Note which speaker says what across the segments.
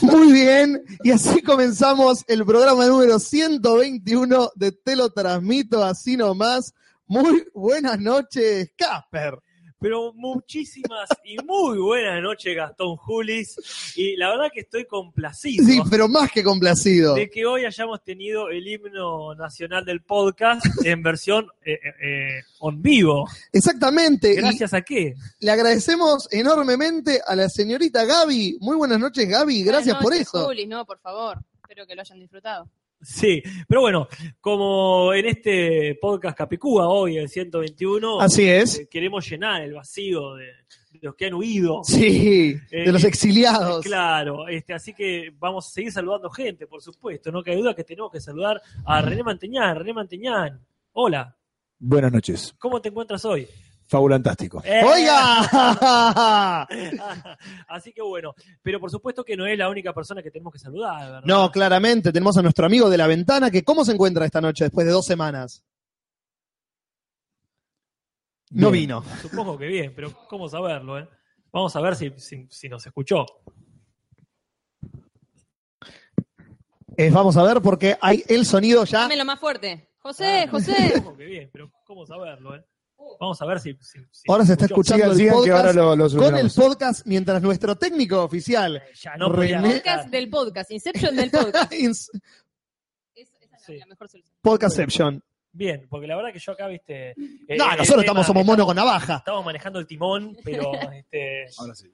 Speaker 1: Muy bien, y así comenzamos el programa número 121 de Te lo transmito así nomás. Muy buenas noches, Casper.
Speaker 2: Pero muchísimas y muy buenas noches, Gastón Julis. Y la verdad que estoy complacido
Speaker 1: Sí, pero más que complacido.
Speaker 2: de que hoy hayamos tenido el himno nacional del podcast en versión eh, eh, eh, on vivo.
Speaker 1: Exactamente. y
Speaker 2: ¿Gracias a qué?
Speaker 1: le agradecemos enormemente a la señorita Gaby. Muy buenas noches, Gaby. Gracias
Speaker 3: Buenas
Speaker 1: por
Speaker 3: noches,
Speaker 1: eso.
Speaker 3: Julis, no, por favor. Espero que lo hayan disfrutado.
Speaker 2: Sí, pero bueno, como en este podcast Capicúa hoy, el 121,
Speaker 1: Así es.
Speaker 2: eh, queremos llenar el vacío de, de los que han huido.
Speaker 1: Sí, de
Speaker 2: Eh,
Speaker 1: los exiliados.
Speaker 2: Claro, este, así que vamos a seguir saludando gente, por supuesto, no cabe duda que tenemos que saludar
Speaker 1: Mm.
Speaker 2: a René Manteñán. René Manteñán, hola,
Speaker 4: Buenas noches.
Speaker 2: ¿cómo te encuentras hoy?
Speaker 4: Fabulantástico.
Speaker 2: ¡Eh!
Speaker 1: ¡Oiga!
Speaker 2: Así que bueno, pero por supuesto que no es la única persona que tenemos que saludar, ¿verdad?
Speaker 1: No, claramente, tenemos a nuestro amigo de la ventana que cómo se encuentra esta noche después de dos semanas. No
Speaker 4: Bien.
Speaker 1: vino.
Speaker 2: Supongo que bien, pero ¿cómo saberlo? eh? Vamos a ver si, si- si nos escuchó.
Speaker 1: Eh, vamos a ver porque hay el sonido ya.
Speaker 3: Dámelo más fuerte.
Speaker 2: Ah,
Speaker 3: José, José.
Speaker 2: Supongo que bien, pero ¿cómo saberlo? eh? Vamos a ver si... si- si
Speaker 1: Ahora se está
Speaker 2: escuchó.
Speaker 1: escuchando
Speaker 4: Sigan,
Speaker 1: el
Speaker 4: sigan, que ahora
Speaker 1: podcast
Speaker 4: lo, lo
Speaker 1: con el
Speaker 4: solucionamos.
Speaker 1: podcast mientras nuestro técnico oficial
Speaker 2: Ya no podía
Speaker 1: René-
Speaker 3: Podcast del podcast, Inception del podcast.
Speaker 1: Ins-
Speaker 3: Es- esa es la-
Speaker 2: Sí.
Speaker 3: la mejor solución.
Speaker 1: Podcastception.
Speaker 2: Bien, porque la verdad que yo acá, viste... eh,
Speaker 1: No,
Speaker 2: el
Speaker 1: nosotros
Speaker 2: tema-
Speaker 1: estamos somos mono con navaja.
Speaker 2: Estamos manejando el timón, pero este,
Speaker 4: Ahora sí.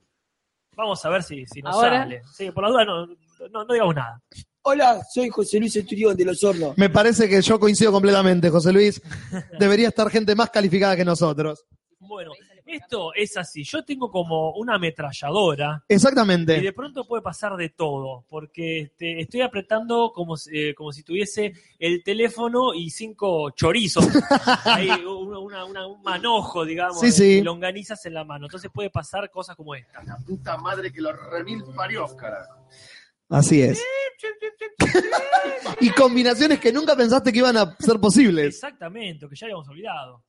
Speaker 2: vamos a ver si, si nos
Speaker 3: Ahora.
Speaker 2: sale. Sí, por la duda no, no, no digamos nada.
Speaker 5: Hola, soy José Luis Esturión de Los Hornos.
Speaker 1: Me parece que yo coincido completamente, José Luis. Debería estar gente más calificada que nosotros.
Speaker 2: Bueno, esto es así. Yo tengo como una ametralladora y
Speaker 1: Exactamente.
Speaker 2: de pronto puede pasar de todo, porque este, estoy apretando como, si- eh, como si tuviese el teléfono y cinco chorizos. Hay un- una- una- un manojo, digamos,
Speaker 1: Sí, sí.
Speaker 2: de longanizas en la mano. Entonces puede pasar cosas como esta.
Speaker 6: puta madre que los remil parió, cara.
Speaker 1: Así es. Y combinaciones que nunca pensaste que iban a ser posibles.
Speaker 2: Exactamente, que ya habíamos olvidado.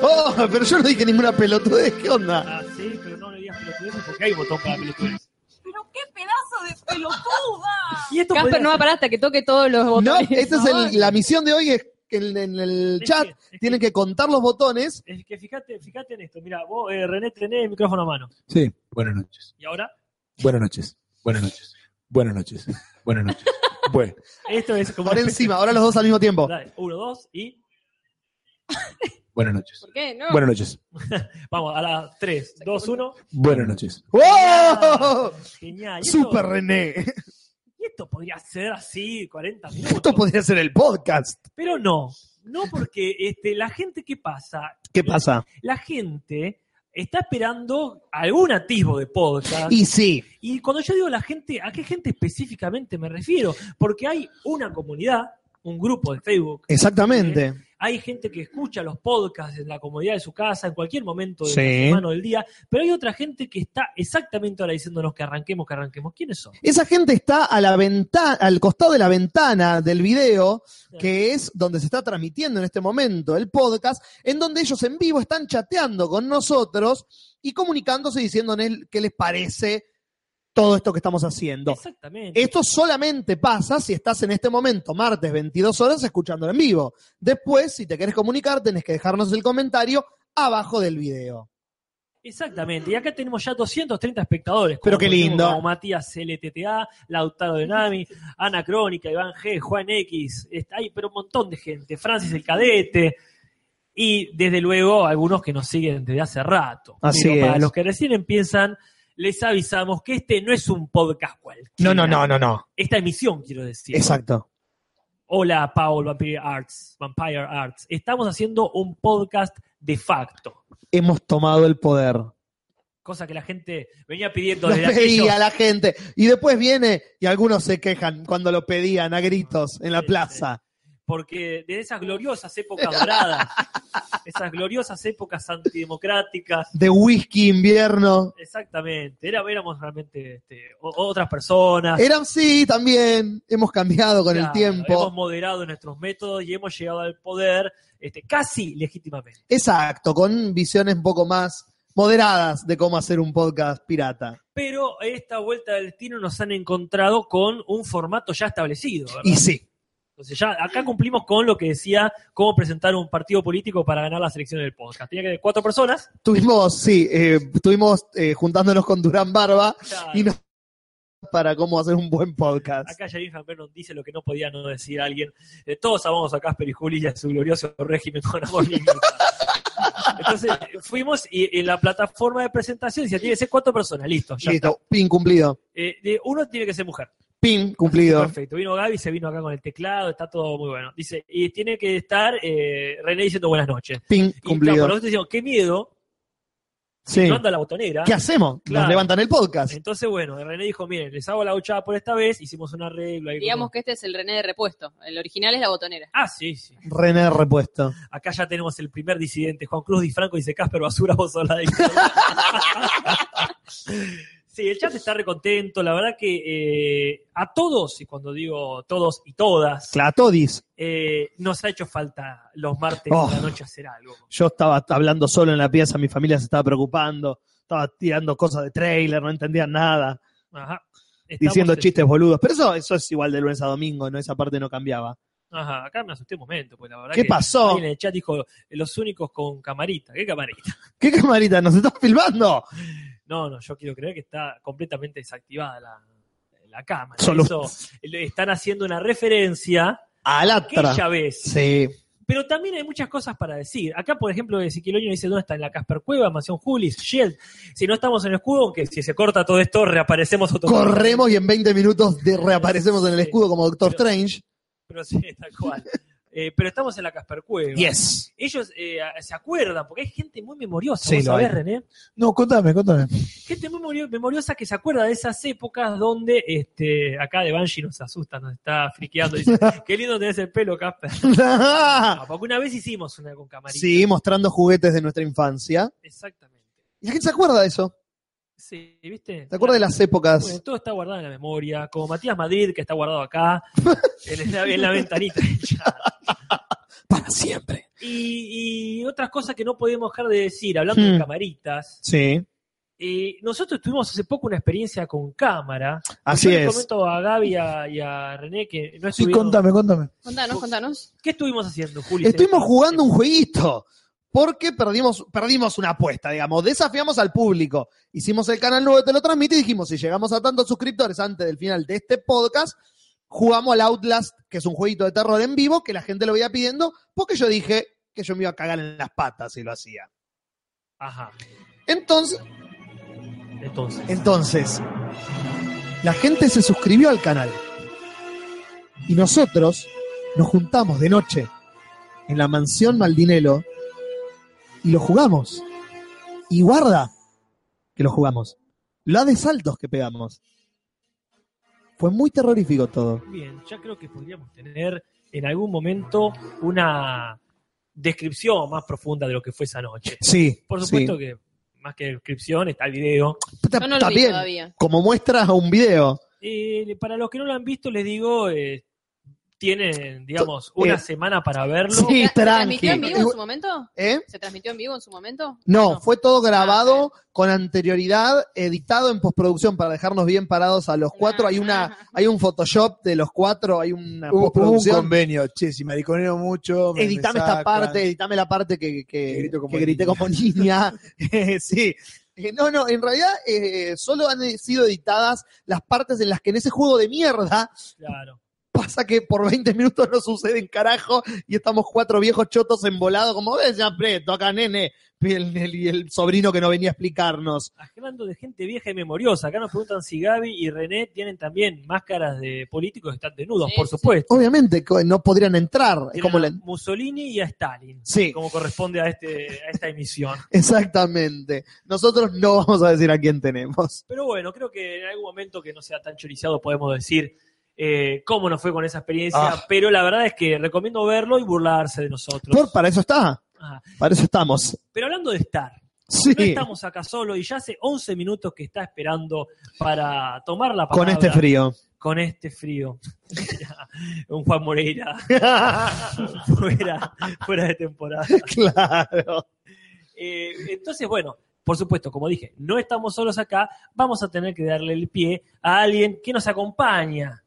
Speaker 1: Oh, pero yo no dije ninguna pelotudez. ¿Qué onda?
Speaker 2: Ah, sí, pero no le digas pelotudeces porque hay botón para pelotudeces.
Speaker 7: Pero qué pedazo de pelotuda.
Speaker 2: Y esto
Speaker 3: Casper
Speaker 2: podría
Speaker 3: no va a parar hasta que toque todos los
Speaker 1: No,
Speaker 3: botones.
Speaker 1: esta es
Speaker 3: ¿no?
Speaker 1: el- la misión de hoy. Es que en, en el
Speaker 2: Es
Speaker 1: chat
Speaker 2: que- es que-
Speaker 1: tienen que contar los botones.
Speaker 2: Es que fíjate, fíjate en esto. Mira, vos, eh, René, tenés el micrófono a mano.
Speaker 4: Sí. Buenas noches.
Speaker 2: Y ahora,
Speaker 4: Buenas noches. Buenas noches. Buenas noches. Buenas noches. Bueno.
Speaker 2: esto es como.
Speaker 1: Por encima, ahora los dos al mismo tiempo.
Speaker 2: Dale, uno, dos y.
Speaker 4: Buenas noches.
Speaker 3: ¿Por qué? No.
Speaker 4: Buenas noches.
Speaker 2: Vamos, a la tres, dos, uno.
Speaker 4: Buenas noches.
Speaker 1: ¡Wow!
Speaker 2: Genial. Y esto-
Speaker 1: ¡Oh! Super René.
Speaker 2: Y esto podría ser así, 40 minutos.
Speaker 1: Esto podría ser el podcast.
Speaker 2: Pero no. No porque este, la gente, ¿qué pasa?
Speaker 1: ¿Qué pasa?
Speaker 2: La gente está esperando algún atisbo de podcast.
Speaker 1: Y sí,
Speaker 2: Y cuando yo digo la gente, ¿a qué gente específicamente me refiero? Porque hay una comunidad, un grupo de Facebook.
Speaker 1: exactamente.
Speaker 2: Hay gente que escucha los podcasts en la comodidad de su casa, en cualquier momento de
Speaker 1: Sí.
Speaker 2: la semana o del día, pero hay otra gente que está exactamente ahora diciéndonos que arranquemos, que arranquemos. ¿Quiénes son?
Speaker 1: Esa gente está a la ventana, al costado de la ventana del video, que es donde se está transmitiendo en este momento el podcast, en donde ellos en vivo están chateando con nosotros y comunicándose diciéndonos qué les parece todo esto que estamos haciendo.
Speaker 2: Exactamente.
Speaker 1: Esto solamente pasa si estás en este momento, martes 22 horas, escuchándolo en vivo. Después, si te querés comunicar, tenés que dejarnos el comentario abajo del video.
Speaker 2: Exactamente. Y acá tenemos ya 230 espectadores.
Speaker 1: Pero
Speaker 2: como,
Speaker 1: qué
Speaker 2: por ejemplo,
Speaker 1: lindo.
Speaker 2: Como Matías LTTA, Lautaro de Nami, Ana Crónica, Iván G, Juan X. Está ahí, pero un montón de gente. Francis el Cadete. Y desde luego algunos que nos siguen desde hace rato.
Speaker 1: Así
Speaker 2: Pero para
Speaker 1: es.
Speaker 2: los que recién empiezan, les avisamos que este no es un podcast cualquiera.
Speaker 1: No, no, no, no, no.
Speaker 2: Esta emisión, quiero decir.
Speaker 1: Exacto.
Speaker 2: Hola, Paul Vampire Arts. Vampire Arts. Estamos haciendo un podcast de facto.
Speaker 1: Hemos tomado el poder.
Speaker 2: Cosa que la gente venía pidiendo
Speaker 1: Lo
Speaker 2: desde aquellos
Speaker 1: pedía la gente. Y después viene y algunos se quejan cuando lo pedían a gritos en la
Speaker 2: Sí,
Speaker 1: plaza.
Speaker 2: porque de esas gloriosas épocas doradas, esas gloriosas épocas antidemocráticas,
Speaker 1: De whisky invierno.
Speaker 2: exactamente, era, éramos realmente este, o- otras personas.
Speaker 1: Eran sí, también. Hemos cambiado con el
Speaker 2: Ah. Claro, Hemos
Speaker 1: tiempo.
Speaker 2: moderado nuestros métodos y hemos llegado al poder este, casi legítimamente.
Speaker 1: Exacto, con visiones un poco más moderadas de cómo hacer un podcast pirata.
Speaker 2: Pero esta vuelta del destino nos han encontrado con un formato ya establecido. ¿verdad?
Speaker 1: Y sí,
Speaker 2: Entonces ya acá cumplimos con lo que decía cómo presentar un partido político para ganar las elecciones del podcast. Tenía que tener cuatro personas.
Speaker 1: tuvimos, sí, eh, estuvimos eh, juntándonos con Durán Barba
Speaker 2: Ya,
Speaker 1: y nos para cómo hacer un buen podcast.
Speaker 2: Acá Janine Van Vernon dice lo que no podía no decir alguien. Eh, todos amamos a Casper y Juli y a su glorioso régimen con amor y amistad. Entonces fuimos y en la plataforma de presentación decía, tiene que ser cuatro personas, listo. Ya
Speaker 1: Listo, pin cumplido.
Speaker 2: está. Eh, de- uno tiene que ser mujer.
Speaker 1: Pin cumplido.
Speaker 2: Perfecto. Vino Gaby, se vino acá con el teclado, está todo muy bueno. Dice, y tiene que estar eh, René diciendo buenas noches.
Speaker 1: Pin
Speaker 2: Y claro,
Speaker 1: cumplido.
Speaker 2: nosotros decimos, qué miedo,
Speaker 1: Sí.
Speaker 2: no anda la botonera.
Speaker 1: ¿Qué hacemos? Nos
Speaker 2: Claro.
Speaker 1: levantan el podcast.
Speaker 2: Entonces, bueno, René dijo, miren, les hago la ochada por esta vez, hicimos un arreglo. ahí
Speaker 3: Digamos
Speaker 2: como-
Speaker 3: que este es el René de repuesto. El original es la botonera.
Speaker 2: Ah, sí, sí.
Speaker 1: René Repuesto.
Speaker 2: Acá ya tenemos el primer disidente, Juan Cruz Di Franco dice, Casper Basura, vos sos la de... Sí, el chat está recontento, la verdad que eh, a todos, y cuando digo todos y todas,
Speaker 1: Clatodis.
Speaker 2: eh, nos ha hecho falta los martes
Speaker 1: Oh.
Speaker 2: de la noche hacer algo.
Speaker 1: Yo estaba hablando solo en la pieza, mi familia se estaba preocupando, estaba tirando cosas de trailer, no entendían nada,
Speaker 2: Ajá. Estamos,
Speaker 1: diciendo
Speaker 2: eh,
Speaker 1: chistes boludos. Pero eso, eso es igual de lunes a domingo, no esa parte no cambiaba.
Speaker 2: Ajá, acá me asusté un momento, pues la verdad.
Speaker 1: ¿Qué
Speaker 2: que
Speaker 1: pasó?
Speaker 2: alguien en el chat dijo, los únicos con camarita. ¿Qué camarita?
Speaker 1: ¿Qué camarita? ¿Nos estás filmando?
Speaker 2: No, no, yo quiero creer que está completamente desactivada la, la cámara.
Speaker 1: Solo-
Speaker 2: Eso, le están haciendo una referencia
Speaker 1: A
Speaker 2: a
Speaker 1: la
Speaker 2: aquella vez.
Speaker 1: Sí.
Speaker 2: Pero también hay muchas cosas para decir. Acá, por ejemplo, Ezequiel Oño dice, ¿dónde está? En la Casper Cueva, Mansión Julis, Shield. Si no estamos en el escudo, aunque si se corta todo esto, reaparecemos otro
Speaker 1: Corremos y en 20 minutos de- reaparecemos en el escudo como Doctor
Speaker 2: Pero-
Speaker 1: Strange.
Speaker 2: Pero sí, tal cual. Eh, pero estamos en la Casper Cueva.
Speaker 1: Yes.
Speaker 2: ellos eh, se acuerdan, porque hay gente muy memoriosa,
Speaker 1: Sí,
Speaker 2: ¿vos
Speaker 1: lo
Speaker 2: sabés,
Speaker 1: hay.
Speaker 2: René?
Speaker 4: No, contame, contame.
Speaker 2: Gente muy memorio- memoriosa que se acuerda de esas épocas donde este, acá de Banshee nos asusta, nos está friqueando. Dice, qué lindo tenés el pelo, Casper. Ah, porque una vez hicimos una con camarita.
Speaker 1: sí, mostrando juguetes de nuestra infancia.
Speaker 2: Exactamente.
Speaker 1: ¿Y la gente se acuerda de eso?
Speaker 2: Sí, ¿viste?
Speaker 1: ¿Se acuerda de las
Speaker 2: Bueno,
Speaker 1: épocas?
Speaker 2: todo está guardado en la memoria, como Matías Madrid, que está guardado acá, en la, en la ventanita. del chat.
Speaker 1: Para siempre.
Speaker 2: Y, y otras cosas que no podemos dejar de decir, hablando
Speaker 1: Hmm.
Speaker 2: de camaritas.
Speaker 1: Sí.
Speaker 2: Eh, nosotros tuvimos hace poco una experiencia con cámara.
Speaker 1: Así
Speaker 2: Yo les
Speaker 1: es.
Speaker 2: comento a Gaby y a, y a René que no
Speaker 4: Sí,
Speaker 2: estuvieron-
Speaker 4: contame, contame.
Speaker 3: Contanos, contanos.
Speaker 2: ¿Qué estuvimos haciendo, Juli?
Speaker 1: Estuvimos jugando un jueguito. Porque perdimos, perdimos una apuesta, digamos. Desafiamos al público. Hicimos el canal nuevo de Te lo transmite y dijimos: si llegamos a tantos suscriptores antes del final de este podcast, jugamos al Outlast, que es un jueguito de terror en vivo que la gente lo veía pidiendo. Porque yo dije que yo me iba a cagar en las patas si lo hacía.
Speaker 2: Ajá.
Speaker 1: Entonces,
Speaker 2: Entonces.
Speaker 1: entonces, la gente se suscribió al canal. Y nosotros nos juntamos de noche en la mansión Maldinelo y lo jugamos. Y guarda que lo jugamos. La de saltos que pegamos. Fue muy terrorífico todo.
Speaker 2: Bien, ya creo que podríamos tener en algún momento una descripción más profunda de lo que fue esa noche.
Speaker 1: Sí,
Speaker 2: Por supuesto que más que descripción está el video.
Speaker 3: Yo no lo vi todavía.
Speaker 1: como muestras a un video.
Speaker 2: Eh, para los que no lo han visto, les digo, eh, tienen, digamos, una
Speaker 1: Eh,
Speaker 2: semana para verlo.
Speaker 1: sí.
Speaker 3: ¿Se transmitió en
Speaker 1: tranqui.
Speaker 3: vivo en su momento?
Speaker 1: ¿Eh?
Speaker 3: ¿Se transmitió en vivo en su momento?
Speaker 1: No,
Speaker 3: No.
Speaker 1: fue todo grabado con anterioridad, editado en postproducción para dejarnos bien parados a los cuatro. Hay una,
Speaker 3: Ajá.
Speaker 1: hay un Photoshop de los cuatro, hay una
Speaker 4: Hubo, hubo un
Speaker 1: postproducción.
Speaker 4: convenio, che, si mariconeo mucho. me- me
Speaker 1: editame esta
Speaker 4: sacan.
Speaker 1: parte, editame la parte que, que-
Speaker 4: Que grito como
Speaker 1: que grité
Speaker 4: niña.
Speaker 1: como niña. Eh, sí. Eh, No, no, en realidad eh, solo han sido editadas las partes en las que en ese juego de mierda
Speaker 2: Claro.
Speaker 1: pasa que por 20 minutos no sucede un carajo y estamos cuatro viejos chotos embolados, como ves, ya preto, acá nene, y el- el- y el sobrino que no venía a explicarnos.
Speaker 2: Hablando de gente vieja y memoriosa, acá nos preguntan si Gaby y René tienen también máscaras de políticos que están desnudos,
Speaker 3: Sí,
Speaker 2: por
Speaker 3: sí, sí.
Speaker 2: supuesto.
Speaker 1: Obviamente, co- no podrían entrar. Es
Speaker 2: Tienen
Speaker 1: como
Speaker 2: a
Speaker 1: la-
Speaker 2: Mussolini y a Stalin,
Speaker 1: Sí,
Speaker 2: como corresponde a, este, a esta emisión.
Speaker 1: exactamente. Nosotros no vamos a decir a quién tenemos.
Speaker 2: Pero bueno, creo que en algún momento que no sea tan chorizado podemos decir eh, cómo nos fue con esa experiencia,
Speaker 4: Ah.
Speaker 2: pero la verdad es que recomiendo verlo y burlarse de nosotros. Ah.
Speaker 1: Por- para eso está.
Speaker 2: Ajá.
Speaker 1: Para eso estamos.
Speaker 2: Pero hablando de estar,
Speaker 1: Sí.
Speaker 2: no estamos acá solo y ya hace 11 minutos que está esperando para tomar la
Speaker 1: Con
Speaker 2: palabra.
Speaker 1: este frío.
Speaker 2: Con este frío. Un Juan Moreira fuera, fuera de temporada.
Speaker 1: claro.
Speaker 2: Eh, entonces, bueno, por supuesto, como dije, no estamos solos acá, vamos a tener que darle el pie a alguien que nos acompaña,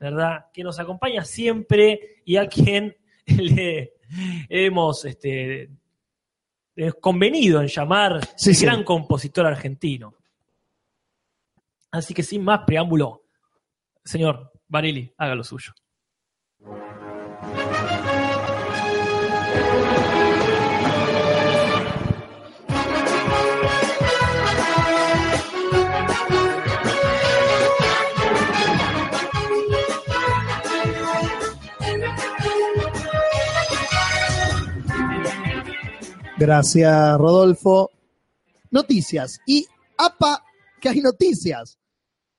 Speaker 2: ¿verdad? Que nos acompaña siempre y a quien le hemos este, eh, convenido en llamar
Speaker 1: Sí,
Speaker 2: el
Speaker 1: sí.
Speaker 2: gran compositor argentino. Así que sin más preámbulo, señor Vanelli, haga lo suyo.
Speaker 1: Gracias, Rodolfo. Noticias. Y apa, que hay noticias.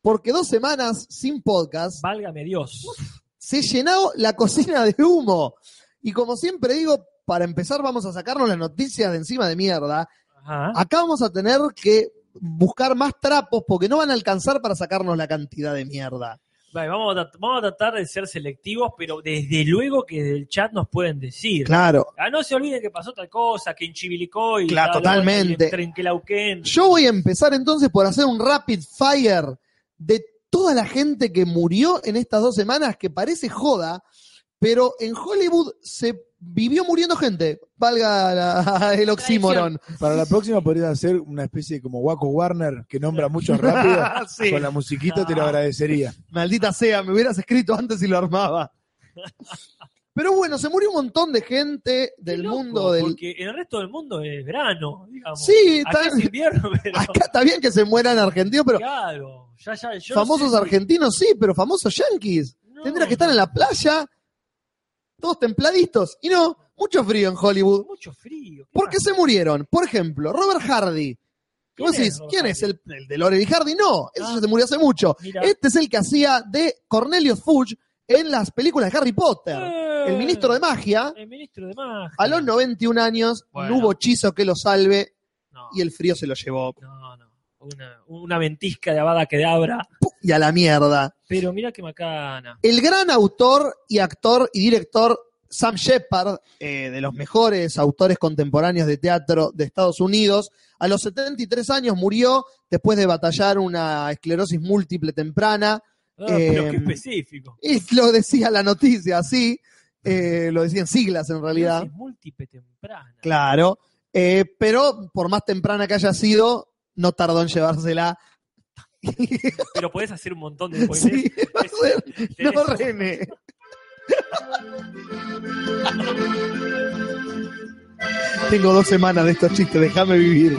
Speaker 1: Porque dos semanas sin podcast
Speaker 2: Válgame Dios.
Speaker 1: se llenó la cocina de humo. Y como siempre digo, para empezar vamos a sacarnos las noticias de encima de mierda.
Speaker 2: Ajá.
Speaker 1: Acá vamos a tener que buscar más trapos porque no van a alcanzar para sacarnos la cantidad de mierda.
Speaker 2: Vale, vamos, a, trat- vamos a tratar de ser selectivos, pero desde luego que desde el chat nos pueden decir.
Speaker 1: Claro.
Speaker 2: Ah, no se olviden que pasó tal cosa, que en Chivilcoy,
Speaker 1: Claro,
Speaker 2: tal otra,
Speaker 1: totalmente.
Speaker 2: que en Trenquelauquén.
Speaker 1: Yo voy a empezar entonces por hacer un rapid fire de toda la gente que murió en estas dos semanas, que parece joda, pero en Hollywood se vivió muriendo gente, valga la- el oxímoron.
Speaker 4: Para la próxima podrías hacer una especie de como Waco Warner que nombra mucho rápido.
Speaker 1: Sí.
Speaker 4: Con la musiquita te lo
Speaker 2: Ah.
Speaker 4: agradecería.
Speaker 1: Maldita sea, me hubieras escrito antes y lo armaba. Pero bueno, se murió un montón de gente del
Speaker 2: Qué loco,
Speaker 1: mundo del...
Speaker 2: Porque en el resto del mundo es verano, digamos.
Speaker 1: Sí,
Speaker 2: Acá
Speaker 1: tan-
Speaker 2: es invierno, pero.
Speaker 1: Acá está bien que se mueran argentinos, pero
Speaker 2: Claro, ya, ya, yo no
Speaker 1: famosos
Speaker 2: sé-
Speaker 1: argentinos sí, pero famosos yanquis.
Speaker 2: no.
Speaker 1: Tendría que estar en la playa, todos templaditos. Y no, mucho frío en Hollywood.
Speaker 2: Mucho frío. ¿qué
Speaker 1: ¿Por qué
Speaker 2: más?
Speaker 1: se murieron? Por ejemplo, Robert Hardy. ¿Qué
Speaker 2: ¿Quién
Speaker 1: vos decís?
Speaker 2: es Robert
Speaker 1: ¿Quién es?
Speaker 2: Hardy?
Speaker 1: ¿El, el de Lorel y Hardy? No, ese
Speaker 2: Ah.
Speaker 1: ya se murió hace mucho.
Speaker 2: Mira.
Speaker 1: Este es el que hacía de Cornelius Fudge en las películas de Harry Potter.
Speaker 2: Eh,
Speaker 1: El ministro de magia,
Speaker 2: El ministro de magia.
Speaker 1: a los 91 años,
Speaker 2: Bueno.
Speaker 1: no hubo hechizo que lo salve
Speaker 2: No,
Speaker 1: y el frío se lo llevó.
Speaker 2: no, no. Una, una ventisca de abada que abra.
Speaker 1: Y a la mierda.
Speaker 2: Pero mira qué macana.
Speaker 1: El gran autor y actor y director Sam Shepard, eh, de los mejores autores contemporáneos de teatro de Estados Unidos, a los 73 años murió después de batallar una esclerosis múltiple temprana.
Speaker 2: Ah, pero
Speaker 1: Eh,
Speaker 2: qué específico.
Speaker 1: Y lo decía la noticia, así, eh, lo decía en siglas en realidad,
Speaker 2: Es múltiple temprana.
Speaker 1: claro. Eh, pero por más temprana que haya sido, no tardó en llevársela.
Speaker 2: Pero podés hacer un montón de spoilers.
Speaker 1: Sí, va a ser-
Speaker 2: Tenés-
Speaker 1: No, René. Tengo dos semanas de estos chistes, déjame vivir.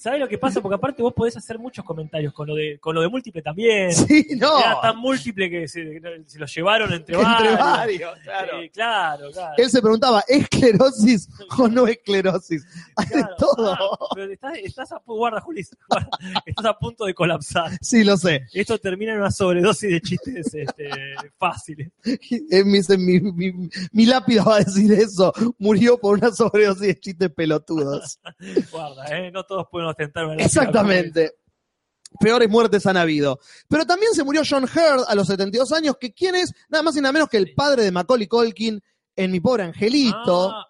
Speaker 2: ¿Sabés lo que pasa? Porque aparte vos podés hacer muchos comentarios con lo de, con lo de múltiple también.
Speaker 1: Sí, no.
Speaker 2: Era tan múltiple que se, se lo llevaron entre varios.
Speaker 1: Entre varios, claro.
Speaker 2: Eh, claro, claro.
Speaker 1: Él se preguntaba, ¿esclerosis o no esclerosis? Hay de
Speaker 2: Claro.
Speaker 1: todo.
Speaker 2: Ah, pero estás, estás a, pu- guarda, Julis, guarda. estás a punto de colapsar.
Speaker 1: Sí, lo sé.
Speaker 2: Esto termina en una sobredosis de chistes este, fáciles.
Speaker 1: En mis- en mi, mi- mi lápida va a decir eso. Murió por una sobredosis de chistes pelotudos.
Speaker 2: Guarda, ¿eh? No todos pueden ostentar una lápida. Ah,
Speaker 1: Exactamente. Peores muertes han habido. Pero también se murió John Hurt a los 72 años, que quién es nada más y nada menos que el padre de Macaulay Colkin en Mi Pobre Angelito.
Speaker 2: Ah,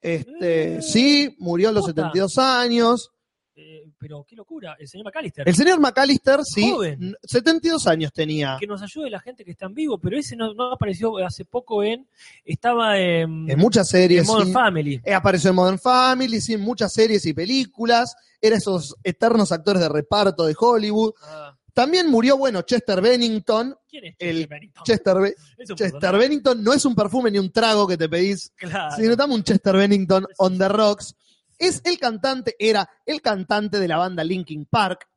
Speaker 1: este,
Speaker 2: eh,
Speaker 1: sí, murió a los
Speaker 2: puta.
Speaker 1: 72 años.
Speaker 2: eh, pero qué locura. El señor McAllister.
Speaker 1: El señor McAllister, sí,
Speaker 2: Joven.
Speaker 1: n- 72 años tenía.
Speaker 2: que nos ayude la gente que está en vivo, pero ese no, no apareció hace poco en. Estaba en.
Speaker 1: En muchas
Speaker 2: en
Speaker 1: series.
Speaker 2: Modern
Speaker 1: sí.
Speaker 2: Family.
Speaker 1: Eh, Apareció en Modern Family, sí, en muchas series y películas. Era esos eternos actores de reparto de Hollywood.
Speaker 2: Ah,
Speaker 1: También murió, bueno, Chester Bennington.
Speaker 2: ¿Quién es
Speaker 1: El-
Speaker 2: Chester Bennington?
Speaker 1: Chester, Be-
Speaker 2: Es un
Speaker 1: Chester
Speaker 2: personaje,
Speaker 1: Bennington no es un perfume ni un trago que te pedís
Speaker 2: claro.
Speaker 1: Si notamos un Chester Bennington on the rocks, es el cantante, era el cantante de la banda Linkin Park,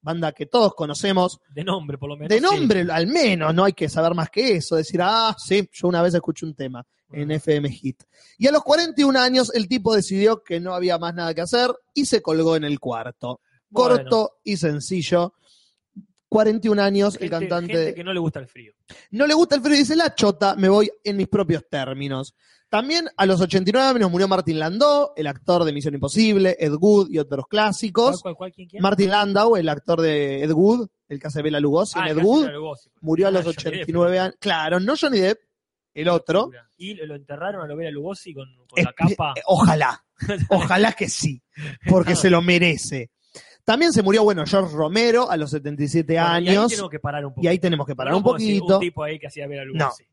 Speaker 1: banda que todos conocemos,
Speaker 2: De nombre, por lo menos.
Speaker 1: de
Speaker 2: sí.
Speaker 1: nombre al menos, no hay que saber más que eso, decir, ah, sí, yo una vez escuché un tema en FM Hit. Y a los 41 años el tipo decidió que no había más nada que hacer y se colgó en el cuarto.
Speaker 2: Bueno,
Speaker 1: Corto y sencillo. 41 años, el
Speaker 2: Gente-
Speaker 1: cantante.
Speaker 2: gente que no le gusta el frío.
Speaker 1: No le gusta el frío y dice la chota, me voy en mis propios términos. También a los 89 años murió Martin Landau, el actor de Misión Imposible, Ed Wood y otros
Speaker 2: ¿Cuál,
Speaker 1: clásicos.
Speaker 2: cuál, cuál, quién, quién?
Speaker 1: Martin Landau, el actor de Ed Wood, el que hace Bela Lugosi
Speaker 2: Ah,
Speaker 1: en Ed
Speaker 2: casi
Speaker 1: Wood,
Speaker 2: era Lugosi.
Speaker 1: murió a los
Speaker 2: Ah, Johnny Depp.
Speaker 1: 89 años. Claro, no Johnny Depp, el otro.
Speaker 2: Y lo enterraron a lo Vera Lugosi con, con la
Speaker 1: Espe-
Speaker 2: capa.
Speaker 1: eh, Ojalá, ojalá que sí, porque se lo merece. También se murió, bueno, George Romero a los 77
Speaker 2: Bueno, y ahí
Speaker 1: años.
Speaker 2: tenemos que parar un poco.
Speaker 1: Y ahí tenemos que parar
Speaker 2: No
Speaker 1: un
Speaker 2: podemos decir
Speaker 1: poquito.
Speaker 2: Un tipo ahí que hacía Vera Lugosi.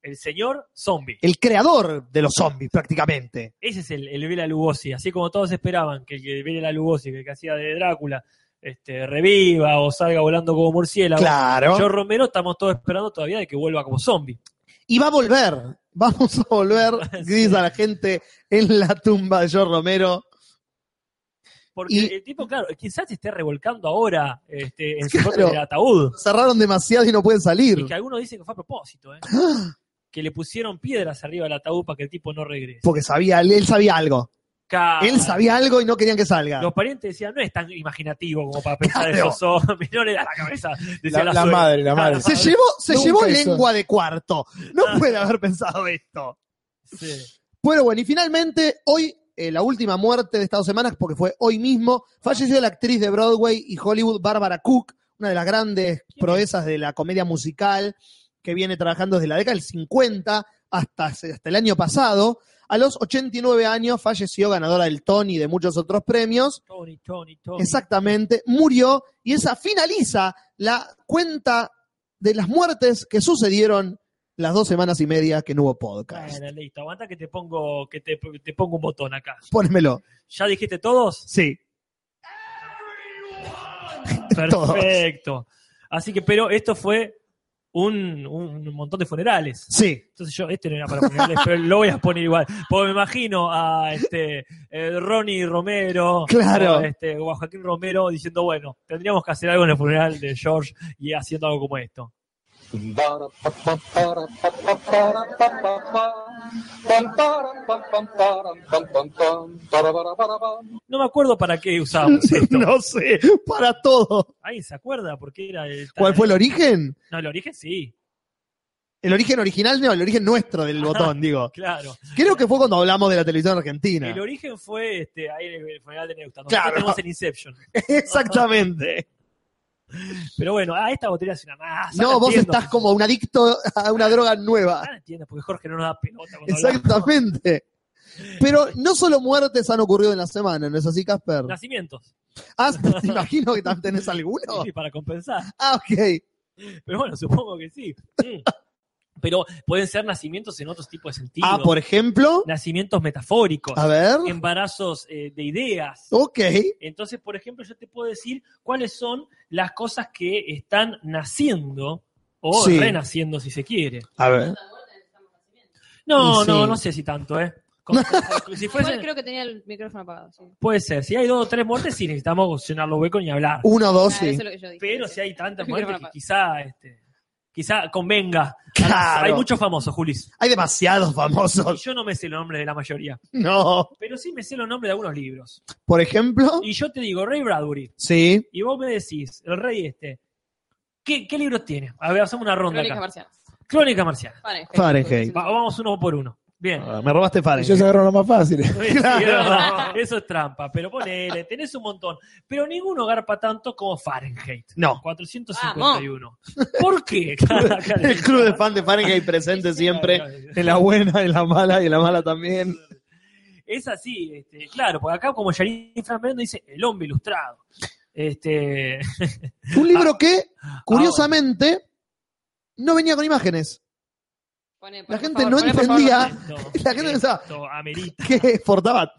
Speaker 2: El señor zombie.
Speaker 1: El creador de los zombies, prácticamente.
Speaker 2: Ese es el, el Bela Lugosi. Así como todos esperaban que el que Bela Lugosi, que el que hacía de Drácula, este, reviva o salga volando como murciélago.
Speaker 1: Claro.
Speaker 2: Yo Romero estamos todos esperando todavía de que vuelva como zombie.
Speaker 1: Y va a volver. Vamos a volver, gris a la gente en la tumba de George Romero.
Speaker 2: Porque
Speaker 1: Y-
Speaker 2: el tipo, claro, quizás se esté revolcando ahora este, en su
Speaker 1: Claro.
Speaker 2: propio ataúd.
Speaker 1: Cerraron demasiado y no pueden
Speaker 2: Y
Speaker 1: salir.
Speaker 2: que algunos dicen que fue a propósito, ¿eh? que le pusieron piedras arriba del ataúd para que el tipo no regrese.
Speaker 1: Porque sabía, él sabía algo.
Speaker 2: Claro.
Speaker 1: Él sabía algo y no querían que salga.
Speaker 2: Los parientes decían, Ah. no es tan imaginativo como para pensar
Speaker 1: Claro.
Speaker 2: esos zombies, no le da la cabeza. Decía
Speaker 4: La,
Speaker 2: la,
Speaker 4: la
Speaker 2: suegra.
Speaker 4: madre, la madre.
Speaker 1: Se llevó, se
Speaker 4: Nunca
Speaker 1: llevó
Speaker 4: hizo.
Speaker 1: lengua de cuarto. No puede haber pensado esto.
Speaker 2: Sí.
Speaker 1: Pero bueno, y finalmente, hoy, eh, la última muerte de estas semanas, porque fue hoy mismo, falleció la actriz de Broadway y Hollywood, Barbara Cook, una de las grandes proezas de la comedia musical, que viene trabajando desde la década del 50 hasta, hace- hasta el año pasado. A los 89 años falleció, ganadora del Tony y de muchos otros premios.
Speaker 2: Tony, Tony, Tony.
Speaker 1: Exactamente, murió y esa finaliza la cuenta de las muertes que sucedieron las dos semanas y media que no hubo podcast.
Speaker 2: Bueno, listo, aguanta que te pongo, que te, te pongo un botón acá.
Speaker 1: Pónmelo.
Speaker 2: ¿Ya dijiste todos?
Speaker 1: Sí. Todos.
Speaker 2: Perfecto. Así que, pero esto fue un, un montón de funerales.
Speaker 1: Sí.
Speaker 2: Entonces yo, este no era para funerales, pero lo voy a poner igual. Porque me imagino a este eh, Ronnie Romero,
Speaker 1: Claro.
Speaker 2: o, este, o a Joaquín Romero diciendo, bueno, tendríamos que hacer algo en el funeral de George y haciendo algo como esto. No me acuerdo para qué usábamos esto.
Speaker 1: No sé, para todo.
Speaker 2: ¿Alguien se acuerda? Porque era el,
Speaker 1: ¿Cuál fue el origen?
Speaker 2: No, el origen sí,
Speaker 1: El origen original, no, el origen nuestro del botón, digo.
Speaker 2: claro.
Speaker 1: Creo que fue cuando hablamos de la televisión argentina.
Speaker 2: El origen fue este, ahí en el funeral de Neustadt. Nosotros
Speaker 1: Claro.
Speaker 2: tenemos en Inception.
Speaker 1: Exactamente.
Speaker 2: Pero bueno, a esta botella es una masa.
Speaker 1: No, vos estás como un adicto a una droga nueva.
Speaker 2: Ah, entiendo, porque Jorge no nos da pelota. cuando hablamos.
Speaker 1: Exactamente. Pero no solo muertes han ocurrido en la semana, ¿no es así, Casper?
Speaker 2: Nacimientos.
Speaker 1: Ah, te imagino que también tenés alguno.
Speaker 2: Sí, para compensar.
Speaker 1: Ah, ok.
Speaker 2: Pero bueno, supongo que sí. Mm. Pero pueden ser nacimientos en otros tipos de sentido.
Speaker 1: Ah, por ejemplo.
Speaker 2: Nacimientos metafóricos.
Speaker 1: A ver. Oh.
Speaker 2: Embarazos eh, de ideas.
Speaker 1: Ok.
Speaker 2: Entonces, por ejemplo, yo te puedo decir cuáles son las cosas que están naciendo o
Speaker 1: Sí.
Speaker 2: renaciendo, si se quiere.
Speaker 1: A ver.
Speaker 2: No,
Speaker 1: Y
Speaker 2: no,
Speaker 1: sí.
Speaker 2: no sé si tanto, ¿eh? Como- como- si fuese-
Speaker 3: Igual creo que tenía el micrófono apagado. sí.
Speaker 2: Puede ser. Si hay dos o tres muertes, sí necesitamos cocinar los huecos y hablar.
Speaker 1: Uno, dos,
Speaker 3: Ah,
Speaker 1: Oh, sí.
Speaker 3: eso es lo que yo dije.
Speaker 2: Pero
Speaker 3: sí.
Speaker 2: si hay tantas
Speaker 3: El
Speaker 2: muertes que
Speaker 3: micrófono
Speaker 2: quizá, este, quizá convenga.
Speaker 1: Claro.
Speaker 2: Hay muchos famosos, Julis.
Speaker 1: Hay demasiados
Speaker 2: Y
Speaker 1: famosos.
Speaker 2: yo no me sé los nombres de la mayoría.
Speaker 1: No.
Speaker 2: Pero sí me sé los nombres de algunos libros.
Speaker 1: Por ejemplo.
Speaker 2: Y yo te digo, Ray Bradbury.
Speaker 1: Sí.
Speaker 2: Y vos me decís, el rey este. ¿Qué, qué libros tiene? A ver, hacemos una ronda
Speaker 3: Crónicas
Speaker 2: acá.
Speaker 3: marcianas.
Speaker 2: Crónica Marciana.
Speaker 3: Fahrenheit.
Speaker 1: Fahrenheit.
Speaker 2: Va- vamos uno por uno. Bien.
Speaker 1: Ah, me robaste
Speaker 4: Yo se
Speaker 1: Fahrenheit.
Speaker 4: agarro lo más fácil.
Speaker 1: Claro.
Speaker 2: Eso es trampa, pero ponele, tenés un montón. Pero ninguno garpa tanto como Fahrenheit.
Speaker 1: No.
Speaker 2: 451. ¿Por qué? Cara, cara.
Speaker 1: El club de fan de Fahrenheit presente siempre. En la buena, en la mala y en la mala también.
Speaker 2: Es así, este, claro, porque acá como Janine Fernando dice, el hombre ilustrado. Este,
Speaker 1: Un libro que, curiosamente, no venía con imágenes.
Speaker 3: Pone, pone,
Speaker 1: La
Speaker 3: por
Speaker 1: gente
Speaker 3: favor,
Speaker 1: no
Speaker 3: pone, por favor,
Speaker 1: entendía
Speaker 2: esto,
Speaker 1: La gente
Speaker 2: esto
Speaker 1: pensaba-
Speaker 2: amerita.
Speaker 1: que portaba.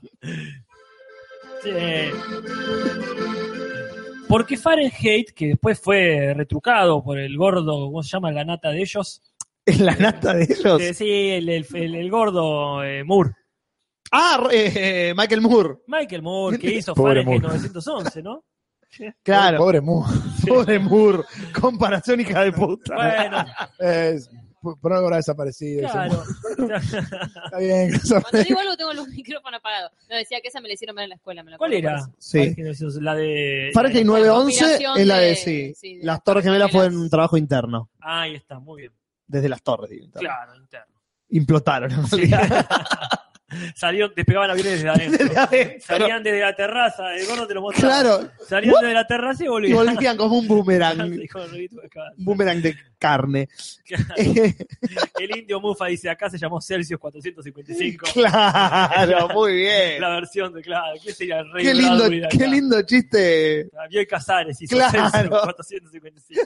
Speaker 2: Eh, Porque Fahrenheit, que después fue retrucado por el gordo, ¿cómo se llama la nata de ellos?
Speaker 1: En la nata de ellos.
Speaker 2: Eh, sí, el, el- el- el gordo eh, Moore.
Speaker 1: Ah, eh, eh, Michael Moore.
Speaker 2: Michael Moore, que hizo
Speaker 4: Pobre
Speaker 2: Fahrenheit
Speaker 4: Moore.
Speaker 2: 911, ¿no?
Speaker 1: Claro.
Speaker 4: Pobre Mu.
Speaker 1: Pobre Moore. Comparación hija de puta.
Speaker 2: Bueno,
Speaker 4: Es por por algo habrá desaparecido.
Speaker 2: Claro.
Speaker 4: Está bien, gracias.
Speaker 3: Cuando digo algo, tengo los micrófonos apagados. No, decía que esa me la hicieron ver en la escuela. Me la
Speaker 2: ¿Cuál
Speaker 3: acuerdo
Speaker 2: era?
Speaker 3: por eso.
Speaker 1: Sí.
Speaker 2: La de.
Speaker 1: Fahrenheit
Speaker 3: la
Speaker 1: 911
Speaker 3: conspiración
Speaker 1: es la de
Speaker 3: de-
Speaker 1: sí.
Speaker 3: sí, de
Speaker 1: Las
Speaker 3: las
Speaker 1: Torres Gemelas fue
Speaker 3: Torres
Speaker 1: un trabajo interno.
Speaker 2: Ahí está, muy bien.
Speaker 1: Desde las Torres. digo, interno.
Speaker 2: Claro, interno.
Speaker 1: Implotaron. en realidad.
Speaker 2: Salieron, despegaban aviones desde adentro.
Speaker 1: Desde adentro.
Speaker 2: Salían desde la terraza, el gordo te lo mostraba.
Speaker 1: Claro.
Speaker 2: Salían
Speaker 1: What?
Speaker 2: desde la terraza y
Speaker 1: Y
Speaker 2: volvían.
Speaker 1: volvían como un boomerang.
Speaker 2: Hijo de Rubito de Cabal.
Speaker 1: boomerang de carne.
Speaker 2: El indio Mufa dice, acá se llamó Celsius 455.
Speaker 1: claro, muy bien.
Speaker 2: La versión de, claro, ¿qué sería el rey
Speaker 1: Qué lindo,
Speaker 2: Bradbury de acá?
Speaker 1: qué lindo chiste.
Speaker 2: Javier Casares hizo
Speaker 1: Claro.
Speaker 2: Celsius 455.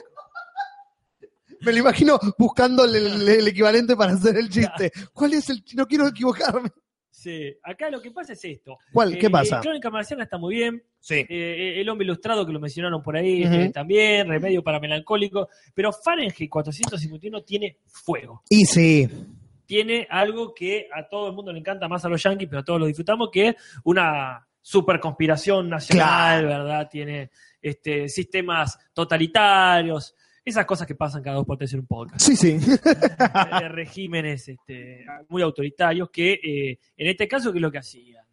Speaker 1: Me lo imagino buscando el, el- el equivalente para hacer el chiste. ¿Cuál es el? No quiero equivocarme.
Speaker 2: Sí, acá lo que pasa es esto.
Speaker 1: ¿Cuál? ¿Qué
Speaker 2: Eh,
Speaker 1: pasa?
Speaker 2: Crónica Marciana está muy bien.
Speaker 1: Sí.
Speaker 2: Eh, el hombre ilustrado que lo mencionaron por ahí
Speaker 1: Ujú.
Speaker 2: eh, también, remedio para melancólico. Pero Fahrenheit 451 tiene fuego.
Speaker 1: Y sí.
Speaker 2: Tiene algo que a todo el mundo le encanta, más a los yanquis, pero a todos lo disfrutamos, que es una super conspiración nacional, ¿verdad? Tiene este, sistemas totalitarios, esas cosas que pasan cada dos por tres en un podcast.
Speaker 1: Sí, sí.
Speaker 2: de regímenes este, muy autoritarios que, eh, en este caso, ¿qué es lo que hacían?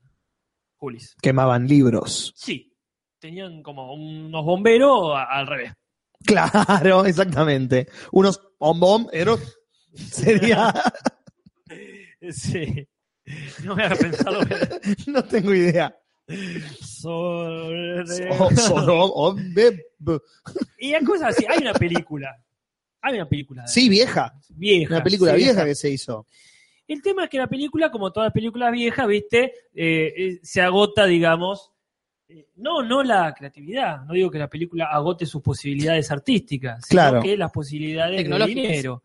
Speaker 2: Julis.
Speaker 1: Quemaban libros.
Speaker 2: Sí, tenían como unos bomberos a- al revés.
Speaker 1: Claro, exactamente. Unos bombom eros sería.
Speaker 2: Sí. No me hagas pensarlo.
Speaker 1: no tengo idea.
Speaker 2: Sobre-
Speaker 1: O- Sodom, o- be- bu-
Speaker 2: Y hay cosas así. Hay una película. Hay una película. de-
Speaker 1: Sí, vieja.
Speaker 2: Vieja.
Speaker 1: Una película
Speaker 2: sí,
Speaker 1: vieja que se hizo.
Speaker 2: El tema es que la película, como todas las películas viejas, viste, Eh, eh, se agota, digamos. eh, No, no la creatividad. No digo que la película agote sus posibilidades artísticas, sino
Speaker 1: Claro.
Speaker 2: que las posibilidades de
Speaker 3: Tecnológicas.
Speaker 2: dinero.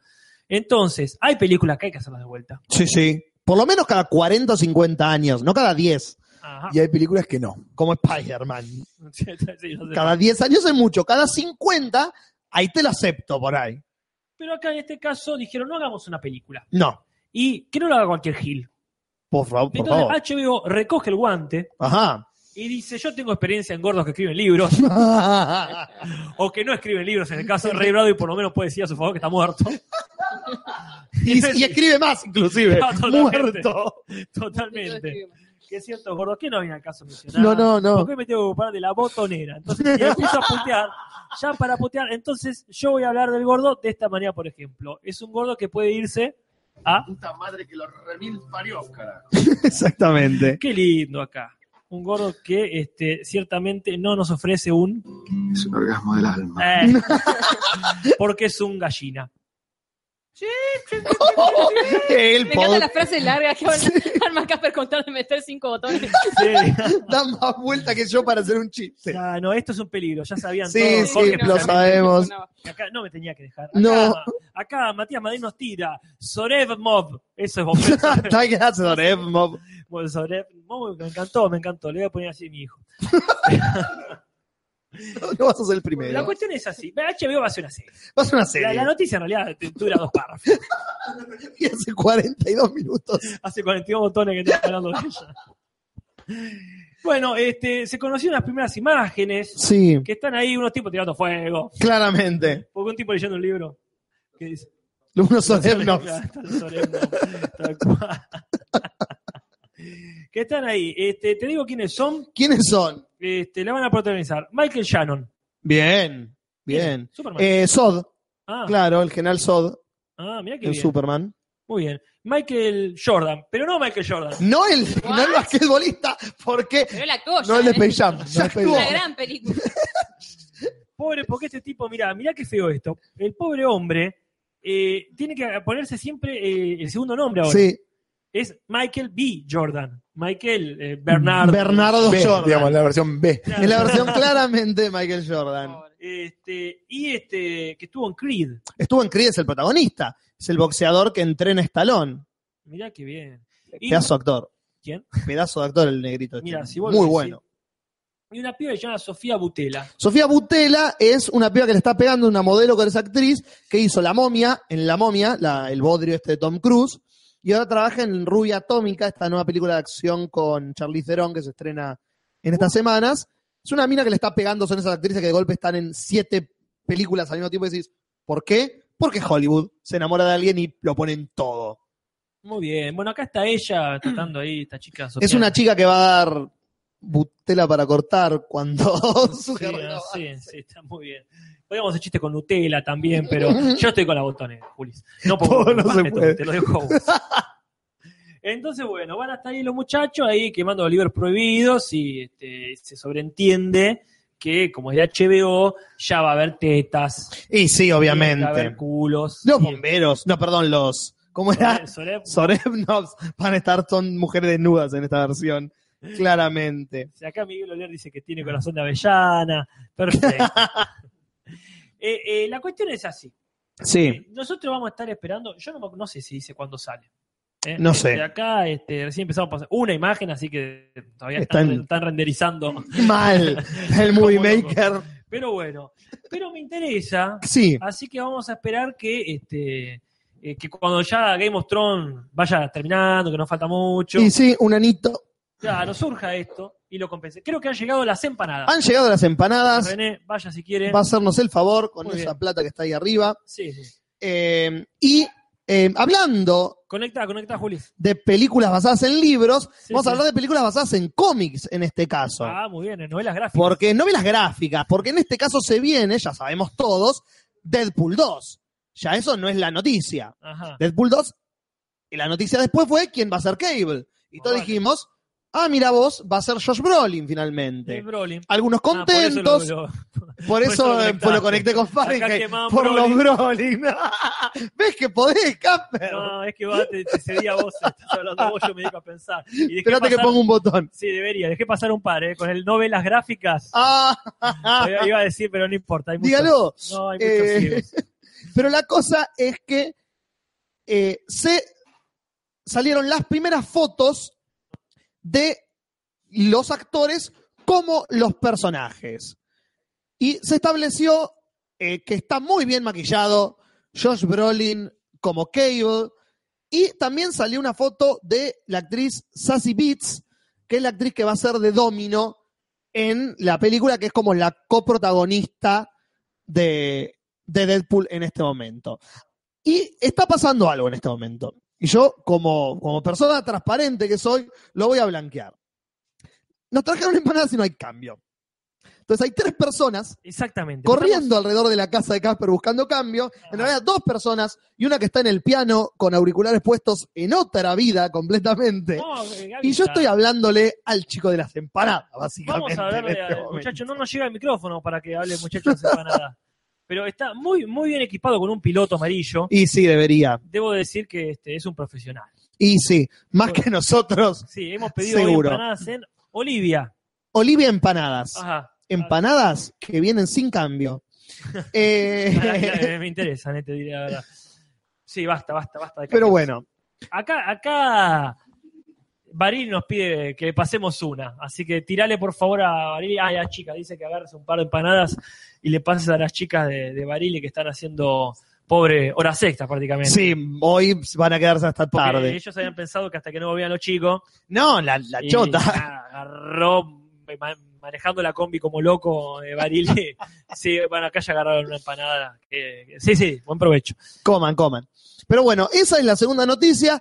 Speaker 2: Entonces, hay películas que hay que hacerlas de vuelta.
Speaker 1: Sí, sí. Por lo menos cada 40 o 50 años, no cada 10,
Speaker 2: Ajá.
Speaker 4: Y hay películas que no.
Speaker 1: como Spider-Man.
Speaker 2: Sí, sí, no sé.
Speaker 1: Cada 10 años es mucho, cada 50, ahí te lo acepto por ahí.
Speaker 2: Pero acá en este caso dijeron, no hagamos una película.
Speaker 1: No,
Speaker 2: Y que no lo haga cualquier Gil.
Speaker 1: por, favor por
Speaker 2: Entonces
Speaker 1: favor.
Speaker 2: HBO recoge el guante y dice, yo tengo experiencia en gordos que escriben libros,
Speaker 1: Ajá.
Speaker 2: o que no escriben libros, en el caso de Rey Brado, y por lo menos puede decir a su favor que está muerto.
Speaker 1: y, y escribe más, inclusive.
Speaker 2: No, totalmente.
Speaker 1: Muerto.
Speaker 2: Totalmente.
Speaker 3: Entonces,
Speaker 2: Que ciertos gordos que no habían acaso mencionado.
Speaker 1: No, no, no.
Speaker 2: Porque me tengo que ocupar de la botonera. Entonces me puse a putear, ya para putear. Entonces yo voy a hablar del gordo de esta manera, por ejemplo. Es un gordo que puede irse a
Speaker 6: Puta madre que lo remil parió, carajo.
Speaker 1: Exactamente.
Speaker 2: Qué lindo acá. Un gordo que este, ciertamente no nos ofrece un...
Speaker 6: Es un orgasmo del alma.
Speaker 2: eh, porque es un gallina.
Speaker 1: El
Speaker 3: Me encantan las
Speaker 1: podcast
Speaker 3: frases largas que hablan Arma Casper con tal de meter cinco botones.
Speaker 1: da más vuelta que yo para hacer un chiste.
Speaker 2: Ya, no, esto es un peligro, ya sabían
Speaker 1: Sí,
Speaker 2: todos.
Speaker 1: sí,
Speaker 2: Jorge
Speaker 1: lo
Speaker 2: Pujamén,
Speaker 1: sabe. sabemos.
Speaker 3: No,
Speaker 2: que Acá no me tenía que dejar. Acá,
Speaker 1: No.
Speaker 2: acá Matías Madrid nos tira. Sorev Mob. Eso es bombero.
Speaker 1: Está ¿eh? gracias, don Evmo.
Speaker 2: Bueno, Sorev Mob me encantó, me encantó. Le voy a poner así a mi hijo.
Speaker 1: No vas a ser el
Speaker 2: La
Speaker 1: primero.
Speaker 2: cuestión es así. HBO va a hacer una serie.
Speaker 1: Vas a hacer una
Speaker 2: La, la
Speaker 1: serie.
Speaker 2: noticia en realidad dura dos párrafos.
Speaker 1: Y hace 42 minutos.
Speaker 2: Hace 42 botones que estoy hablando de ella. Bueno, este, se conocieron las primeras imágenes
Speaker 1: Sí,
Speaker 2: que están ahí, unos tipos tirando fuego,
Speaker 1: claramente.
Speaker 2: porque un tipo leyendo un libro que dice
Speaker 1: Unos solemnos.
Speaker 2: Solemnos, tal cual. que están ahí. Este, te digo quiénes son.
Speaker 1: ¿Quiénes son?
Speaker 2: Este, la van a protagonizar. Michael Shannon.
Speaker 1: Bien, bien.
Speaker 2: Superman.
Speaker 1: Eh, Sod,
Speaker 2: ah,
Speaker 1: claro, el general Sod,
Speaker 2: ah, mirá qué
Speaker 1: el
Speaker 2: bien.
Speaker 1: Superman.
Speaker 2: Muy bien. Michael Jordan, pero no Michael Jordan.
Speaker 1: No el,
Speaker 3: What?
Speaker 1: no el basquetbolista, porque
Speaker 3: pero la cosa.
Speaker 1: no el de
Speaker 3: ¿eh?
Speaker 1: Space Jam.
Speaker 4: No el de
Speaker 1: actuó.
Speaker 4: Space
Speaker 3: Una gran película.
Speaker 2: Pobre, porque este tipo, mirá, mirá qué feo esto. El pobre hombre eh, tiene que ponerse siempre eh, el segundo nombre ahora.
Speaker 1: Sí,
Speaker 2: Es Michael B. Jordan. Michael eh, Bernardo.
Speaker 1: Bernardo
Speaker 4: B,
Speaker 1: Jordan.
Speaker 4: digamos, la versión B.
Speaker 1: Es la versión claramente de Michael Jordan.
Speaker 3: Pobre.
Speaker 2: Este, y este, que estuvo en Creed.
Speaker 1: Estuvo en Creed, es el protagonista. Es el boxeador que entrena a Stallone.
Speaker 2: Mirá qué bien. Y,
Speaker 1: Pedazo de actor.
Speaker 2: ¿Quién?
Speaker 1: Pedazo de actor el negrito. este.
Speaker 2: Mirá, si vos
Speaker 1: Muy
Speaker 2: decís-
Speaker 1: bueno.
Speaker 2: y una piba que se llama Sofía Butela.
Speaker 1: Sofía Butela es una piba que le está pegando una modelo con esa actriz que hizo La Momia, en La Momia, la- el bodrio este de Tom Cruise, y ahora trabaja en Rubia Atómica, esta nueva película de acción con Charlize Theron que se estrena en estas semanas. Es una mina que le está pegando, son esas actrices que de golpe están en siete películas al mismo tiempo y decís, ¿por qué? Porque Hollywood se enamora de alguien y lo pone en todo.
Speaker 2: Muy bien. Bueno, acá está ella tratando ahí, esta chica.
Speaker 1: Es una chica que va a dar butela para cortar cuando su
Speaker 2: Sí,
Speaker 1: carrera
Speaker 2: ah,
Speaker 1: va-
Speaker 2: sí, sí, está muy bien. Podríamos hacer chiste con Nutella también, pero yo estoy con la botonera, Julis. No,
Speaker 1: No, no
Speaker 2: más
Speaker 1: se
Speaker 2: que tú,
Speaker 1: puede.
Speaker 2: Te lo dejo a vos. Entonces, bueno, van hasta ahí los muchachos ahí quemando los libros prohibidos y este, se sobreentiende que, como es de HBO, ya va a haber tetas,
Speaker 1: Y sí,
Speaker 2: va a haber
Speaker 1: obviamente.
Speaker 2: culos.
Speaker 1: Los
Speaker 2: y-
Speaker 1: bomberos, no, perdón, los. ¿Cómo era?
Speaker 2: Sole- Sole-
Speaker 1: Sorebnos van a estar, son mujeres desnudas en esta versión. Claramente.
Speaker 2: Si acá Miguel Oler dice que tiene corazón de avellana. Perfecto. Eh, eh, la cuestión es así. Eh,
Speaker 1: Sí.
Speaker 2: Nosotros vamos a estar esperando. Yo no, me- no sé si dice cuándo sale. ¿eh?
Speaker 1: No sé.
Speaker 2: Este, acá este, recién empezamos a pasar una imagen, así que todavía
Speaker 1: Están-
Speaker 2: están, están renderizando.
Speaker 1: Mal. El
Speaker 2: Como
Speaker 1: movie
Speaker 2: loco.
Speaker 1: maker.
Speaker 2: Pero bueno, pero me interesa.
Speaker 1: Sí.
Speaker 2: Así que vamos a esperar que este eh, que cuando ya Game of Thrones vaya terminando, que no falta mucho,
Speaker 1: Y sí, un anito.
Speaker 2: claro, surja esto y lo compense. Creo que han llegado las empanadas.
Speaker 1: Han llegado las empanadas.
Speaker 2: René, vaya si quiere.
Speaker 1: Va a hacernos el favor con
Speaker 2: Muy
Speaker 1: esa
Speaker 2: bien.
Speaker 1: plata que está ahí arriba.
Speaker 2: Sí, sí.
Speaker 1: Eh, y eh, hablando
Speaker 2: Conecta, conecta, Juli.
Speaker 1: de películas basadas en libros,
Speaker 2: Sí,
Speaker 1: vamos a
Speaker 2: sí.
Speaker 1: hablar de películas basadas en cómics en este caso.
Speaker 2: Ah, muy bien, en novelas gráficas.
Speaker 1: Porque no vi las gráficas, porque en este caso se viene, ya sabemos todos, Deadpool 2. Ya eso no es la noticia.
Speaker 2: Ajá.
Speaker 1: Deadpool 2, y la noticia después fue quién va a ser Cable. Y todos
Speaker 2: Vale.
Speaker 1: dijimos, ah, mira vos, va a ser Josh Brolin
Speaker 2: De
Speaker 1: finalmente.
Speaker 2: Brolin.
Speaker 1: Algunos
Speaker 2: Ah, por eso lo-
Speaker 1: contentos,
Speaker 2: lo-
Speaker 1: por eso,
Speaker 2: por eso lo
Speaker 1: eh, pues lo
Speaker 2: conectaste.
Speaker 1: conecté con
Speaker 2: Acá
Speaker 1: Fahrenheit,
Speaker 2: quemado
Speaker 1: por
Speaker 2: Brolin.
Speaker 1: los Brolin. ¿Ves que podés, Camper?
Speaker 2: No, es que va, te, te cedí a vos, estás hablando vos, yo me dedico a pensar. Y dejé
Speaker 1: Esperate que
Speaker 2: pasar-
Speaker 1: pongo un botón.
Speaker 2: Sí, debería, dejé pasar un par, ¿eh? Con el novelas gráficas.
Speaker 1: Ah,
Speaker 2: Iba- Iba a decir, pero no importa. hay muchos-
Speaker 1: dígalo.
Speaker 2: No, hay muchos
Speaker 1: Eh,
Speaker 2: ciegos.
Speaker 1: Pero la cosa es que eh, se salieron las primeras fotos de los actores como los personajes. Y se estableció eh, que está muy bien maquillado Josh Brolin como Cable. Y también salió una foto de la actriz Sassy Beats, que es la actriz que va a ser de Domino en la película, que es como la coprotagonista de, de Deadpool en este momento. Y está pasando algo en este momento. Y yo, como, como persona transparente que soy, lo voy a blanquear. Nos trajeron empanadas y no hay cambio. Entonces hay tres personas
Speaker 2: Exactamente.
Speaker 1: corriendo alrededor de la casa de Casper buscando cambio. En realidad, dos personas y una que está en el piano con auriculares puestos en otra vida completamente.
Speaker 2: Estamos- No, eh, Gaby,
Speaker 1: Y yo
Speaker 2: está-
Speaker 1: estoy hablándole al chico de las empanadas, básicamente.
Speaker 2: Vamos a hablar
Speaker 1: en este
Speaker 2: de,
Speaker 1: momento.
Speaker 2: muchacho, no nos llega el micrófono para que hable el muchacho, no sepa nada. Pero está muy, muy bien equipado con un piloto amarillo.
Speaker 1: Y sí, debería.
Speaker 2: Debo decir que este, es un profesional.
Speaker 1: Y sí, más que nosotros.
Speaker 2: Sí, hemos pedido hoy
Speaker 1: Seguro.
Speaker 2: empanadas en Olivia.
Speaker 1: Olivia Empanadas.
Speaker 2: Ajá.
Speaker 1: empanadas que vienen sin cambio. Eh,
Speaker 2: Ah, claro, me interesan, eh, te diré la verdad. Sí, basta, basta, basta. de
Speaker 1: pero
Speaker 2: cambios.
Speaker 1: bueno,
Speaker 2: Acá, acá Baril nos pide que pasemos una. Así que tirale por favor a Baril. Ah, y a chica, dice que agarres un par de empanadas y le pases a las chicas de, de Baril que están haciendo pobre horas sextas prácticamente.
Speaker 1: sí, hoy van a quedarse hasta
Speaker 2: Porque
Speaker 1: tarde.
Speaker 2: Ellos habían pensado que hasta que no volvían los chicos.
Speaker 1: No, la, la
Speaker 2: y
Speaker 1: chota.
Speaker 2: nada, agarró ma- manejando la combi como loco de Baril. sí, bueno, acá ya agarraron una empanada. que- sí, sí, buen provecho.
Speaker 1: Coman, coman. Pero bueno, esa es la segunda noticia.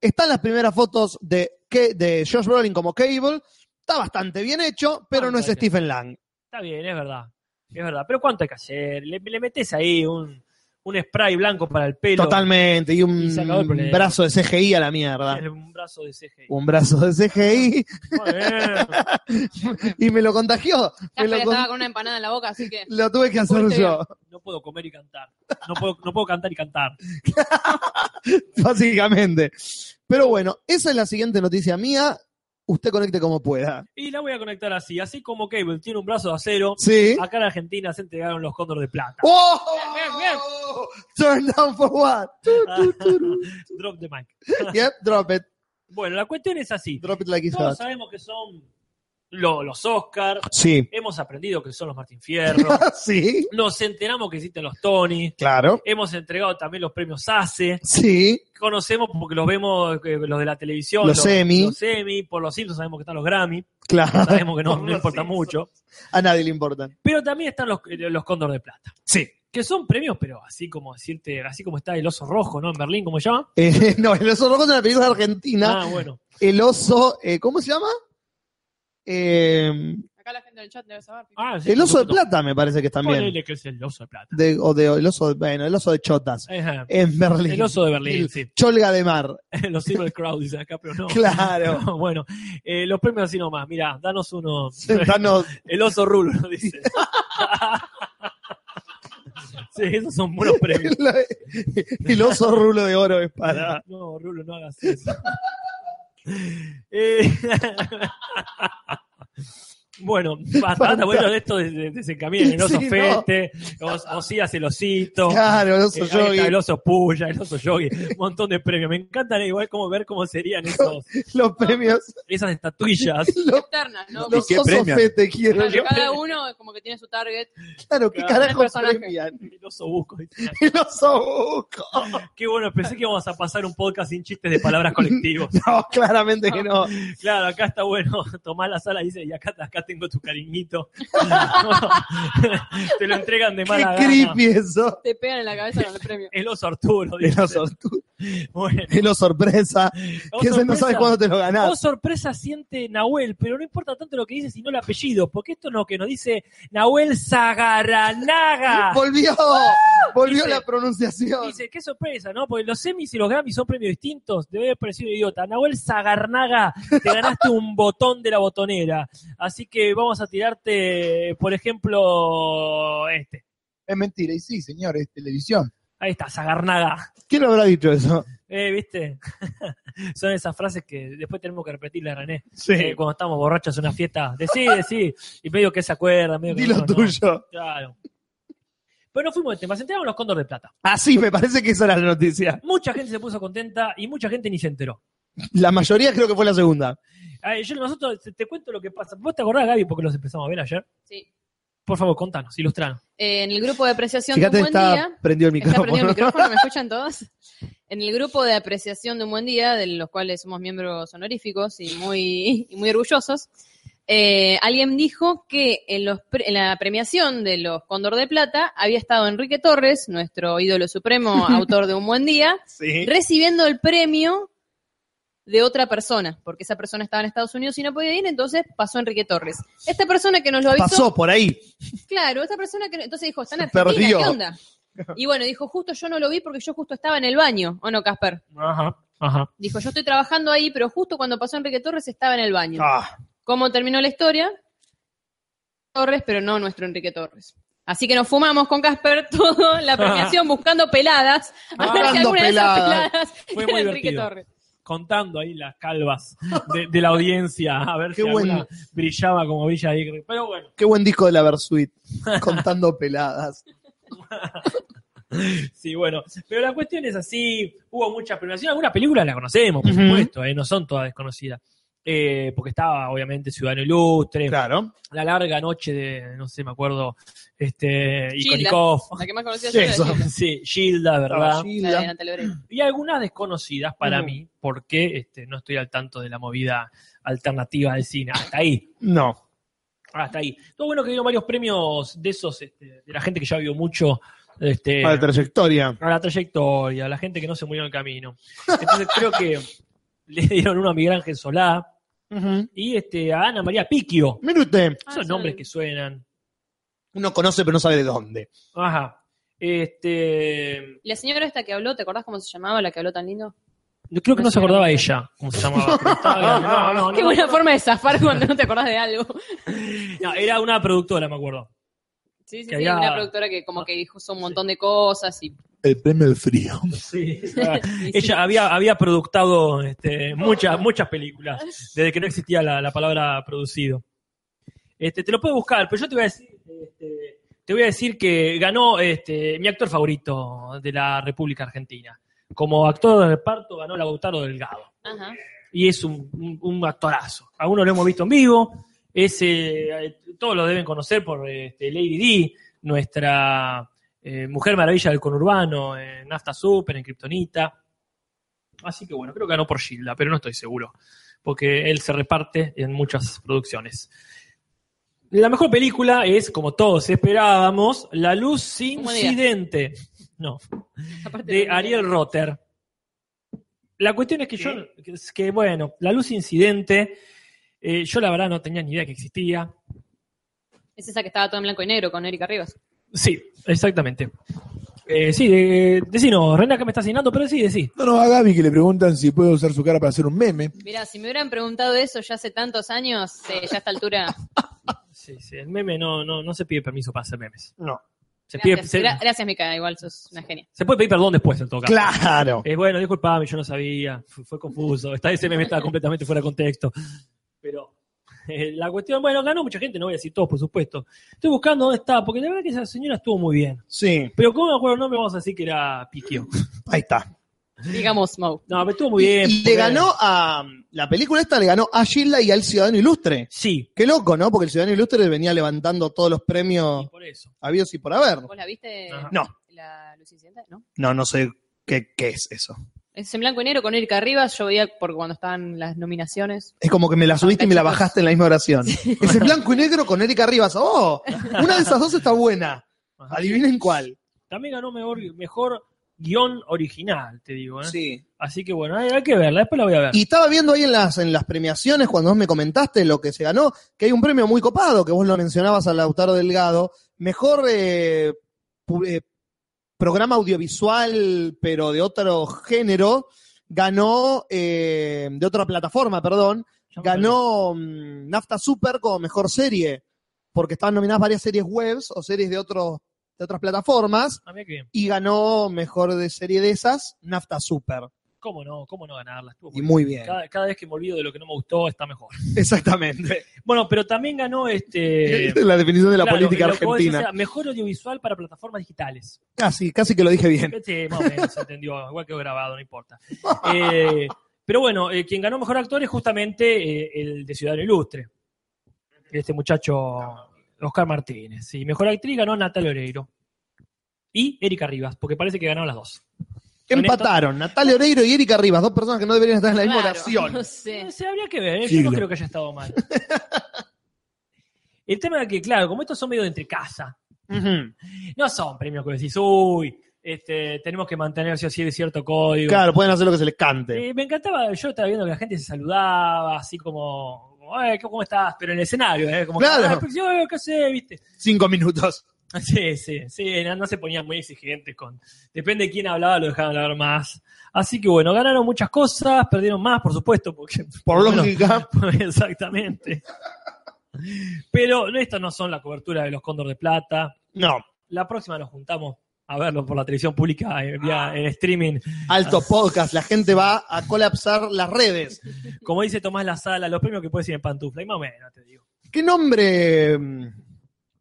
Speaker 1: Están las primeras fotos de, que, de Josh Brolin como Cable. Está bastante bien hecho, pero no es
Speaker 2: Bastante.
Speaker 1: Stephen Lang.
Speaker 2: Está bien, es verdad. Es verdad. Pero ¿cuánto hay que hacer? Le, le metes ahí un, un spray blanco para el pelo.
Speaker 1: Totalmente. Y un
Speaker 2: Y se acabó el problema.
Speaker 1: brazo de CGI a la mierda.
Speaker 2: el- Un brazo de CGI.
Speaker 1: Un brazo de CGI.
Speaker 2: Muy bien.
Speaker 1: Y me lo contagió. Me
Speaker 3: Casper
Speaker 1: lo, con-
Speaker 3: estaba con una empanada en la boca, así que.
Speaker 1: lo tuve que hacer
Speaker 3: Fuiste
Speaker 1: yo.
Speaker 2: No puedo comer y cantar. No puedo, no puedo cantar y cantar.
Speaker 1: básicamente. Pero bueno, esa es la siguiente noticia mía. Usted conecte como pueda.
Speaker 2: Y la voy a conectar así. Así como Cable tiene un brazo de acero,
Speaker 1: ¿Sí?
Speaker 2: acá en Argentina se entregaron los cóndor de plata.
Speaker 1: ¡Oh!
Speaker 3: Bien, bien.
Speaker 1: Turn down for what?
Speaker 2: Drop the mic.
Speaker 1: Yep, drop it.
Speaker 2: Bueno, la cuestión es así.
Speaker 1: Drop it like it's
Speaker 2: Todos
Speaker 1: hot.
Speaker 2: sabemos que son lo- los Oscars.
Speaker 1: Sí.
Speaker 2: Hemos aprendido que son los Martín Fierro.
Speaker 1: Sí.
Speaker 2: Nos enteramos que existen los Tony.
Speaker 1: Claro.
Speaker 2: Hemos entregado también los premios ACE.
Speaker 1: Sí.
Speaker 2: conocemos porque los vemos, eh, los de la televisión,
Speaker 1: Los Emmy.
Speaker 2: los Emmy, por los Simpsons sabemos que están los Grammy,
Speaker 1: Claro.
Speaker 2: sabemos que no,
Speaker 1: Por
Speaker 2: no
Speaker 1: los
Speaker 2: importa
Speaker 1: Simpsons.
Speaker 2: mucho,
Speaker 1: A nadie le importa.
Speaker 2: pero también están los, eh, los Cóndor de Plata.
Speaker 1: Sí.
Speaker 2: Que son premios, pero así como decirte, así como está el oso rojo, ¿no? En Berlín, ¿cómo se llama?
Speaker 1: Eh, no, El Oso Rojo es una película argentina.
Speaker 2: Ah, bueno.
Speaker 1: El Oso, eh, ¿cómo se llama? Eh,
Speaker 3: Acá la gente del chat debe saber.
Speaker 2: Ah, sí,
Speaker 1: el Oso de
Speaker 2: nosotros-
Speaker 1: Plata me parece que es también.
Speaker 2: Ponele que es el oso de plata.
Speaker 1: De- o de, el oso de, bueno, el oso de Chotas.
Speaker 2: Ajá.
Speaker 1: En Berlín.
Speaker 2: El oso de Berlín,
Speaker 1: El-
Speaker 2: sí.
Speaker 1: Cholga de Mar.
Speaker 2: los Silver Crowd dice acá, pero no.
Speaker 1: Claro.
Speaker 2: No, bueno, eh, los premios así nomás. Mira, danos uno.
Speaker 1: Danos-
Speaker 2: El oso rulo, nos dice. sí, esos son buenos premios.
Speaker 1: el oso rulo de oro es para.
Speaker 2: No, Rulo, no hagas eso. Eh, bueno, bastante
Speaker 1: Basta.
Speaker 2: bueno de esto de, de- de ese camino. El oso
Speaker 1: Sí, no.
Speaker 2: fete, o, Osías el osito.
Speaker 1: Claro, el oso
Speaker 2: eh, ahí está
Speaker 1: yogui.
Speaker 2: el oso puya, el oso yogi, un montón de premios. Me encantaría igual como ver cómo serían esos,
Speaker 1: Los premios.
Speaker 2: esas estatuillas.
Speaker 1: Los,
Speaker 3: Externas, ¿no?
Speaker 1: los
Speaker 4: qué
Speaker 1: osos
Speaker 4: premian?
Speaker 1: fete quiero
Speaker 3: Claro,
Speaker 1: yo.
Speaker 3: cada uno como que tiene su target.
Speaker 1: Claro, ¿qué
Speaker 2: Cada
Speaker 1: carajo
Speaker 3: personaje.
Speaker 1: premian?
Speaker 2: El oso busco.
Speaker 1: El oso buco.
Speaker 2: Qué bueno, pensé que íbamos a pasar un podcast sin chistes de palabras colectivos.
Speaker 1: No, claramente que no.
Speaker 2: Claro, acá está bueno. Tomás la sala y dice, y acá, acá tengo tu cariñito. Te lo entregan de
Speaker 1: Qué
Speaker 2: mala gana.
Speaker 1: creepy eso.
Speaker 3: Te pegan en la cabeza con el premio.
Speaker 2: El oso Arturo.
Speaker 1: El
Speaker 2: dice.
Speaker 1: oso,
Speaker 2: Bueno,
Speaker 1: el oso sorpresa.
Speaker 2: oh,
Speaker 1: Que ese no sabes
Speaker 2: sorpresa.
Speaker 1: cuándo te lo ganás.
Speaker 2: Oh, sorpresa siente Nahuel, pero no importa tanto lo que dice, sino el apellido, porque esto es lo que nos dice Nahuel Zagaranaga.
Speaker 1: Volvió, volvió
Speaker 2: Dice-
Speaker 1: la pronunciación.
Speaker 2: Dice, qué sorpresa, ¿no? Porque los semis y los Grammys son premios distintos. Debe haber parecido un idiota. Nahuel Zagarnaga, te ganaste un botón de la botonera. Así que vamos a tirarte, por ejemplo, este.
Speaker 8: Es mentira, y sí, señor, es televisión.
Speaker 2: Ahí está, Zagarnaga.
Speaker 1: ¿Quién habrá dicho eso?
Speaker 2: Eh, ¿Viste? son esas frases que después tenemos que repetirle a René.
Speaker 1: Sí.
Speaker 2: Eh, cuando estamos borrachos en una fiesta. Decí, decí. Y medio que se acuerda, medio que
Speaker 1: Dilo
Speaker 2: no, no.
Speaker 1: tuyo.
Speaker 2: Claro. Pero no fuimos de tema, se enteraron los cóndor de plata.
Speaker 1: Así Ah, me parece que esa era la noticia.
Speaker 2: Mucha gente se puso contenta y mucha gente ni se enteró.
Speaker 1: La mayoría creo que fue la segunda.
Speaker 2: Ay, Ah, yo, nosotros te, te cuento lo que pasa. ¿Vos te acordás, Gaby, porque los empezamos a ver ayer?
Speaker 3: Sí.
Speaker 2: Por favor, contanos, ilustranos.
Speaker 3: Eh, en el grupo de apreciación
Speaker 1: Fíjate,
Speaker 3: de un buen
Speaker 1: está
Speaker 3: día.
Speaker 1: prendido el
Speaker 3: Está prendido el
Speaker 1: micrófono.
Speaker 3: micrófono, ¿me escuchan todos? En el grupo de apreciación de un buen día, de los cuales somos miembros honoríficos y muy, y muy orgullosos, eh, alguien dijo que en, los pre- en la premiación de los Cóndor de Plata había estado Enrique Torres, nuestro ídolo supremo, autor de Un Buen Día,
Speaker 1: Sí.
Speaker 3: recibiendo el premio de otra persona, porque esa persona estaba en Estados Unidos y no podía ir, entonces pasó Enrique Torres. Esta persona que nos lo avisó,
Speaker 1: Pasó por ahí.
Speaker 3: Claro, esa persona que entonces dijo, está en
Speaker 1: Se
Speaker 3: Argentina,
Speaker 1: perdió.
Speaker 3: ¿qué onda? Y bueno, dijo, justo yo no lo vi porque yo justo estaba en el baño, ¿o no, Casper?
Speaker 2: Ajá, ajá.
Speaker 3: Dijo, yo estoy trabajando ahí, pero justo cuando pasó Enrique Torres estaba en el baño.
Speaker 1: Ah,
Speaker 3: ¿Cómo terminó la historia? Torres, pero no nuestro Enrique Torres. Así que nos fumamos con Casper toda la premiación buscando peladas. A ver
Speaker 1: Ah. Buscando
Speaker 3: si alguna de esas
Speaker 1: peladas.
Speaker 2: Fue
Speaker 3: era
Speaker 2: muy
Speaker 3: Enrique
Speaker 2: divertido.
Speaker 3: Torres.
Speaker 2: Contando ahí las calvas de, de la audiencia, a ver
Speaker 1: Qué
Speaker 2: si alguna
Speaker 1: bueno.
Speaker 2: brillaba como brilla ahí. Pero bueno,
Speaker 1: qué buen disco de la Versuit. Contando peladas.
Speaker 2: sí, bueno. Pero la cuestión es así, hubo muchas premiaciones. Algunas películas las conocemos, por
Speaker 1: Ujú.
Speaker 2: supuesto, eh, no son todas desconocidas. Eh, porque estaba, obviamente, Ciudadano Ilustre,
Speaker 1: Claro.
Speaker 2: La larga noche de, no sé, me acuerdo, este,
Speaker 3: Gilda.
Speaker 2: Iconikov.
Speaker 3: La que más conocía
Speaker 1: Sí,
Speaker 3: yo era
Speaker 1: eso.
Speaker 3: Gilda,
Speaker 2: Sí, Gilda, ¿verdad?
Speaker 3: la de Natalia Oreiro.
Speaker 2: y algunas desconocidas para
Speaker 1: Ujú.
Speaker 2: mí, porque este, no estoy al tanto de la movida alternativa del cine. Hasta ahí,
Speaker 1: No.
Speaker 2: hasta ahí. Todo bueno que dieron varios premios de esos, este, de la gente que ya vio mucho. Este,
Speaker 1: A la trayectoria.
Speaker 2: a la trayectoria, a la gente que no se murió en el camino. Entonces creo que le dieron uno a Miguel Ángel Solá
Speaker 1: Ujú.
Speaker 2: y este, a Ana María Piquio.
Speaker 1: Mire usted.
Speaker 3: Ah,
Speaker 2: Son
Speaker 3: son-
Speaker 2: nombres que suenan.
Speaker 1: Uno conoce pero no sabe de dónde.
Speaker 2: Ajá. Este,
Speaker 3: Y La señora esta que habló, ¿te acordás cómo se llamaba, la que habló tan lindo?
Speaker 2: Yo creo que no se
Speaker 3: No sé,
Speaker 2: acordaba
Speaker 3: no sé.
Speaker 2: ella, cómo se llamaba. pero estaba grande. No, no, no.
Speaker 3: Qué buena forma de zafar cuando no te acordás de algo.
Speaker 2: No, era una productora, me acuerdo.
Speaker 3: Sí, sí,
Speaker 2: Que
Speaker 3: sí,
Speaker 2: había- Ah.
Speaker 3: una productora que como que dijo un montón de cosas y...
Speaker 4: El premio del frío.
Speaker 2: Sí.
Speaker 3: y sí.
Speaker 2: Ella había, había productado este, muchas, muchas películas, desde que no existía la, la palabra producido. Este, te lo puedo buscar, pero yo te voy a decir, este, te voy a decir que ganó este, mi actor favorito de la República Argentina. Como actor de reparto ganó Lautaro Delgado.
Speaker 3: Ajá.
Speaker 2: y es un, un- un actorazo. Algunos lo hemos visto en vivo, es, eh, eh, todos lo deben conocer por este, Lady D, nuestra eh, mujer maravilla del conurbano, en Nafta Super, en Kryptonita. Así que bueno, creo que ganó por Gilda, pero no estoy seguro, porque él se reparte en muchas producciones. La mejor película es, como todos esperábamos, La luz
Speaker 3: Buen día.
Speaker 2: incidente. No,
Speaker 3: Aparte
Speaker 2: de
Speaker 3: no-
Speaker 2: Ariel Rotter. La cuestión es que yo, que es que bueno, La luz incidente, eh, yo la verdad no tenía ni idea que existía.
Speaker 3: Es esa que estaba toda en blanco y negro con Erika Rivas.
Speaker 2: Sí, exactamente. Eh, sí, de, decinos, Renan que me está asignando, pero sí, decí.
Speaker 4: No, no, a Gaby que le preguntan si puede usar su cara para hacer un meme.
Speaker 3: Mira, si me hubieran preguntado eso ya hace tantos años, eh, ya a esta altura.
Speaker 2: Sí, sí, el meme no, no, no se pide permiso para hacer memes. No. Se, pide,
Speaker 3: Gracias,
Speaker 2: se,
Speaker 3: Gra- gracias, Mica, igual sos una genia.
Speaker 2: se puede pedir perdón después, en todo caso.
Speaker 1: Claro.
Speaker 2: Eh, bueno, disculpame, yo no sabía, fue, fue confuso. Esta ese meme estaba completamente fuera de contexto. Pero eh, la cuestión, bueno, ganó mucha gente, no voy a decir todos, por supuesto. Estoy buscando dónde está, porque la verdad que esa señora estuvo muy bien.
Speaker 1: Sí,
Speaker 2: Pero como no me acuerdo el nombre, vamos a decir que era Piquio.
Speaker 1: ahí está.
Speaker 3: Digamos, Mau.
Speaker 2: No, pero estuvo muy bien.
Speaker 1: Y le
Speaker 2: porque-
Speaker 1: ganó a. La película esta le ganó a Gilda y al Ciudadano Ilustre.
Speaker 2: Sí,
Speaker 1: Qué loco, ¿no? Porque el Ciudadano Ilustre venía levantando todos los premios
Speaker 2: y por eso.
Speaker 1: habidos y por haber.
Speaker 3: ¿Vos la viste?
Speaker 2: Ajá.
Speaker 1: No,
Speaker 3: La luz incidente, ¿no?
Speaker 1: no, no sé qué, qué es eso.
Speaker 3: Es en blanco y negro con Erika Rivas. Yo veía por cuando estaban las nominaciones.
Speaker 1: Es como que
Speaker 2: Ah,
Speaker 1: me la subiste y me la bajaste en la misma oración. Ese blanco y negro con Erika Rivas. ¡Oh! Una de esas dos está buena.
Speaker 2: Ajá.
Speaker 1: Adivinen cuál.
Speaker 2: También ganó mejor, mejor guión original, te digo. ¿eh?
Speaker 1: Sí.
Speaker 2: Así que bueno, hay, hay que verla, después la voy a ver.
Speaker 1: Y estaba viendo ahí en las, en las premiaciones, cuando vos me comentaste lo que se ganó, que hay un premio muy copado, que vos lo mencionabas a Lautaro Delgado. Mejor eh, pu- eh, programa audiovisual, pero de otro género, ganó, eh, de otra plataforma, perdón,
Speaker 2: Ah,
Speaker 1: ganó mm, Nafta Super como mejor serie, porque estaban nominadas varias series webs o series de, otros de otras plataformas,
Speaker 2: Ah, mirá qué bien.
Speaker 1: y ganó mejor de serie de esas, Nafta Super.
Speaker 2: ¿Cómo no? ¿Cómo no ganarla? Estuvo
Speaker 1: Y muy bien.
Speaker 2: Cada, cada vez que me olvido de lo que no me gustó, está mejor.
Speaker 1: Exactamente.
Speaker 2: Bueno, pero también ganó este.
Speaker 1: la definición de la
Speaker 2: claro,
Speaker 1: política
Speaker 2: lo que vos
Speaker 1: argentina.
Speaker 2: decís, o sea, mejor audiovisual para plataformas digitales.
Speaker 1: casi, casi que lo dije bien.
Speaker 2: Sí, más o menos, se entendió. Igual quedó grabado, no importa. Eh, pero bueno, eh, quien ganó mejor actor es justamente eh, el de Ciudadano Ilustre. Este muchacho, Oscar Martínez. Y mejor actriz ganó Natalia Oreiro. Y Erika Rivas, porque parece que ganaron las dos.
Speaker 1: Empataron Natalia Oreiro y Erika Rivas, dos personas que no deberían estar en la misma
Speaker 3: Claro,
Speaker 1: oración.
Speaker 3: No
Speaker 2: Eh,
Speaker 3: sé.
Speaker 2: se habría que ver, ¿eh? yo
Speaker 4: Siglo.
Speaker 2: no creo que haya estado mal. El tema es que, claro, como estos son medio de entre casa, no son premios que decís, uy, este, tenemos que mantenerse así de cierto código.
Speaker 1: Claro, pueden hacer lo que se les cante.
Speaker 2: Eh, me encantaba, yo estaba viendo que la gente se saludaba, así como, "Ay, ¿cómo estás? Pero en el escenario, ¿eh? Como, que,
Speaker 1: Claro.
Speaker 2: "Ah, pues, yo, ¿qué sé? ¿Viste?
Speaker 1: Cinco minutos.
Speaker 2: Sí, sí, sí, no, no se ponían muy exigentes con. Depende de quién hablaba, lo dejaban hablar más. Así que bueno, ganaron muchas cosas, perdieron más, por supuesto, porque.
Speaker 1: Por
Speaker 2: bueno,
Speaker 1: lógica.
Speaker 2: Exactamente. Pero no, estas no son la cobertura de los Cóndor de Plata.
Speaker 1: No.
Speaker 2: La próxima nos juntamos a verlo por la televisión pública eh,
Speaker 1: Ah.
Speaker 2: vía- en streaming.
Speaker 1: Alto
Speaker 2: Ah.
Speaker 1: podcast. La gente va a colapsar las redes.
Speaker 2: Como dice Tomás La Sala, los premios que puedes ir en pantufla, y más o menos, te digo.
Speaker 1: ¿Qué nombre, mm,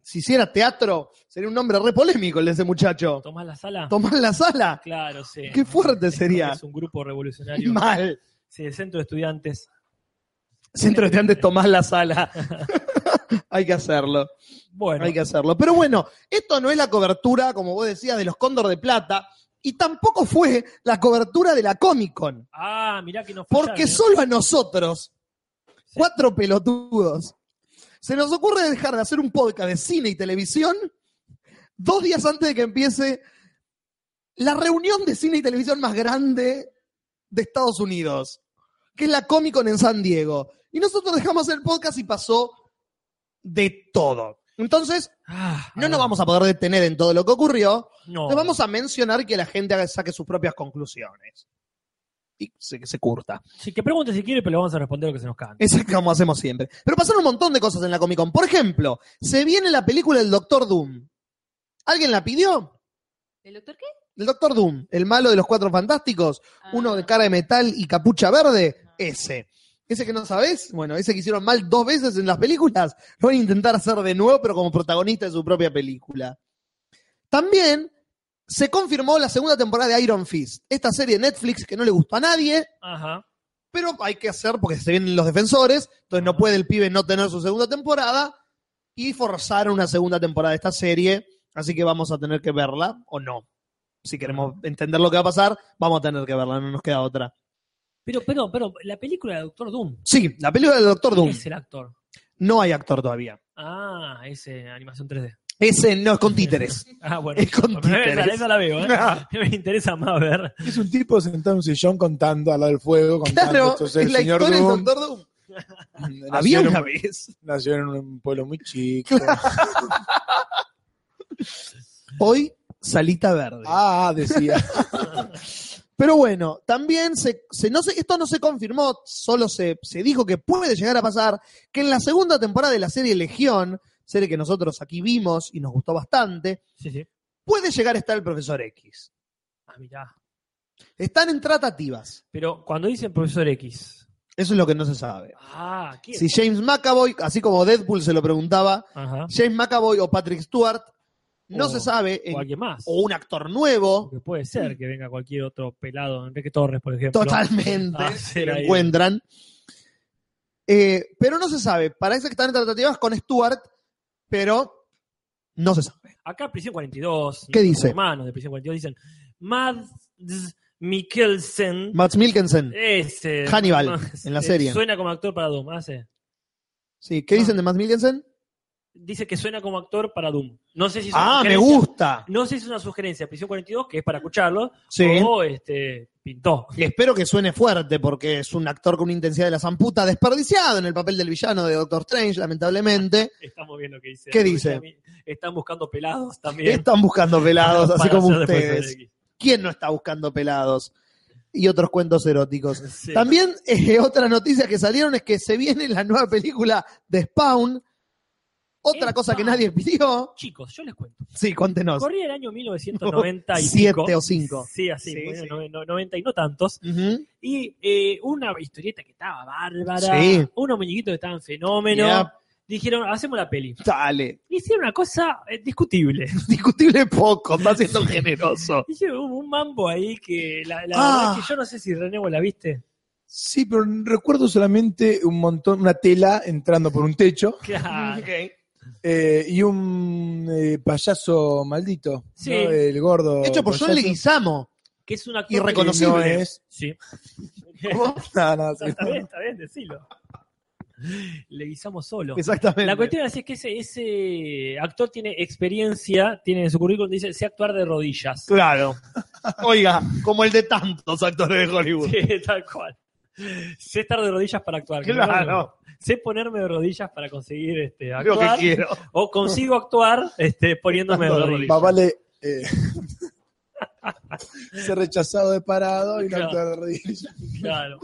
Speaker 1: si hiciera teatro, sería un nombre re polémico el de ese muchacho?
Speaker 2: Tomás La Sala,
Speaker 1: Tomás la sala.
Speaker 2: claro, sí.
Speaker 1: Qué fuerte sería.
Speaker 2: Es un grupo revolucionario.
Speaker 1: Mal.
Speaker 2: Sí, el centro de estudiantes.
Speaker 1: Centro de estudiantes Tomás la sala. Hay que hacerlo.
Speaker 2: Bueno,
Speaker 1: Hay que hacerlo. Pero bueno, esto no es la cobertura, como vos decías, de los Cóndor de Plata, y tampoco fue la cobertura de la Comic Con,
Speaker 2: Ah, mirá que nos
Speaker 1: porque
Speaker 2: fallaron,
Speaker 1: solo a nosotros, cuatro pelotudos, se nos ocurre dejar de hacer un podcast de cine y televisión dos días antes de que empiece la reunión de cine y televisión más grande de Estados Unidos, que es la Comic Con en San Diego. Y nosotros dejamos el podcast y pasó de todo. Entonces,
Speaker 2: ¿eh? Ah,
Speaker 1: no nos vamos a poder detener en todo lo que ocurrió.
Speaker 2: no.
Speaker 1: Entonces vamos a mencionar que la gente haga- saque sus propias conclusiones. Y se, se curta.
Speaker 2: Sí, que pregunte si quiere, pero le vamos a responder lo que se nos canta.
Speaker 1: Eso es como hacemos siempre. Pero pasaron un montón de cosas en la Comic Con. Por ejemplo, se viene la película del Doctor Doom. ¿Alguien la pidió?
Speaker 3: ¿El doctor qué?
Speaker 1: El Doctor Doom, el malo de los cuatro fantásticos,
Speaker 3: Ah.
Speaker 1: uno de cara de metal y capucha verde, ese. Ese que no sabés, bueno, ese que hicieron mal dos veces en las películas, lo van a intentar hacer de nuevo, pero como protagonista de su propia película. También se confirmó la segunda temporada de Iron Fist, esta serie de Netflix que no le gustó a nadie,
Speaker 2: Ajá.
Speaker 1: pero hay que hacer porque se vienen los defensores, entonces no puede el pibe no tener su segunda temporada y forzar una segunda temporada de esta serie, así que vamos a tener que verla o no. Si queremos entender lo que va a pasar, vamos a tener que verla, no nos queda otra.
Speaker 2: Pero, pero, pero, la película de Doctor Doom.
Speaker 1: Sí, la película del Doctor
Speaker 2: ¿Quién
Speaker 1: Doom.
Speaker 2: es el actor?
Speaker 1: No hay actor todavía.
Speaker 2: Ah, es eh, animación 3D.
Speaker 1: Ese no es con títeres.
Speaker 2: Ah, bueno.
Speaker 1: Es con
Speaker 2: Pero Esa,
Speaker 1: títeres.
Speaker 2: esa la veo, ¿eh? Me interesa más ver.
Speaker 4: Es un tipo sentado en un sillón contando al lado del fuego, contando.
Speaker 1: Claro,
Speaker 4: Entonces, el
Speaker 1: es la
Speaker 4: señor
Speaker 1: historia del
Speaker 4: Doom
Speaker 1: Doctor Doom.
Speaker 4: nació
Speaker 1: Había
Speaker 4: en un-
Speaker 1: una vez.
Speaker 4: Nació en un pueblo muy chico.
Speaker 1: Hoy, Salita Verde.
Speaker 4: ah, decía.
Speaker 1: Pero bueno, también se, se- no se- esto no se confirmó, solo se, se dijo que puede llegar a pasar que en la segunda temporada de la serie Legión, serie que nosotros aquí vimos y nos gustó bastante,
Speaker 2: Sí, sí.
Speaker 1: puede llegar a estar el profesor X.
Speaker 2: Ah, mirá.
Speaker 1: Están en tratativas.
Speaker 2: Pero cuando dicen profesor X.
Speaker 1: Eso es lo que no se sabe.
Speaker 2: Ah, ¿quién?
Speaker 1: Si James McAvoy, así como Deadpool se lo preguntaba,
Speaker 2: Ajá.
Speaker 1: James McAvoy o Patrick Stewart, no
Speaker 2: O-
Speaker 1: se sabe, en-
Speaker 2: O alguien más.
Speaker 1: o un actor nuevo,
Speaker 2: Porque puede ser que venga cualquier otro pelado, Enrique Torres, por ejemplo.
Speaker 1: totalmente.
Speaker 2: Ah,
Speaker 1: que
Speaker 2: será
Speaker 1: lo
Speaker 2: ahí.
Speaker 1: encuentran. Eh, pero no se sabe. Parece que están en tratativas con Stuart, pero no se sabe.
Speaker 2: Acá Prisión 42.
Speaker 1: ¿Qué
Speaker 2: los
Speaker 1: dice?
Speaker 2: Hermanos de Prisión 42 dicen Mads Mikkelsen.
Speaker 1: Max Milkensen.
Speaker 2: ese.
Speaker 1: Hannibal,
Speaker 2: Mads-
Speaker 1: en la
Speaker 2: eh,
Speaker 1: serie.
Speaker 2: Suena como actor para Doom. Ah, sí.
Speaker 1: Sí, ¿qué dicen de Max Milkensen?
Speaker 2: Dice que suena como actor para Doom. No sé si es una
Speaker 1: Ah, me
Speaker 2: sugerencia-
Speaker 1: gusta.
Speaker 2: No sé si es una sugerencia, Prisión 42, que es para escucharlo.
Speaker 1: Sí.
Speaker 2: O este, pintó.
Speaker 1: Y espero que suene fuerte, porque es un actor con una intensidad de la zamputa desperdiciado en el papel del villano de Doctor Strange, lamentablemente.
Speaker 2: Estamos viendo qué dice.
Speaker 1: ¿Qué dice?
Speaker 2: Están buscando pelados también.
Speaker 1: Están buscando pelados, así
Speaker 2: para
Speaker 1: como
Speaker 2: hacer de Profesor
Speaker 1: ustedes.
Speaker 2: X.
Speaker 1: ¿Quién no está buscando pelados? Y otros cuentos eróticos.
Speaker 2: Sí.
Speaker 1: También eh, otra noticia que salieron es que se viene la nueva película de Spawn. Otra
Speaker 2: Epa.
Speaker 1: cosa que nadie pidió.
Speaker 2: Chicos, yo les cuento.
Speaker 1: Sí, cuéntenos.
Speaker 2: Corría el año 1990 y
Speaker 1: Siete
Speaker 2: pico.
Speaker 1: o cinco.
Speaker 2: Sí, así,
Speaker 1: Sí,
Speaker 2: bueno,
Speaker 1: sí.
Speaker 2: no- no- 90 y no tantos.
Speaker 1: Ujú.
Speaker 2: Y eh, una historieta que estaba bárbara,
Speaker 1: Sí.
Speaker 2: unos muñequitos que estaban fenómeno.
Speaker 1: Yep.
Speaker 2: Dijeron, hacemos la peli.
Speaker 1: Dale.
Speaker 2: Hicieron una cosa eh, discutible.
Speaker 1: Discutible poco, más siendo generoso.
Speaker 2: Hicieron un, un mambo ahí que la, la
Speaker 1: Ah.
Speaker 2: verdad es que yo no sé si René vos la viste.
Speaker 4: Sí, pero recuerdo solamente un montón, una tela entrando por un techo
Speaker 2: Claro.
Speaker 4: eh, y un eh, payaso maldito.
Speaker 2: Sí.
Speaker 4: ¿no? El gordo.
Speaker 1: Hecho por John
Speaker 4: payaso.
Speaker 1: Leguizamo.
Speaker 2: Que es un actor.
Speaker 1: Y
Speaker 2: que-
Speaker 1: reconoce-
Speaker 4: Que No
Speaker 1: Reconocible.
Speaker 4: es.
Speaker 2: Sí.
Speaker 4: No, no, sí.
Speaker 2: está bien, está bien, decilo. Le guisamos solo.
Speaker 1: Exactamente.
Speaker 2: La cuestión así es que ese, ese actor tiene experiencia, tiene en su currículum, dice, sé actuar de rodillas.
Speaker 1: Claro. Oiga, como el de tantos actores de Hollywood.
Speaker 2: Sí, tal cual. Sé estar de rodillas para actuar. ¿no?
Speaker 1: Claro.
Speaker 2: Sé ponerme de rodillas para conseguir este,
Speaker 1: Lo que
Speaker 2: actuar.
Speaker 1: quiero.
Speaker 2: o consigo actuar este, poniéndome de
Speaker 1: Estando de
Speaker 2: rodillas.
Speaker 4: Papá le. eh, ser rechazado de parado y no
Speaker 2: Claro.
Speaker 4: actuar de rodillas.
Speaker 2: Claro.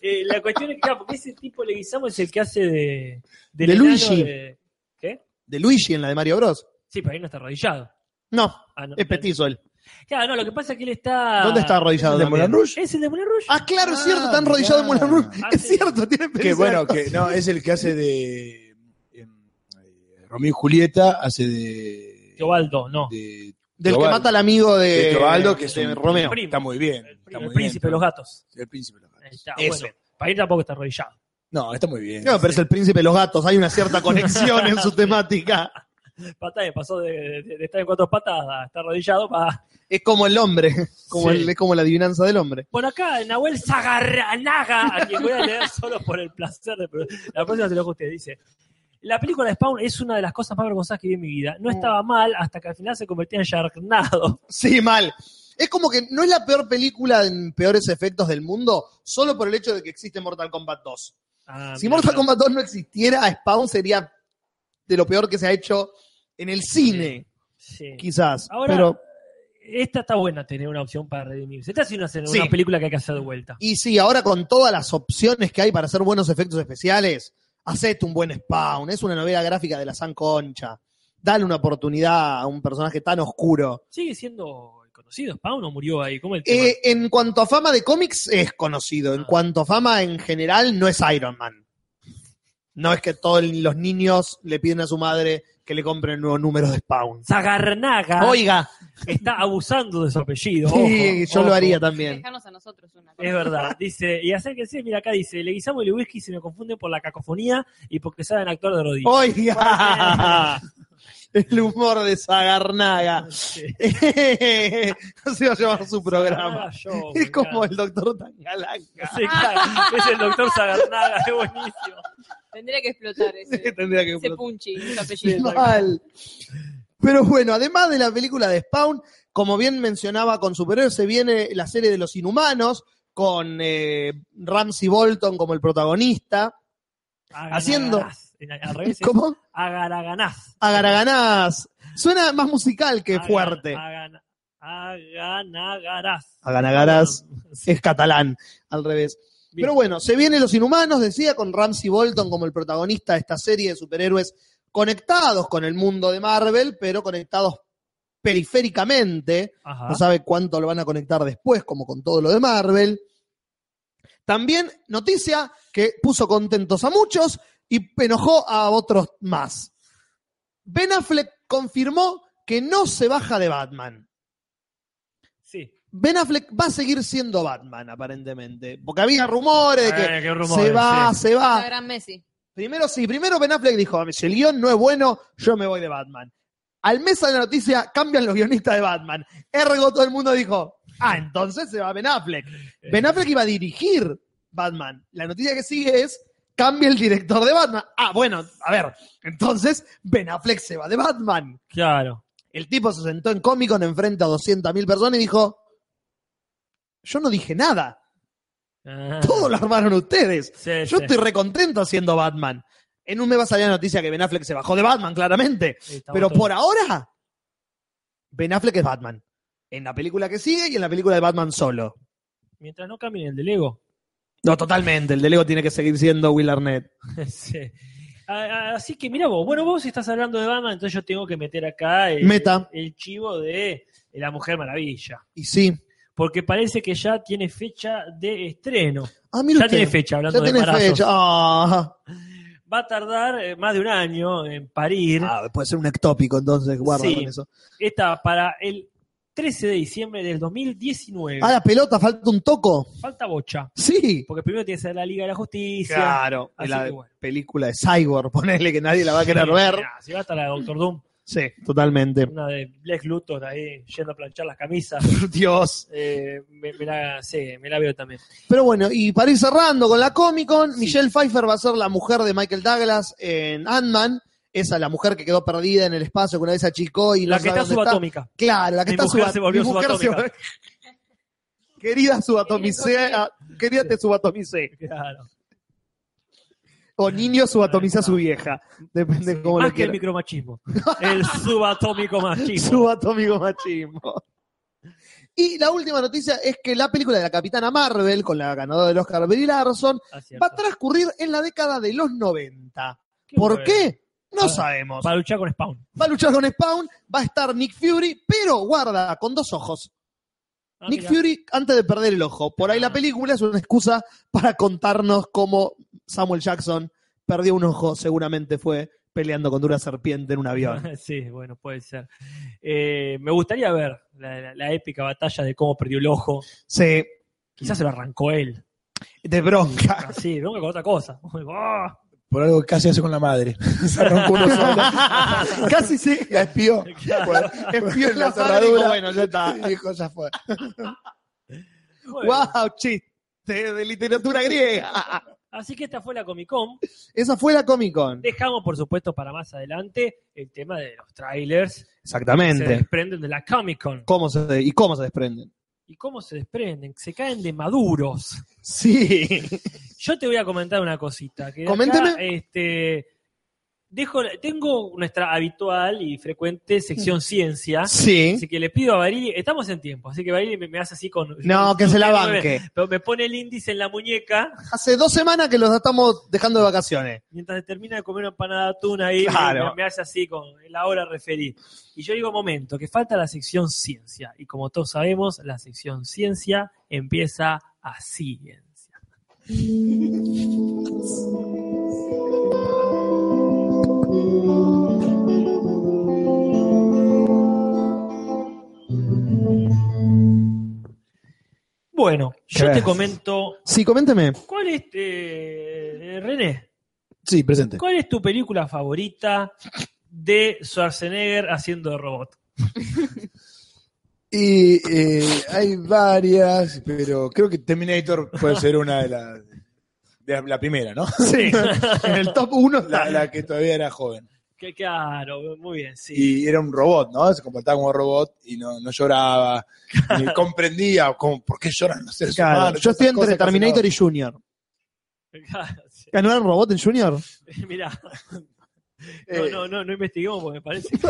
Speaker 2: Eh, la cuestión es que, claro, porque ese tipo Leguizamo es el que hace de. del
Speaker 1: De
Speaker 2: enano
Speaker 1: Luigi.
Speaker 2: de- ¿Qué?
Speaker 1: De Luigi en la de Mario Bros.
Speaker 2: Sí, pero ahí no está arrodillado.
Speaker 1: No,
Speaker 2: Ah, no,
Speaker 1: es petizo él.
Speaker 2: Claro, no, lo que pasa es que él está.
Speaker 1: ¿Dónde está arrodillado?
Speaker 4: ¿El de
Speaker 1: también?
Speaker 4: Moulin Rouge?
Speaker 2: Es el de Moulin Rouge.
Speaker 1: Ah, claro, es cierto,
Speaker 4: Ah,
Speaker 1: está enrodillado en
Speaker 4: mirá.
Speaker 1: Moulin Rouge.
Speaker 2: Ah,
Speaker 1: es
Speaker 2: sí.
Speaker 1: cierto, tiene
Speaker 4: Que
Speaker 1: petizo.
Speaker 4: bueno, que no, es el que hace de. em, eh, Romeo y Julieta hace de.
Speaker 2: Teobaldo, no.
Speaker 4: de-
Speaker 1: Del que
Speaker 4: Teobaldo.
Speaker 1: mata al amigo de,
Speaker 4: Eh, de Teobaldo, que es
Speaker 1: de
Speaker 4: un-
Speaker 1: Romeo.
Speaker 2: primo.
Speaker 4: Está muy bien.
Speaker 2: El,
Speaker 4: está muy
Speaker 2: príncipe de
Speaker 4: bien.
Speaker 2: los gatos.
Speaker 4: El príncipe de los
Speaker 2: Ahí
Speaker 4: gatos.
Speaker 2: está.
Speaker 4: Eso.
Speaker 2: Bueno, para ir tampoco está arrodillado.
Speaker 4: No, está muy bien.
Speaker 1: No, pero es el príncipe de los gatos, hay una cierta conexión en su temática.
Speaker 2: Pata me pasó de, de- de estar en cuatro patas a estar arrodillado para.
Speaker 1: Es como el hombre, como
Speaker 2: Sí.
Speaker 1: el- es como la adivinanza del hombre.
Speaker 2: Bueno, acá Nahuel Zagarranaga, a quien voy a leer solo por el placer de. La próxima se lo dejo a usted, dice. La película de Spawn es una de las cosas más vergonzosas que vi en mi vida.
Speaker 4: Mm.
Speaker 2: No estaba mal hasta que al final se convertía en Sharknado.
Speaker 1: Sí, mal. Es como que no es la peor película en peores efectos del mundo, solo por el hecho de que existe Mortal Kombat 2.
Speaker 2: Ah,
Speaker 1: si
Speaker 2: mira,
Speaker 1: Mortal
Speaker 2: pero-
Speaker 1: Kombat 2 no existiera, Spawn sería de lo peor que se ha hecho en el cine,
Speaker 2: Sí.
Speaker 1: quizás.
Speaker 2: Ahora,
Speaker 1: pero,
Speaker 2: esta está buena tener una opción para redimirse. Esta sí una, una
Speaker 1: Sí.
Speaker 2: película que hay que hacer de vuelta.
Speaker 1: y sí, ahora con todas las opciones que hay para hacer buenos efectos especiales, hacete un buen Spawn. Es una novela gráfica de la San Concha. Dale una oportunidad a un personaje tan oscuro.
Speaker 2: Sigue siendo conocido Spawn o murió ahí. ¿Cómo el tema?
Speaker 1: Eh, en cuanto a fama de cómics, es conocido. En
Speaker 2: Ah.
Speaker 1: cuanto a fama en general, no es Iron Man. No es que todos los niños le piden a su madre que le compre el nuevo número de Spawn.
Speaker 2: Zagarnaga
Speaker 1: Oiga,
Speaker 2: está abusando de su apellido.
Speaker 1: sí,
Speaker 2: Ojo,
Speaker 1: yo
Speaker 2: ojo.
Speaker 1: lo haría también.
Speaker 3: Dejarnos a nosotros una.
Speaker 2: Es verdad, dice, y acérquense, mira acá dice, Leguizamo y Lubisky se me confunden por la cacofonía y porque saben actuar de rodillas.
Speaker 1: Oiga, el humor de Zagarnaga.
Speaker 2: Ah, Sí.
Speaker 1: Se va a llamar su
Speaker 2: Zagarnaga
Speaker 1: programa.
Speaker 2: Show,
Speaker 1: Es
Speaker 2: Ah, me
Speaker 1: como
Speaker 2: encanta.
Speaker 1: el doctor Tangalanca.
Speaker 2: Sí, claro, es el doctor Zagarnaga, es buenísimo.
Speaker 3: Tendría que explotar ese,
Speaker 4: Tendría que
Speaker 3: ese punchi, ese apellido.
Speaker 1: Mal. Pero bueno, además de la película de Spawn, como bien mencionaba con superhéroes, se viene la serie de los inhumanos con eh, Ramsey Bolton como el protagonista. Haciendo-
Speaker 2: Agaraganás. En- Al revés, es
Speaker 1: ¿Cómo?
Speaker 2: agaraganás.
Speaker 1: Agaraganás. Suena más musical que
Speaker 2: Agan-
Speaker 1: fuerte.
Speaker 2: agan- Aganagarás.
Speaker 1: Aganagarás.
Speaker 2: Sí.
Speaker 1: Es catalán, al revés.
Speaker 2: Bien.
Speaker 1: Pero bueno, se viene Los Inhumanos, decía, con Ramsey Bolton como el protagonista de esta serie de superhéroes conectados con el mundo de Marvel, pero conectados periféricamente.
Speaker 2: Ajá.
Speaker 1: No sabe cuánto lo van a conectar después, como con todo lo de Marvel. También noticia que puso contentos a muchos y enojó a otros más. Ben Affleck confirmó que no se baja de Batman.
Speaker 2: sí.
Speaker 1: Ben Affleck va a seguir siendo Batman, aparentemente. Porque había rumores de que
Speaker 2: Eh, qué
Speaker 1: se
Speaker 2: rumores,
Speaker 1: va,
Speaker 2: sí.
Speaker 1: se va.
Speaker 3: La Ah, gran Messi.
Speaker 1: Primero sí, primero Ben Affleck dijo, "Ah, si el guión no es bueno, yo me voy de Batman. Al mes de la noticia cambian los guionistas de Batman. Ergo todo el mundo dijo, ah, entonces se va Ben Affleck. Ben Affleck iba a dirigir Batman. La noticia que sigue es, cambia el director de Batman. Ah, bueno, a ver, entonces Ben Affleck se va de Batman.
Speaker 2: Eh, Claro.
Speaker 1: El tipo se sentó en Comic Con enfrente a 200.000 personas y dijo, yo no dije nada,
Speaker 2: Ah.
Speaker 1: todo lo armaron ustedes.
Speaker 2: Sí,
Speaker 1: Yo
Speaker 2: sí.
Speaker 1: estoy recontento siendo Batman. En un mes va a salir la noticia que Ben Affleck se bajó de Batman, claramente.
Speaker 2: Sí, estamos
Speaker 1: Pero
Speaker 2: todos-
Speaker 1: por ahora, Ben Affleck es Batman. En la película que sigue y en la película de Batman solo.
Speaker 2: Mientras no cambien el de Lego.
Speaker 1: No, totalmente. El de Lego tiene que seguir siendo Will Arnett.
Speaker 2: Sí. A- a- Así que mira vos, bueno, vos estás hablando de Batman, entonces yo tengo que meter acá el,
Speaker 1: Meta.
Speaker 2: el chivo de La Mujer Maravilla.
Speaker 1: Y sí.
Speaker 2: Porque parece que ya tiene fecha de estreno.
Speaker 1: Ah, mira
Speaker 2: Ya
Speaker 1: usted.
Speaker 2: tiene fecha, hablando
Speaker 1: Ya
Speaker 2: de
Speaker 1: tiene
Speaker 2: embarazos.
Speaker 1: fecha. Ah,
Speaker 2: Va a tardar eh, más de un año en parir.
Speaker 1: Ah, puede ser un ectópico, entonces guarda
Speaker 2: Sí.
Speaker 1: con eso.
Speaker 2: Está para el 13 de diciembre del 2019.
Speaker 1: Ah, la pelota, falta un toco.
Speaker 2: Falta bocha.
Speaker 1: Sí.
Speaker 2: Porque primero tiene que ser la Liga de la Justicia.
Speaker 1: Claro.
Speaker 2: Así
Speaker 1: la
Speaker 2: que bueno.
Speaker 1: película de Cyborg, ponele que nadie la va a querer
Speaker 2: Sí,
Speaker 1: ver.
Speaker 2: mirá, Si va hasta la de Doctor Doom,
Speaker 1: Sí, totalmente.
Speaker 2: una de Lex Luthor ahí yendo a planchar las camisas.
Speaker 1: Dios.
Speaker 2: Eh, me, me la, sí, me la veo también.
Speaker 1: Pero bueno, y para ir cerrando con la Comic Con, Michelle Pfeiffer va a ser la mujer de Michael Douglas en Ant-Man. Esa, la mujer que quedó perdida en el espacio, que una vez se achicó y
Speaker 2: la
Speaker 1: no
Speaker 2: que
Speaker 1: sabe
Speaker 2: está
Speaker 1: dónde
Speaker 2: subatómica.
Speaker 1: Claro, la que
Speaker 2: Mi
Speaker 1: está
Speaker 2: mujer
Speaker 1: suba-
Speaker 2: se volvió
Speaker 1: mi mujer se
Speaker 2: subatómica.
Speaker 1: volvió- Querida subatomicea, querida te subatomicé.
Speaker 2: Claro.
Speaker 1: O niño subatomiza a su vieja. Depende de cómo
Speaker 2: Más
Speaker 1: lo
Speaker 2: que el
Speaker 1: quieras.
Speaker 2: micromachismo. el subatómico machismo.
Speaker 1: Subatómico machismo. Y la última noticia es que la película de la Capitana Marvel, con la ganadora del Oscar Brie Larson,
Speaker 2: Ah, cierto.
Speaker 1: va a transcurrir en la década de los 90.
Speaker 2: Qué
Speaker 1: ¿Por
Speaker 2: bueno.
Speaker 1: qué? No
Speaker 2: Para-
Speaker 1: sabemos.
Speaker 2: Para luchar con Spawn.
Speaker 1: Va a luchar con Spawn, va a estar Nick Fury, pero guarda, con dos ojos.
Speaker 2: Ah,
Speaker 1: Nick
Speaker 2: mirá.
Speaker 1: Fury antes de perder el ojo. Por ahí la
Speaker 2: Ah.
Speaker 1: película es una excusa para contarnos cómo Samuel Jackson perdió un ojo, seguramente fue peleando contra una serpiente en un avión.
Speaker 2: sí, bueno, puede ser. Eh, me gustaría ver la, la- la épica batalla de cómo perdió el ojo.
Speaker 1: Sí,
Speaker 2: Quizás se lo arrancó él.
Speaker 1: de bronca.
Speaker 2: Así, vengo con otra cosa. Ah,
Speaker 4: Por algo que casi hace con la madre. Se arrancó uno solo.
Speaker 1: Casi sí.
Speaker 4: La espió.
Speaker 2: claro.
Speaker 4: Bueno, espió en la
Speaker 1: madre dijo,
Speaker 4: cerradura.
Speaker 1: bueno, ya está.
Speaker 4: Y dijo, ya fue.
Speaker 2: Bueno,
Speaker 1: Wow, chiste de literatura griega.
Speaker 2: Así que esta fue la Comic Con.
Speaker 1: Esa fue la Comic Con.
Speaker 2: Dejamos, por supuesto, para más adelante el tema de los trailers. que Se
Speaker 1: Exactamente.
Speaker 2: desprenden de la Comic Con.
Speaker 1: ¿Cómo se, ¿Y cómo se desprenden?
Speaker 2: ¿Y cómo se desprenden? Se caen de maduros.
Speaker 1: Sí.
Speaker 2: Yo te voy a comentar una cosita. Que de acá,
Speaker 1: Coménteme.
Speaker 2: este, dejo, tengo nuestra habitual y frecuente sección ciencia.
Speaker 1: Mm. Sí.
Speaker 2: Así que le pido a Barili, estamos en tiempo, así que Barili me, me hace así con...
Speaker 1: No, que se la banque.
Speaker 2: Pero me pone el índice en la muñeca
Speaker 1: Hace dos semanas que los estamos dejando de vacaciones.
Speaker 2: mientras termina de comer una empanada de atún ahí,
Speaker 1: Claro.
Speaker 2: me, me hace así con la hora referí. Y yo digo, momento, que falta la sección ciencia. Y como todos sabemos, la sección ciencia empieza a ciencia. Bueno, yo te
Speaker 4: Gracias.
Speaker 2: comento,
Speaker 1: Sí, coménteme.
Speaker 2: ¿cuál es, eh, René?
Speaker 4: Sí, presente.
Speaker 2: ¿Cuál es tu película favorita de Schwarzenegger haciendo de robot?
Speaker 4: Y eh, hay varias, pero creo que Terminator puede ser una de las de la primera, ¿no?
Speaker 1: Sí, en el top 1
Speaker 4: La, la que todavía era joven.
Speaker 2: Qué claro, muy bien, sí.
Speaker 4: Y era un robot, ¿no? Se comportaba como robot y no, no lloraba, ni comprendía como, por qué lloran los seres humanos.
Speaker 1: Yo estoy
Speaker 4: Esas cosas
Speaker 1: entre
Speaker 4: que hacen
Speaker 1: Terminator y Junior. ¿Ah, ¿Ganó el robot en Junior?
Speaker 2: Mira, no,
Speaker 4: Eh.
Speaker 2: no, no, no investiguemos porque me parece que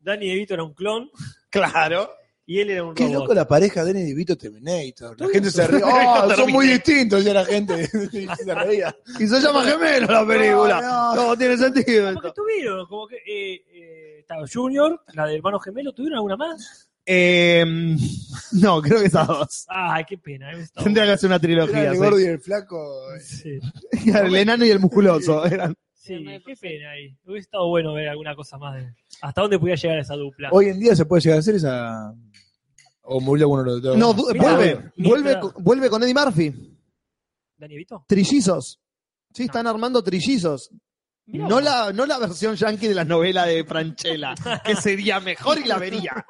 Speaker 2: Danny DeVito era un clon
Speaker 4: Claro.
Speaker 2: y él era un
Speaker 4: Qué
Speaker 2: robot.
Speaker 4: loco la pareja de Danny DeVito Terminator. La gente se ríe. ¡Oh, son muy distintos! Ya la gente se reía.
Speaker 1: Y se llama gemelo la película. No,
Speaker 4: No,
Speaker 1: tiene sentido
Speaker 2: Como que
Speaker 1: esto.
Speaker 2: tuvieron, como que eh, eh, estaba Junior, la de hermano gemelo, ¿tuvieron alguna más?
Speaker 1: Eh, no, creo que esas dos.
Speaker 2: Ay, qué pena. eh, estaba-
Speaker 1: Tendría que hacer una
Speaker 4: Era
Speaker 1: trilogía.
Speaker 4: el
Speaker 1: sí.
Speaker 4: gordo y el flaco. eh,
Speaker 2: Sí,
Speaker 1: El enano y el musculoso. eran.
Speaker 2: sí, qué pena ahí. Hubiera estado bueno ver alguna cosa más de... ¿Hasta dónde podía llegar esa dupla?
Speaker 4: Hoy en día se puede llegar a hacer esa. O murió alguno de los dos.
Speaker 1: No, du-
Speaker 2: Mirá,
Speaker 1: vuelve.
Speaker 2: mirá.
Speaker 1: Vuelve, con- vuelve con Eddie Murphy.
Speaker 2: ¿Danny DeVito?
Speaker 1: Trillizos. Sí, están armando trillizos.
Speaker 2: Mirá
Speaker 1: No
Speaker 2: vos.
Speaker 1: la, no la versión yankee de la novela de Franchella, que sería mejor y la vería.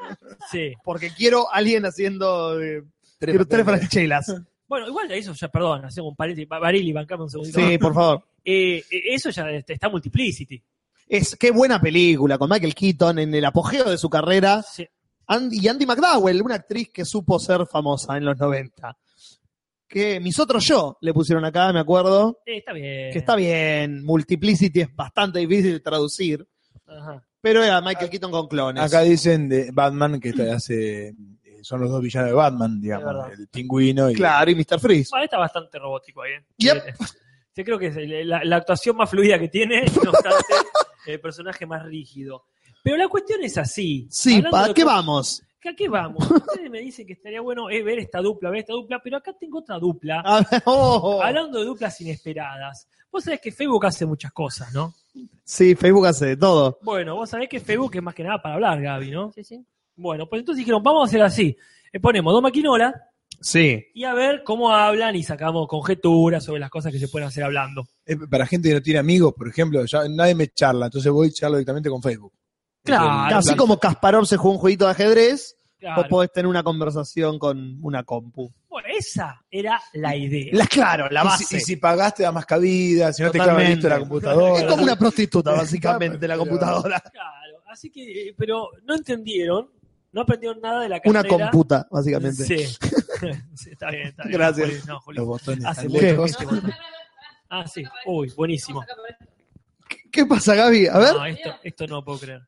Speaker 2: Sí.
Speaker 1: Porque quiero alguien haciendo eh,
Speaker 4: tres,
Speaker 1: tres,
Speaker 4: papeles.
Speaker 1: Franchelas.
Speaker 2: Bueno, igual ya eso ya, perdón, hacemos un paréntesis. Ba- Barili, bancame un segundito.
Speaker 1: Sí, por favor.
Speaker 2: Eh, eh, eso ya está está Multiplicity.
Speaker 1: Es qué buena película con Michael Keaton en el apogeo de su carrera
Speaker 2: Sí. eh,
Speaker 1: Andy- y Andy McDowell, una actriz que supo ser famosa en los 90. Que mis otros yo le pusieron acá, me acuerdo.
Speaker 2: Eh, está bien.
Speaker 1: Que está bien, Multiplicity es bastante difícil de traducir,
Speaker 2: Ajá.
Speaker 1: pero era Michael Keaton con clones.
Speaker 4: Acá dicen de Batman que está- hace. eh, Son los dos villanos de Batman,
Speaker 2: Es
Speaker 4: digamos.
Speaker 2: verdad.
Speaker 4: El pingüino y.
Speaker 1: claro, y Mr. Freeze.
Speaker 2: Bueno, está bastante robótico ahí. ¿eh?
Speaker 1: Yep.
Speaker 2: Eh, Yo creo que es el- la, la actuación más fluida que tiene, no obstante, el personaje más rígido. Pero la cuestión es así.
Speaker 1: Sí,
Speaker 2: Hablando
Speaker 1: ¿para
Speaker 2: de
Speaker 1: qué
Speaker 2: cosas-
Speaker 1: vamos?
Speaker 2: que ¿A qué vamos? Ustedes me dicen que estaría bueno eh, ver esta dupla, ver esta dupla, pero acá tengo otra dupla.
Speaker 1: A ver, oh.
Speaker 2: Hablando de duplas inesperadas. Vos sabés que Facebook hace muchas cosas, ¿no?
Speaker 1: Sí, Facebook hace de todo.
Speaker 2: Bueno, vos sabés que Facebook es más que nada para hablar, Gaby, ¿no?
Speaker 3: Sí, sí.
Speaker 2: Bueno, pues entonces dijeron, vamos a hacer así. Eh, ponemos dos maquinolas
Speaker 1: Sí.
Speaker 2: y a ver cómo hablan y sacamos conjeturas sobre las cosas que se pueden hacer hablando.
Speaker 4: Eh, Para gente que no tiene amigos, por ejemplo, ya nadie me charla, entonces voy y charlo directamente con Facebook.
Speaker 2: Claro.
Speaker 1: Así como Kasparov se jugó un jueguito de ajedrez,
Speaker 2: Claro.
Speaker 1: vos podés tener una conversación con una compu.
Speaker 2: Bueno, esa era la idea.
Speaker 1: La, claro, la
Speaker 4: Y si, y si pagaste, da más cabida, si no te
Speaker 1: Totalmente.
Speaker 4: clavan listo la computadora.
Speaker 1: Es como una prostituta, básicamente, la
Speaker 4: Pero-
Speaker 1: computadora.
Speaker 2: Claro. Así que, eh, pero no entendieron, no aprendieron nada de la carrera.
Speaker 1: Una computa, básicamente.
Speaker 2: Sí. Sí, está bien, está bien.
Speaker 1: Gracias.
Speaker 2: Juli, No, Juli.
Speaker 4: Los botones
Speaker 2: Hace
Speaker 4: tan
Speaker 2: muy
Speaker 4: lejos.
Speaker 2: bien. Ah, sí. Uy, Este buenísimo.
Speaker 1: ¿Qué pasa, Gaby? A ver.
Speaker 2: No, esto, esto no puedo creer.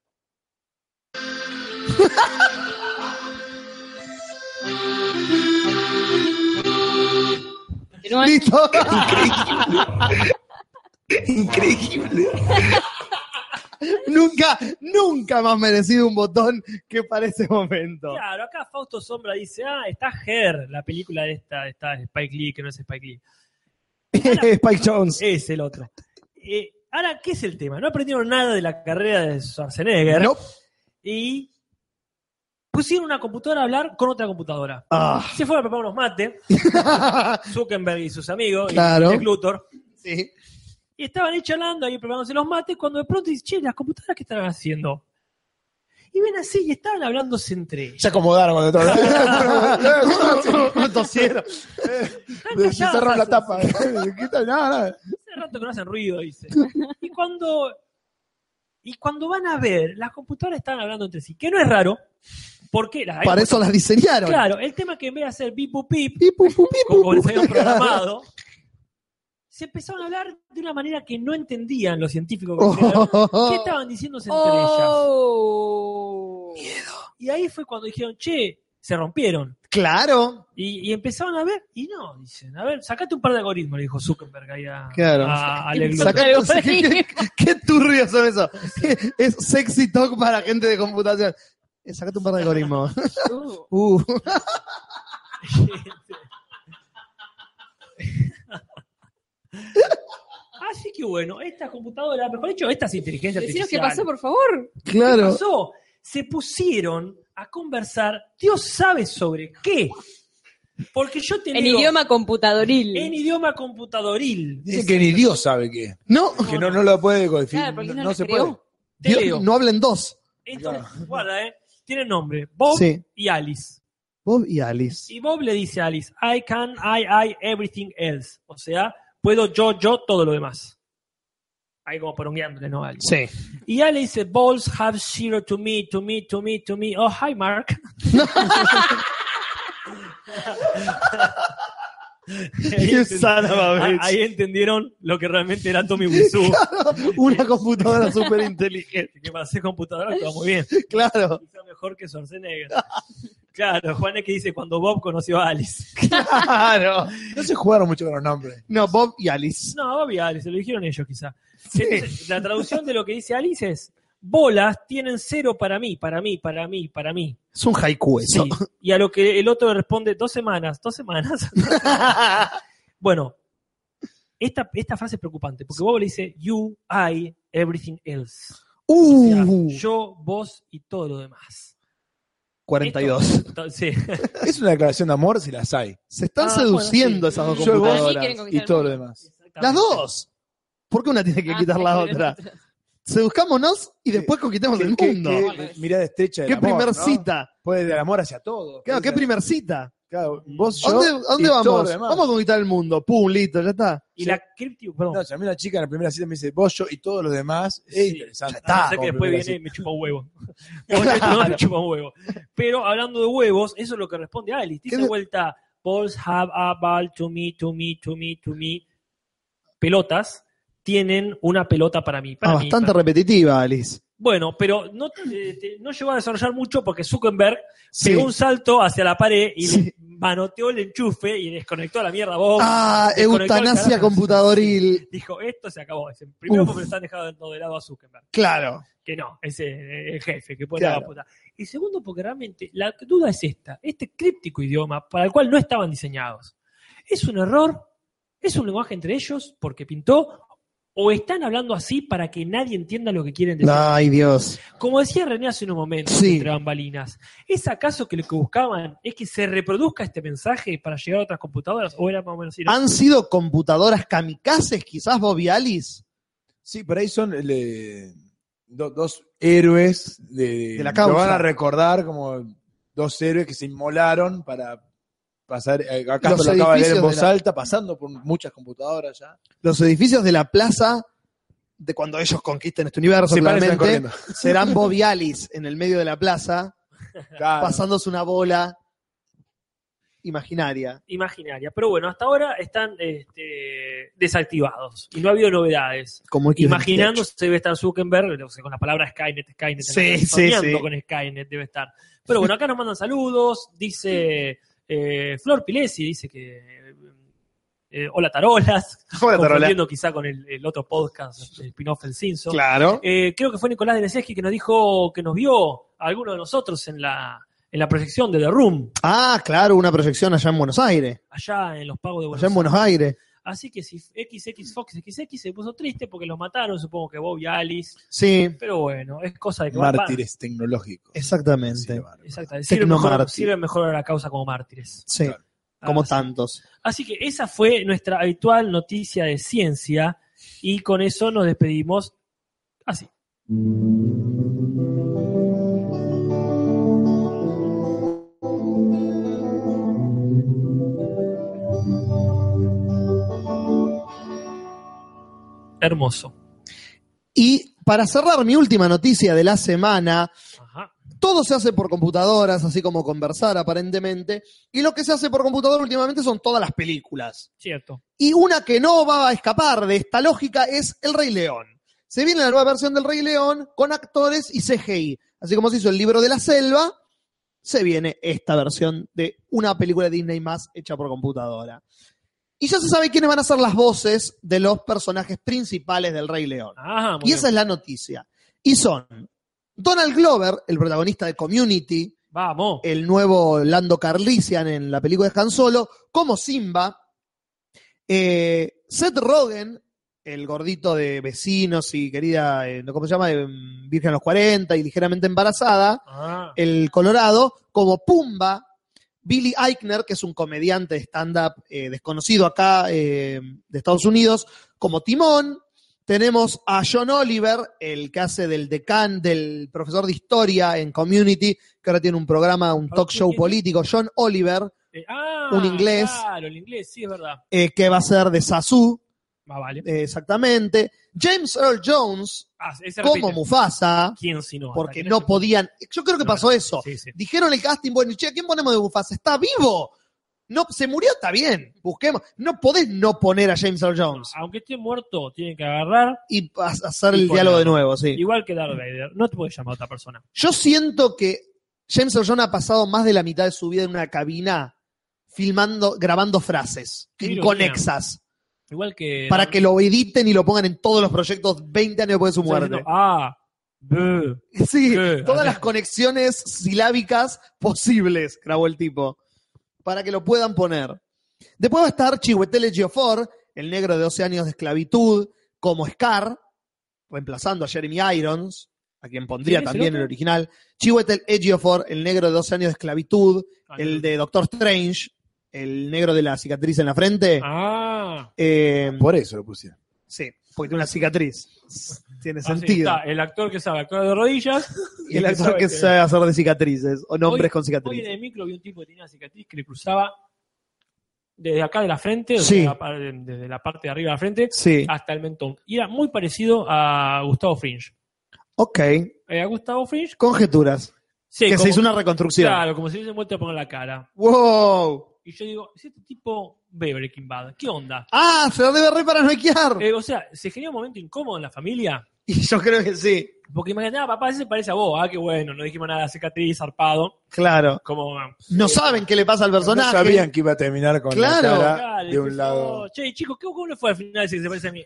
Speaker 3: Continúa.
Speaker 1: Listo.
Speaker 4: Increíble.
Speaker 1: nunca, nunca más merecido un botón que para ese momento.
Speaker 2: Claro, acá Fausto Sombra dice, ah, está Her, la película de esta, de esta Spike Lee, que no es Spike Lee.
Speaker 1: Spike Jones.
Speaker 2: Es el otro. Eh, ahora, ¿qué es el tema? No aprendieron nada de la carrera de Schwarzenegger
Speaker 1: No.
Speaker 2: y pusieron una computadora a hablar con otra computadora.
Speaker 1: Ah.
Speaker 2: Se fueron a preparar unos mates, Zuckerberg y sus amigos,
Speaker 1: Claro.
Speaker 2: y Jack Luthor,
Speaker 1: sí.
Speaker 2: y estaban ahí charlando, ahí preparándose los mates, cuando de pronto dicen, che, las computadoras, ¿qué estarán haciendo? Y ven así, y estaban hablándose entre ellas.
Speaker 4: Se acomodaron cuando
Speaker 1: Tosieron.
Speaker 4: Se cerró la tapa. Quita, nada, nada.
Speaker 2: Hace rato que no hacen ruido, dice. Y cuando, y cuando van a ver, las computadoras están hablando entre sí, que no es raro, porque las hay
Speaker 1: Para eso las diseñaron.
Speaker 2: Claro, el tema que en vez de hacer bip bup, pip,
Speaker 1: Pi, pu, pu, pi, pu,
Speaker 2: como les
Speaker 1: pu.
Speaker 2: habían programado, se empezaron a hablar de una manera que no entendían los científicos.
Speaker 1: Oh.
Speaker 2: que crearon. ¿Qué estaban diciéndose entre ellas?
Speaker 3: Oh.
Speaker 2: Y ahí fue cuando dijeron, che, se rompieron.
Speaker 1: Claro.
Speaker 2: Y, y empezaron a ver, y no, dicen, a ver, sacate un par de algoritmos, le dijo Zuckerberg ahí a,
Speaker 1: Claro.
Speaker 2: a- a Lev Luthor.
Speaker 1: Saca- ¿qué, qué turbios son eso. Es sexy talk para gente de computación. Eh, Sacate un par de algoritmos.
Speaker 3: Uh.
Speaker 1: Uh.
Speaker 2: Así que bueno, estas computadoras, mejor dicho, estas inteligencias
Speaker 3: Decinos qué
Speaker 2: artificiales.
Speaker 3: pasó, por favor.
Speaker 2: ¿Qué
Speaker 1: Claro.
Speaker 2: pasó? Se pusieron a conversar, Dios sabe sobre qué. Porque yo te
Speaker 3: En
Speaker 2: digo,
Speaker 3: idioma computadoril.
Speaker 2: en idioma computadoril.
Speaker 4: Dice que ni Dios sabe qué.
Speaker 1: No,
Speaker 4: Que no, no lo puede codificar.
Speaker 3: Claro, porque
Speaker 4: no
Speaker 3: no, lo
Speaker 4: se
Speaker 3: creó.
Speaker 4: puede.
Speaker 2: Te leo.
Speaker 1: Dios, no hablen dos.
Speaker 2: Esto, guarda, ¿eh? Tiene nombre, Bob
Speaker 1: Sí.
Speaker 2: y Alice.
Speaker 1: Bob y Alice.
Speaker 2: Y Bob le dice a Alice, I can, I, I, everything else. O sea, puedo yo, yo, todo lo demás. Ahí como porongueándole, ¿no? A alguien.
Speaker 1: Sí.
Speaker 2: Y Ale dice, balls have zero to me, to me, to me, to me. Oh, hi, Mark.
Speaker 1: Qué sana babés.
Speaker 2: Ahí entendieron lo que realmente era Tommy Wiseau.
Speaker 1: Una computadora súper inteligente.
Speaker 2: que para ser computadora todo muy bien.
Speaker 1: Claro.
Speaker 2: Quizá mejor que Schwarzenegger. Claro, Juan que dice cuando Bob conoció a Alice.
Speaker 1: Claro.
Speaker 4: No se jugaron mucho con los nombres.
Speaker 1: No, Bob y Alice.
Speaker 2: No, obvio, Alice, se lo dijeron ellos quizá. Entonces, la traducción de lo que dice Alice es, bolas tienen cero para mí, para mí, para mí, para mí.
Speaker 1: Es un haiku eso.
Speaker 2: Sí. Y a lo que el otro le responde, dos semanas, dos semanas. bueno, esta, esta frase es preocupante, porque Bob le dice, you, I, everything else. O sea,
Speaker 1: Uh,
Speaker 2: yo, vos y todo lo demás.
Speaker 1: 42.
Speaker 2: Entonces,
Speaker 4: Es una declaración de amor si las hay.
Speaker 1: Se están
Speaker 2: Ah,
Speaker 1: seduciendo
Speaker 2: bueno, sí.
Speaker 1: esas dos
Speaker 3: Para
Speaker 4: Yo,
Speaker 3: mí
Speaker 1: computadoras.
Speaker 4: vos
Speaker 3: quieren conquistar
Speaker 4: y
Speaker 3: el
Speaker 4: todo lo
Speaker 3: mundo.
Speaker 4: demás.
Speaker 1: Las dos. ¿Por qué una tiene que
Speaker 3: Ah,
Speaker 1: quitar la
Speaker 3: sí,
Speaker 1: otra? Seduzcámonos y después conquistemos el
Speaker 4: ¿Qué-
Speaker 1: mundo.
Speaker 4: qué-
Speaker 1: Qué,
Speaker 4: qué mirada estrecha del amor,
Speaker 1: primer
Speaker 4: ¿no?
Speaker 1: cita.
Speaker 4: Puede del amor hacia todo.
Speaker 1: Claro, qué
Speaker 4: Puede ser-
Speaker 1: primer cita.
Speaker 4: claro, vos,
Speaker 1: ¿A
Speaker 4: yo
Speaker 1: dónde, a dónde
Speaker 4: y todo
Speaker 1: vamos?
Speaker 4: lo demás.
Speaker 1: Vamos a conquistar el mundo. Pum, listo, ya está.
Speaker 2: y
Speaker 4: Sí.
Speaker 2: la cripti- perdón.
Speaker 4: No, si a mí una chica en la primera cita me dice vos, yo y todos los demás, es
Speaker 2: Sí,
Speaker 4: interesante.
Speaker 2: A Ah, no
Speaker 4: Está
Speaker 2: ser que
Speaker 4: como
Speaker 2: después
Speaker 4: primera
Speaker 2: viene y me chupa un huevo. Como que no, me chupa un huevo. Pero hablando de huevos, eso es lo que responde Alice. Dice
Speaker 1: ¿Qué de-
Speaker 2: vuelta, balls have a ball to me, to me, to me, to me. Pelotas tienen una pelota para mí. Para
Speaker 1: Ah,
Speaker 2: mí,
Speaker 1: bastante
Speaker 2: para-
Speaker 1: repetitiva, Alice.
Speaker 2: Bueno, pero no, te- eh, te- no llegó a desarrollar mucho porque Zuckerberg
Speaker 1: Sí.
Speaker 2: pegó un salto hacia la pared y
Speaker 1: Sí.
Speaker 2: le manoteó el enchufe y desconectó a la mierda a Bob.
Speaker 1: Ah,
Speaker 2: desconectó el
Speaker 1: eutanasia
Speaker 2: carajo.
Speaker 1: computadoril.
Speaker 2: Dijo, esto se acabó. Dice, Primero
Speaker 1: Uf.
Speaker 2: porque están dejando de lado a Zuckerberg
Speaker 1: Claro.
Speaker 2: que no, es eh, el jefe que pone
Speaker 1: Claro.
Speaker 2: la puta. Y segundo, porque realmente la duda es esta, este críptico idioma para el cual no estaban diseñados. ¿Es un error? ¿Es un lenguaje entre ellos porque pintó? ¿O están hablando así para que nadie entienda lo que quieren decir?
Speaker 1: Ay, Dios.
Speaker 2: Como decía René hace unos momentos,
Speaker 1: Sí.
Speaker 2: entre bambalinas, ¿es acaso que lo que buscaban es que se reproduzca este mensaje para llegar a otras computadoras? ¿O era más o menos así?
Speaker 1: ¿Han sido computadoras kamikazes quizás, Bob y Alice?
Speaker 4: Sí, por ahí son eh, do- dos héroes de,
Speaker 1: De la causa.
Speaker 4: Lo van a recordar como dos héroes que se inmolaron para pasar. eh, Acá
Speaker 1: Los
Speaker 4: lo acaba de leer en
Speaker 1: edificios
Speaker 4: voz
Speaker 1: de la-
Speaker 4: alta, pasando por muchas computadoras ya.
Speaker 1: Los edificios de la plaza, de cuando ellos conquisten este universo,
Speaker 4: Se paran y se van
Speaker 1: claramente,
Speaker 4: corriendo.
Speaker 1: serán Bob y Alice en el medio de la plaza,
Speaker 4: Claro.
Speaker 1: pasándose una bola imaginaria.
Speaker 2: Imaginaria. Pero bueno, hasta ahora están este, desactivados y no ha habido novedades.
Speaker 1: Como este X28.
Speaker 2: Imaginando se debe estar Zuckerberg, o sea, con la palabra Skynet, Skynet,
Speaker 1: Sí, sí,
Speaker 2: soñando
Speaker 1: sí.
Speaker 2: con Skynet debe estar. Pero bueno, acá nos mandan saludos, dice eh, Flor Pilesi, dice que eh, hola Tarolas,
Speaker 1: Hola, Tarola.
Speaker 2: confundiendo quizá con el, el otro podcast, el spin-off El Cinzo.
Speaker 1: Claro.
Speaker 2: Eh, creo que fue Nicolás de Leseski que nos dijo que nos vio a alguno de nosotros en la, en la proyección de The Room,
Speaker 1: Ah, claro, una proyección allá en Buenos Aires.
Speaker 2: allá en los pagos de Buenos
Speaker 1: Allá en Buenos Aires.
Speaker 2: Así que si XX Fox XX se puso triste porque los mataron, supongo que Bob y Alice.
Speaker 1: Sí,
Speaker 2: Pero bueno, es cosa de que van-
Speaker 4: Mártires tecnológicos. Así
Speaker 1: exactamente.
Speaker 4: lo van a recordar.
Speaker 2: Exactamente. Sirve mejor,
Speaker 1: Tecnomártir.
Speaker 2: sirve mejor a la causa como mártires.
Speaker 1: Sí,
Speaker 4: Claro.
Speaker 1: como
Speaker 2: Así-
Speaker 1: tantos.
Speaker 2: Así que esa fue nuestra habitual noticia de ciencia y con eso nos despedimos así. Hermoso.
Speaker 1: Y para cerrar mi última noticia de la semana,
Speaker 2: Ajá.
Speaker 1: todo se hace por computadoras, así como conversar aparentemente, y lo que se hace por computadora últimamente son todas las películas.
Speaker 2: Cierto.
Speaker 1: Y una que no va a escapar de esta lógica es El Rey León. Se viene la nueva versión del Rey León con actores y CGI. Así como se hizo el libro de la selva, se viene esta versión de una película de Disney más hecha por computadora. Y ya se sabe quiénes van a ser las voces de los personajes principales del Rey León.
Speaker 2: Ajá, muy
Speaker 1: Y esa
Speaker 2: bien.
Speaker 1: es la noticia. Y son Donald Glover, el protagonista de Community,
Speaker 2: Vamos.
Speaker 1: el nuevo Lando Carlisian en la película de Han Solo, como Simba, eh, Seth Rogen, el gordito de vecinos y querida, eh, ¿cómo se llama? Eh, Virgen a los 40 y ligeramente embarazada,
Speaker 2: Ah,
Speaker 1: el Colorado, como Pumba, Billy Eichner, que es un comediante de stand-up eh, desconocido acá eh, de Estados Unidos, como Timón. Tenemos a John Oliver, el que hace del decán, del profesor de historia en Community, que ahora tiene un programa, un talk show político. John Oliver,
Speaker 2: eh, ah,
Speaker 1: un inglés.
Speaker 2: Claro, el inglés, sí, es verdad.
Speaker 1: eh, que va a ser de Sasu,
Speaker 2: Ah, vale.
Speaker 1: eh, exactamente. James Earl Jones
Speaker 2: Ah, ese
Speaker 1: como
Speaker 2: repite.
Speaker 1: Mufasa,
Speaker 2: ¿Quién si no?
Speaker 1: porque
Speaker 2: ¿Quién
Speaker 1: no
Speaker 2: es?
Speaker 1: podían. Yo creo que
Speaker 2: No,
Speaker 1: pasó
Speaker 2: no.
Speaker 1: eso.
Speaker 2: Sí, sí.
Speaker 1: Dijeron el casting, bueno, che, ¿a quién ponemos de Mufasa? ¿Está vivo? No, se murió, está bien. Busquemos. No podés no poner a James Earl Jones
Speaker 2: Aunque esté muerto, tienen que agarrar.
Speaker 1: y ha- hacer
Speaker 2: Y
Speaker 1: el
Speaker 2: ponerlo.
Speaker 1: diálogo de nuevo, sí.
Speaker 2: Igual que Darth Vader. No te puedes llamar a otra persona.
Speaker 1: Yo siento que James Earl Jones ha pasado más de la mitad de su vida en una cabina filmando, grabando frases
Speaker 2: Mira,
Speaker 1: inconexas
Speaker 2: Igual que.
Speaker 1: para que lo editen y lo pongan en todos los proyectos 20 años después de su
Speaker 2: O sea,
Speaker 1: muerte.
Speaker 2: diciendo, ah, buh.
Speaker 1: Sí,
Speaker 2: ¿Qué?
Speaker 1: todas
Speaker 2: Acá.
Speaker 1: las conexiones silábicas posibles grabó el tipo para que lo puedan poner. Después va a estar Chiwetel Ejiofor, el negro de 12 años de esclavitud, como Scar, reemplazando a Jeremy Irons, a quien pondría
Speaker 2: ¿Quién es el
Speaker 1: también el,
Speaker 2: otro?
Speaker 1: original. Chiwetel Ejiofor, el negro de 12 años de esclavitud,
Speaker 2: Ah,
Speaker 1: el de Doctor Strange, el negro de la cicatriz en la frente.
Speaker 2: Ah.
Speaker 1: Eh,
Speaker 4: Por eso lo pusieron.
Speaker 1: sí, porque tiene una cicatriz. Tiene
Speaker 2: Así
Speaker 1: sentido.
Speaker 2: Ah, está, el actor que sabe actuar de rodillas.
Speaker 1: Y el actor que sabe hacer de cicatrices, o nombres
Speaker 2: Hoy-
Speaker 1: con
Speaker 2: Hoy en
Speaker 1: cicatrices.
Speaker 2: el micro vi un tipo que tenía una cicatriz que le cruzaba desde acá de la frente,
Speaker 1: Sí.
Speaker 2: desde, la, par- desde la parte de arriba de la frente,
Speaker 1: Sí.
Speaker 2: hasta el mentón. Y era muy parecido a Gustavo Fringe.
Speaker 1: Ok.
Speaker 2: Eh, a Gustavo Fringe,
Speaker 1: Conjeturas.
Speaker 2: sí,
Speaker 1: que
Speaker 2: como-
Speaker 1: se hizo una reconstrucción.
Speaker 2: Claro, como si hubiese vuelto a poner la cara.
Speaker 1: ¡Wow!
Speaker 2: Y yo digo, si este tipo ve Breaking Bad, ¿qué onda?
Speaker 1: ¡Ah! Se lo debe re paranoiquear.
Speaker 2: Eh, o sea, se genera un momento incómodo en la familia.
Speaker 1: Y yo creo que sí.
Speaker 2: Porque imagínate, ah, papá, ese se parece a vos. Ah, qué bueno, no dijimos nada, cicatriz, zarpado.
Speaker 1: Claro.
Speaker 2: Como,
Speaker 1: No saben qué le pasa al personaje.
Speaker 4: No sabían que iba a terminar con
Speaker 1: Claro.
Speaker 4: la cara
Speaker 2: Dale,
Speaker 4: de un
Speaker 2: empezó,
Speaker 4: lado.
Speaker 2: Che, chicos, ¿qué- ¿cómo le fue al final si se parece a mí? Eh,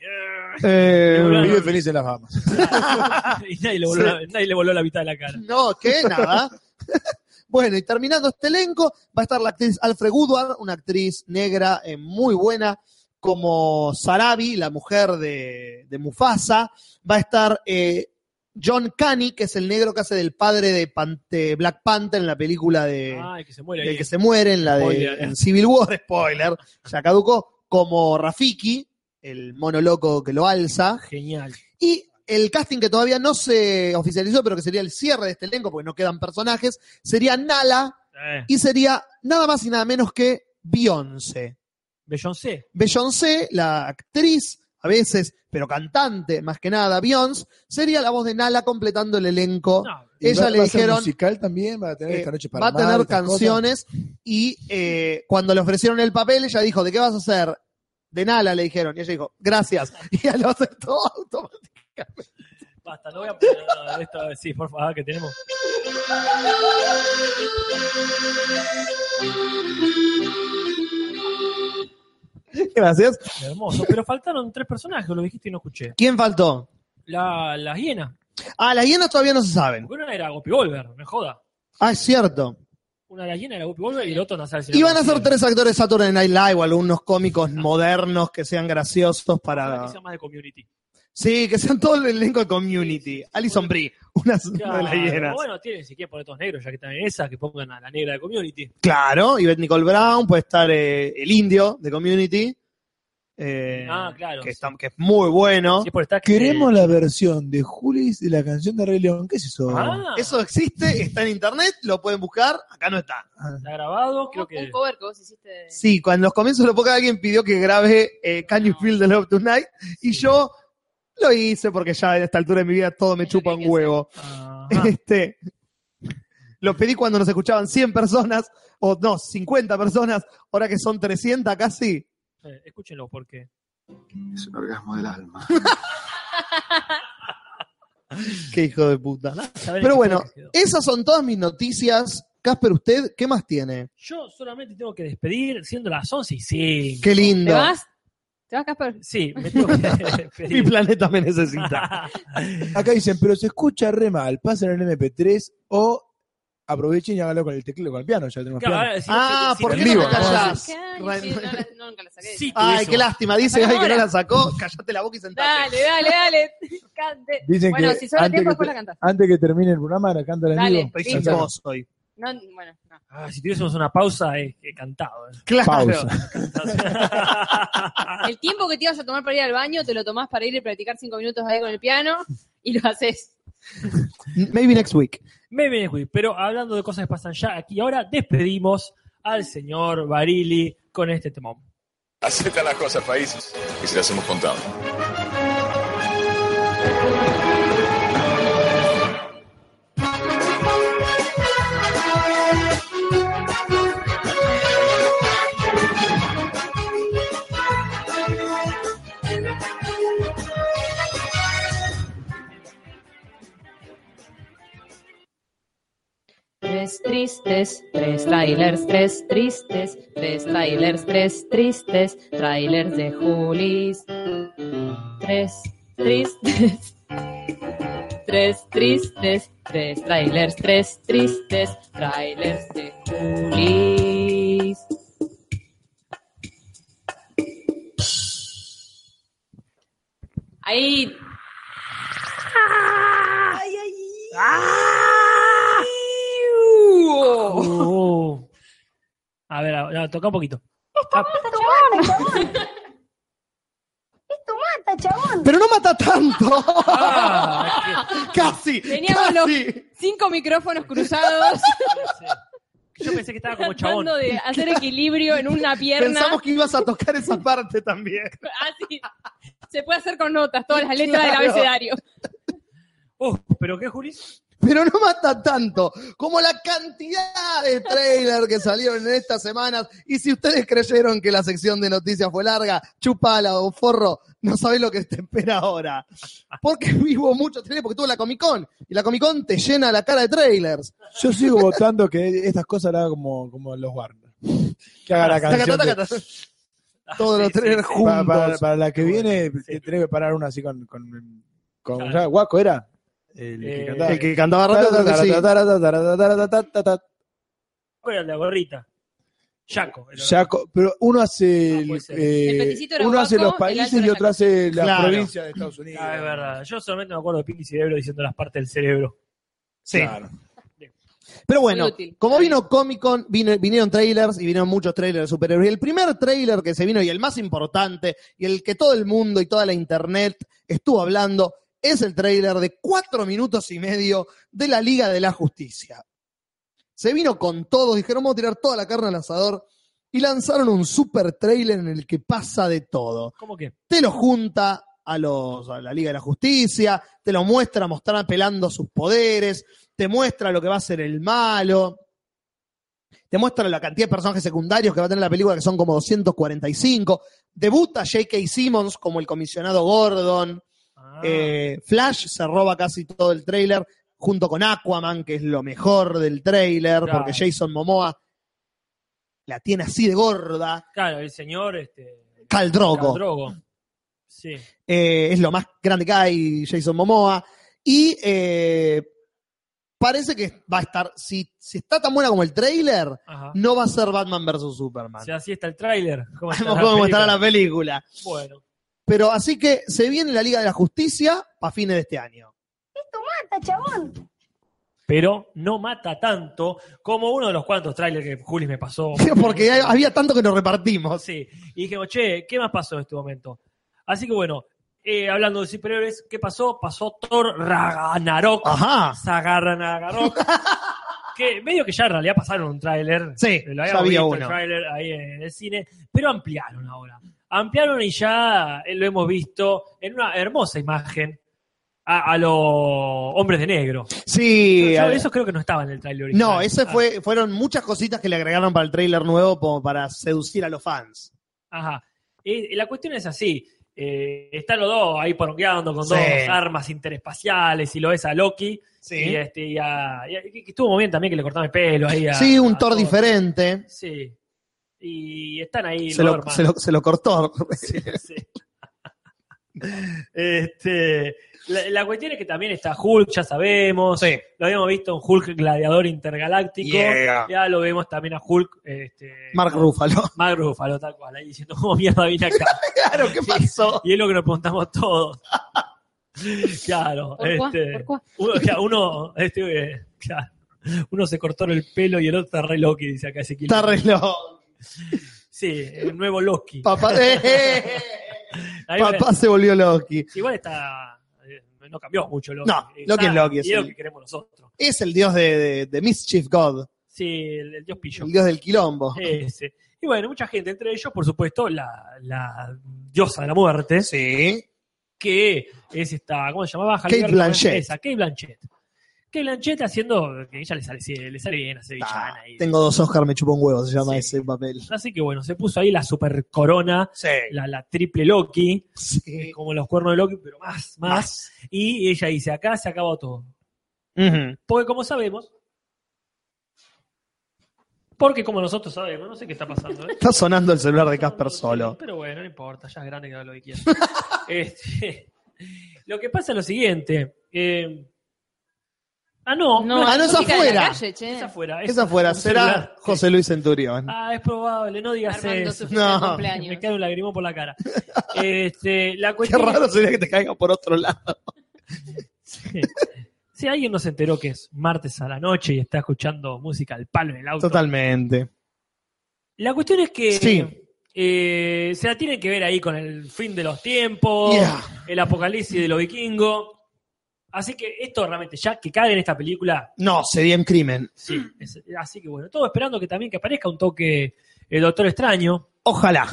Speaker 1: Eh,
Speaker 4: Vive feliz en las Bahamas.
Speaker 2: y nadie le, voló la, nadie le voló la mitad de la cara.
Speaker 1: no, que nada. bueno, y terminando este elenco, va a estar la actriz Alfred Woodward, una actriz negra eh, muy buena, como Sarabi, la mujer de, de Mufasa. Va a estar eh, John Canny, que es el negro que hace del padre de, Pan- de Black Panther en la película de...
Speaker 2: Ah, el que se muere. ahí.
Speaker 1: el que se muere en la de
Speaker 2: Spoiler.
Speaker 1: en Civil War, spoiler, ya caducó, como Rafiki, el mono loco que lo alza,
Speaker 2: Genial.
Speaker 1: y el casting que todavía no se oficializó, pero que sería el cierre de este elenco, porque no quedan personajes, sería Nala
Speaker 2: Eh,
Speaker 1: y sería nada más y nada menos que Beyoncé.
Speaker 2: Beyoncé.
Speaker 1: Beyoncé, la actriz, a veces, pero cantante, más que nada, Beyoncé, sería la voz de Nala completando el elenco.
Speaker 2: No,
Speaker 4: ¿Y
Speaker 1: Ella
Speaker 4: va-
Speaker 1: le
Speaker 4: va a ser
Speaker 1: dijeron,
Speaker 4: musical también, va a tener
Speaker 1: eh,
Speaker 4: esta noche para
Speaker 1: va a
Speaker 4: amar,
Speaker 1: tener
Speaker 4: estas cosas?
Speaker 1: canciones y eh, cuando le ofrecieron el papel ella dijo, ¿de qué vas a hacer? De Nala le dijeron y ella dijo, gracias. Y ella lo aceptó automáticamente.
Speaker 2: basta, no voy a poner nada de esto. Sí, por favor, que tenemos.
Speaker 1: Gracias.
Speaker 2: Hermoso. Pero faltaron tres personajes, lo dijiste y no escuché.
Speaker 1: ¿Quién faltó?
Speaker 2: La, la hiena.
Speaker 1: Ah, las hienas todavía no se saben.
Speaker 2: Porque una era Gopi Volver, me joda.
Speaker 1: Ah, es cierto.
Speaker 2: Una de las hienas era Gopi Volver y el otro no sabe si era
Speaker 1: Iban a ser
Speaker 2: conocido.
Speaker 1: tres actores de Saturday Night Live o algunos cómicos modernos que sean graciosos
Speaker 2: Ojalá que
Speaker 1: para...
Speaker 2: sea más de community.
Speaker 1: Sí, que sean todo el elenco de Community.
Speaker 2: Sí, sí.
Speaker 1: Alison Brie, una una de las
Speaker 2: Claro,
Speaker 1: hienas.
Speaker 2: Bueno, tienen, si quieren poner todos negros, ya que están en esa, que pongan a la negra de community.
Speaker 1: Claro, Yvette Nicole Brown, puede estar eh, el indio de Community. eh,
Speaker 2: Ah, claro,
Speaker 1: Que,
Speaker 2: sí.
Speaker 1: está- que es muy bueno.
Speaker 2: Si es por estar que-
Speaker 4: Queremos la versión de Julis de la canción de Rey León. ¿Qué es eso?
Speaker 2: Ah,
Speaker 1: Eso existe, está en internet, lo pueden buscar, acá no está.
Speaker 2: está grabado, creo que.
Speaker 3: Un cover que vos hiciste. de-
Speaker 1: Sí, cuando en los comienzos de la época alguien pidió que grabe eh, Can You Feel the Love Tonight y yo lo hice porque ya a esta altura de mi vida todo me
Speaker 3: Es lo
Speaker 1: chupa
Speaker 3: que hay
Speaker 1: un
Speaker 3: que
Speaker 1: huevo.
Speaker 2: Ajá.
Speaker 1: Este, lo pedí cuando nos escuchaban 100 personas, o no, 50 personas, ahora que son 300 casi.
Speaker 2: Eh, Escúchenlo, porque.
Speaker 6: Es un orgasmo del alma.
Speaker 1: Qué hijo de puta.
Speaker 2: saben
Speaker 1: Pero
Speaker 2: qué
Speaker 1: bueno,
Speaker 2: fue que quedó.
Speaker 1: esas son todas mis noticias. Casper, ¿usted qué más tiene?
Speaker 2: Yo solamente tengo que despedir siendo las 11 y 5.
Speaker 1: Qué
Speaker 3: ¿Te
Speaker 1: lindo.
Speaker 3: vas? ¿Te vas, Casper?
Speaker 2: Sí, me tengo que
Speaker 1: Mi
Speaker 2: despedir.
Speaker 1: planeta me necesita.
Speaker 4: Acá dicen, pero se escucha re mal. Pasen el MP3 o aprovechen y háganlo con el teclado, con el piano. Ya tenemos
Speaker 2: Claro,
Speaker 4: piano.
Speaker 2: ahora, si-
Speaker 1: Ah,
Speaker 2: si-
Speaker 1: ¿por
Speaker 2: si-
Speaker 1: qué
Speaker 4: en
Speaker 1: no
Speaker 4: vivo.
Speaker 1: me callás?
Speaker 3: Sí,
Speaker 1: Ren-
Speaker 3: no la- no, nunca la saqué.
Speaker 2: Sí.
Speaker 1: Ay, qué lástima. Dice ay, que no
Speaker 3: Ahora.
Speaker 1: la sacó. Callate la boca y sentate.
Speaker 3: Dale, dale, dale. Cante.
Speaker 4: Dicen
Speaker 3: Bueno,
Speaker 4: que
Speaker 3: si sobra
Speaker 4: antes
Speaker 3: tiempo,
Speaker 4: que
Speaker 3: después
Speaker 4: te-
Speaker 3: la cantas.
Speaker 4: Antes que termine el programa, la cantan en
Speaker 3: Dale.
Speaker 4: vivo.
Speaker 1: Estoy
Speaker 3: Sí.
Speaker 1: sin voz hoy.
Speaker 3: No, bueno, no.
Speaker 2: Ah, si tuviésemos una pausa, he, he cantado.
Speaker 1: Claro.
Speaker 4: Pausa.
Speaker 3: El tiempo que te ibas a tomar para ir al baño, te lo tomás para ir y practicar cinco minutos ahí con el piano y lo haces.
Speaker 1: Maybe next week.
Speaker 2: Me viene Judy, pero hablando de cosas que pasan ya aquí y ahora, despedimos al señor Barili con este temón.
Speaker 9: Aceptan las cosas, países. Y se las hemos contado.
Speaker 3: Tres tristes, tres trailers, tres tristes, tres trailers, tres tristes, trailers de Julis. Tres tristes, tres tristes, tres trailers, tres tristes, trailers de Julis. Ahí
Speaker 2: Oh. A ver, a- a- toca un poquito. Ah,
Speaker 1: Pero no mata tanto.
Speaker 2: ah,
Speaker 1: casi.
Speaker 3: Teníamos los-
Speaker 1: casi.
Speaker 3: cinco micrófonos cruzados.
Speaker 2: que- yo pensé que estaba como chabón.
Speaker 3: tratando de hacer equilibrio en una pierna.
Speaker 1: Pensamos que ibas a tocar esa parte también.
Speaker 3: Así. Se puede hacer con notas, todas las letras del
Speaker 1: Claro.
Speaker 3: abecedario.
Speaker 2: Oh, pero qué Julis.
Speaker 1: Pero no mata tanto como la cantidad de trailers que salieron en estas semanas. Y si ustedes creyeron que la sección de noticias fue larga, chupala o forro, no sabés lo que te espera ahora. Porque vivo mucho trailer, porque tuvo la Comic Con. Y la Comic Con te llena la cara de trailers.
Speaker 4: Yo sigo votando que estas cosas las haga como, como los Warner. Que haga la
Speaker 1: Taca,
Speaker 4: canción.
Speaker 1: taca,
Speaker 4: de-
Speaker 1: taca. Todos los
Speaker 2: sí,
Speaker 1: trailers
Speaker 2: sí, sí.
Speaker 1: juntos.
Speaker 4: para, para- para la que
Speaker 2: Bueno,
Speaker 4: viene,
Speaker 2: sí.
Speaker 4: te tenés que parar una así con. con, con-
Speaker 2: Claro.
Speaker 4: ya, ¿Guaco era? El que
Speaker 2: Eh,
Speaker 4: cantaba.
Speaker 1: El que cantaba rato, creo que sí.
Speaker 4: Taratataratataratataratatarat.
Speaker 2: Era la gorrita. Chaco. era la-
Speaker 4: Yaco- pero uno hace
Speaker 2: Ah,
Speaker 4: el-
Speaker 2: puede ser.
Speaker 4: eh,
Speaker 3: El peticito era
Speaker 4: uno hace
Speaker 3: Guaco,
Speaker 4: los
Speaker 3: el
Speaker 4: países
Speaker 3: alto
Speaker 4: y
Speaker 3: era
Speaker 4: otro hace la
Speaker 1: Claro.
Speaker 4: provincia de Estados Unidos.
Speaker 2: Ah, es verdad. Yo solamente me acuerdo de Pinky Cerebro diciendo las partes del cerebro.
Speaker 1: Sí.
Speaker 4: Claro.
Speaker 1: Pero bueno,
Speaker 3: Muy útil.
Speaker 1: como vino Comic Con, vino- vinieron trailers y vinieron muchos trailers de superhéroes. Y el primer trailer que se vino y el más importante y el que todo el mundo y toda la internet estuvo hablando es el trailer de cuatro minutos y medio de la Liga de la Justicia. Se vino con todo, dijeron vamos a tirar toda la carne al asador y lanzaron un super trailer en el que pasa de todo
Speaker 2: ¿Cómo que?
Speaker 1: te lo junta a, los, a la Liga de la Justicia, te lo muestra mostrar apelando sus poderes, te muestra lo que va a ser el malo, te muestra la cantidad de personajes secundarios que va a tener la película, que son como 245. Debuta J.K. Simmons como el comisionado Gordon.
Speaker 2: Ah,
Speaker 1: Eh, Flash se roba casi todo el trailer junto con Aquaman, que es lo mejor del trailer,
Speaker 2: Claro.
Speaker 1: porque Jason Momoa la tiene así de gorda.
Speaker 2: claro, el señor este,
Speaker 1: Cal Drogo.
Speaker 2: Drogo. Sí.
Speaker 1: Eh, es lo más grande que hay, Jason Momoa. Y eh, parece que va a estar, si, si está tan buena como el trailer,
Speaker 2: Ajá.
Speaker 1: no va a ser Batman vs. Superman.
Speaker 2: Si así está el tráiler. ¿Cómo está
Speaker 1: Vamos cómo estará la
Speaker 2: película?
Speaker 1: película.
Speaker 2: Bueno.
Speaker 1: Pero así que se viene la Liga de la Justicia para fines de este año.
Speaker 2: Pero no mata tanto como uno de los cuantos trailers que Julis me pasó.
Speaker 1: Porque hay- había tanto que nos repartimos.
Speaker 2: Sí. Y dijimos, che, ¿qué más pasó en este momento? Así que bueno, eh, hablando de superhéroes, ¿qué pasó? Pasó Thor Ragnarok.
Speaker 1: Ajá.
Speaker 2: Ragnarok. que medio que ya en realidad pasaron un tráiler. Eh,
Speaker 1: Sí,
Speaker 2: Lo
Speaker 1: ya
Speaker 2: habíamos
Speaker 1: había
Speaker 2: visto
Speaker 1: uno.
Speaker 2: el tráiler ahí en el cine, pero ampliaron ahora. Ampliaron y ya eh, lo hemos visto en una hermosa imagen a, a los hombres de negro.
Speaker 1: Sí.
Speaker 2: Yo- yo
Speaker 1: eh,
Speaker 2: eso creo que no estaba en el tráiler original.
Speaker 1: no, ese
Speaker 2: Ah,
Speaker 1: fue, fueron muchas cositas que le agregaron para el trailer nuevo como para seducir a los fans.
Speaker 2: Ajá. Y- y la cuestión es así. eh, están los dos ahí porongueando con
Speaker 1: Sí.
Speaker 2: dos armas interespaciales y lo es a Loki y,
Speaker 1: Sí.
Speaker 2: este, y a, y a- que estuvo muy bien también que le cortaron el pelo ahí a-
Speaker 1: Sí, un
Speaker 2: a
Speaker 1: Thor diferente.
Speaker 2: Sí. Y están ahí
Speaker 1: se
Speaker 2: los
Speaker 1: lo,
Speaker 2: hermanos.
Speaker 1: se lo- se lo cortó.
Speaker 2: Sí. Este, la, la cuestión es que también está Hulk, ya sabemos.
Speaker 1: Sí.
Speaker 2: Lo habíamos visto en Hulk Gladiador Intergaláctico. Ya lo vemos también a Hulk. Este,
Speaker 1: Mark Ruffalo.
Speaker 2: Mark Ruffalo, tal cual. Ahí diciendo, ¿cómo mierda vine acá?
Speaker 1: Claro, ¿qué pasó?
Speaker 2: Y es lo que nos preguntamos todos. Claro.
Speaker 3: ¿Por cuá?
Speaker 2: este,
Speaker 3: ¿Por cuá?
Speaker 2: uno, claro, uno, este, eh, claro, uno se cortó el pelo y el otro está re Loki, dice acá Ezequiel.
Speaker 1: Está reloj.
Speaker 2: Sí, el nuevo Loki.
Speaker 1: Papá, eh, eh,
Speaker 2: Ahí va-
Speaker 1: papá se volvió Loki.
Speaker 2: Igual está. eh, No cambió mucho Loki.
Speaker 1: No,
Speaker 2: Eh,
Speaker 1: Loki es
Speaker 2: está-
Speaker 1: Loki,
Speaker 2: Y
Speaker 1: es
Speaker 2: es lo
Speaker 1: el-
Speaker 2: que queremos nosotros.
Speaker 1: Es el dios de, de- de Mischief God.
Speaker 2: Sí, el, el dios pillo.
Speaker 1: El dios del quilombo.
Speaker 2: Ese. Y bueno, mucha gente, entre ellos, por supuesto, la, la diosa de la
Speaker 1: ¿Eh?
Speaker 2: muerte,
Speaker 1: Sí.
Speaker 2: que es esta, ¿cómo se llamaba?
Speaker 1: Kate
Speaker 2: Halliburton,
Speaker 1: Blanchett.
Speaker 2: Esa, Kate Blanchett. Kate Blanchett haciendo, que ella le sale, sí, le sale bien hacer villana. y-
Speaker 1: Ah, Tengo dos Oscar, me chupo un huevo, se llama
Speaker 2: Sí.
Speaker 1: ese papel.
Speaker 2: Así que bueno, se puso ahí la super corona,
Speaker 1: Sí.
Speaker 2: la, la triple Loki,
Speaker 1: Sí.
Speaker 2: como los cuernos de Loki, pero más, más, Y ella dice, acá se acabó todo.
Speaker 1: Ujú.
Speaker 2: Porque como sabemos, porque como nosotros sabemos, no sé qué está pasando. ¿eh?
Speaker 1: Está sonando el celular de Casper solo.
Speaker 2: Pero bueno, no importa, ya es grande que haga lo que quiera. Este, lo que pasa es lo siguiente. eh, ah, no,
Speaker 1: ah, no,
Speaker 3: la
Speaker 1: es
Speaker 3: música de la
Speaker 1: afuera.
Speaker 3: calle, che.
Speaker 2: es afuera. es-
Speaker 1: Esa fuera,
Speaker 2: un
Speaker 1: será
Speaker 2: celular.
Speaker 1: José Luis Centurión.
Speaker 2: Ah, es probable, no digas
Speaker 3: Armando
Speaker 2: eso.
Speaker 3: su fiesta de
Speaker 1: No.
Speaker 3: cumpleaños.
Speaker 2: Me cae un lagrimón por la cara. Este, la
Speaker 1: Qué
Speaker 2: cuestión es-
Speaker 1: raro sería que te caiga por otro lado.
Speaker 2: Si alguien nos enteró que es martes a la noche y está escuchando música al palo en el auto.
Speaker 1: Totalmente.
Speaker 2: La cuestión es que
Speaker 1: Sí.
Speaker 2: eh, se la tiene que ver ahí con el fin de los tiempos,
Speaker 1: Yeah.
Speaker 2: el apocalipsis de los vikingos. Así que esto realmente, ya que cae en esta película,
Speaker 1: No, sería un crimen.
Speaker 2: sí. es- así que bueno, todo esperando que también que aparezca un toque el Doctor Extraño.
Speaker 1: Ojalá.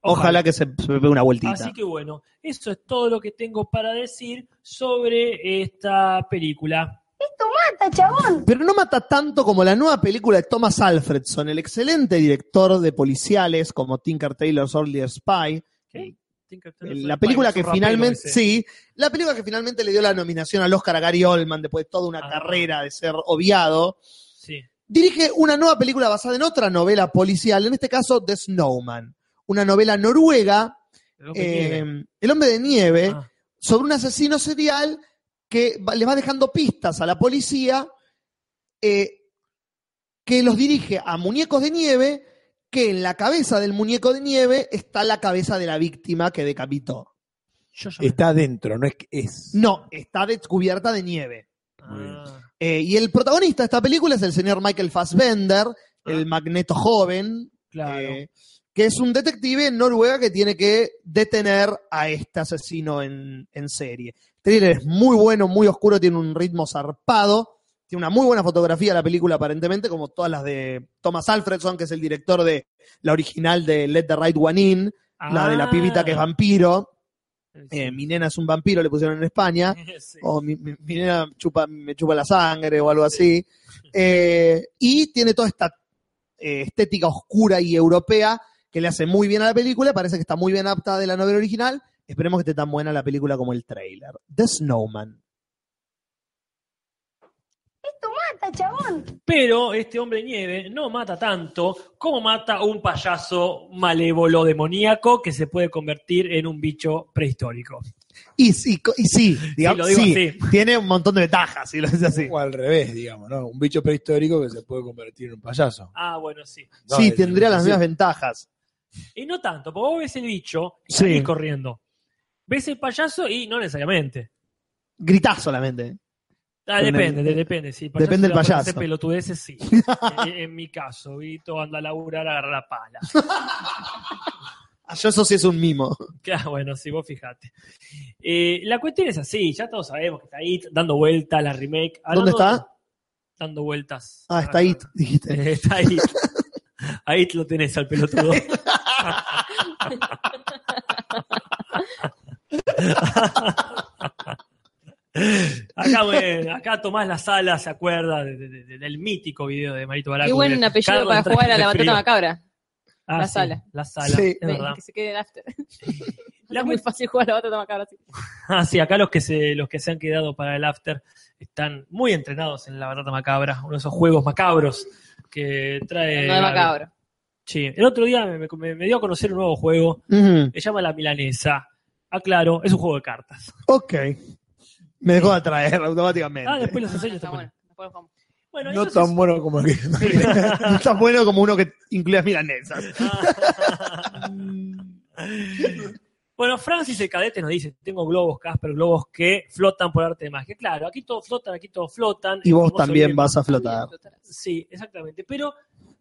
Speaker 1: Ojalá, que se, se pegue una vueltita.
Speaker 2: Así que bueno, eso es todo lo que tengo para decir sobre esta película.
Speaker 1: Pero no mata tanto como la nueva película de Thomas Alfredson, el excelente director de policiales como Tinker Taylor Soldier Spy,
Speaker 2: ¿Eh?
Speaker 1: la película que finalmente sí, la película que finalmente le dio la nominación al Oscar a Gary Oldman después de toda una
Speaker 2: Ah.
Speaker 1: carrera de ser obviado,
Speaker 2: sí.
Speaker 1: dirige una nueva película basada en otra novela policial, en este caso The Snowman, una novela noruega,
Speaker 2: Lo que
Speaker 1: eh,
Speaker 2: tiene.
Speaker 1: El hombre de nieve,
Speaker 2: Ah.
Speaker 1: sobre un asesino serial que va- les va dejando pistas a la policía eh, que los dirige a muñecos de nieve que en la cabeza del muñeco de nieve está la cabeza de la víctima que decapitó.
Speaker 2: Yo ya me-
Speaker 4: Está adentro, no es que es.
Speaker 1: No, está descubierta de nieve.
Speaker 4: Muy bien.
Speaker 2: Ah,
Speaker 1: Eh, y el protagonista de esta película es el señor Michael Fassbender, el magneto joven,
Speaker 2: claro.
Speaker 1: eh, que es un detective en Noruega que tiene que detener a este asesino en, en serie. El thriller es muy bueno, muy oscuro, tiene un ritmo zarpado, tiene una muy buena fotografía la película aparentemente, como todas las de Thomas Alfredson, que es el director de la original de Let the Right One In, la de
Speaker 2: Ah.
Speaker 1: la pibita que es vampiro, eh, Mi nena es un vampiro, le pusieron en España
Speaker 2: Sí.
Speaker 1: o mi, mi- mi nena chupa, me chupa la sangre o algo así. Eh, y tiene toda esta eh, estética oscura y europea que le hace muy bien a la película, parece que está muy bien apta de la novela original. Esperemos que esté tan buena la película como el trailer. The Snowman.
Speaker 2: Pero este hombre nieve no mata tanto como mata un payaso malévolo demoníaco que se puede convertir en un bicho prehistórico.
Speaker 1: Y sí, co- y sí, digamos,
Speaker 2: lo digo
Speaker 1: sí,
Speaker 2: así.
Speaker 1: tiene un montón de ventajas, si lo dice así.
Speaker 4: O al revés, digamos, ¿no? Un bicho prehistórico que se puede convertir en un payaso.
Speaker 2: Ah, bueno, sí.
Speaker 4: No,
Speaker 1: sí,
Speaker 4: es-
Speaker 1: tendría las
Speaker 4: sí.
Speaker 1: mismas ventajas.
Speaker 2: Y no tanto, porque vos ves el bicho y
Speaker 1: Sí.
Speaker 2: salís corriendo. Ves el payaso y no necesariamente.
Speaker 1: Gritás solamente.
Speaker 2: Ah,
Speaker 1: Con
Speaker 2: depende,
Speaker 1: el-
Speaker 2: de- depende. Sí,
Speaker 1: Depende del payaso.
Speaker 2: Hace pelotudeces, sí. en, en mi caso, Vito anda a laburar, agarra la pala.
Speaker 1: Ah, Yo eso sí es un mimo.
Speaker 2: Claro, bueno, sí, vos fijate. Eh, la cuestión es así, ya todos sabemos que está It dando vuelta la remake.
Speaker 1: ¿Dónde
Speaker 2: Hablando-
Speaker 1: está?
Speaker 2: Dando vueltas.
Speaker 1: Ah, está ahí, dijiste.
Speaker 2: Eh, Está It. A It lo tenés al pelotudo. Acá, bueno, acá Tomás La Sala se acuerda de- de- de- del mítico video de Marito Baraco.
Speaker 3: Qué buen
Speaker 2: de
Speaker 3: apellido
Speaker 2: Carlos
Speaker 3: para
Speaker 2: Entraña
Speaker 3: jugar a la
Speaker 2: de
Speaker 3: batata
Speaker 2: Frío.
Speaker 3: macabra.
Speaker 2: Ah,
Speaker 3: La
Speaker 2: sí,
Speaker 3: Sala.
Speaker 2: La Sala,
Speaker 1: Sí.
Speaker 2: es verdad.
Speaker 3: Que se quede el after.
Speaker 2: La
Speaker 3: es muy fácil jugar a la batata macabra. así.
Speaker 2: Ah, sí, acá los que se, los que se han quedado para el after están muy entrenados en la batata macabra, uno de esos juegos macabros que trae.
Speaker 3: No es macabro.
Speaker 2: Sí, el otro día me, me- me dio a conocer un nuevo juego,
Speaker 1: Ujú.
Speaker 2: se llama La Milanesa. Aclaro, es un juego de cartas.
Speaker 1: Ok. Me dejó atraer automáticamente.
Speaker 2: Ah, después los
Speaker 3: No, no,
Speaker 2: enseño.
Speaker 3: está
Speaker 2: está
Speaker 3: bueno. Después lo jugamos.
Speaker 2: Bueno,
Speaker 4: No
Speaker 2: eso
Speaker 4: tan
Speaker 2: sí-
Speaker 4: bueno como el que.
Speaker 1: No es tan bueno como uno que incluía milanesas.
Speaker 2: Bueno, Francis el cadete nos dice, tengo globos, Casper, globos que flotan por arte de magia. Claro, aquí todos flotan, aquí todos flotan.
Speaker 1: Y vos
Speaker 2: Hermoso
Speaker 1: también
Speaker 2: lema.
Speaker 1: vas a flotar.
Speaker 2: Sí, exactamente. Pero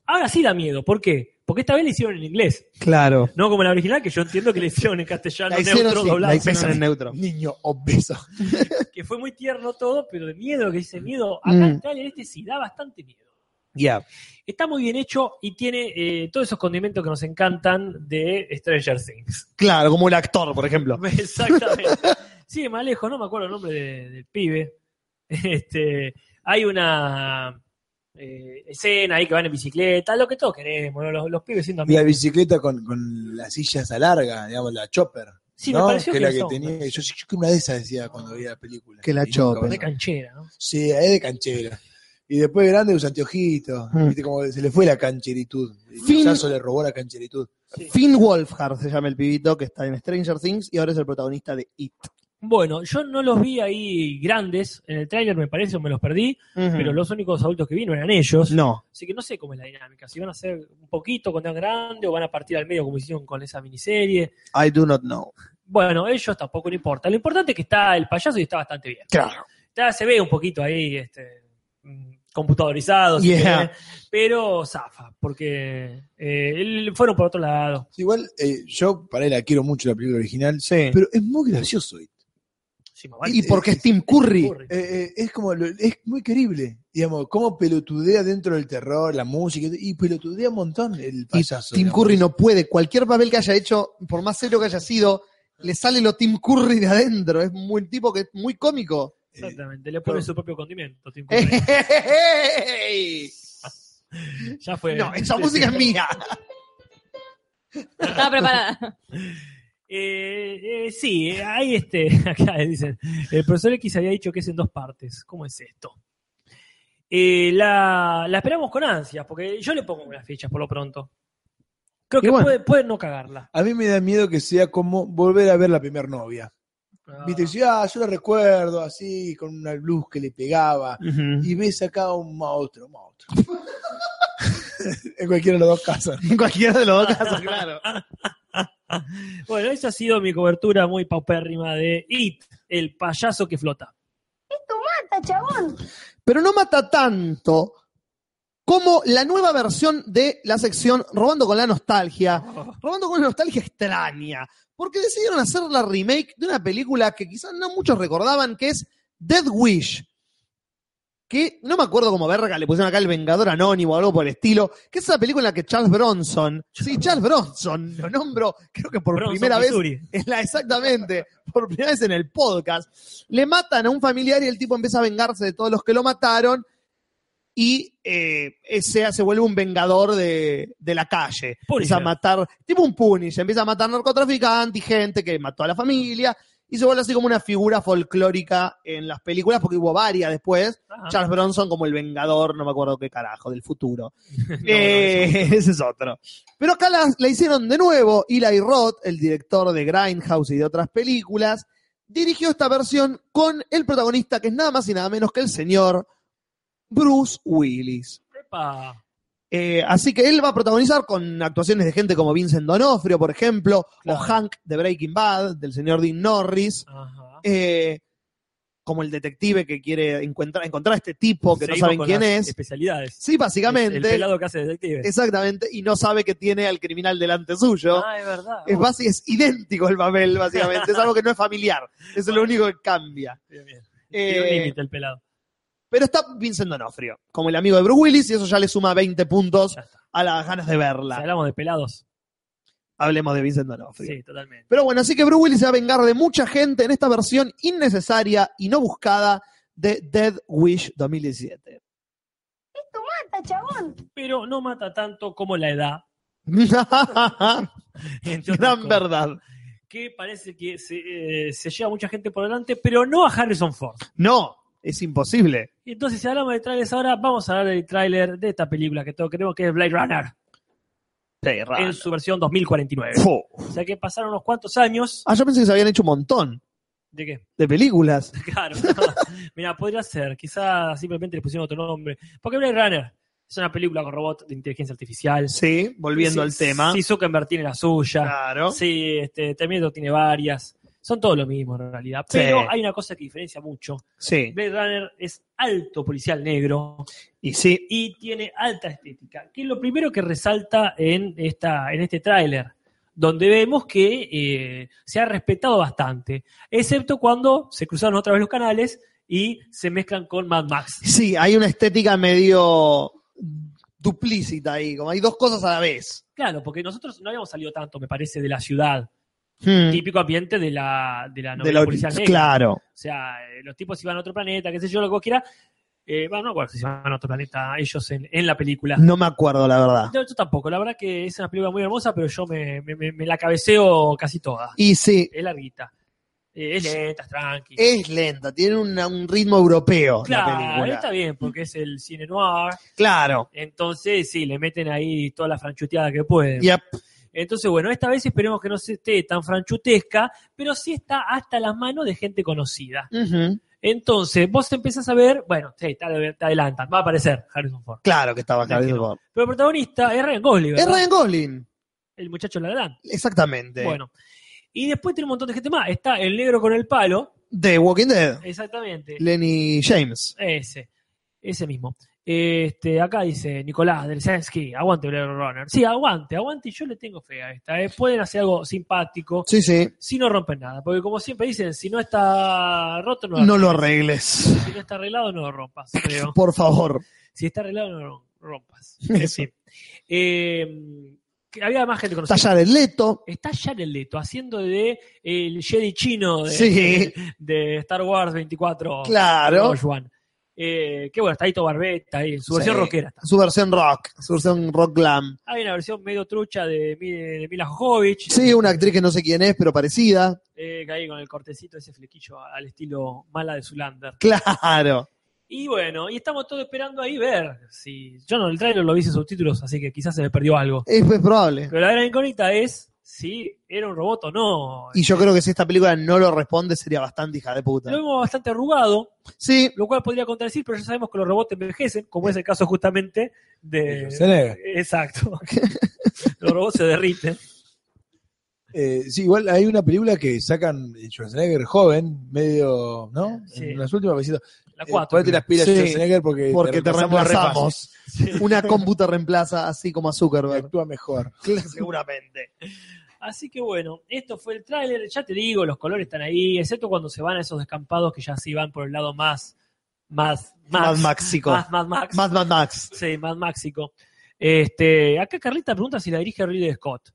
Speaker 2: ahora sí da miedo. ¿Por qué? Porque esta vez la hicieron en inglés.
Speaker 1: Claro.
Speaker 2: No como la original, que yo entiendo que la hicieron en castellano
Speaker 1: La hicieron,
Speaker 2: neutro
Speaker 1: sí,
Speaker 2: doblado.
Speaker 1: la hicieron en neutro.
Speaker 4: Niño obeso.
Speaker 2: Que fue muy tierno todo, pero de miedo, que dice miedo. Acá
Speaker 1: Mm.
Speaker 2: en Italia, en este sí da bastante miedo.
Speaker 1: Yeah.
Speaker 2: Está muy bien hecho y tiene eh, todos esos condimentos que nos encantan de Stranger Things.
Speaker 1: Claro, como el actor, por ejemplo.
Speaker 2: Exactamente. Sí, más lejos, no me acuerdo el nombre de- del pibe. Este, hay una eh, escena ahí que van en bicicleta, lo que todos queremos, ¿no? los, los pibes siendo
Speaker 4: Y la
Speaker 2: amigos.
Speaker 4: bicicleta con, con las sillas a larga, digamos, la chopper.
Speaker 2: Sí, me
Speaker 4: ¿no?
Speaker 2: pareció
Speaker 4: que era que
Speaker 2: eso,
Speaker 4: tenía.
Speaker 2: me
Speaker 4: Yo, yo que una de esas decía cuando veía la película.
Speaker 1: Que la
Speaker 4: Y nunca
Speaker 1: chopper.
Speaker 2: De
Speaker 4: pasó.
Speaker 2: canchera, ¿no?
Speaker 4: Sí, es de canchera. Y después de grande, los anteojitos.
Speaker 1: Mm.
Speaker 4: Viste como se le fue la cancheritud.
Speaker 1: Fin.
Speaker 4: El Sasso le robó la cancheritud.
Speaker 1: Finn Wolfhard se llama el pibito que está en Stranger Things y ahora es el protagonista de It.
Speaker 2: Bueno, yo no los vi ahí grandes en el tráiler, me parece, o me los perdí, pero los únicos adultos que vi no eran ellos.
Speaker 1: Mm. No.
Speaker 2: Así que no sé cómo es la dinámica, si van a ser un poquito cuando eran grandes o van a partir al medio como hicieron con esa miniserie.
Speaker 1: I do not know.
Speaker 2: Bueno, ellos tampoco le importa. Lo importante es que está el payaso y está bastante bien.
Speaker 1: Claro.
Speaker 2: Ya se ve un poquito ahí este, mm, computadorizado, si
Speaker 1: Yeah.
Speaker 2: querés, pero zafa, porque eh, él- fueron por otro lado.
Speaker 4: Igual, eh, yo, para él, la quiero mucho la película original.
Speaker 1: Sí.
Speaker 4: Pero es muy gracioso. eh.
Speaker 2: Sí, más
Speaker 1: y
Speaker 2: vale.
Speaker 1: porque es Tim Curry.
Speaker 2: Curry.
Speaker 4: Eh, eh, es como, lo- es muy querible. Digamos, cómo pelotudea dentro del terror, la música. Y pelotudea un montón el
Speaker 1: Y
Speaker 4: payaso.
Speaker 1: Tim
Speaker 4: digamos.
Speaker 1: Curry no puede. Cualquier papel que haya hecho, por más serio que haya sido, le sale lo Tim Curry de adentro. Es muy- un tipo que es muy cómico.
Speaker 4: Eh,
Speaker 2: Exactamente, le pone
Speaker 4: pero-
Speaker 2: su propio condimento. Tim Curry.
Speaker 1: ¡Ey!
Speaker 2: ya fue.
Speaker 1: No, esa música es mía.
Speaker 3: Estaba preparada.
Speaker 2: Eh, eh, sí, eh, hay este, acá dicen, el profesor X había dicho que es en dos partes. ¿Cómo es esto? Eh, la, la esperamos con ansias, porque yo le pongo unas fichas por lo pronto. Creo
Speaker 1: Y
Speaker 2: que
Speaker 1: bueno.
Speaker 2: puede, puede no cagarla.
Speaker 4: A mí me da miedo que sea como volver a ver la primer novia. Viste,
Speaker 2: Ah.
Speaker 4: dice, ah, yo la recuerdo así, con una luz que le pegaba. Y ves acá a un monstruo, un monstruo. en cualquiera de los dos casos.
Speaker 1: En cualquiera de los dos casos, claro.
Speaker 2: Bueno, esa ha sido mi cobertura muy paupérrima de It, el payaso que flota.
Speaker 1: Pero no mata tanto como la nueva versión de la sección Robando con la Nostalgia. Robando con una nostalgia extraña. Porque decidieron hacer la remake de una película que quizás no muchos recordaban, que es Dead Wish. Que no me acuerdo cómo verga le pusieron acá el Vengador Anónimo o algo por el estilo. Que es esa película en la que Charles Bronson. Sí, Charles Bronson. Lo nombro, creo que por
Speaker 2: Bronson,
Speaker 1: primera vez.
Speaker 2: Missouri.
Speaker 1: Es la- exactamente, por primera vez en el podcast. Le matan a un familiar y el tipo empieza a vengarse de todos los que lo mataron y eh, ese se vuelve un vengador de, de la calle.
Speaker 2: Punisher.
Speaker 1: Empieza a matar, tipo un Punisher, empieza a matar narcotraficantes, y gente que mató a la familia y se vuelve así como una figura folclórica en las películas, porque hubo varias después.
Speaker 2: Ajá.
Speaker 1: Charles Bronson como el vengador, no me acuerdo qué carajo, del futuro.
Speaker 2: No, no,
Speaker 1: Eh, ese es otro. Pero acá la, la hicieron de nuevo. Eli Roth, el director de Grindhouse y de otras películas, dirigió esta versión con el protagonista que es nada más y nada menos que el señor Bruce Willis.
Speaker 2: eso- Epa.
Speaker 1: Eh, así que él va a protagonizar con actuaciones de gente como Vincent Donofrio, por ejemplo,
Speaker 2: Claro.
Speaker 1: o Hank de Breaking Bad, del señor Dean Norris,
Speaker 2: Ajá.
Speaker 1: eh, como el detective que quiere encontrar, encontrar a este tipo que
Speaker 2: Seguimos
Speaker 1: no saben
Speaker 2: con
Speaker 1: quién
Speaker 2: las
Speaker 1: es.
Speaker 2: Especialidades.
Speaker 1: Sí,
Speaker 2: El
Speaker 1: básicamente.
Speaker 2: pelado que hace detective.
Speaker 1: Exactamente, y no sabe que tiene al criminal delante suyo.
Speaker 2: Ah, es verdad.
Speaker 1: Es, basi- es idéntico el papel, básicamente. Es algo que no es familiar. Eso es lo único que cambia.
Speaker 2: Bien, bien.
Speaker 1: Eh,
Speaker 2: Tiene un límite el pelado.
Speaker 1: pero está Vincent Donofrio, como el amigo de Bruce Willis, y eso ya le suma 20 puntos
Speaker 2: Ya está.
Speaker 1: a las ganas de
Speaker 2: Si
Speaker 1: verla.
Speaker 2: hablamos de pelados.
Speaker 1: Hablemos de Vincent Donofrio.
Speaker 2: Sí, totalmente.
Speaker 1: Pero bueno, así que Bruce Willis se va a vengar de mucha gente en esta versión innecesaria y no buscada de Dead Wish 2017.
Speaker 2: Pero no mata tanto como la edad. entre otras
Speaker 1: Gran
Speaker 2: cosas.
Speaker 1: verdad.
Speaker 2: Que parece que se, eh, se lleva mucha gente por delante, pero no a Harrison Ford.
Speaker 1: No, es imposible.
Speaker 2: Y Entonces, si hablamos de trailers ahora, vamos a hablar del tráiler de esta película que todos queremos, que es Blade Runner,
Speaker 1: Sí, raro.
Speaker 2: en su versión 2049.
Speaker 1: Fu.
Speaker 2: O sea que pasaron unos cuantos años.
Speaker 1: Ah, yo pensé que se habían hecho un montón
Speaker 2: ¿De qué?
Speaker 1: de películas.
Speaker 2: Claro. Mira, podría ser. Quizás simplemente le pusieron otro nombre. Porque Blade Runner es una película con robots de inteligencia artificial.
Speaker 1: Sí, volviendo
Speaker 2: Sí,
Speaker 1: al tema.
Speaker 2: Sí, Zuckerberg tiene la suya.
Speaker 1: claro.
Speaker 2: Sí, este, Terminator tiene varias. Son todos lo mismo en realidad.
Speaker 1: Sí.
Speaker 2: Pero hay una cosa que diferencia mucho.
Speaker 1: Sí.
Speaker 2: Blade Runner es alto policial negro
Speaker 1: Y sí.
Speaker 2: y tiene alta estética, que es lo primero que resalta en, esta, en este tráiler, donde vemos que eh, se ha respetado bastante, excepto cuando se cruzaron otra vez los canales y se mezclan con Mad Max.
Speaker 1: Sí, hay una estética medio duplícita ahí, como hay dos cosas a la vez.
Speaker 2: Claro, porque nosotros no habíamos salido tanto, me parece, de la ciudad. Típico ambiente de la, de la
Speaker 1: Mm. Hmm. De
Speaker 2: novela
Speaker 1: la-
Speaker 2: policial negra.
Speaker 1: claro.
Speaker 2: O sea, eh, los tipos iban a otro planeta, qué sé yo, lo que vos quieras. Eh, bueno, no, bueno, si se van a otro planeta ellos en, en la película.
Speaker 1: No me acuerdo, la verdad.
Speaker 2: No, yo tampoco. La verdad que es una película muy hermosa, pero yo me, me- me- me la cabeceo casi toda.
Speaker 1: Y sí,
Speaker 2: Es larguita. Eh, es lenta, es tranqui.
Speaker 1: es lenta, tiene una- un ritmo europeo la
Speaker 2: claro,
Speaker 1: película.
Speaker 2: está bien, porque es el cine noir.
Speaker 1: Claro.
Speaker 2: Entonces, sí, le meten ahí toda la franchuteada que pueden.
Speaker 1: Yep.
Speaker 2: Entonces, bueno, esta vez esperemos que no se esté tan franchutesca, pero sí está hasta las manos de gente conocida.
Speaker 1: Ujú.
Speaker 2: Entonces, vos empezás a ver, bueno, sí, te, te adelantan, va a aparecer Harrison Ford.
Speaker 1: Claro que estaba acá.
Speaker 2: Imagino. Pero el protagonista es Ryan Gosling,
Speaker 1: Es
Speaker 2: ¿verdad?
Speaker 1: Ryan Gosling.
Speaker 2: el muchacho ladrán.
Speaker 1: Exactamente.
Speaker 2: Bueno. Y después tiene un montón de gente más. Está el negro con el palo,
Speaker 1: De Walking Dead.
Speaker 2: exactamente.
Speaker 1: Lenny James.
Speaker 2: Ese, ese mismo. Este, acá dice Nicolás del Sensky, aguante Blade Runner. Sí, aguante, aguante, y yo le tengo fe a esta. ¿eh? Pueden hacer algo simpático
Speaker 1: Sí, sí.
Speaker 2: si no rompen nada. Porque como siempre dicen, si no está roto, no,
Speaker 1: No lo
Speaker 2: arregles.
Speaker 1: arregles.
Speaker 2: Si no está arreglado, no lo rompas, creo.
Speaker 1: Por favor.
Speaker 2: Si está arreglado, no lo rompas. En
Speaker 1: Eso.
Speaker 2: fin. Eh, que había más gente
Speaker 1: Está
Speaker 2: conocida.
Speaker 1: Jared Leto.
Speaker 2: Está Jared Leto haciendo de el Jedi chino de,
Speaker 1: Sí.
Speaker 2: de Star Wars 24.
Speaker 1: Claro.
Speaker 2: Rogue One. Eh, que bueno, está Ito Barbetta ahí, en su versión
Speaker 1: Sí.
Speaker 2: rockera. está.
Speaker 1: Su versión rock. Su versión rock glam.
Speaker 2: Hay una versión medio trucha de, Mi- de Mila Jovovich,
Speaker 1: Sí, una actriz que no sé quién es, pero parecida.
Speaker 2: eh, que ahí con el cortecito, ese flequillo al estilo mala de Zulander.
Speaker 1: Claro.
Speaker 2: Y bueno, y estamos todos esperando ahí ver. Si, yo no, el trailer lo vi sin subtítulos, así que quizás se me perdió algo.
Speaker 1: Es, es probable.
Speaker 2: Pero la gran incógnita es si era un robot o no.
Speaker 1: Y yo creo que si esta película no lo responde sería bastante hija de puta.
Speaker 2: Lo vemos bastante arrugado,
Speaker 1: Sí,
Speaker 2: lo cual podría contradecir, pero ya sabemos que los robots envejecen, como es el caso justamente de...
Speaker 4: Eh, Schwarzenegger.
Speaker 2: Exacto. los robots se derriten.
Speaker 4: Eh, sí, igual hay una película que sacan Schwarzenegger joven, medio, ¿no?
Speaker 2: Sí.
Speaker 4: En las últimas veces.
Speaker 2: La
Speaker 4: Eh,
Speaker 2: 4.
Speaker 4: ponete las pilas
Speaker 1: Sí,
Speaker 4: Schwarzenegger porque,
Speaker 1: porque te
Speaker 4: reemplazamos
Speaker 1: reemplazamos. Una compu te reemplaza, así como a
Speaker 4: re fácil.
Speaker 1: Zuckerberg.
Speaker 4: Actúa mejor.
Speaker 1: Seguramente.
Speaker 2: Así que bueno, esto fue el tráiler. Ya te digo, los colores están ahí, excepto cuando se van a esos descampados que ya sí van por el lado más, más,
Speaker 1: Mad
Speaker 2: más,
Speaker 1: Maxico.
Speaker 2: más, más Max.
Speaker 1: Mad Mad Max.
Speaker 2: Sí, más Maxico. Este, acá Carlita pregunta si la dirige Ridley Scott.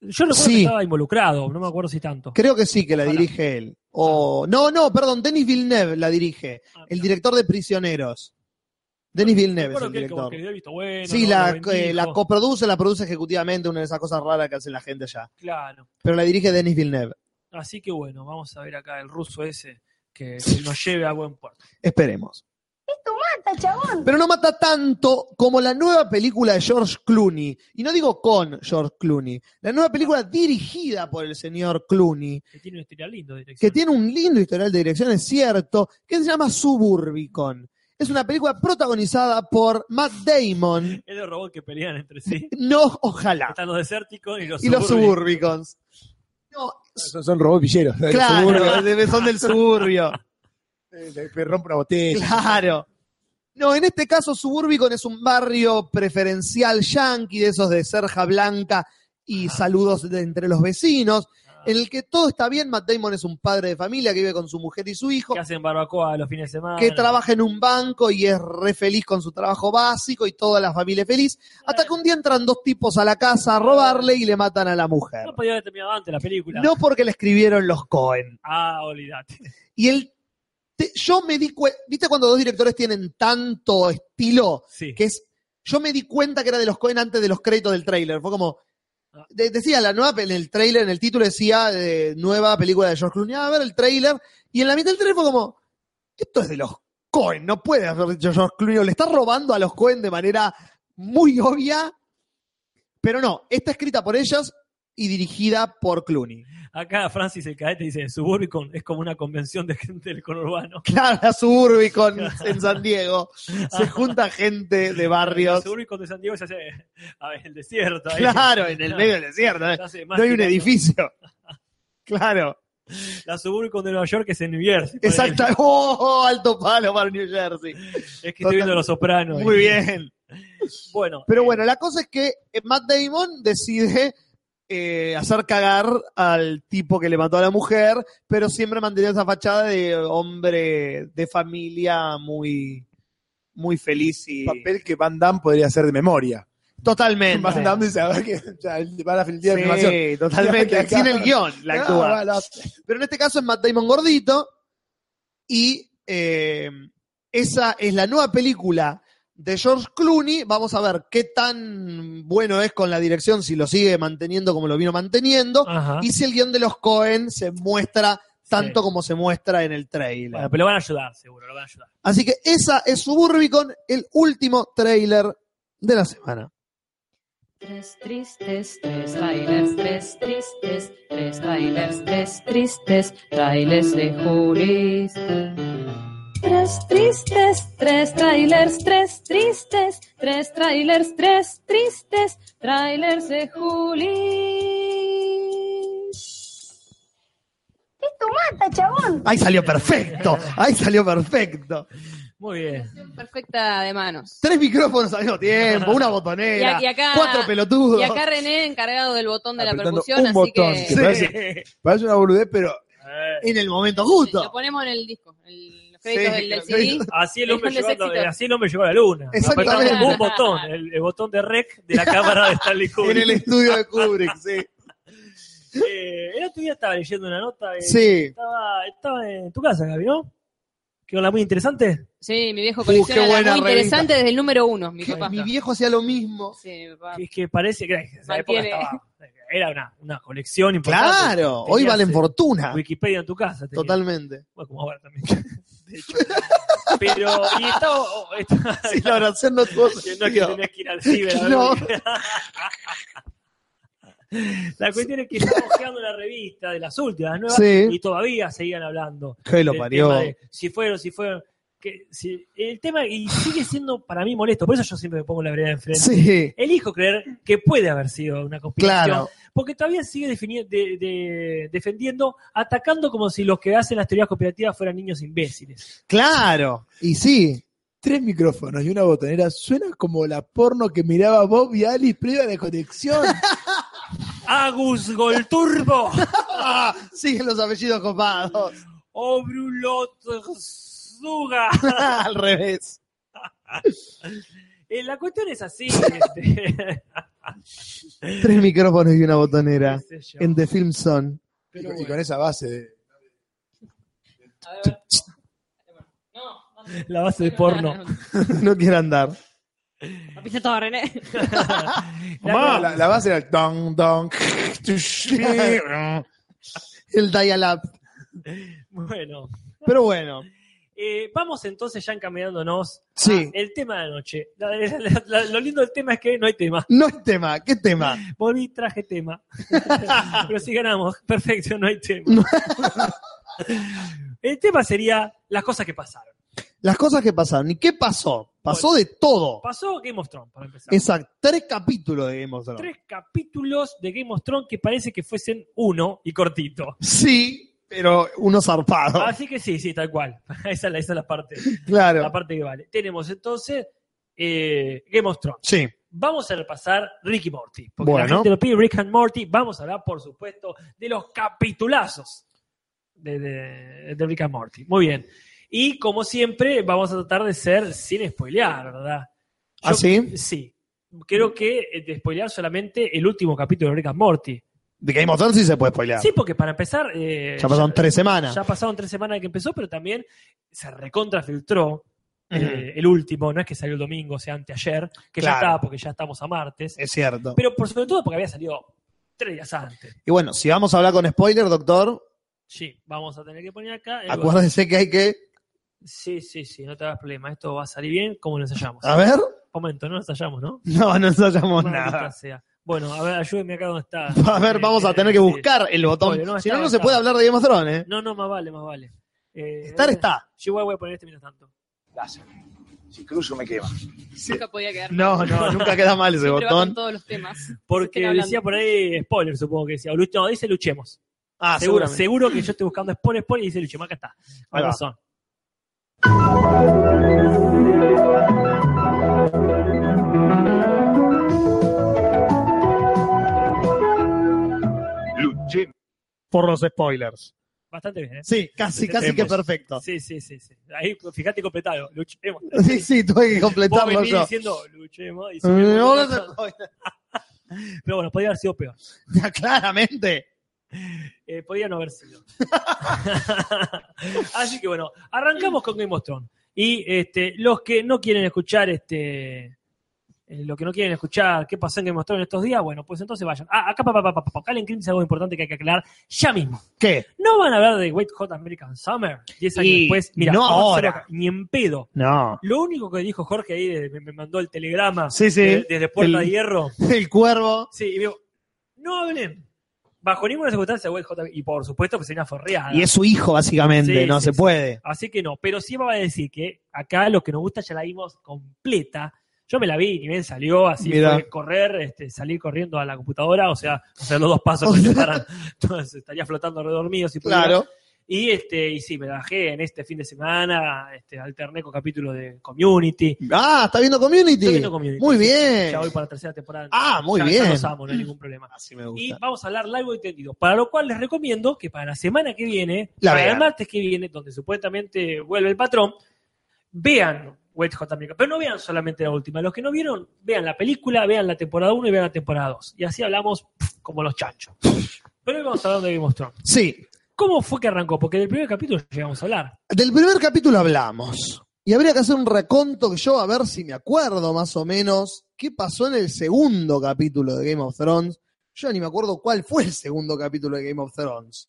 Speaker 2: Yo recuerdo
Speaker 1: Sí.
Speaker 2: que estaba involucrado, no me acuerdo si tanto.
Speaker 1: Creo que sí, que la
Speaker 2: Ojalá.
Speaker 1: dirige él. O no, no, perdón, Denis Villeneuve la dirige,
Speaker 2: Ah,
Speaker 1: el director de Prisioneros. Denis Villeneuve es
Speaker 2: Recuerdo
Speaker 1: el
Speaker 2: que él como
Speaker 1: director.
Speaker 2: que le dio el visto bueno,
Speaker 1: Sí,
Speaker 2: no,
Speaker 1: la,
Speaker 2: lo bendijo.
Speaker 1: eh, la coproduce, la produce ejecutivamente, una de esas cosas raras que hacen la gente allá.
Speaker 2: Claro.
Speaker 1: Pero la dirige Denis Villeneuve.
Speaker 2: Así que bueno, vamos a ver acá el ruso ese que que nos lleve a buen puerto.
Speaker 1: Esperemos. Pero no mata tanto como la nueva película de George Clooney. Y no digo con George Clooney. La nueva película dirigida por el señor Clooney,
Speaker 2: Que tiene un estilo lindo de dirección.
Speaker 1: que tiene un lindo historial de dirección, es cierto, que se llama Suburbicon. Es una película protagonizada por Matt Damon.
Speaker 2: Es de robots que pelean entre sí.
Speaker 1: No, ojalá.
Speaker 2: Están los desérticos y los
Speaker 1: Y los
Speaker 2: suburbios.
Speaker 1: Suburbicons. No,
Speaker 4: Son, son robots villeros.
Speaker 1: claro, son del suburbio.
Speaker 4: Me eh, rompe una botella.
Speaker 1: Claro. No, en este caso Suburbicon es un barrio preferencial yankee, de esos de cerja blanca y
Speaker 2: Ah.
Speaker 1: saludos de entre los vecinos, en el que todo está bien. Matt Damon es un padre de familia que vive con su mujer y su hijo,
Speaker 2: que hacen barbacoa los fines de semana.
Speaker 1: que trabaja en un banco y es re feliz con su trabajo básico y toda la familia es feliz, hasta que un día entran dos tipos a la casa a robarle y le matan a la mujer.
Speaker 2: No podía haber terminado antes la película.
Speaker 1: No porque le escribieron los Cohen.
Speaker 2: Ah, olvidate.
Speaker 1: Y el te- yo me di cuenta, ¿viste cuando dos directores tienen tanto estilo?
Speaker 2: Sí.
Speaker 1: que es. Yo me di cuenta que era de los Cohen antes de los créditos del tráiler. Fue como.
Speaker 2: Ah.
Speaker 1: de- decía la nueva pe- en el tráiler, en el título decía eh, nueva película de George Clooney. Ah, A ver el tráiler. Y en la mitad del tráiler fue como. Esto es de los Cohen, no puede haber dicho George Clooney. o Le está robando a los Cohen de manera muy obvia. Pero no, está escrita por ellas y dirigida por Clooney.
Speaker 2: Acá Francis el cadete dice, Suburbicon es como una convención de gente del conurbano.
Speaker 1: Claro, la Suburbicon en San Diego. Se junta gente de barrios.
Speaker 2: Suburbicon de San Diego se hace a ver, el desierto. ahí.
Speaker 1: Claro, en el medio del desierto. ¿eh?
Speaker 2: Se hace más
Speaker 1: No hay un
Speaker 2: tirando.
Speaker 1: edificio. Claro.
Speaker 2: La Suburbicon de Nueva York es en New Jersey.
Speaker 1: Exacto. Oh, oh, alto palo para New Jersey.
Speaker 2: Es que estoy viendo Los Sopranos.
Speaker 1: Muy bien.
Speaker 2: Bueno.
Speaker 1: Pero
Speaker 2: eh,
Speaker 1: bueno, la cosa es que eh, Matt Damon decide eh, hacer cagar al tipo que le mató a la mujer, pero siempre mantenía esa fachada de hombre de familia muy muy feliz y.
Speaker 4: Papel que Van Damme podría hacer de memoria.
Speaker 1: Totalmente.
Speaker 4: Van Damme dice, a ver que o sea, van a filtrar la filmación.
Speaker 1: Sí, totalmente. Sin el guión la
Speaker 4: Ah,
Speaker 1: actúa.
Speaker 4: bueno,
Speaker 1: Pero en este caso es Matt Damon gordito. Y eh, esa es la nueva película de George Clooney. Vamos a ver qué tan bueno es con la dirección, si lo sigue manteniendo como lo vino manteniendo.
Speaker 2: Ajá.
Speaker 1: Y si el guión de los Cohen se muestra tanto
Speaker 2: Sí.
Speaker 1: como se muestra en el trailer.
Speaker 2: Bueno, pero lo van a ayudar, seguro, lo van a ayudar.
Speaker 1: Así que esa es Suburbicon, el último trailer de la semana.
Speaker 10: Tres tristes, tres trailers, tres tristes, tres trailers, tres tristes, trailers de Juris. Tres tristes, tres trailers, tres tristes, tres trailers, tres tristes, trailers de Julis.
Speaker 1: Ahí salió perfecto, ahí salió perfecto.
Speaker 2: Muy bien.
Speaker 3: Perfecta de manos.
Speaker 1: Tres micrófonos al mismo tiempo, una botonera,
Speaker 3: Y a- y acá-
Speaker 1: cuatro pelotudos.
Speaker 3: Y acá René encargado del botón de la
Speaker 4: Apretando
Speaker 3: percusión,
Speaker 4: un
Speaker 3: así
Speaker 4: botón,
Speaker 3: que
Speaker 4: que parece, parece una boludez, pero
Speaker 1: En el momento
Speaker 3: lo
Speaker 1: justo.
Speaker 3: ponemos en el disco, en los créditos
Speaker 1: Sí,
Speaker 3: del, del
Speaker 1: claro.
Speaker 3: CD.
Speaker 2: Así el, hombre
Speaker 3: Déjenles
Speaker 2: llegando-
Speaker 3: éxito.
Speaker 2: así el hombre llegó a la luna.
Speaker 1: Exactamente.
Speaker 2: Apretando un botón, el, el botón de rec de la cámara de Stanley Kubrick.
Speaker 1: En el estudio de Kubrick, sí.
Speaker 2: Eh, el otro día estaba leyendo una nota. eh,
Speaker 1: Sí.
Speaker 2: Estaba, estaba en tu casa, Gaby, ¿no? Que la muy interesante.
Speaker 3: Sí, mi viejo
Speaker 1: Uh, qué
Speaker 3: colecciona
Speaker 1: buena
Speaker 3: las muy
Speaker 1: revista.
Speaker 3: interesante desde el número uno, mi papá.
Speaker 1: Mi viejo hacía lo mismo.
Speaker 3: Sí, mi papá.
Speaker 2: Que es que parece que en esa época
Speaker 3: Ah. Mantiene.
Speaker 2: estaba- era una, una colección importante.
Speaker 1: Claro, hoy
Speaker 2: Tenías,
Speaker 1: valen
Speaker 2: eh,
Speaker 1: fortuna.
Speaker 2: Wikipedia en tu casa. tenías.
Speaker 1: Totalmente.
Speaker 2: Bueno, como ahora también. De hecho. Pero, y estaba. oh, estaba-
Speaker 1: Sí, la oración no tuvo
Speaker 2: que no es que
Speaker 1: sentido.
Speaker 2: tenés que ir al ciber. a ver.
Speaker 1: No.
Speaker 2: La cuestión es que estaba buscando la revista de las últimas, las nuevas,
Speaker 1: Sí.
Speaker 2: y todavía seguían hablando.
Speaker 1: Que lo
Speaker 2: del
Speaker 1: parió.
Speaker 2: tema de si fueron, si fueron. Que, si- el tema, y sigue siendo para mí molesto, por eso yo siempre me pongo la vereda enfrente.
Speaker 1: Sí,
Speaker 2: Elijo creer que puede haber sido una conspiración,
Speaker 1: claro.
Speaker 2: porque todavía sigue defini- de- de- defendiendo, atacando como si los que hacen las teorías conspirativas fueran niños imbéciles.
Speaker 1: Claro. Y sí.
Speaker 4: tres micrófonos y una botonera suena como la porno que miraba Bob y Alice previa de conexión.
Speaker 2: Agus Golturbo,
Speaker 1: Ah, siguen los apellidos copados.
Speaker 2: Obrulotsuga.
Speaker 1: Al revés.
Speaker 2: Eh, la cuestión es así. este,
Speaker 1: Tres micrófonos y una botonera.
Speaker 2: qué sé yo.
Speaker 1: En The Film Zone.
Speaker 4: y, con- y con esa base de.
Speaker 3: A ver, No, no.
Speaker 2: la base de porno.
Speaker 1: No quiero andar.
Speaker 3: Rompiste todo, René.
Speaker 2: Mamá.
Speaker 4: La, la base era el don, don.
Speaker 1: El dial-up.
Speaker 2: Bueno,
Speaker 1: Pero bueno.
Speaker 2: eh, vamos entonces ya encaminándonos. a
Speaker 1: Sí.
Speaker 2: el tema de la noche. La- la- la- lo lindo del tema es que no hay tema.
Speaker 1: No es tema. ¿Qué tema?
Speaker 2: Volví, traje tema. Pero si ganamos, perfecto, no hay tema. el tema sería las cosas que pasaron.
Speaker 1: Las cosas que pasaron. ¿Y qué pasó? Pasó de todo.
Speaker 2: Pasó Game of Thrones, para empezar.
Speaker 1: Exacto. Tres capítulos de Game of Thrones.
Speaker 2: Tres capítulos de Game of Thrones que parece que fuesen uno y cortito.
Speaker 1: Sí, pero uno zarpado.
Speaker 2: Así que sí, sí, tal cual. Esa es la, esa es la parte,
Speaker 1: claro.
Speaker 2: Ah, la parte que vale. Tenemos entonces eh, Game of Thrones.
Speaker 1: Sí.
Speaker 2: Vamos a repasar Ricky Morty. Porque la
Speaker 1: Bueno.
Speaker 2: gente lo pide Rick and Morty. Vamos a hablar, por supuesto, de los capitulazos de, de, de Rick and Morty. Muy bien. Y como siempre, vamos a tratar de ser sin spoilear, ¿verdad? Yo-
Speaker 1: ¿Ah, sí?
Speaker 2: Sí. Creo que eh, de spoilear solamente el último capítulo de Rick and Morty.
Speaker 1: De Game of Thrones sí se puede spoilear.
Speaker 2: Sí, porque para empezar. eh,
Speaker 1: ya pasaron tres semanas.
Speaker 2: ya pasaron tres semanas de que empezó, pero también se recontrafiltró eh, el último, no es que salió el domingo, o sea, anteayer, que ya
Speaker 1: Claro.
Speaker 2: estaba porque ya estamos a martes,
Speaker 1: Es cierto.
Speaker 2: pero por sobre todo porque había salido tres días antes.
Speaker 1: y bueno, si vamos a hablar con spoiler, doctor,
Speaker 2: Sí, vamos a tener que poner acá. el-
Speaker 1: acuérdese que hay que.
Speaker 2: Sí, sí, sí, no te hagas problema, esto va a salir bien como lo ensayamos.
Speaker 1: A ver.
Speaker 2: Momento, no lo ensayamos, ¿no?
Speaker 1: No, no ensayamos
Speaker 2: Maldita
Speaker 1: nada.
Speaker 2: sea. Bueno, a ver, ayúdeme acá donde está.
Speaker 1: A ver, vamos a tener que
Speaker 2: Sí.
Speaker 1: buscar el botón.
Speaker 2: Spoiler, no,
Speaker 1: si
Speaker 2: está
Speaker 1: no, no se
Speaker 2: acá.
Speaker 1: puede hablar de Game of Thrones, ¿eh?
Speaker 2: No, no, más vale, más vale. Eh,
Speaker 1: Estar está.
Speaker 2: Yo igual voy a poner este mientras tanto.
Speaker 9: Láser. Si cruzo me quema.
Speaker 3: Nunca podía quedar.
Speaker 1: No, no, nunca queda mal ese
Speaker 3: Siempre va con
Speaker 1: botón.
Speaker 3: todos los temas.
Speaker 2: Porque
Speaker 3: Estén
Speaker 2: decía
Speaker 3: hablando.
Speaker 2: por ahí spoiler, supongo que decía. o luch- No, dice luchemos.
Speaker 1: Ah,
Speaker 2: seguro,
Speaker 1: seguramente.
Speaker 2: seguro que yo estoy buscando spoiler, spoiler y dice luchemos. Acá está. Con
Speaker 1: Ahí va.
Speaker 2: razón.
Speaker 9: Luché
Speaker 1: Por los spoilers.
Speaker 2: Bastante bien, ¿eh?
Speaker 1: Sí, casi, casi que
Speaker 2: Tempos.
Speaker 1: perfecto.
Speaker 2: Sí, sí, sí, sí. Ahí, fíjate completado. Luchemos.
Speaker 1: Sí, sí, tuve que
Speaker 2: Vos
Speaker 1: completarlo
Speaker 2: venís
Speaker 1: yo.
Speaker 2: diciendo,
Speaker 1: Eh,
Speaker 2: luchemos. Y si me-
Speaker 1: No, no se puede.
Speaker 2: Pero bueno, podía haber sido peor.
Speaker 1: Claramente.
Speaker 2: Eh, podía no haber sido. Así que bueno, arrancamos con Game of Thrones. Y este, los que no quieren escuchar este eh, lo que no quieren escuchar qué pasó en Game of Thrones en estos días, bueno, pues entonces vayan. Ah, acá papá, papá, papá, acá le dice algo importante que hay que aclarar ya mismo.
Speaker 1: ¿Qué?
Speaker 2: No van a hablar de Wait Hot American Summer 10 años
Speaker 1: Y
Speaker 2: después. Mira,
Speaker 1: no
Speaker 2: vamos a
Speaker 1: ahora.
Speaker 2: hacerlo acá, Ni en pedo.
Speaker 1: No.
Speaker 2: Lo único que dijo Jorge ahí, de- me, me mandó el telegrama
Speaker 1: Sí, sí.
Speaker 2: de- desde Puerta
Speaker 1: El-
Speaker 2: de Hierro.
Speaker 1: El cuervo.
Speaker 2: Sí, y digo, no hablen bajo ninguna circunstancia de Wade J. Y por supuesto que sería forreada.
Speaker 1: Y es su hijo, básicamente,
Speaker 2: Ah. Sí,
Speaker 1: no
Speaker 2: sí,
Speaker 1: se
Speaker 2: sí.
Speaker 1: puede.
Speaker 2: Así que no, pero sí va a decir que acá lo que nos gusta ya la vimos completa. Yo me la vi, ni bien salió, así
Speaker 1: Mirá.
Speaker 2: fue correr, este, salir corriendo a la computadora, o sea, hacer los dos pasos
Speaker 1: O
Speaker 2: que
Speaker 1: sea.
Speaker 2: separan. Entonces estaría flotando redormido si pudiera. Y este, y sí, me la bajé en este fin de semana, este, alterné con capítulo de community.
Speaker 1: Ah, está viendo community.
Speaker 2: Estoy viendo Community.
Speaker 1: Muy
Speaker 2: Ya voy
Speaker 1: bien.
Speaker 2: para la tercera temporada.
Speaker 1: Ah, muy
Speaker 2: Ya-
Speaker 1: bien.
Speaker 2: Ya los amo, no hay ningún problema.
Speaker 1: Así me
Speaker 2: Y vamos a hablar largo y tendido. Para lo cual les recomiendo que para la semana que viene,
Speaker 1: La
Speaker 2: para el
Speaker 1: vean.
Speaker 2: martes que viene, donde supuestamente vuelve el patrón, vean Wet Hot America. Pero no vean solamente la última. Los que no vieron, vean la película, vean la temporada 1 y vean la temporada 2. Y así hablamos pff, como los chanchos. Pero hoy vamos a hablar de Game of Thrones.
Speaker 1: Sí,
Speaker 2: ¿Cómo fue que arrancó? Porque del primer capítulo ya llegamos a hablar.
Speaker 1: del primer capítulo hablamos. Y habría que hacer un reconto que yo, a ver si me acuerdo más o menos, qué pasó en el segundo capítulo de Game of Thrones. Yo ni me acuerdo cuál fue el segundo capítulo de Game of Thrones.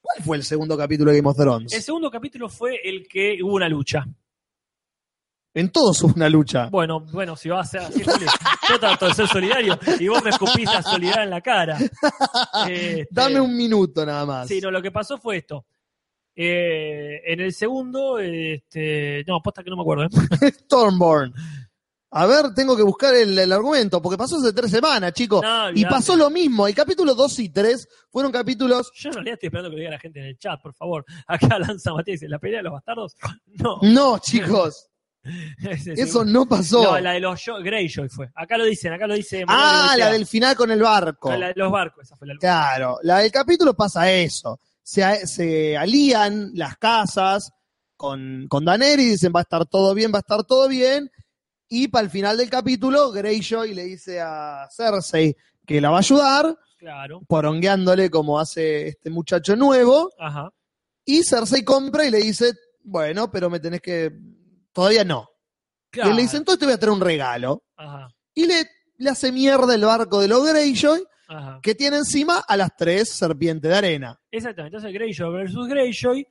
Speaker 1: ¿Cuál fue el segundo capítulo de Game of Thrones?
Speaker 2: El segundo capítulo fue el que hubo una lucha.
Speaker 1: En todos hubo una lucha.
Speaker 2: Bueno, bueno, si vas a ser así, yo trato de ser solidario y vos me escupís la solidaridad en la cara. Este,
Speaker 1: Dame un minuto nada más.
Speaker 2: Sí, no, lo que pasó fue esto. Eh, en el segundo, este, no, posta que no me acuerdo. ¿eh?
Speaker 1: Stormborn. A ver, tengo que buscar el, el argumento, porque pasó hace tres semanas, chicos.
Speaker 2: No,
Speaker 1: y
Speaker 2: olvidate.
Speaker 1: pasó lo mismo. El capítulo 2 y 3 fueron capítulos.
Speaker 2: Yo en realidad estoy esperando que lo diga la gente en el chat, por favor. Acá lanza Matías dice, ¿la pelea de los bastardos? No.
Speaker 1: No, chicos,
Speaker 2: Ese
Speaker 1: eso
Speaker 2: segundo.
Speaker 1: no pasó.
Speaker 2: No, la de los Yo- Greyjoy fue. Acá lo dicen, acá lo dice.
Speaker 1: ah,
Speaker 2: Manuel
Speaker 1: la
Speaker 2: Goicoechea.
Speaker 1: del final con el barco.
Speaker 2: La de los barcos, esa fue la
Speaker 1: Claro, la del capítulo pasa eso. Se, a- se alían las casas con, con Daenerys, dicen va a estar todo bien, va a estar todo bien. Y para el final del capítulo, Greyjoy le dice a Cersei que la va a ayudar.
Speaker 2: Claro.
Speaker 1: porongueándole como hace este muchacho nuevo.
Speaker 2: Ajá.
Speaker 1: Y Cersei compra y le dice, bueno, pero me tenés que... Todavía no.
Speaker 2: Claro.
Speaker 1: Y él le dice, entonces te voy a traer un regalo.
Speaker 2: Ajá,
Speaker 1: Y le, le hace mierda el barco de los Greyjoy
Speaker 2: ajá.
Speaker 1: que tiene encima a las tres serpientes de arena.
Speaker 2: Exactamente. Entonces Greyjoy versus Greyjoy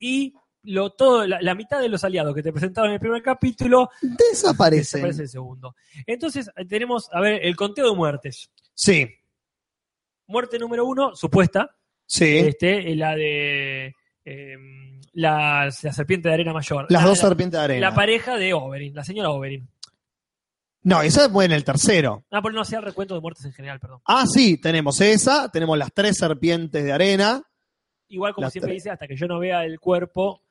Speaker 2: y lo, todo, la, la mitad de los aliados que te presentaron en el primer capítulo
Speaker 1: Desaparecen.
Speaker 2: desaparece el segundo. Entonces eh, tenemos, a ver, el conteo de muertes.
Speaker 1: Sí,
Speaker 2: Muerte número uno, supuesta,
Speaker 1: sí.
Speaker 2: este, eh, la de eh, la, la serpiente de arena mayor.
Speaker 1: las
Speaker 2: La-
Speaker 1: dos
Speaker 2: la-
Speaker 1: serpientes de arena.
Speaker 2: La pareja de Oberyn, la señora Oberyn.
Speaker 1: no, esa fue en el tercero.
Speaker 2: Ah, pero no sea el recuento de muertes en general, perdón.
Speaker 1: Ah, sí, tenemos esa, tenemos las tres serpientes de arena.
Speaker 2: Igual como
Speaker 1: Las
Speaker 2: siempre
Speaker 1: tres.
Speaker 2: dice, hasta que yo no vea el cuerpo.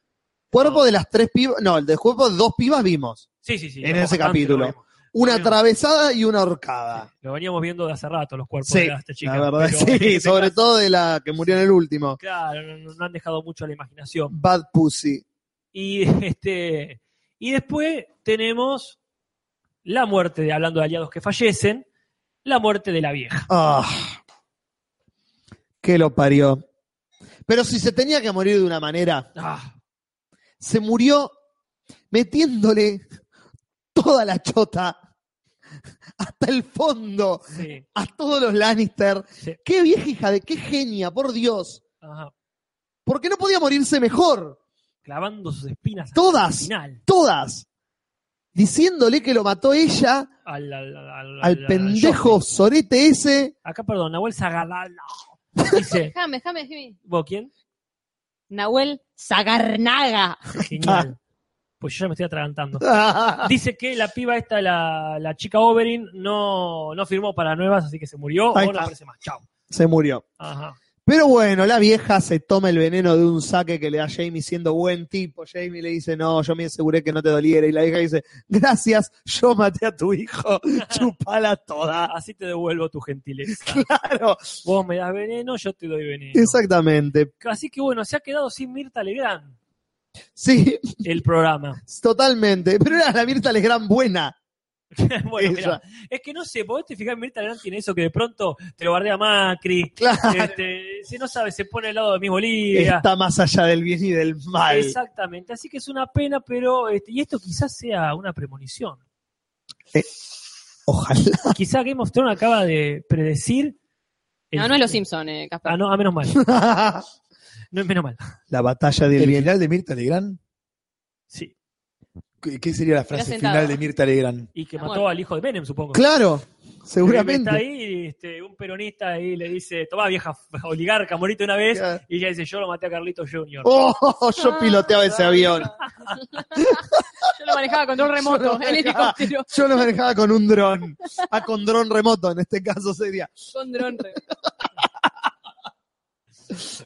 Speaker 1: Cuerpo
Speaker 2: No.
Speaker 1: de las tres pibas, no, el del cuerpo de dos pibas vimos.
Speaker 2: Sí, sí, sí.
Speaker 1: En
Speaker 2: lo-
Speaker 1: ese
Speaker 2: antes
Speaker 1: capítulo.
Speaker 2: lo vimos.
Speaker 1: Una
Speaker 2: Bien.
Speaker 1: atravesada y una ahorcada.
Speaker 2: Lo veníamos viendo de hace rato los cuerpos
Speaker 1: Sí,
Speaker 2: de las tres chicas.
Speaker 1: la verdad,
Speaker 2: pero en
Speaker 1: sí,
Speaker 2: este
Speaker 1: sobre
Speaker 2: caso,
Speaker 1: todo de la que murió en el último.
Speaker 2: Claro, no- no- no han dejado mucho a la imaginación.
Speaker 1: Bad Pussy.
Speaker 2: Y este y después tenemos la muerte de hablando de aliados que fallecen, la muerte de la vieja.
Speaker 1: Ah, que lo parió. Pero si se tenía que morir de una manera,
Speaker 2: Ah,
Speaker 1: se murió metiéndole toda la chota hasta el fondo
Speaker 2: sí,
Speaker 1: a todos los Lannister.
Speaker 2: sí,
Speaker 1: Qué vieja hija de qué genia, por Dios.
Speaker 2: ajá.
Speaker 1: Porque no podía morirse mejor.
Speaker 2: clavando sus espinas hasta
Speaker 1: Todas.
Speaker 2: el final
Speaker 1: Todas. Diciéndole que lo mató ella
Speaker 2: al, al- al- al-
Speaker 1: al
Speaker 2: al-
Speaker 1: pendejo
Speaker 2: Joffrey.
Speaker 1: sorete ese.
Speaker 2: Acá perdón, Nahuel Zagarala. Dice,
Speaker 3: Jame, jame, jame.
Speaker 2: ¿vos quién?
Speaker 3: Nahuel Zagarnaga.
Speaker 1: Ah.
Speaker 2: Genial. Pues yo ya me estoy atragantando. Dice que la piba esta, la, la chica Oberyn, no, no firmó para nuevas, así que se murió
Speaker 1: Ahí
Speaker 2: o no
Speaker 1: está.
Speaker 2: aparece más. Chao.
Speaker 1: Se murió.
Speaker 2: Ajá.
Speaker 1: Pero bueno, la vieja se toma el veneno de un saque que le da Jamie siendo buen tipo. Jamie le dice, no, yo me aseguré que no te doliera. Y la vieja dice, gracias, yo maté a tu hijo, chupala toda.
Speaker 2: Así te devuelvo tu gentileza.
Speaker 1: Claro,
Speaker 2: Vos me das veneno, yo te doy veneno.
Speaker 1: exactamente.
Speaker 2: Así que bueno, se ha quedado sin Mirta Legrand
Speaker 1: Sí,
Speaker 2: el programa.
Speaker 1: totalmente. Pero era la Mirta Legrand buena.
Speaker 2: bueno, mirá,
Speaker 1: Ella.
Speaker 2: es que no sé, vos te fijás, Mirta Legrand tiene eso que de pronto te lo bardea Macri.
Speaker 1: Claro.
Speaker 2: Este, si no sabe, se pone al lado de mi Bolivia.
Speaker 1: Está más allá del bien y del mal.
Speaker 2: Exactamente, así que es una pena, pero este, y esto quizás sea una premonición.
Speaker 1: Ojalá.
Speaker 2: Quizás Game of Thrones acaba de predecir. el-
Speaker 3: No, no es los Simpsons, eh, Caspar.
Speaker 2: Ah, no, ah, menos mal. No, menos mal.
Speaker 1: la batalla del
Speaker 4: ¿El
Speaker 1: bien.
Speaker 4: final de Mirta Legrand?
Speaker 2: Sí.
Speaker 4: ¿Qué, qué sería la frase
Speaker 3: sentada.
Speaker 4: final de Mirta Legrand?
Speaker 2: Y que
Speaker 3: La
Speaker 2: mató
Speaker 3: muerte.
Speaker 2: al hijo de Menem, supongo.
Speaker 1: Claro,
Speaker 2: Está
Speaker 1: seguramente.
Speaker 2: ahí, este, un peronista ahí le dice, tomá vieja oligarca, morite una vez.
Speaker 1: Claro.
Speaker 2: Y ella dice, yo lo maté a Carlito Jr.
Speaker 1: Oh,
Speaker 2: Ah,
Speaker 1: yo piloteaba ese avión.
Speaker 3: Yo lo manejaba con control
Speaker 1: Yo lo
Speaker 3: remoto, el
Speaker 1: manejaba.
Speaker 3: helicóptero
Speaker 1: Yo lo manejaba con un dron. Ah, con dron remoto en este caso sería.
Speaker 3: con dron remoto.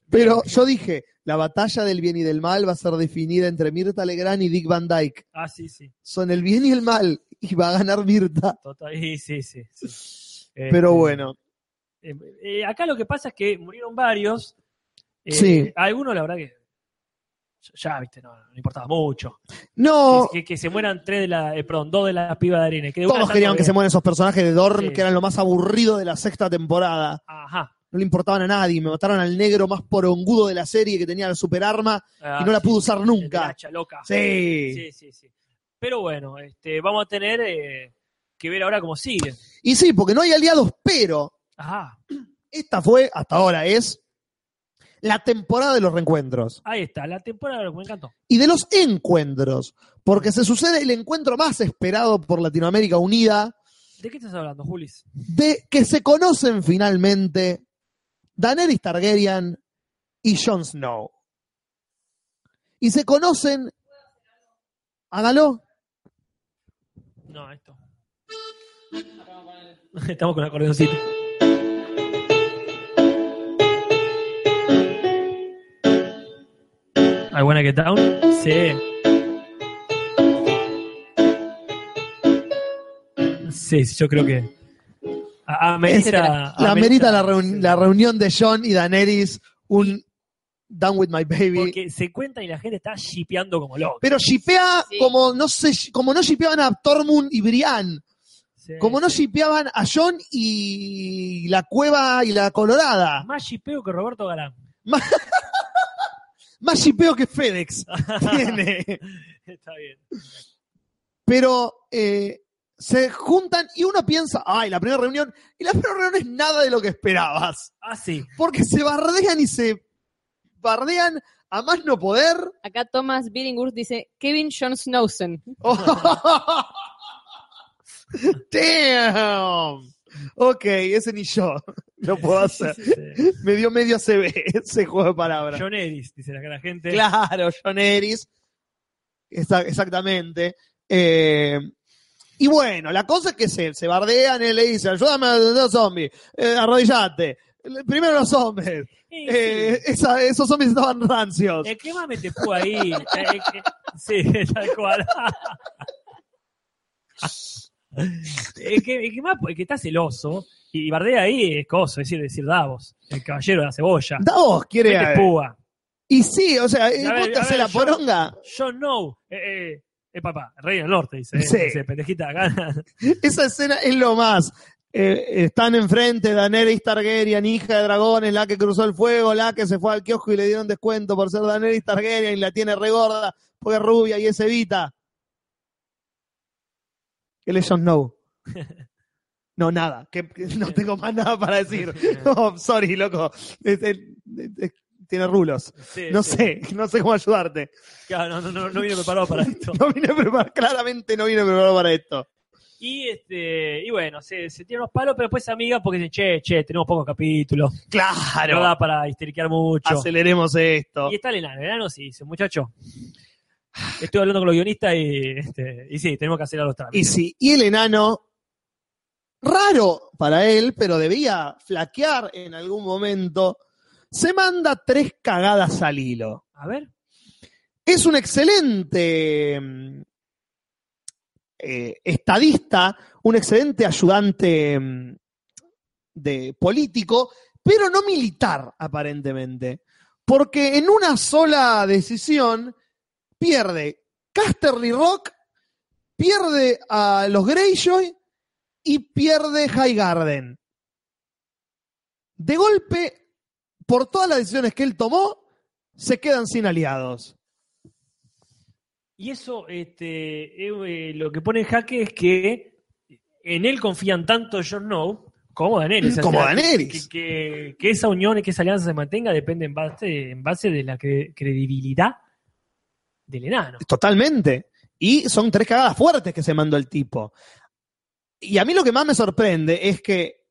Speaker 1: Pero yo dije, la batalla del bien y del mal va a ser definida entre Mirta Legrand y Dick Van Dyke.
Speaker 2: Ah, sí, sí.
Speaker 1: Son el bien y el mal y va a ganar Mirta.
Speaker 2: Total, sí, sí, sí, sí. Eh,
Speaker 1: Pero bueno,
Speaker 2: eh, eh, acá lo que pasa es que murieron varios. Eh,
Speaker 1: Sí.
Speaker 2: Algunos, la verdad que. Ya, viste, no, no importaba mucho.
Speaker 1: no,
Speaker 2: Que, que se mueran tres de la. eh, perdón, dos de las pibas de arena. Que de una
Speaker 1: todos
Speaker 2: están
Speaker 1: querían que se
Speaker 2: todavía.
Speaker 1: mueran esos personajes de Dorn
Speaker 2: Sí.
Speaker 1: que eran lo más aburrido de la sexta temporada.
Speaker 2: Ajá.
Speaker 1: No le importaban a nadie, me mataron al negro más porongudo de la serie que tenía la superarma
Speaker 2: Ah,
Speaker 1: y no la
Speaker 2: sí,
Speaker 1: pudo usar
Speaker 2: el de la
Speaker 1: nunca.
Speaker 2: hacha loca.
Speaker 1: Sí.
Speaker 2: Sí, sí, sí. Pero bueno, este, vamos a tener eh, que ver ahora cómo sigue.
Speaker 1: Y sí, porque no hay aliados, pero
Speaker 2: Ajá,
Speaker 1: esta fue, hasta ahora es, la temporada de los reencuentros.
Speaker 2: ahí está, la temporada de los que me encantó.
Speaker 1: y de los encuentros, porque se sucede el encuentro más esperado por Latinoamérica Unida,
Speaker 2: ¿De qué estás hablando, Julis?
Speaker 1: de que se conocen finalmente Daenerys Targaryen y Jon Snow. Y se conocen... Hágalo.
Speaker 2: No, esto. Estamos con acordeoncito. I wanna get down. Sí. Sí, sí, yo creo que. a- Amerita.
Speaker 1: la amerita la, reun- la reunión de Jon y Daenerys, un Down with My Baby.
Speaker 2: Porque se cuenta y la gente está shipeando como loco.
Speaker 1: Pero shipea
Speaker 3: Sí.
Speaker 1: como no se, como no shipeaban a Tormund y Brian.
Speaker 2: Sí,
Speaker 1: Como no
Speaker 2: sí.
Speaker 1: shipeaban a John y la cueva y la colorada.
Speaker 2: Más shipeo que Roberto Galán.
Speaker 1: Más shipeo que FedEx tiene.
Speaker 2: Está bien.
Speaker 1: Pero eh, se juntan y uno piensa, ay, la primera reunión. Y la primera reunión es nada de lo que esperabas.
Speaker 2: Ah, sí.
Speaker 1: Porque se bardean y se bardean a más no poder.
Speaker 3: Acá Thomas Billinghurst dice Kevin John Snowson.
Speaker 1: Damn. Ok, ese ni yo lo puedo hacer.
Speaker 2: Sí.
Speaker 1: Me dio medio CB ese juego de palabras.
Speaker 2: John Ellis, dice la la gente.
Speaker 1: Claro, John Eris. Esa- exactamente. Eh, y bueno, la cosa es que se, se bardean, él le dice, ayúdame a los zombies, eh, arrodillate. Le- Primero los hombres.
Speaker 2: Eh,
Speaker 1: Eh,
Speaker 2: sí.
Speaker 1: esa- esos zombies estaban rancios.
Speaker 2: El que más me te pudo ahí. Eh, eh, eh, sí, tal cual. El que, el que más, el que está celoso y bardea ahí es coso, es decir, decir Davos, el caballero de la cebolla.
Speaker 1: Davos quiere...
Speaker 2: Mete púa.
Speaker 1: y sí, o sea,
Speaker 2: A ver,
Speaker 1: ¿vos te
Speaker 2: a
Speaker 1: hace
Speaker 2: ver,
Speaker 1: la
Speaker 2: yo-
Speaker 1: poronga?
Speaker 2: John No. Eh, eh, eh, papá, rey del norte, dice. eh,
Speaker 1: Sí.
Speaker 2: dice, pendejita, gana.
Speaker 1: Esa escena es lo más. Eh, están enfrente Daenerys Targaryen, hija de dragones, la que cruzó el fuego, la que se fue al kiosco y le dieron descuento por ser Daenerys Targaryen y la tiene regorda porque es rubia y es Evita. Él es Jon Snow. No, nada. que- que no tengo más nada para decir. No, sorry, loco. Es- es- es- tiene rulos.
Speaker 2: Sí,
Speaker 1: No
Speaker 2: sí.
Speaker 1: sé, no sé cómo ayudarte.
Speaker 2: Claro, no, no, no, no vino preparado para esto.
Speaker 1: No vine preparado, claramente no vine preparado para esto.
Speaker 2: Y este y bueno, se, se tiran los palos, pero después se amigan porque dicen, che, che, tenemos pocos capítulos. No
Speaker 1: Claro.
Speaker 2: da para histeriquear mucho.
Speaker 1: Aceleremos esto.
Speaker 2: Y está el enano. El enano sí dice, muchacho, estoy hablando con los guionistas y, este, y sí, tenemos que hacer a los
Speaker 1: Y
Speaker 2: trámites.
Speaker 1: sí, y el enano, raro para él, pero debía flaquear en algún momento, se manda tres cagadas al hilo.
Speaker 2: A ver.
Speaker 1: Es un excelente mm, eh, estadista, un excelente ayudante mm, de político, pero no militar, aparentemente. Porque en una sola decisión pierde Casterly Rock, pierde a los Greyjoy y pierde Highgarden. De golpe, por todas las decisiones que él tomó, se quedan sin aliados.
Speaker 2: Y eso, este, eh, eh, lo que pone en jaque es que en él confían tanto Jon Snow como Daenerys.
Speaker 1: Como
Speaker 2: O sea,
Speaker 1: Daenerys.
Speaker 2: Que, que- que esa unión y que esa alianza se mantenga depende en base, en base de la cre- credibilidad del enano.
Speaker 1: Totalmente. Y son tres cagadas fuertes que se mandó el tipo. Y a mí lo que más me sorprende es que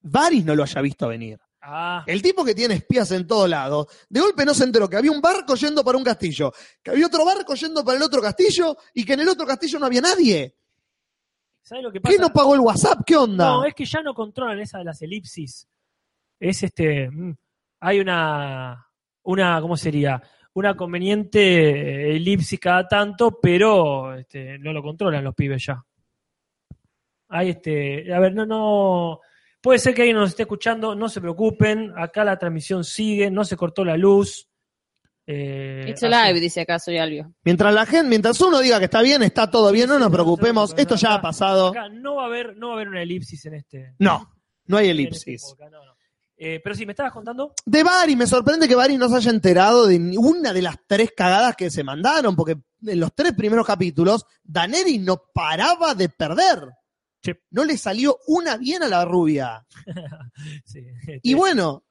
Speaker 1: Varys no lo haya visto venir.
Speaker 2: Ah,
Speaker 1: El tipo que tiene espías en todos lados, de golpe no se enteró que había un barco yendo para un castillo, que había otro barco yendo para el otro castillo y que en el otro castillo no había nadie.
Speaker 2: ¿sabes lo que pasa?
Speaker 1: ¿Qué no pagó el WhatsApp? ¿Qué onda?
Speaker 2: No, es que ya no controlan esa de las elipsis. Es este. mm, Hay una. una ¿Cómo sería? Una conveniente eh, elipsis cada tanto, pero este, no lo controlan los pibes ya. Hay este. A ver, no, no. Puede ser que alguien nos esté escuchando, no se preocupen. Acá la transmisión sigue, no se cortó la luz. Eh,
Speaker 3: It's
Speaker 2: así-
Speaker 3: alive, dice acá, soy Albio.
Speaker 1: Mientras la gente, mientras uno diga que está bien, está todo bien, no nos preocupemos, esto ya ha pasado.
Speaker 2: Acá no va a haber, no va a haber una elipsis en este.
Speaker 1: No, no hay
Speaker 2: en este
Speaker 1: elipsis.
Speaker 2: podcast, no, no. Eh, pero si me estabas contando.
Speaker 1: De Varys, me sorprende que Varys no se haya enterado de ninguna de las tres cagadas que se mandaron, porque en los tres primeros capítulos, Daenerys no paraba de perder.
Speaker 2: Sí.
Speaker 1: No le salió una bien a la rubia.
Speaker 2: Sí, este,
Speaker 1: Y bueno,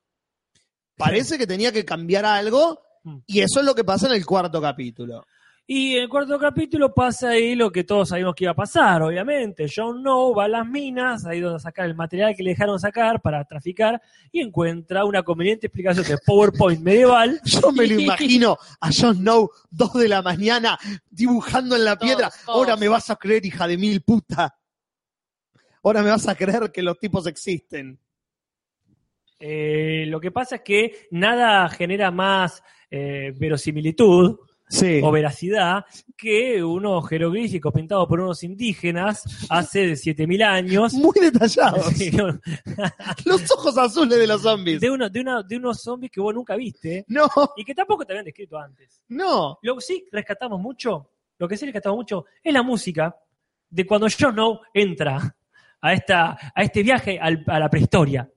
Speaker 1: parece que tenía que cambiar algo,
Speaker 2: Mm.
Speaker 1: y eso es lo que pasa en el cuarto capítulo.
Speaker 2: Y en el cuarto capítulo pasa ahí lo que todos sabíamos que iba a pasar, obviamente. Jon Snow va a las minas, ahí donde sacar el material que le dejaron sacar para traficar, y encuentra una conveniente explicación de PowerPoint medieval.
Speaker 1: Yo me lo imagino a Jon Snow, dos de la mañana, dibujando en la
Speaker 3: Todos,
Speaker 1: piedra.
Speaker 3: todos.
Speaker 1: Ahora me vas a creer, hija de mil puta. Ahora me vas a creer que los tipos existen.
Speaker 2: Eh, lo que pasa es que nada genera más eh, verosimilitud
Speaker 1: Sí.
Speaker 2: o veracidad que unos jeroglíficos pintados por unos indígenas hace de 7.000 años.
Speaker 1: Muy detallados. Los ojos azules de los zombies.
Speaker 2: De, uno- de, una- de unos zombies que vos nunca viste
Speaker 1: No,
Speaker 2: y que tampoco te habían descrito antes.
Speaker 1: no.
Speaker 2: Lo que sí rescatamos mucho, lo que sí rescatamos mucho es la música de cuando Jon Snow entra a, esta, a este viaje al- a la prehistoria.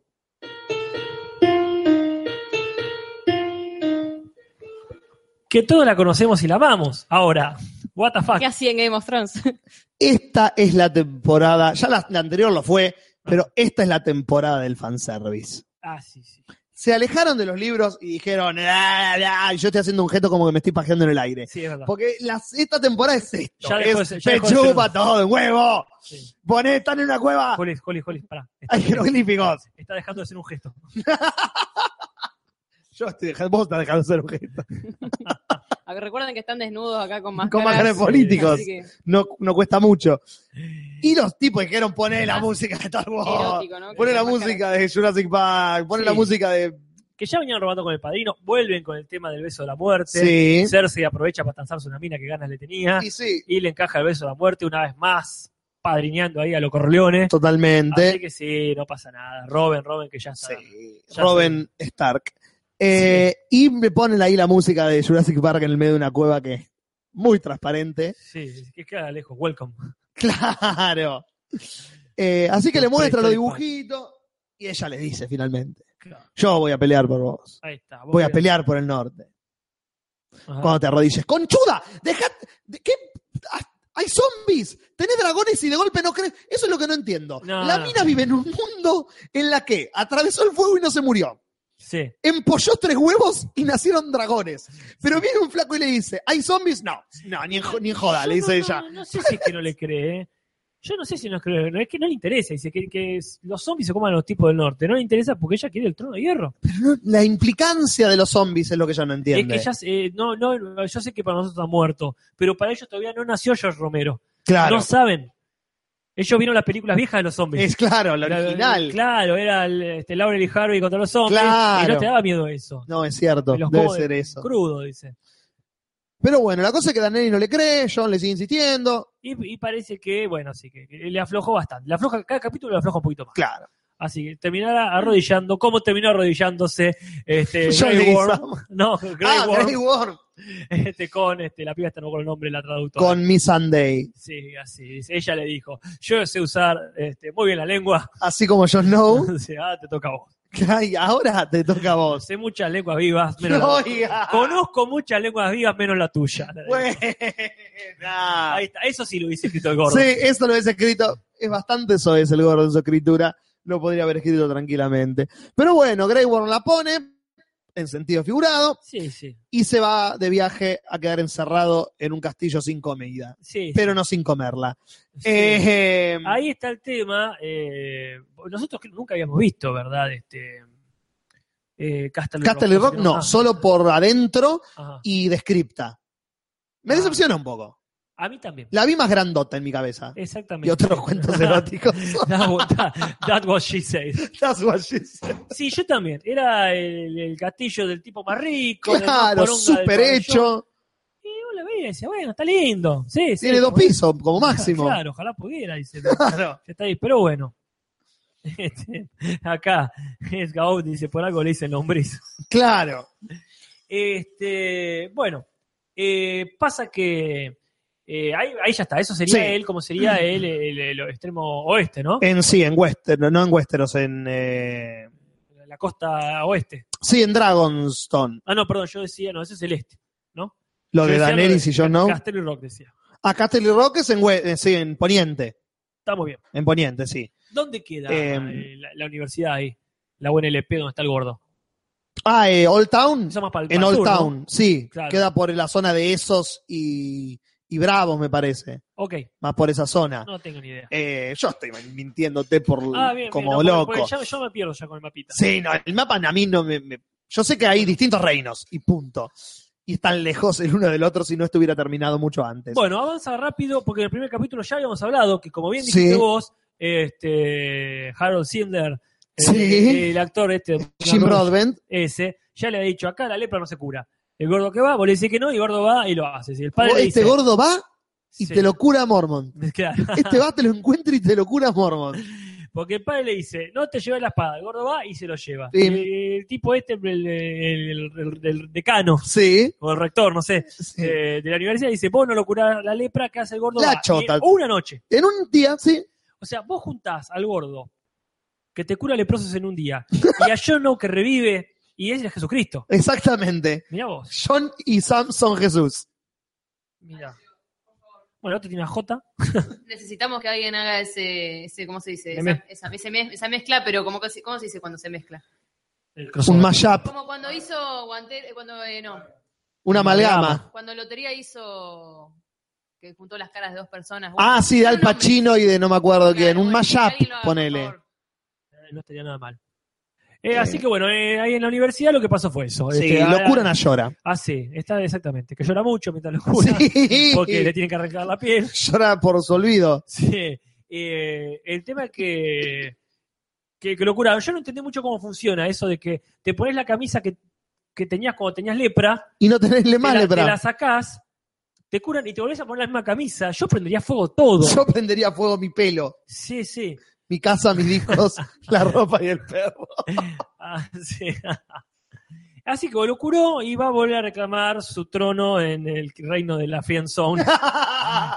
Speaker 2: Que todos la conocemos y la amamos. Ahora, what the
Speaker 1: Ah.
Speaker 2: fuck.
Speaker 3: ¿Qué hacía en Game of Thrones?
Speaker 1: Esta es la temporada. Ya la, la anterior lo fue, pero esta es la temporada del fanservice.
Speaker 2: Ah, sí, sí.
Speaker 1: Se alejaron de los libros y dijeron, "Ah, ah", y yo estoy haciendo un gesto como que me estoy pajeando en el aire.
Speaker 2: Sí, es verdad.
Speaker 1: Porque las- esta temporada es esto.
Speaker 2: Ya
Speaker 1: que
Speaker 2: dejó
Speaker 1: es,
Speaker 2: de ser- ya
Speaker 1: "Me
Speaker 2: dejó de ser
Speaker 1: chupa
Speaker 2: un-
Speaker 1: todo el huevo.
Speaker 2: Sí.
Speaker 1: Poné, están en una cueva.
Speaker 2: Jolis, Jolis, Jolis, pará. Está,
Speaker 1: Hay jeroglíficos.
Speaker 2: está dejando de hacer un gesto.
Speaker 1: Yo estoy dejando, vos estás dejando de ser un gesto.
Speaker 3: Ah, Recuerden que están desnudos acá con máscaras.
Speaker 1: Con máscaras de políticos. No, no cuesta mucho. Y los tipos dijeron, poné la música de Star Wars.
Speaker 3: Erótico, ¿no?
Speaker 1: Poné
Speaker 3: Que
Speaker 1: la
Speaker 3: con máscaras.
Speaker 1: música de Jurassic Park. Poné
Speaker 2: Sí.
Speaker 1: la música de
Speaker 2: Que ya venían robando con el padrino, vuelven con el tema del beso de la muerte.
Speaker 1: Sí.
Speaker 2: Cersei aprovecha para tanzarse una mina que ganas le tenía.
Speaker 1: Y sí,
Speaker 2: y le encaja el beso de la muerte una vez más, padrineando ahí a los Corleones. Así
Speaker 1: totalmente.
Speaker 2: que sí, no pasa nada. Robin, Robin, que ya está.
Speaker 1: Sí,
Speaker 2: Ya
Speaker 1: Robin Stark. Eh, Y me ponen ahí la música de Jurassic Park en el medio de una cueva que es muy transparente.
Speaker 2: Sí, sí, que queda lejos. Welcome.
Speaker 1: Claro. Eh, así que le
Speaker 2: Los
Speaker 1: muestra los
Speaker 2: Toy Story
Speaker 1: dibujitos y ella le dice finalmente,
Speaker 2: Claro.
Speaker 1: yo voy a pelear por vos.
Speaker 2: Ahí está. vos
Speaker 1: Voy a
Speaker 2: mirá.
Speaker 1: pelear por el norte.
Speaker 2: Ajá.
Speaker 1: Cuando te arrodilles. ¡Conchuda! ¡Deja! de- ¿Qué? Ah, ¡Hay zombies! Tenés dragones y de golpe no crees. Eso es lo que no entiendo.
Speaker 2: No,
Speaker 1: la
Speaker 2: no.
Speaker 1: mina vive en un mundo en la que atravesó el fuego y no se murió.
Speaker 2: Sí,
Speaker 1: empolló tres huevos y nacieron dragones. Pero viene un flaco y le dice, ¿hay zombies? No, no, ni en, jo- ni en joda,
Speaker 2: Yo
Speaker 1: le dice
Speaker 2: no,
Speaker 1: ella.
Speaker 2: No, no sé si es que no le cree. ¿eh? Yo no sé si no cree. No, es que no le interesa. Dice que, que es- los zombies se coman a los tipos del norte. No le interesa porque ella quiere el trono de hierro.
Speaker 1: Pero no- la implicancia de los zombies es lo que ella no entiende.
Speaker 2: Es que ya se- eh, no, no, yo sé que para nosotros está muerto, pero para ellos todavía no nació George Romero.
Speaker 1: claro,
Speaker 2: No saben. Ellos vieron las películas viejas de los zombies.
Speaker 1: Es claro, la
Speaker 2: La-
Speaker 1: original.
Speaker 2: Claro, era el, este, Laurel y Harvey contra los zombies.
Speaker 1: Claro.
Speaker 2: Y no te daba miedo eso.
Speaker 1: No, es cierto,
Speaker 2: Los
Speaker 1: debe
Speaker 2: como de-
Speaker 1: ser eso.
Speaker 2: Crudo, dice.
Speaker 1: Pero bueno, la cosa es que Danelli no le cree, John le sigue insistiendo.
Speaker 2: Y, y parece que, bueno, sí, que que le aflojó bastante. Le afloja, cada capítulo le afloja un poquito más.
Speaker 1: Claro.
Speaker 2: Así que terminará arrodillando. ¿Cómo terminó arrodillándose este,
Speaker 1: John
Speaker 2: Grey
Speaker 1: Lee
Speaker 2: Worm?
Speaker 1: Sam.
Speaker 2: No, Grey
Speaker 1: Ah,
Speaker 2: Worm,
Speaker 1: Grey Worm.
Speaker 2: Este, con este, la piba está no con el nombre, la traductora.
Speaker 1: Con Miss Sunday.
Speaker 2: Sí, así. dice. Ella le dijo, yo sé usar este, muy bien la lengua.
Speaker 1: Así como John Snow.
Speaker 2: Dice, ah, te toca a vos.
Speaker 1: Ay, ahora te toca a vos.
Speaker 2: Sé muchas lenguas vivas, menos la-
Speaker 1: Oiga.
Speaker 2: Conozco muchas lenguas vivas menos la tuya.
Speaker 1: Buena.
Speaker 2: Ahí está. Eso sí lo hubiese escrito el gordo.
Speaker 1: Sí, eso lo hubiese escrito. Es bastante soez el gordo en su escritura. Lo podría haber escrito tranquilamente. Pero bueno, Grey Worm la pone en sentido figurado
Speaker 2: sí, sí.
Speaker 1: y se va de viaje a quedar encerrado en un castillo sin comida,
Speaker 2: sí,
Speaker 1: pero no sin comerla.
Speaker 2: sí.
Speaker 1: Eh,
Speaker 2: Ahí está el tema. eh, nosotros que nunca habíamos visto, ¿verdad? Este, eh, Castle,
Speaker 1: Castle Rock no,
Speaker 2: Ah,
Speaker 1: solo por adentro
Speaker 2: ajá.
Speaker 1: y descripta. Me
Speaker 2: Ah.
Speaker 1: decepciona un poco.
Speaker 2: A mí también.
Speaker 1: La vi más grandota en mi cabeza.
Speaker 2: Exactamente.
Speaker 1: Y otros cuentos eróticos.
Speaker 2: That wa- that- that was she said.
Speaker 1: That's what she said.
Speaker 2: Sí, yo también. Era el, el castillo del tipo más rico. del más
Speaker 1: Claro,
Speaker 2: poronga del
Speaker 1: súper
Speaker 2: pabellón.
Speaker 1: hecho.
Speaker 2: Y uno lo veía y decía, bueno, está lindo. Sí, sí,
Speaker 1: Tiene dos
Speaker 2: ojalá-
Speaker 1: pisos como máximo.
Speaker 2: Claro, ojalá pudiera, dice. Ya está ahí, pero bueno. Este, acá, es Gaud dice, por algo le dicen lombriz.
Speaker 1: Claro.
Speaker 2: Este, bueno, eh, pasa que eh, ahí, ahí ya está, eso sería
Speaker 1: Sí. Eh.
Speaker 2: él, como sería él, el, el extremo oeste, ¿no?
Speaker 1: En sí, en Westeros, no en Westeros, en. eh,
Speaker 2: La costa oeste.
Speaker 1: Sí, en Dragonstone.
Speaker 2: Ah, no, perdón, yo decía, no, ese es el este.
Speaker 1: Lo de
Speaker 2: decía
Speaker 1: Daenerys y Jon Snow.
Speaker 2: Castello y Rock decía.
Speaker 1: A Castle Rock es en, West- eh, sí, en Poniente.
Speaker 2: Está muy bien.
Speaker 1: En Poniente, sí.
Speaker 2: ¿Dónde queda
Speaker 1: Eh,
Speaker 2: eh, la, la universidad ahí? La UNLP, donde está el gordo.
Speaker 1: Ah, eh, Old Town.
Speaker 2: Eso más para el-
Speaker 1: En
Speaker 2: para el
Speaker 1: Old
Speaker 2: sur, ¿no?
Speaker 1: Town, sí.
Speaker 2: Claro.
Speaker 1: Queda por la zona de Esos y, y Bravos, me parece.
Speaker 2: Ok,
Speaker 1: Más por esa zona.
Speaker 2: no tengo ni idea.
Speaker 1: Eh, yo estoy mintiéndote por
Speaker 2: Ah, bien,
Speaker 1: como
Speaker 2: bien, no,
Speaker 1: loco.
Speaker 2: porque- porque ya- yo me pierdo ya con el mapita.
Speaker 1: Sí, no, el mapa a mí no me, me- Yo sé que hay distintos reinos y punto. Y están lejos el uno del otro si no estuviera terminado mucho antes.
Speaker 2: Bueno, avanza rápido porque en el primer capítulo ya habíamos hablado que, como bien
Speaker 1: Sí.
Speaker 2: dijiste vos, este, Harold Sindler, eh,
Speaker 1: Sí.
Speaker 2: el, actor este,
Speaker 1: Jim Broadbent,
Speaker 2: ese, ya le ha dicho acá la lepra no se cura. El gordo que va, vos le decís que no, y el gordo va y lo hace. Si el padre le
Speaker 1: este
Speaker 2: dice-
Speaker 1: gordo va y
Speaker 2: Sí.
Speaker 1: te lo cura Mormon.
Speaker 2: Claro.
Speaker 1: Este va, te lo encuentra y te lo cura Mormon.
Speaker 2: Porque el padre le dice, no te lleves la espada. El gordo va y se lo lleva.
Speaker 1: Sí.
Speaker 2: Y el tipo este, el, el- el- el- el decano
Speaker 1: Sí.
Speaker 2: o el rector, no sé,
Speaker 1: sí.
Speaker 2: eh, de la universidad, dice, vos no lo curás la lepra, ¿qué hace el gordo?
Speaker 1: La
Speaker 2: va.
Speaker 1: chota.
Speaker 2: Y Una noche.
Speaker 1: En un día, sí.
Speaker 2: O sea, vos juntás al gordo que te cura leprosos en un día y a Jono que revive y es el Jesucristo.
Speaker 1: Exactamente.
Speaker 2: Mirá vos,
Speaker 1: John y Sam son Jesús.
Speaker 2: mirá. Bueno, el otro tiene una J.
Speaker 3: Necesitamos que alguien haga ese, ese ¿cómo se dice? Esa,
Speaker 2: Meme.
Speaker 3: esa- ese mez- esa mezcla, pero como que se- ¿cómo se dice cuando se mezcla?
Speaker 2: el
Speaker 1: Un
Speaker 2: crossover.
Speaker 1: mashup,
Speaker 3: Como cuando hizo Guante, eh, cuando, eh, no,
Speaker 1: una amalgama.
Speaker 3: cuando Lotería hizo, que juntó las caras de dos personas.
Speaker 1: Ah, sí, de Al Pacino y de no me acuerdo quién. Un mashup,
Speaker 3: machap,
Speaker 1: ponele.
Speaker 2: Eh, No estaría nada mal. Eh, Así que bueno, eh, ahí en la universidad lo que pasó fue eso.
Speaker 1: Sí,
Speaker 2: Este,
Speaker 1: lo curan a Llora.
Speaker 2: Ah, sí, está exactamente. Que llora mucho mientras lo cura.
Speaker 1: Sí.
Speaker 2: Porque le tienen que arrancar la piel.
Speaker 1: Llora por su olvido.
Speaker 2: Sí. Eh, el tema es que, que, que lo curaron. Yo no entendí mucho cómo funciona eso de que te pones la camisa que, que tenías cuando tenías lepra,
Speaker 1: Y no tenésle
Speaker 2: te
Speaker 1: más
Speaker 2: la,
Speaker 1: lepra.
Speaker 2: te la sacás, te curan y te volvés a poner la misma camisa. Yo prendería fuego todo.
Speaker 1: Yo prendería a fuego mi pelo,
Speaker 2: Sí, sí.
Speaker 1: mi casa, mis discos, la ropa y el perro.
Speaker 2: Ah, sí. Así que lo curó y va a volver a reclamar su trono en el reino de la Friendzone.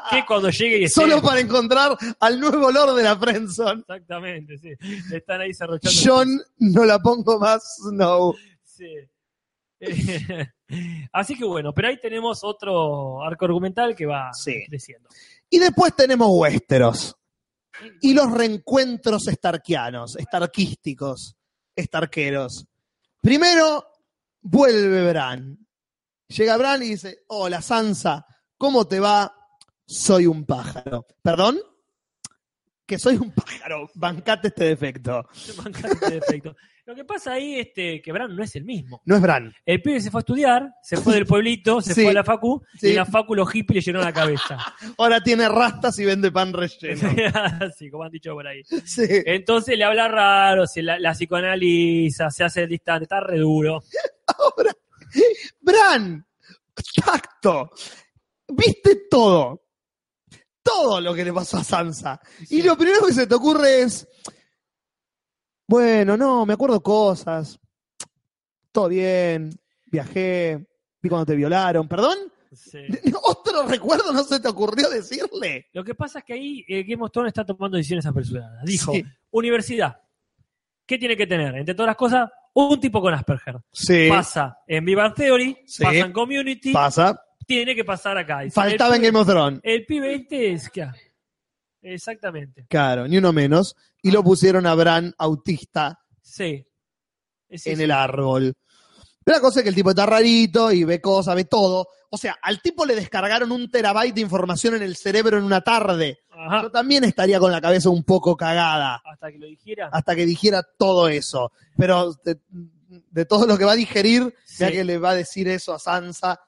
Speaker 2: que cuando llegue y esté-
Speaker 1: Solo para encontrar al nuevo olor de la Friendzone.
Speaker 2: Exactamente, sí. Están ahí cerrochando.
Speaker 1: John, no la pongo más, no.
Speaker 2: Sí. Eh, Así que bueno, pero ahí tenemos otro arco argumental que va
Speaker 1: Sí.
Speaker 2: creciendo.
Speaker 1: Y después tenemos Westeros. Y los reencuentros estarquianos, estarquísticos, estarqueros. Primero, vuelve Bran. Llega Bran y dice, hola Sansa, ¿cómo te va? Soy un pájaro. ¿Perdón? que soy un pájaro, bancate este defecto.
Speaker 2: Bancate defecto. Lo que pasa ahí este, que Bran no es el mismo.
Speaker 1: No es Bran.
Speaker 2: El pibe se fue a estudiar, se fue del pueblito, se
Speaker 1: Sí.
Speaker 2: fue a la facu, y
Speaker 1: Sí.
Speaker 2: la facu los hippies le llenó la cabeza.
Speaker 1: Ahora tiene rastas y vende pan relleno.
Speaker 2: Así, como han dicho por ahí.
Speaker 1: Sí.
Speaker 2: Entonces le habla raro, se la, la psicoanaliza, se hace el distante, está re duro.
Speaker 1: Ahora, Bran, tacto, viste todo. Todo lo que le pasó a Sansa. Y lo primero que se te ocurre es, bueno, no, me acuerdo cosas. Todo bien, viajé, vi cuando te violaron, ¿perdón?
Speaker 2: Sí.
Speaker 1: ¿Otro recuerdo no se te ocurrió decirle?
Speaker 2: Lo que pasa es que ahí eh, Game of Thrones está tomando decisiones apresuradas. Dijo,
Speaker 1: Sí.
Speaker 2: universidad, ¿qué tiene que tener? Entre todas las cosas, un tipo con Asperger.
Speaker 1: Sí.
Speaker 2: Pasa en Viva Theory,
Speaker 1: Sí.
Speaker 2: pasa en Community,
Speaker 1: Pasa.
Speaker 2: tiene que pasar acá. Y
Speaker 1: Faltaba en
Speaker 2: el, pibe-
Speaker 1: Game of Thrones.
Speaker 2: El pibe este es... ¿qué? Exactamente.
Speaker 1: Claro, ni uno menos.
Speaker 2: Ah.
Speaker 1: Y lo pusieron a Bran autista
Speaker 2: Sí. Es
Speaker 1: en
Speaker 2: eso.
Speaker 1: el árbol. Pero la cosa es que el tipo está rarito y ve cosas, ve todo. O sea, al tipo le descargaron un terabyte de información en el cerebro en una tarde.
Speaker 2: Ajá.
Speaker 1: Yo también estaría con la cabeza un poco cagada
Speaker 2: Hasta que lo dijera.
Speaker 1: hasta que dijera todo eso. Pero de, de todo lo que va a digerir, ya
Speaker 2: Sí.
Speaker 1: que le va a decir eso a Sansa,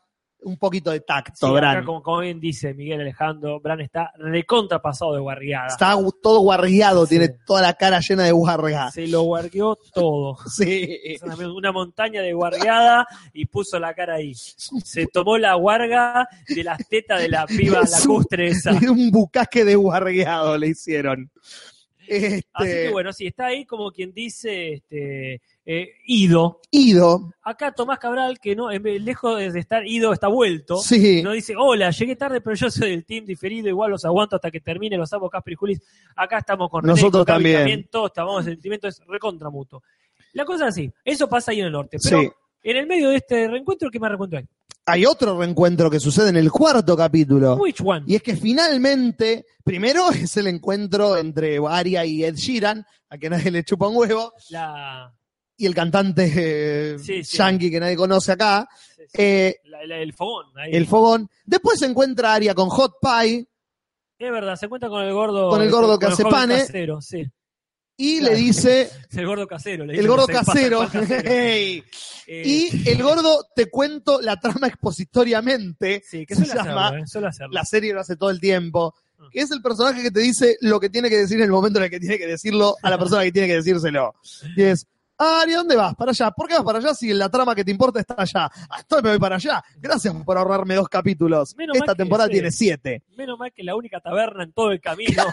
Speaker 1: un poquito de
Speaker 2: Sí,
Speaker 1: tacto,
Speaker 2: acá,
Speaker 1: Bran.
Speaker 2: como, como bien dice Miguel Alejandro, Bran está recontrapasado de guarriada.
Speaker 1: Está gu- todo guarriado,
Speaker 2: Sí.
Speaker 1: tiene toda la cara llena de guarga.
Speaker 2: Se lo guardió todo.
Speaker 1: Sí.
Speaker 2: Es una, una montaña de guardiada y puso la cara ahí. Se tomó la guarga de las tetas de la piba
Speaker 1: Es un-
Speaker 2: lacustre esa.
Speaker 1: un bucaque de guargueado le hicieron. Este,
Speaker 2: Así que bueno, sí, está ahí como quien dice este, eh, ido.
Speaker 1: Ido,
Speaker 2: Acá Tomás Cabral, que no, en vez- lejos de estar ido, está vuelto.
Speaker 1: sí,
Speaker 2: No dice, hola, llegué tarde, pero yo soy del team diferido, igual los aguanto hasta que termine, los amo, Casper y Julis. Acá estamos con René,
Speaker 1: Nosotros
Speaker 2: con Gaby
Speaker 1: también.
Speaker 2: Todos estamos, el sentimiento es recontra mutuo. La cosa es así, eso pasa ahí en el norte. Pero
Speaker 1: sí.
Speaker 2: en el medio de este reencuentro, ¿qué más reencuentro hay?
Speaker 1: Hay otro reencuentro que sucede en el cuarto capítulo.
Speaker 2: Which one?
Speaker 1: Y es que finalmente, primero es el encuentro entre Aria y Ed Sheeran, a que nadie le chupa un huevo,
Speaker 2: La,
Speaker 1: y el cantante eh,
Speaker 2: Sí, sí.
Speaker 1: yankee que nadie conoce acá, eh,
Speaker 2: la- la- el fogón. ahí.
Speaker 1: el fogón. Después se encuentra Aria con Hot Pie
Speaker 2: es verdad, se cuenta con el gordo. este,
Speaker 1: Con el gordo que
Speaker 2: con el
Speaker 1: hace
Speaker 2: joven
Speaker 1: panes.
Speaker 2: casero, sí.
Speaker 1: y
Speaker 2: Claro.
Speaker 1: le dice,
Speaker 2: El gordo casero. le
Speaker 1: el
Speaker 2: dicen,
Speaker 1: gordo
Speaker 2: no sé, pasa el
Speaker 1: casero,
Speaker 2: pan casero.
Speaker 1: hey,
Speaker 2: Eh,
Speaker 1: y el gordo te cuento la trama expositoriamente,
Speaker 2: Sí, que
Speaker 1: se
Speaker 2: suele hacerlo,
Speaker 1: llama
Speaker 2: eh, suele hacerlo.
Speaker 1: la serie lo hace todo el tiempo,
Speaker 2: Ah.
Speaker 1: que es el personaje que te dice lo que tiene que decir en el momento en el que tiene que decirlo a la persona que tiene que decírselo. Y es, Ari, ¿dónde vas? Para allá. ¿Por qué vas para allá si la trama que te importa está allá? Ah, entonces me voy para allá. Gracias por ahorrarme dos capítulos.
Speaker 2: Menos
Speaker 1: Esta
Speaker 2: mal que
Speaker 1: temporada
Speaker 2: sí.
Speaker 1: tiene siete.
Speaker 2: Menos mal que la única taberna en todo el camino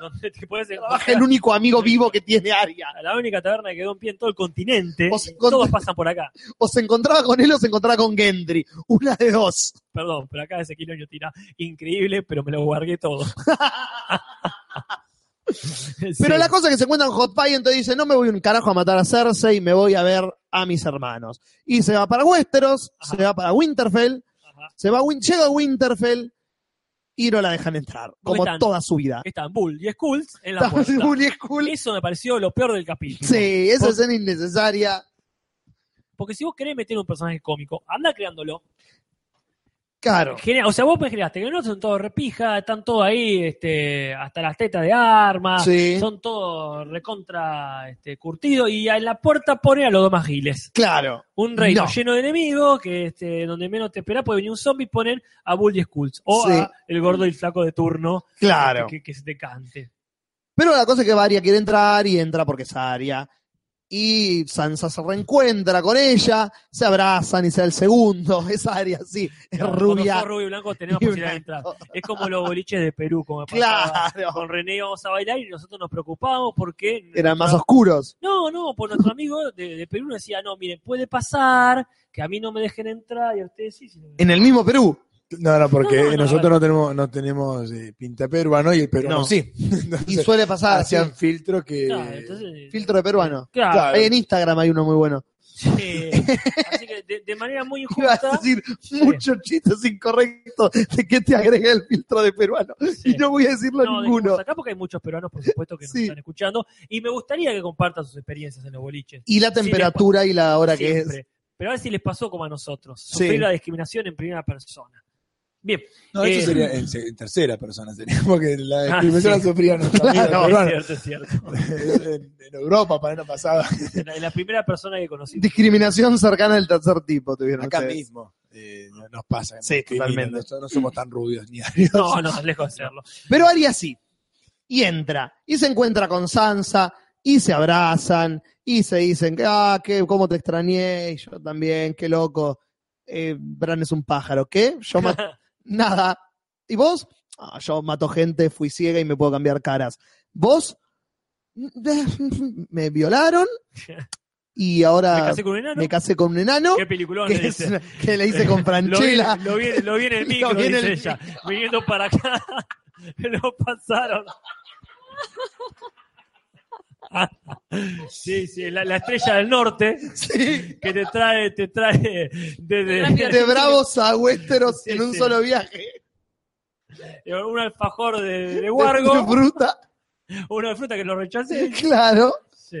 Speaker 2: donde te puedes
Speaker 1: Trabaja el único amigo vivo que tiene Aria.
Speaker 2: la única taberna que quedó en pie en todo el continente.
Speaker 1: O sea,
Speaker 2: y
Speaker 1: con-
Speaker 2: Todos pasan por acá.
Speaker 1: O se encontraba con él o se encontraba con Gendry. Una de dos.
Speaker 2: Perdón, pero acá ese kilo yo tira increíble, pero me lo guardé todo.
Speaker 1: Pero
Speaker 2: Sí.
Speaker 1: la cosa es que se encuentran Hot Pie, entonces dice, no me voy un carajo a matar a Cersei, me voy a ver a mis hermanos. Y se va para Westeros,
Speaker 2: Ajá.
Speaker 1: se va para Winterfell,
Speaker 2: Ajá.
Speaker 1: se va a Win- llega a Winterfell y no la dejan entrar, como
Speaker 2: están?
Speaker 1: toda su vida.
Speaker 2: Están Bull y Skulls en la
Speaker 1: Está
Speaker 2: puerta.
Speaker 1: Bully School.
Speaker 2: Eso me pareció lo peor del capítulo.
Speaker 1: Sí, esa
Speaker 2: Por-
Speaker 1: escena innecesaria.
Speaker 2: Porque si vos querés meter un personaje cómico, anda creándolo.
Speaker 1: Claro.
Speaker 2: Genera- o sea, vos me generaste que no son todos repija, están todos ahí, este, hasta las tetas de armas,
Speaker 1: Sí.
Speaker 2: Ah, son todos recontra este, curtidos, y en la puerta pone a los dos más giles.
Speaker 1: Claro.
Speaker 2: Un reino
Speaker 1: No.
Speaker 2: lleno de enemigos, que este, donde menos te esperás puede venir un zombie y poner a Bully Skulls, o
Speaker 1: Sí.
Speaker 2: a el gordo y el flaco de turno, este,
Speaker 1: Claro.
Speaker 2: que, que se te cante.
Speaker 1: Pero la cosa es que Varia quiere entrar y entra porque es Aria. Y Sansa se reencuentra con ella, se abrazan y se da el segundo. Es Aria, sí, es
Speaker 2: Claro, Cuando
Speaker 1: rubia.
Speaker 2: sos rubio y blanco tenemos
Speaker 1: y
Speaker 2: posibilidad de entrar.
Speaker 1: blanco.
Speaker 2: Es como los boliches de Perú, como pasaba.
Speaker 1: Claro.
Speaker 2: Con René íbamos a bailar y nosotros nos preocupábamos porque...
Speaker 1: Eran más oscuros.
Speaker 2: No, no, por nuestro amigo de, de Perú nos decía, no, miren, puede pasar, que a mí no me dejen entrar y a ustedes sí. sí".
Speaker 1: En el mismo Perú.
Speaker 4: No, no, porque
Speaker 2: No, no, no,
Speaker 4: nosotros
Speaker 2: a
Speaker 4: no tenemos, no tenemos eh, pinta peruano y el peruano
Speaker 1: No.
Speaker 4: sí.
Speaker 1: Y
Speaker 4: Entonces,
Speaker 1: suele pasar. sí.
Speaker 4: hacían filtros que.
Speaker 2: Claro, Ah, entonces-
Speaker 1: Filtro de peruano.
Speaker 2: Claro,
Speaker 4: Claro.
Speaker 1: Ahí en Instagram hay uno muy bueno.
Speaker 2: sí. Así que de, de manera muy
Speaker 1: Iba a
Speaker 2: injusta,
Speaker 1: decir muchos chistes incorrectos de que te agregue el filtro de peruano.
Speaker 2: Sí.
Speaker 1: Y no voy a decirlo
Speaker 2: no,
Speaker 1: ninguno.
Speaker 2: dejemos acá porque hay muchos peruanos, por supuesto, que nos
Speaker 1: Sí.
Speaker 2: están escuchando y me gustaría que compartan sus experiencias en los boliches.
Speaker 1: Y la temperatura y la hora que es.
Speaker 2: Siempre. Pero a ver si les pasó como a nosotros,
Speaker 1: Sí.
Speaker 2: sufrir la discriminación en primera persona. Bien.
Speaker 4: No, eso
Speaker 2: Eh,
Speaker 4: sería en, se- en tercera persona, sería, porque la discriminación
Speaker 2: Ah, sí.
Speaker 4: la sufrían nuestros amigos
Speaker 1: Claro,
Speaker 2: es
Speaker 4: peruanos.
Speaker 2: cierto, es cierto.
Speaker 4: en, en Europa, para no pasada.
Speaker 2: En la, en la primera persona que conocí.
Speaker 1: Discriminación cercana del tercer tipo, tuvieron
Speaker 4: Acá
Speaker 1: ustedes.
Speaker 4: mismo eh, no- nos pasa. nos
Speaker 1: Sí,
Speaker 4: discriminan,
Speaker 1: totalmente.
Speaker 4: Nosotros no somos tan rubios ni arios.
Speaker 2: No, no, lejos de serlo.
Speaker 1: Pero Arya sí. Y entra. Y se encuentra con Sansa. Y se abrazan. Y se dicen, ah, que, cómo te extrañé. Y yo también, qué loco. Eh, Bran es un pájaro. ¿Qué? Yo ma- Nada. ¿Y vos? Ah, yo mato gente, fui ciega y me puedo cambiar caras. ¿Vos? Me violaron. Y
Speaker 2: Me
Speaker 1: ahora
Speaker 2: casé con un enano.
Speaker 1: Ah, me casé con un enano.
Speaker 2: Qué peliculón
Speaker 1: Que,
Speaker 2: le
Speaker 1: es-
Speaker 2: dice.
Speaker 1: que le hice con
Speaker 2: Lo vi,
Speaker 1: Franchella.
Speaker 2: lo vi- lo vi en el
Speaker 1: Lo
Speaker 2: micro,
Speaker 1: vi en
Speaker 2: dice
Speaker 1: el
Speaker 2: ella. Viniendo para acá. lo pasaron. Sí, sí, la, la estrella del norte
Speaker 1: Sí.
Speaker 2: que te trae, te trae desde
Speaker 1: De bravos a Westeros
Speaker 2: Sí,
Speaker 1: en un
Speaker 2: sí.
Speaker 1: solo viaje.
Speaker 2: un alfajor de, de
Speaker 1: De
Speaker 2: guargo,
Speaker 1: fruta,
Speaker 2: una de fruta que lo rechacé.
Speaker 1: claro.
Speaker 2: Sí,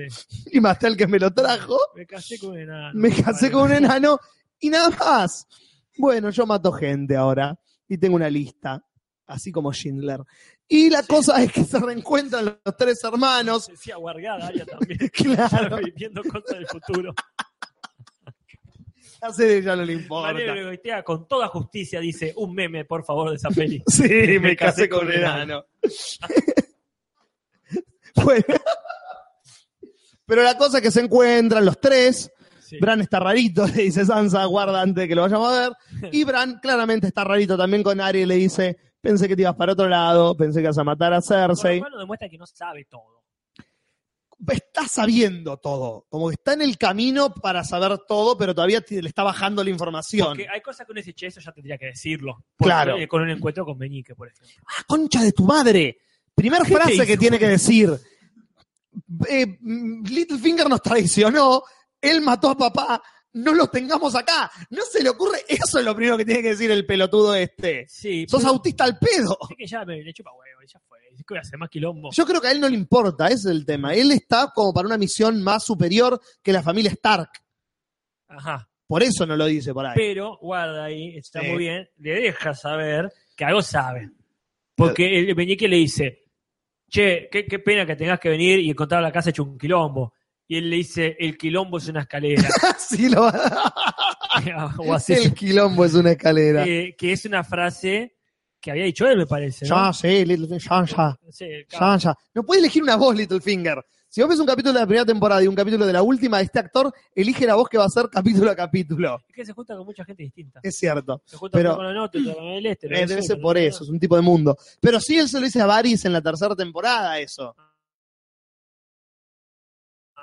Speaker 1: Y más tal que me lo trajo.
Speaker 2: me casé con un enano.
Speaker 1: Me casé con un enano y nada más. Bueno, yo mato gente ahora. Y tengo una lista. Así como Schindler. Y la cosa es que se reencuentran los tres hermanos.
Speaker 2: Sí, sí, aguargada Aria también.
Speaker 1: Claro.
Speaker 2: Viviendo cosas del futuro.
Speaker 1: A Cere ya no le importa.
Speaker 2: Valerio Legoitea, con toda justicia, dice un meme, por favor, de esa peli.
Speaker 1: Sí,
Speaker 2: Me
Speaker 1: me casé
Speaker 2: casé con
Speaker 1: con
Speaker 2: un enano.
Speaker 1: enano. Bueno. Pero la cosa es que se encuentran los tres.
Speaker 2: Sí.
Speaker 1: Bran está rarito, le dice Sansa, guarda antes de que lo vayamos a ver. Y Bran claramente está rarito también con Ari, le dice, pensé que te ibas para otro lado, pensé que ibas a matar a
Speaker 2: Con lo
Speaker 1: Cersei.
Speaker 2: cual nos demuestra que no sabe todo.
Speaker 1: Está sabiendo todo, como que está en el camino para saber todo, pero todavía t- le está bajando la información.
Speaker 2: Porque hay cosas que uno dice, che, eso ya tendría que decirlo.
Speaker 1: Claro.
Speaker 2: eh, Con un encuentro con Meñique, por ejemplo.
Speaker 1: ¡Ah, concha de tu madre! Primera
Speaker 2: ¿Qué te
Speaker 1: frase
Speaker 2: hizo?
Speaker 1: que tiene que decir. Eh, mm, Littlefinger nos traicionó, él mató a papá, no los tengamos acá. No se le ocurre, eso es lo primero que tiene que decir el pelotudo este.
Speaker 2: Sí,
Speaker 1: Sos
Speaker 2: pero-
Speaker 1: autista al pedo.
Speaker 2: Así que ya me le chupa huevo, ya fue. ¿Qué voy a hacer? Más quilombo.
Speaker 1: Yo creo que a él no le importa, ese es el tema. Él está como para una misión más superior que la familia Stark.
Speaker 2: Ajá.
Speaker 1: Por eso no lo dice por ahí.
Speaker 2: Pero, guarda ahí, está
Speaker 1: Sí.
Speaker 2: muy bien, le deja saber que algo sabe. Porque el Meñique le dice, che, qué, qué pena que tengas que venir y encontrar la casa hecho un quilombo. Y él le dice, el quilombo es una escalera.
Speaker 1: Así lo
Speaker 2: o así.
Speaker 1: El quilombo es una escalera.
Speaker 2: Eh, que es una frase que había dicho él, me parece. ¿no?
Speaker 1: Ya, sí, Littlefinger, ya, ya.
Speaker 2: Sí,
Speaker 1: Ya,
Speaker 2: claro.
Speaker 1: ya. No puede elegir una voz, Littlefinger. Si vos ves un capítulo de la primera temporada y un capítulo de la última, este actor elige la voz que va a ser capítulo a capítulo.
Speaker 2: Es que se junta con mucha gente distinta.
Speaker 1: Es cierto.
Speaker 2: Se junta
Speaker 1: pero-
Speaker 2: con el norte, con el este. con
Speaker 1: Eh,
Speaker 2: el
Speaker 1: Debe
Speaker 2: sur,
Speaker 1: ser
Speaker 2: con
Speaker 1: por
Speaker 2: el-
Speaker 1: eso, es un tipo de mundo. Pero sí, él se lo dice a Varys en la tercera temporada, eso.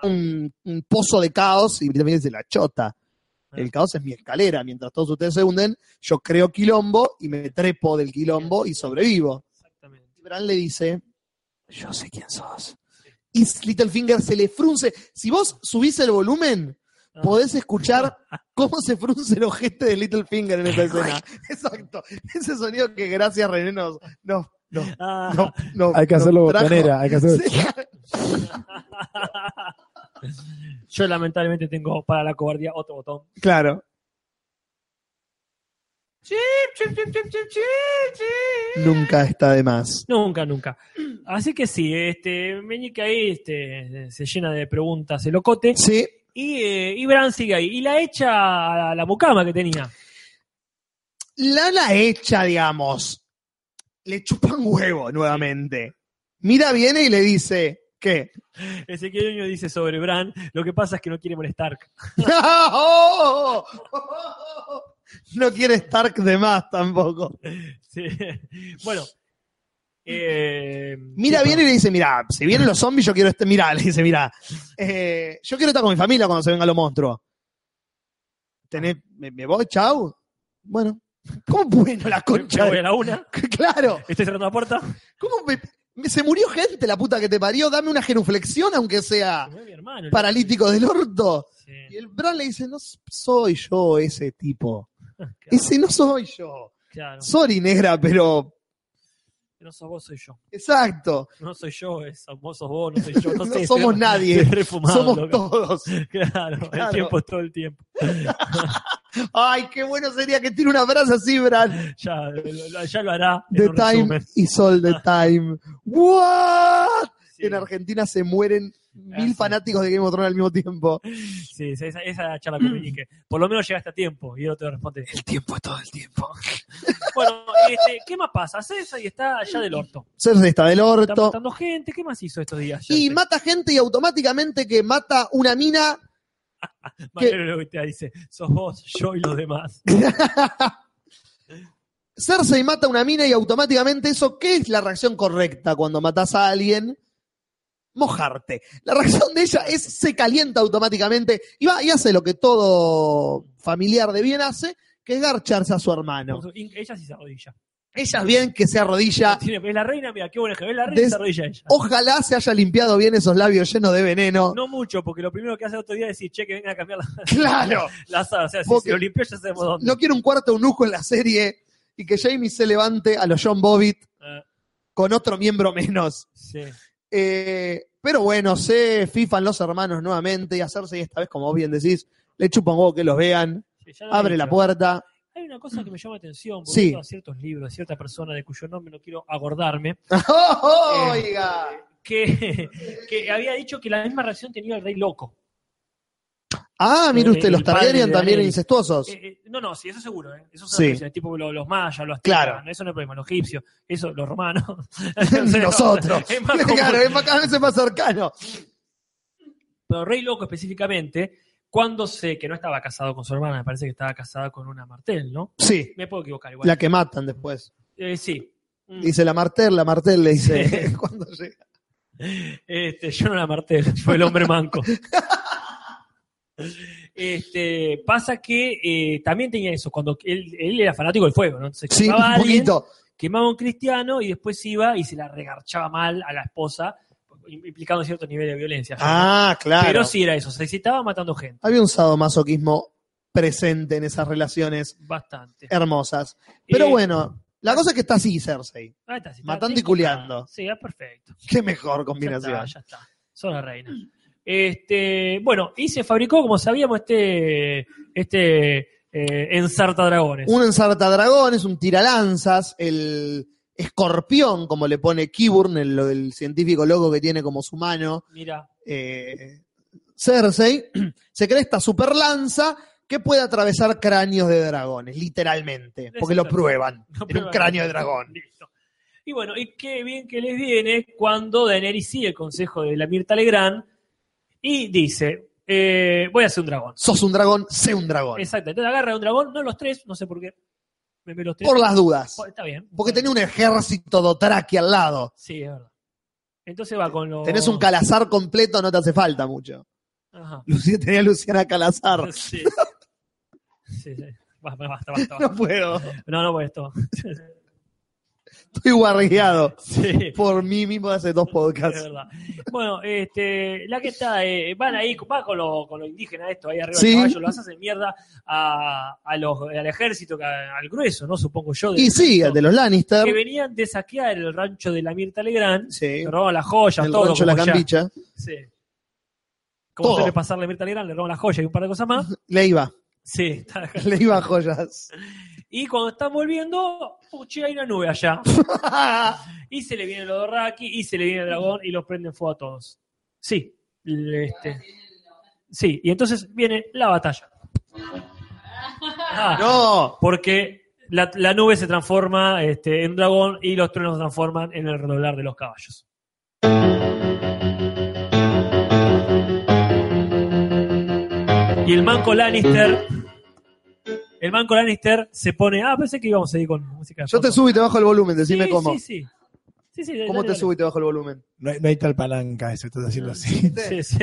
Speaker 1: Un, un pozo de caos y también dice la chota. El caos es mi escalera. Mientras todos ustedes se hunden, yo creo quilombo y me trepo del quilombo y sobrevivo.
Speaker 2: Exactamente.
Speaker 1: Y Bran le dice, yo sé quién sos. Y Littlefinger se le frunce. Si vos subís el volumen,
Speaker 2: Ah.
Speaker 1: podés escuchar cómo se frunce el ojete de Littlefinger en esa escena. Exacto. Ese sonido que gracias René nos... nos- nos-
Speaker 2: Ah.
Speaker 1: nos- nos-
Speaker 4: Hay que
Speaker 1: nos
Speaker 4: hacerlo
Speaker 1: trajo.
Speaker 4: botanera, hay que hacerlo.
Speaker 1: Sí.
Speaker 2: Yo lamentablemente tengo para la cobardía otro botón.
Speaker 1: Claro. Nunca está de más.
Speaker 2: Nunca, nunca. Así que sí, este, Meñique ahí este, se llena de preguntas el locote.
Speaker 1: Sí,
Speaker 2: Y, eh, y Bran sigue ahí. Y la echa a la mucama que tenía.
Speaker 1: la la hecha, digamos. Le chupan huevo nuevamente. Mira, viene y le dice, ¿qué?
Speaker 2: Ezequiel Oño dice sobre Bran, lo que pasa es que no quiere molestar.
Speaker 1: ¡Oh! No quiere Stark de más tampoco.
Speaker 2: Sí. Bueno. eh,
Speaker 1: Mira,
Speaker 2: sí,
Speaker 1: viene y le dice, mira, si vienen los zombies, yo quiero este, mira, le dice, mira, yo quiero estar con mi familia cuando se vengan los monstruos. Tenés, me, me voy, chau. Bueno, ¿cómo bueno la
Speaker 2: me- me
Speaker 1: concha?
Speaker 2: voy a
Speaker 1: de-
Speaker 2: la una.
Speaker 1: Claro,
Speaker 2: Estoy cerrando la puerta.
Speaker 1: ¿cómo me- me- se murió gente la puta que te parió? Dame una genuflexión, aunque sea.
Speaker 2: Se murió mi hermano.
Speaker 1: paralítico del orto.
Speaker 2: Sí.
Speaker 1: Y el Bran le dice, no soy yo ese tipo.
Speaker 2: Claro,
Speaker 1: Ese no soy yo.
Speaker 2: claro.
Speaker 1: Sorry, negra, pero...
Speaker 2: No sos vos, soy yo.
Speaker 1: Exacto.
Speaker 2: No soy yo, es, vos sos vos, no soy yo. No,
Speaker 1: No
Speaker 2: sé,
Speaker 1: somos nadie.
Speaker 2: estoy refumado,
Speaker 1: Somos
Speaker 2: loco.
Speaker 1: todos.
Speaker 2: Claro, el
Speaker 1: Claro.
Speaker 2: tiempo es todo el tiempo.
Speaker 1: Ay, qué bueno sería que tire una frase así, Bran.
Speaker 2: Ya lo, ya lo hará. en
Speaker 1: The
Speaker 2: un
Speaker 1: time
Speaker 2: resumen.
Speaker 1: is all the time. What? En Argentina se mueren mil
Speaker 2: Gracias.
Speaker 1: fanáticos de Game of Thrones al mismo tiempo.
Speaker 2: Sí, sí, esa, esa charla con Meñique. Por lo menos llegaste a tiempo. Y el otro responde, el tiempo es todo el tiempo. bueno, este, ¿qué más pasa? César y está allá del orto.
Speaker 1: Cersei está del
Speaker 2: Está
Speaker 1: orto.
Speaker 2: matando gente. ¿Qué más hizo estos días?
Speaker 1: Y
Speaker 2: Cersei?
Speaker 1: mata gente y automáticamente que mata una mina.
Speaker 2: Mariano Legoitea dice, sos vos, yo y los demás.
Speaker 1: Cersei mata una mina y automáticamente eso, ¿qué es la reacción correcta cuando matas a alguien? Mojarte. La reacción de ella es se calienta automáticamente y va y hace lo que todo familiar de bien hace, que es garcharse a su hermano.
Speaker 2: In- Ella sí se arrodilla.
Speaker 1: Ella es bien que se arrodilla.
Speaker 2: Tiene- Es la reina, mira, qué buena Es la reina y
Speaker 1: Des-
Speaker 2: se arrodilla ella.
Speaker 1: Ojalá se haya limpiado bien esos labios llenos de veneno.
Speaker 2: No mucho, porque lo primero que hace el otro día es decir, che, que vengan a cambiar la,
Speaker 1: Claro.
Speaker 2: la sala. O sea, si
Speaker 1: Porque-
Speaker 2: se lo limpió ya sabemos dónde.
Speaker 1: No quiero un cuarto eunuco en la serie y que Jamie se levante a los John Bobbitt
Speaker 2: Eh,
Speaker 1: con otro miembro menos.
Speaker 2: sí.
Speaker 1: Eh, pero bueno, se fifan los hermanos nuevamente y hacerse, y esta vez, como vos bien decís, le chupan huevo que los vean,
Speaker 2: Sí, ya lo
Speaker 1: abre la
Speaker 2: dije.
Speaker 1: puerta.
Speaker 2: Hay una cosa que me llama la atención, porque
Speaker 1: Sí.
Speaker 2: he leído ciertos libros de cierta persona de cuyo nombre no quiero acordarme,
Speaker 1: ¡Oh,
Speaker 2: Eh,
Speaker 1: oiga!
Speaker 2: que, que había dicho que la misma reacción tenía el rey loco.
Speaker 1: Ah, mire
Speaker 2: Eh,
Speaker 1: usted,
Speaker 2: el
Speaker 1: los
Speaker 2: padre
Speaker 1: Targaryen
Speaker 2: de
Speaker 1: también
Speaker 2: Daenerys.
Speaker 1: incestuosos.
Speaker 2: Eh, eh, no, no, sí, eso seguro. ¿eh? Eso
Speaker 1: Sí.
Speaker 2: son los tipo lo- los, mayas, los
Speaker 1: Claro.
Speaker 2: aztecas, eso no es problema, los egipcios, eso, los romanos.
Speaker 1: Nosotros.
Speaker 2: Es más común.
Speaker 1: Claro, es más- cada vez es más cercano.
Speaker 2: Pero Rey Loco específicamente, cuando sé que no estaba casado con su hermana, me parece que estaba casada con una Martel, ¿no?
Speaker 1: Sí,
Speaker 2: Me puedo equivocar igual.
Speaker 1: la que matan después.
Speaker 2: Eh, sí. Mm.
Speaker 1: Dice la Martel, la Martel le dice cuando llega.
Speaker 2: Este, yo no la martel, fue el hombre manco. Este, pasa que eh, también tenía eso, cuando él, él era fanático del fuego, ¿no? Entonces
Speaker 1: Sí,
Speaker 2: quemaba a
Speaker 1: un
Speaker 2: alguien,
Speaker 1: poquito.
Speaker 2: quemaba a un cristiano y después iba y se la regarchaba mal a la esposa, im- implicando cierto nivel de violencia.
Speaker 1: Ah, claro.
Speaker 2: Pero sí era eso, se excitaba matando gente,
Speaker 1: Había un sadomasoquismo presente en esas relaciones
Speaker 2: bastante.
Speaker 1: hermosas. Pero
Speaker 2: Eh,
Speaker 1: bueno, la cosa es que está así, Cersei.
Speaker 2: ahí está, si está-
Speaker 1: matando
Speaker 2: está
Speaker 1: y culeando.
Speaker 2: enfocada. Sí, ah, perfecto.
Speaker 1: Qué mejor
Speaker 2: Ya está,
Speaker 1: combinación.
Speaker 2: ya está. Son la reina. Este, bueno, y se fabricó, como sabíamos, este, este eh, ensarta dragones.
Speaker 1: Un ensarta dragones, un tiralanzas, el escorpión, como le pone Kiburn, el, el científico loco que tiene como su mano
Speaker 2: Mira,
Speaker 1: eh, Cersei, se crea esta super lanza que puede atravesar cráneos de dragones, literalmente, porque lo
Speaker 2: Exacto.
Speaker 1: prueban.
Speaker 2: no
Speaker 1: Tiene un
Speaker 2: prueba-
Speaker 1: cráneo de dragón.
Speaker 2: Listo. Y bueno, y qué bien que les viene cuando Daenerys sigue el consejo de la Mirta Legrand y dice, eh, voy a hacer un dragón.
Speaker 1: Sos un dragón, sé un dragón.
Speaker 2: Exacto, entonces agarra un dragón, no los tres, no sé por qué. Me ve los tres.
Speaker 1: Por las dudas.
Speaker 2: Oh, Está bien.
Speaker 1: Porque tenés un ejército dotraki al lado.
Speaker 2: Sí, es verdad. Entonces va con los...
Speaker 1: Tenés un calazar completo, no te hace falta mucho.
Speaker 2: Ajá.
Speaker 1: Lucía tenía a Luciana Calazar.
Speaker 2: Sí. Sí, sí. Basta, basta, basta.
Speaker 1: No puedo.
Speaker 2: No, no, por esto.
Speaker 1: Estoy guardiado
Speaker 2: Sí.
Speaker 1: por mí mismo hace dos
Speaker 2: Es
Speaker 1: podcasts.
Speaker 2: verdad. Bueno, este, la que está, eh, van ahí, va con los con lo indígenas esto, ahí arriba
Speaker 1: Sí.
Speaker 2: del caballo, los hacen mierda a, a los, al ejército, que- al grueso, ¿no? Supongo yo. del
Speaker 1: Y sí, el
Speaker 2: ejército,
Speaker 1: de los Lannister.
Speaker 2: Que venían de saquear el rancho de la Mirta Legrand,
Speaker 1: Sí.
Speaker 2: le roban las joyas,
Speaker 1: El
Speaker 2: todo.
Speaker 1: rancho La
Speaker 2: como ya-
Speaker 1: Cambicha.
Speaker 2: sí. Como
Speaker 1: Todo.
Speaker 2: suele pasarle a Mirta Legrand, le roban las joyas y un par de cosas más.
Speaker 1: Le iba,
Speaker 2: Sí, está-
Speaker 1: le iba joyas.
Speaker 2: Y cuando están volviendo, oh, che, hay una nube allá. y se le viene el Odorraki, y se le viene el dragón, y los prenden fuego a todos. Sí. le- este. Sí, y entonces viene la batalla. Ah,
Speaker 1: ¡No!
Speaker 2: Porque la, la nube se transforma este, en un dragón y los truenos se transforman en el redoblar de los caballos. Y el manco Lannister. El manco Lannister se pone. Ah, pensé que íbamos a ir con música. de
Speaker 1: Yo te
Speaker 2: fondo.
Speaker 1: subo y te bajo el volumen, decime
Speaker 2: Sí,
Speaker 1: cómo.
Speaker 2: Sí, sí. Sí, sí,
Speaker 1: ¿Cómo
Speaker 2: dale,
Speaker 1: te
Speaker 2: dale.
Speaker 1: subo y te bajo el volumen?
Speaker 4: No hay, no hay tal palanca, eso estás haciendo así.
Speaker 2: Sí, sí.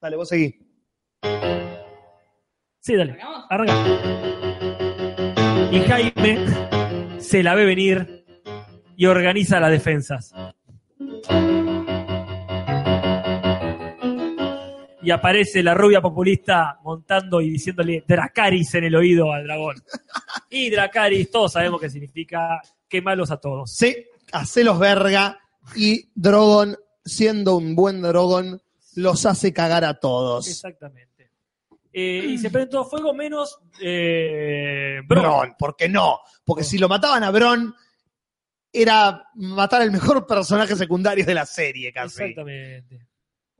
Speaker 1: Dale, vos seguí.
Speaker 2: Sí, dale. Arranca. Y Jaime se la ve venir y organiza las defensas. Y aparece la rubia populista montando y diciéndole Dracaris en el oído al dragón. Y Dracaris, todos sabemos que significa quemarlos a todos.
Speaker 1: Sí, hacelos verga y Drogon, siendo un buen Drogon, los hace cagar a todos.
Speaker 2: Exactamente. eh, y se prendió fuego menos eh, Bron.
Speaker 1: Bron, ¿por qué no? Porque si lo mataban a Bron, era matar al mejor personaje secundario de la serie, casi.
Speaker 2: Exactamente.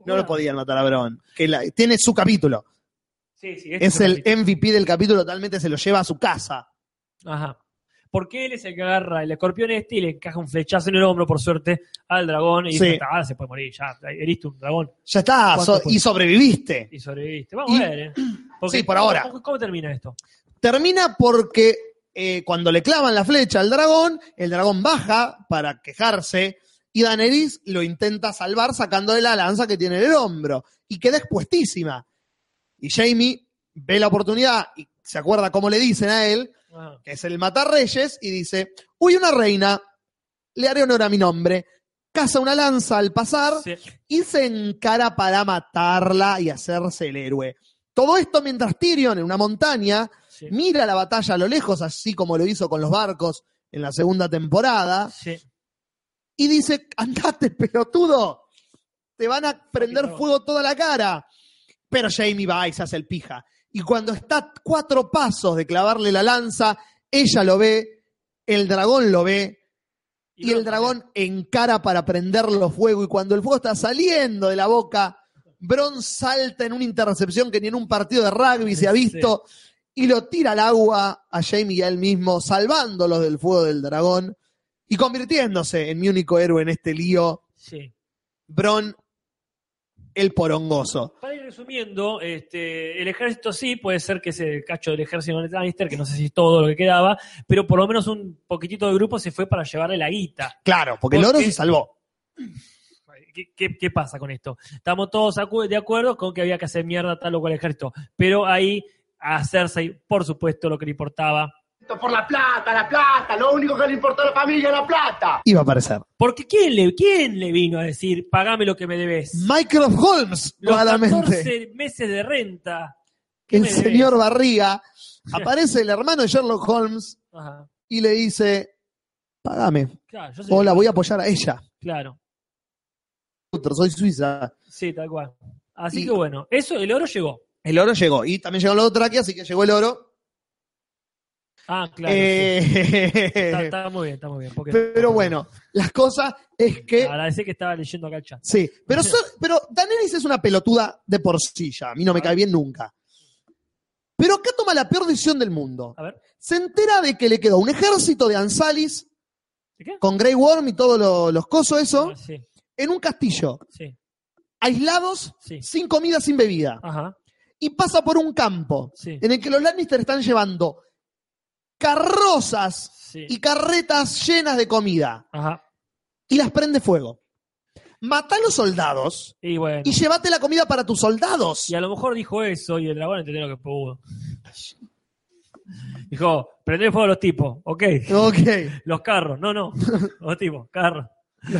Speaker 1: No lo podían matar a Bron. Que la- tiene su capítulo.
Speaker 2: Sí, sí, este
Speaker 1: Es
Speaker 2: un
Speaker 1: el
Speaker 2: capítulo.
Speaker 1: MVP del capítulo, totalmente se lo lleva a su casa. e-
Speaker 2: Ajá. Porque él es el que agarra el escorpión este y le encaja un flechazo en el hombro, por suerte, al dragón. Y
Speaker 1: Sí.
Speaker 2: dice, "Ah, se puede morir, ya, heriste un dragón
Speaker 1: Ya está,
Speaker 2: ¿Cuánto
Speaker 1: so-
Speaker 2: fue?
Speaker 1: y sobreviviste.
Speaker 2: y sobreviviste. Vamos
Speaker 1: Y-
Speaker 2: a ver, ¿eh? Porque-
Speaker 1: Sí, por ahora.
Speaker 2: ¿Cómo, cómo termina esto?
Speaker 1: Termina porque eh, cuando le clavan la flecha al dragón, el dragón baja para quejarse y Daenerys lo intenta salvar sacándole la lanza que tiene en el hombro y queda expuestísima. Y Jamie ve la oportunidad y se acuerda cómo le dicen a él,
Speaker 2: Ajá.
Speaker 1: que es el matar reyes, y dice, uy, una reina, le haré honor a mi nombre. Caza una lanza al pasar
Speaker 2: Sí.
Speaker 1: y se encara para matarla y hacerse el héroe. Todo esto mientras Tyrion en una montaña
Speaker 2: Sí.
Speaker 1: mira la batalla a lo lejos, así como lo hizo con los barcos en la segunda temporada,
Speaker 2: Sí.
Speaker 1: y dice, andate, pelotudo, te van a prender
Speaker 2: no.
Speaker 1: fuego toda la cara. Pero Jamie va y se hace el pija. Y cuando está a cuatro pasos de clavarle la lanza, ella lo ve, el dragón lo ve, y el dragón encara para prenderlo fuego. Y cuando el fuego está saliendo de la boca, Bron salta en una intercepción que ni en un partido de rugby se ha
Speaker 2: Sí.
Speaker 1: visto. Y lo tira al agua a Jamie y a él mismo, salvándolos del fuego del dragón y convirtiéndose en mi único héroe en este lío,
Speaker 2: Sí.
Speaker 1: Bron el porongoso.
Speaker 2: Para ir resumiendo, este, el ejército sí, puede ser que se cacho del ejército de Lannister, que no sé si es todo lo que quedaba, pero por lo menos un poquitito de grupo se fue para llevarle la guita.
Speaker 1: Claro, porque el
Speaker 2: ¿Por
Speaker 1: oro
Speaker 2: qué?
Speaker 1: se salvó.
Speaker 2: ¿Qué, qué- qué pasa con esto? Estamos todos acu- de acuerdo con que había que hacer mierda tal o cual ejército, pero ahí a Cersei, por supuesto, lo que le importaba.
Speaker 9: Por la plata, la plata, lo único que le importó a la familia es la plata.
Speaker 1: Iba a aparecer.
Speaker 2: Porque ¿quién le, quién le vino a decir, pagame lo que me debes?
Speaker 1: Mycroft Holmes,
Speaker 2: Los
Speaker 1: claramente.
Speaker 2: 14 meses de renta. ¿qué
Speaker 1: El
Speaker 2: me debes?
Speaker 1: señor Barriga. Aparece el hermano de Sherlock Holmes
Speaker 2: Ajá.
Speaker 1: y le dice, pagame.
Speaker 2: Claro, yo sé-
Speaker 1: o la voy a apoyar a ella.
Speaker 2: Claro.
Speaker 1: Otro, soy suiza.
Speaker 2: Sí, tal cual. Así
Speaker 1: Y-
Speaker 2: que bueno, eso, el oro llegó.
Speaker 1: El oro llegó. Y también llegó la Dothraki, así que llegó el oro.
Speaker 2: Ah, claro. sí.
Speaker 1: Eh,
Speaker 2: Está, está muy bien, está muy bien. porque-
Speaker 1: pero bueno, eh, las cosas es que.
Speaker 2: Agradecí que estaba leyendo acá el chat.
Speaker 1: Sí, pero, so- pero Daenerys es una pelotuda de por sí ya. A mí no me cae bien nunca. Pero acá toma la peor decisión del mundo.
Speaker 2: A ver.
Speaker 1: Se entera de que le quedó un ejército de Ansalis
Speaker 2: ¿De qué?
Speaker 1: con Grey Worm y todos lo- los cosos, eso,
Speaker 2: Ah, Sí,
Speaker 1: en un castillo,
Speaker 2: sí,
Speaker 1: aislados,
Speaker 2: sí.
Speaker 1: sin comida, sin bebida.
Speaker 2: Ajá,
Speaker 1: Y pasa por un campo.
Speaker 2: sí.
Speaker 1: en el que los Lannister están llevando carrozas
Speaker 2: sí.
Speaker 1: y carretas llenas de comida
Speaker 2: Ajá.
Speaker 1: y las prende fuego. Mata a los soldados
Speaker 2: Y bueno.
Speaker 1: y llévate la comida para tus soldados.
Speaker 2: Y a lo mejor dijo eso y el dragón entendió lo que pudo. Dijo, prende fuego a los tipos, ok.
Speaker 1: Ok.
Speaker 2: Los carros, no, no. Los tipos, carros.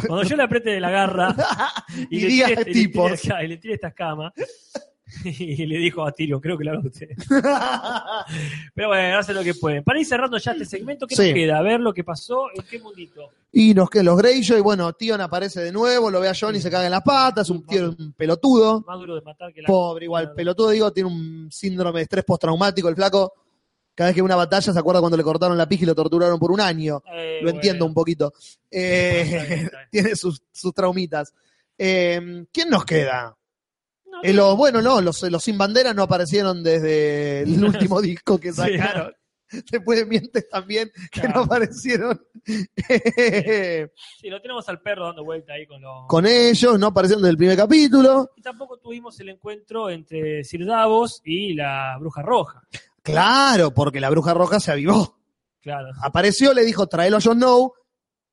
Speaker 2: Cuando yo le apriete la garra
Speaker 1: Y
Speaker 2: le
Speaker 1: diga
Speaker 2: tire- y le
Speaker 1: tipos.
Speaker 2: tire acá, y le tire esta cama y le dijo a Tiro, creo que lo haga usted. Pero bueno, hace lo que pueden. Para ir cerrando ya este segmento, ¿qué
Speaker 1: Sí.
Speaker 2: nos queda? A ver lo que pasó, en qué mundito.
Speaker 1: y nos que los Greyjoy, bueno, Tion aparece de nuevo, lo ve a John y se caga en las patas, un tío un pelotudo.
Speaker 2: Más duro de matar que la.
Speaker 1: Pobre, igual, pelotudo, digo, tiene un síndrome de estrés postraumático el flaco. Cada vez que ve una batalla se acuerda cuando le cortaron la pija y lo torturaron por un año.
Speaker 2: Eh,
Speaker 1: Lo
Speaker 2: bueno.
Speaker 1: entiendo un poquito. Eh,
Speaker 2: Está bien, está bien.
Speaker 1: tiene sus, sus traumitas. Eh, ¿Quién nos queda?
Speaker 2: No,
Speaker 1: Eh, los, bueno, no, los, los sin bandera no aparecieron desde el último disco que
Speaker 2: Sí.
Speaker 1: sacaron. Después de Mientes también, que
Speaker 2: Claro.
Speaker 1: no aparecieron.
Speaker 2: Sí, lo tenemos al perro dando vuelta ahí con los.
Speaker 1: Con ellos, no aparecieron desde el primer capítulo.
Speaker 2: Y tampoco tuvimos el encuentro entre Sir Davos y la Bruja Roja.
Speaker 1: Claro, porque la bruja roja se avivó.
Speaker 2: Claro.
Speaker 1: Apareció, le dijo, tráelo a Jon Snow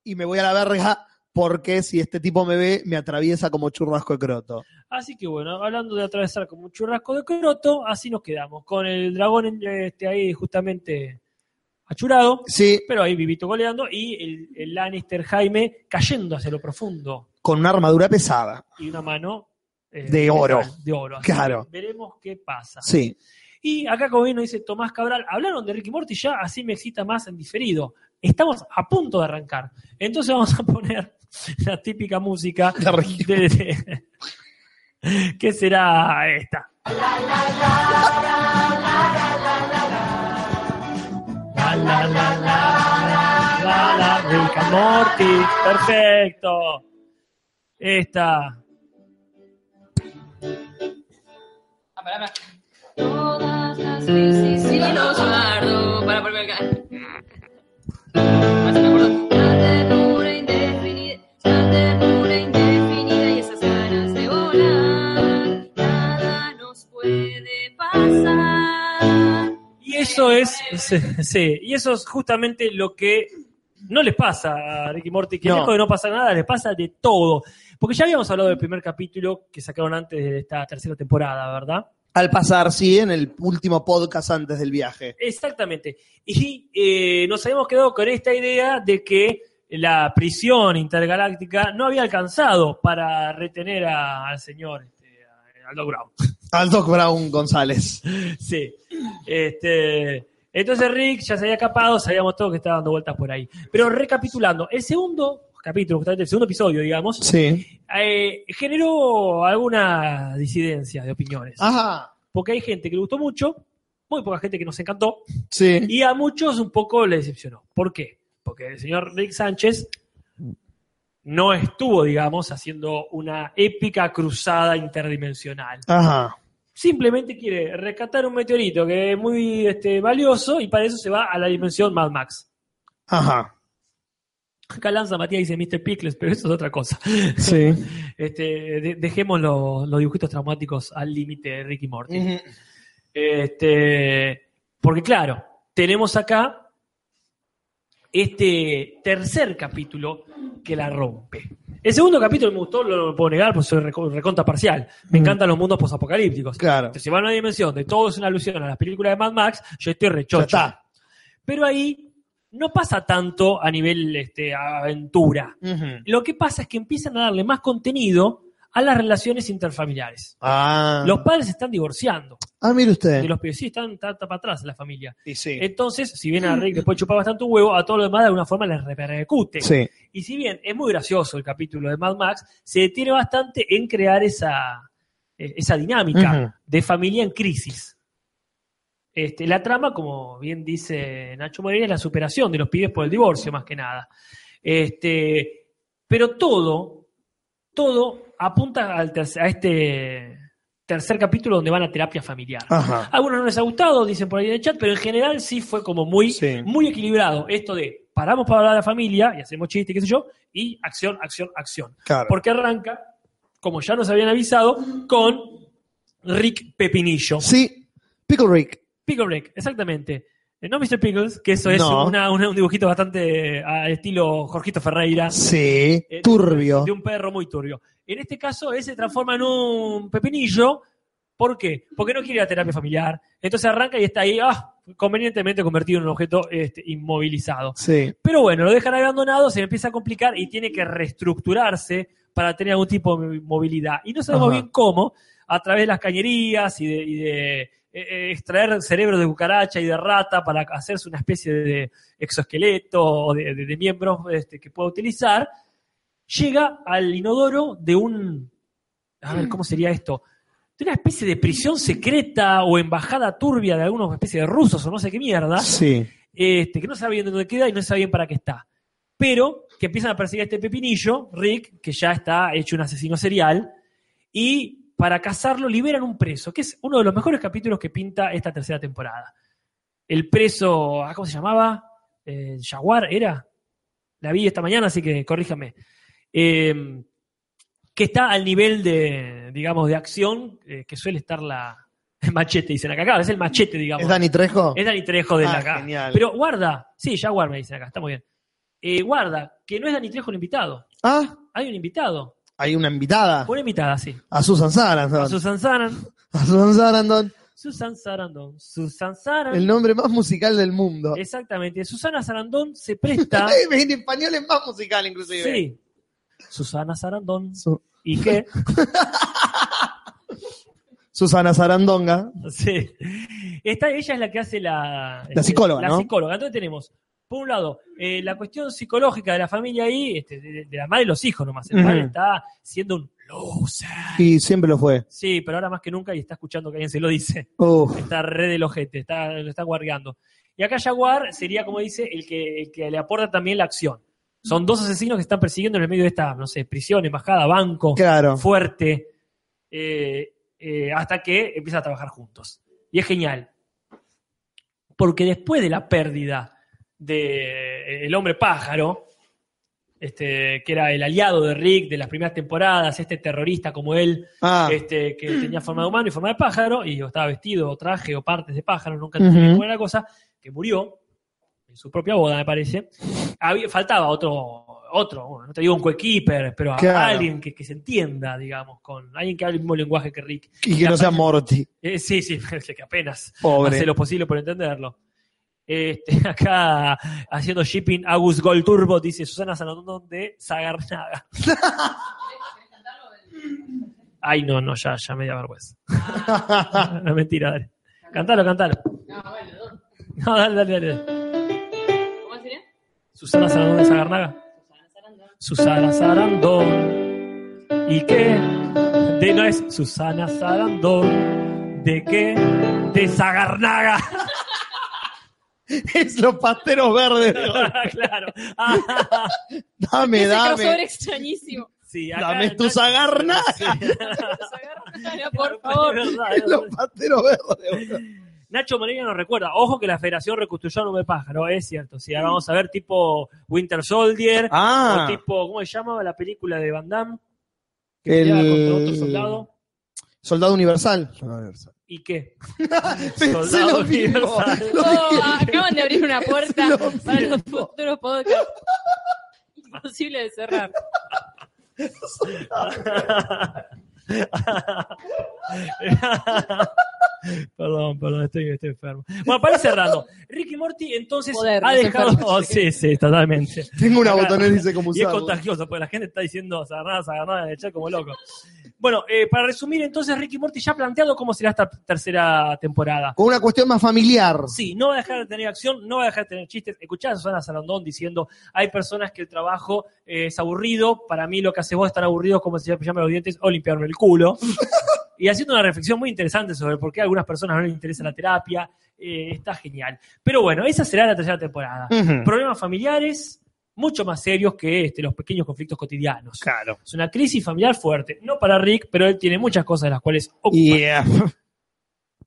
Speaker 1: y me voy a la verga porque si este tipo me ve, me atraviesa como churrasco de croto.
Speaker 2: Así que bueno, hablando de atravesar como un churrasco de croto, así nos quedamos. Con el dragón en- este, ahí justamente achurado,
Speaker 1: Sí,
Speaker 2: pero ahí vivito goleando y el, el Lannister Jaime cayendo hacia lo profundo
Speaker 1: con una armadura pesada.
Speaker 2: y una mano. eh,
Speaker 1: De oro.
Speaker 2: metal, De oro. Así que
Speaker 1: Claro.
Speaker 2: Veremos qué pasa.
Speaker 1: Sí.
Speaker 2: Y acá, como bien nos dice Tomás Cabral, hablaron de Ricky Morty ya, así me excita más en diferido. Estamos a punto de arrancar. Entonces vamos a poner la típica música de- de- que será esta. la, la, la, la, la, Rick and Morty. Perfecto. Esta.
Speaker 3: Ah, pará, pará. Todas las crisis y los bardos. Para volver acá. Más me acuerdo. La ternura indefinida, la ternura indefinida y esas ganas de volar. Nada nos puede pasar.
Speaker 2: Y eso es, sí, sí, y eso es justamente lo que no les pasa a Ricky Morty, que
Speaker 1: No.
Speaker 2: lejos de no pasar nada, les pasa de todo. Porque ya habíamos hablado del primer capítulo que sacaron antes de esta tercera temporada, ¿verdad?
Speaker 1: Al pasar, sí, en el último podcast antes del viaje.
Speaker 2: Exactamente. Y eh, nos habíamos quedado con esta idea de que la prisión intergaláctica no había alcanzado para retener a- al señor este, a- Aldo Brown.
Speaker 1: Al Doc Brown González.
Speaker 2: Sí. Este, entonces Rick ya se había escapado, sabíamos todo que estaba dando vueltas por ahí. Pero recapitulando, el segundo capítulo, justamente el segundo episodio, digamos,
Speaker 1: Sí.
Speaker 2: eh, generó alguna disidencia de opiniones.
Speaker 1: Ajá.
Speaker 2: Porque hay gente que le gustó mucho, muy poca gente que nos encantó,
Speaker 1: Sí.
Speaker 2: y a muchos un poco le decepcionó. ¿Por qué? Porque el señor Rick Sánchez no estuvo, digamos, haciendo una épica cruzada interdimensional.
Speaker 1: Ajá.
Speaker 2: Simplemente quiere rescatar un meteorito que es muy este, valioso y para eso se va a la dimensión Mad Max.
Speaker 1: Ajá.
Speaker 2: Acá lanza Matías dice Mr. Pickles, pero eso es otra cosa.
Speaker 1: Sí.
Speaker 2: Este, de- dejemos los, los dibujitos traumáticos al límite de Ricky Morty. Este, porque claro, tenemos acá este tercer capítulo que la rompe. El segundo capítulo me gustó, lo, lo puedo negar, porque soy reco- recontra parcial. Me
Speaker 1: Mm.
Speaker 2: encantan los mundos posapocalípticos.
Speaker 1: Claro.
Speaker 2: Entonces, Si va a una dimensión de todo es una alusión a las películas de Mad Max, yo estoy
Speaker 1: Ya
Speaker 2: rechocho.
Speaker 1: está.
Speaker 2: Pero ahí no pasa tanto a nivel este, aventura.
Speaker 1: Ujú.
Speaker 2: Lo que pasa es que empiezan a darle más contenido a las relaciones interfamiliares.
Speaker 1: Ah.
Speaker 2: Los padres se están divorciando
Speaker 1: Ah, mire usted.
Speaker 2: de los pibes. Sí, están tan- tan para atrás en la familia.
Speaker 1: Sí, sí.
Speaker 2: Entonces, si bien a Rick después chupar bastante un huevo, a todo lo demás de alguna forma les repercute.
Speaker 1: Sí.
Speaker 2: Y si bien es muy gracioso el capítulo de Mad Max, se detiene bastante en crear esa, eh, esa dinámica
Speaker 1: Ujú.
Speaker 2: de familia en crisis. Este, la trama, como bien dice Nacho Moreira, es la superación de los pibes por el divorcio, más que nada. Este, pero todo, todo apunta al tercer- a este tercer capítulo donde van a terapia familiar.
Speaker 1: Ajá.
Speaker 2: Algunos no les ha gustado, dicen por ahí en el chat, pero en general sí fue como muy,
Speaker 1: Sí.
Speaker 2: muy equilibrado. Esto de paramos para hablar de la familia y hacemos chiste, qué sé yo, y acción, acción, acción.
Speaker 1: Claro.
Speaker 2: Porque arranca, como ya nos habían avisado, con Rick Pepinillo.
Speaker 1: Sí. Pickle Rick.
Speaker 2: Pickle Rick, exactamente. Eh, No Mr. Pickles, que eso es
Speaker 1: No.
Speaker 2: una- una- un dibujito bastante ah, al estilo Jorgito Ferreira.
Speaker 1: Sí.
Speaker 2: Eh,
Speaker 1: Turbio.
Speaker 2: De un perro muy turbio. En este caso, él se transforma en un pepinillo. ¿Por qué? Porque no quiere ir a terapia familiar. Entonces arranca y está ahí, ah, convenientemente convertido en un objeto este, inmovilizado.
Speaker 1: Sí.
Speaker 2: Pero bueno, lo dejan abandonado, se empieza a complicar y tiene que reestructurarse para tener algún tipo de movilidad. Y no sabemos
Speaker 1: Ajá.
Speaker 2: bien cómo, a través de las cañerías y de, y de, eh, eh, extraer cerebros de cucaracha y de rata para hacerse una especie de exoesqueleto o de, de- de miembros este, que pueda utilizar, llega al inodoro de un... A ver, ¿cómo sería esto? De una especie de prisión secreta o embajada turbia de alguna especie de rusos o no sé qué mierda
Speaker 1: Sí.
Speaker 2: este, que no sabe bien dónde queda y no sabe bien para qué está. Pero que empiezan a perseguir a este pepinillo, Rick, que ya está hecho un asesino serial, y para cazarlo liberan un preso, que es uno de los mejores capítulos que pinta esta tercera temporada. El preso, ah, ¿cómo se llamaba? Eh, Jaguar, ¿era? La vi esta mañana, así que corríjame. Eh, que está al nivel de, digamos, de acción eh, que suele estar la... Machete, dicen acá. Claro, es el machete, digamos.
Speaker 1: ¿Es Dani Trejo?
Speaker 2: Es Dani Trejo de
Speaker 1: Ah,
Speaker 2: la acá.
Speaker 1: genial.
Speaker 2: Pero guarda, sí, Jaguar me dicen acá, está muy bien. Eh, guarda, que no es Dani Trejo el invitado.
Speaker 1: Ah,
Speaker 2: Hay un invitado.
Speaker 1: hay una invitada.
Speaker 2: Una invitada, sí.
Speaker 1: A Susan
Speaker 2: A
Speaker 1: Sarandon.
Speaker 2: Susan Sarandon.
Speaker 1: A Susan Sarandon.
Speaker 2: Susan Sarandon. Susan Sarandon.
Speaker 1: El nombre más musical del mundo.
Speaker 2: Exactamente. Susana Sarandon se presta.
Speaker 1: Eh, En español es más musical, inclusive.
Speaker 2: sí. Susana Sarandon.
Speaker 1: Su-
Speaker 2: ¿Y qué?
Speaker 1: Susana Sarandonga.
Speaker 2: Sí. Esta, ella es la que hace la,
Speaker 1: La psicóloga,
Speaker 2: la
Speaker 1: ¿no?
Speaker 2: psicóloga. Entonces tenemos, por un lado, eh, la cuestión psicológica de la familia ahí, este, de, de la madre y los hijos nomás. El
Speaker 1: Ujú.
Speaker 2: padre está siendo un loser.
Speaker 1: Y siempre lo fue.
Speaker 2: Sí, pero ahora más que nunca y está escuchando que alguien se lo dice.
Speaker 1: Uf.
Speaker 2: Está re del ojete, está, lo está guardeando. Y acá Jaguar sería, como dice, el que, el que le aporta también la acción. Son dos asesinos que están persiguiendo en el medio de esta, no sé, prisión, embajada, banco,
Speaker 1: Claro.
Speaker 2: fuerte, eh, eh, hasta que empiezan a trabajar juntos. Y es genial. Porque después de la pérdida del hombre pájaro, este, que era el aliado de Rick de las primeras temporadas, este terrorista como él,
Speaker 1: Ah,
Speaker 2: este, que tenía forma de humano y forma de pájaro, y o estaba vestido o traje o partes de pájaro, nunca entendí
Speaker 1: Ujú.
Speaker 2: cómo era la cosa, que murió en su propia boda, me parece. Había, faltaba otro, otro, bueno, no te digo un coequiper, pero a-
Speaker 1: Claro.
Speaker 2: alguien que, que se entienda, digamos, con alguien que hable el mismo lenguaje que Rick.
Speaker 1: y que no sea Morty,
Speaker 2: Eh, sí, sí, que apenas hace
Speaker 1: pobre.
Speaker 2: lo posible por entenderlo. Este, acá haciendo shipping, Agus Gold Turbo dice Susana Sanatón de Zagarnaga. Ay, no, no, ya, ya me da vergüenza. no, mentira, dale. Cantalo, cantalo.
Speaker 3: No, bueno, no.
Speaker 2: No, dale, dale, dale.
Speaker 3: ¿Cómo sería?
Speaker 2: Susana Sarandón de Sagarnaga. Susana Sarandón. ¿Y qué? De no es Susana Sarandón. ¿De qué? De Sagarnaga.
Speaker 1: Es los pasteros verdes.
Speaker 2: claro. Ah,
Speaker 1: Dame,
Speaker 3: Ese crossover
Speaker 1: dame.
Speaker 3: extrañísimo.
Speaker 2: sí, acá-
Speaker 1: Dame tu Sagarnaga.
Speaker 2: Sí.
Speaker 3: Por favor.
Speaker 2: Es verdad, es
Speaker 1: Los
Speaker 2: verdad.
Speaker 1: pasteros verdes. boludo.
Speaker 2: Nacho Moreira nos recuerda, ojo que la federación reconstruyó a Nube Pájaro, es cierto. Si ahora vamos a ver tipo Winter Soldier,
Speaker 1: Ah,
Speaker 2: o tipo, ¿cómo se llama la película de Van Damme? Que peleaba contra otro
Speaker 1: el
Speaker 2: soldado.
Speaker 1: soldado universal.
Speaker 2: ¿Y qué?
Speaker 1: Pensé
Speaker 2: Soldado
Speaker 1: lo mismo.
Speaker 2: universal.
Speaker 1: Lo
Speaker 3: Oh,
Speaker 1: dije.
Speaker 3: acaban de abrir una puerta
Speaker 1: Lo
Speaker 3: para
Speaker 1: mismo.
Speaker 3: los futuros podcasts. Imposible de cerrar.
Speaker 2: perdón, perdón, estoy, estoy enfermo. Bueno, para ir cerrando, Ricky Morty entonces
Speaker 3: Poder,
Speaker 2: ha
Speaker 3: los
Speaker 2: dejado.
Speaker 3: enfermos.
Speaker 2: sí, sí, totalmente.
Speaker 1: Tengo una
Speaker 2: Acá-
Speaker 1: botonera y sé cómo
Speaker 2: Y es
Speaker 1: usarla.
Speaker 2: contagioso, porque la gente está diciendo sagarnada, sagarnada en el chat como loco. Bueno, eh, para resumir, entonces Ricky Morty ya ha planteado cómo será esta tercera temporada.
Speaker 1: Con una cuestión más familiar.
Speaker 2: Sí, no va a dejar de tener acción, no va a dejar de tener chistes. Escuchá a Susana Sarandón diciendo, hay personas que el trabajo eh, es aburrido, para mí lo que hace vos es estar aburrido es como si llama los dientes o limpiarme el culo. y haciendo una reflexión muy interesante sobre por qué a algunas personas no les interesa la terapia, eh, está genial. Pero bueno, esa será la tercera temporada.
Speaker 1: Ujú.
Speaker 2: Problemas familiares mucho más serios que este, los pequeños conflictos cotidianos.
Speaker 1: Claro.
Speaker 2: Es una crisis familiar fuerte, no para Rick, pero él tiene muchas cosas de las cuales ocuparse.
Speaker 1: Yeah.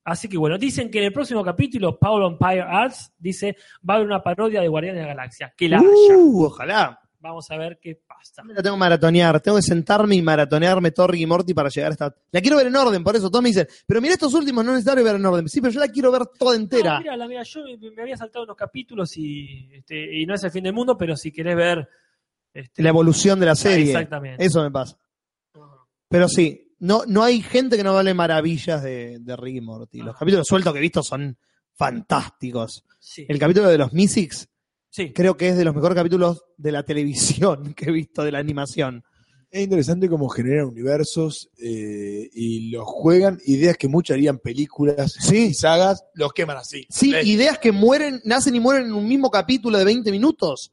Speaker 2: Así que bueno, dicen que en el próximo capítulo, Paul Empire Arts dice, va a haber una parodia de Guardianes de la Galaxia. Que la haya.
Speaker 1: Uh, ojalá.
Speaker 2: Vamos a ver qué pasa.
Speaker 1: La tengo que maratonear, tengo que sentarme y maratonearme Torri y Morty para llegar a esta. La quiero ver en orden, por eso todos me dicen, pero mira estos últimos, no es necesario ver en orden. Sí, pero yo la quiero ver toda
Speaker 2: No,
Speaker 1: entera.
Speaker 2: Ah, mira, la- mira, yo me- me había saltado unos capítulos y, este, y no es el fin del mundo, pero si querés ver... este,
Speaker 1: la evolución de la serie.
Speaker 2: Exactamente.
Speaker 1: Eso me pasa. Pero sí, no, no hay gente que no hable maravillas de, de Rick y Morty. Los
Speaker 2: Ajá.
Speaker 1: capítulos sueltos que he visto son fantásticos.
Speaker 2: Sí,
Speaker 1: El capítulo de los Mysics
Speaker 2: sí.
Speaker 1: creo que es de los mejores capítulos de la televisión que he visto, de la animación.
Speaker 4: Es interesante cómo generan universos eh, y los juegan, ideas que muchos harían películas
Speaker 1: Sí.
Speaker 4: y sagas, los queman así.
Speaker 1: Sí,
Speaker 4: Le-
Speaker 1: ideas que mueren, nacen y mueren en un mismo capítulo de 20 minutos.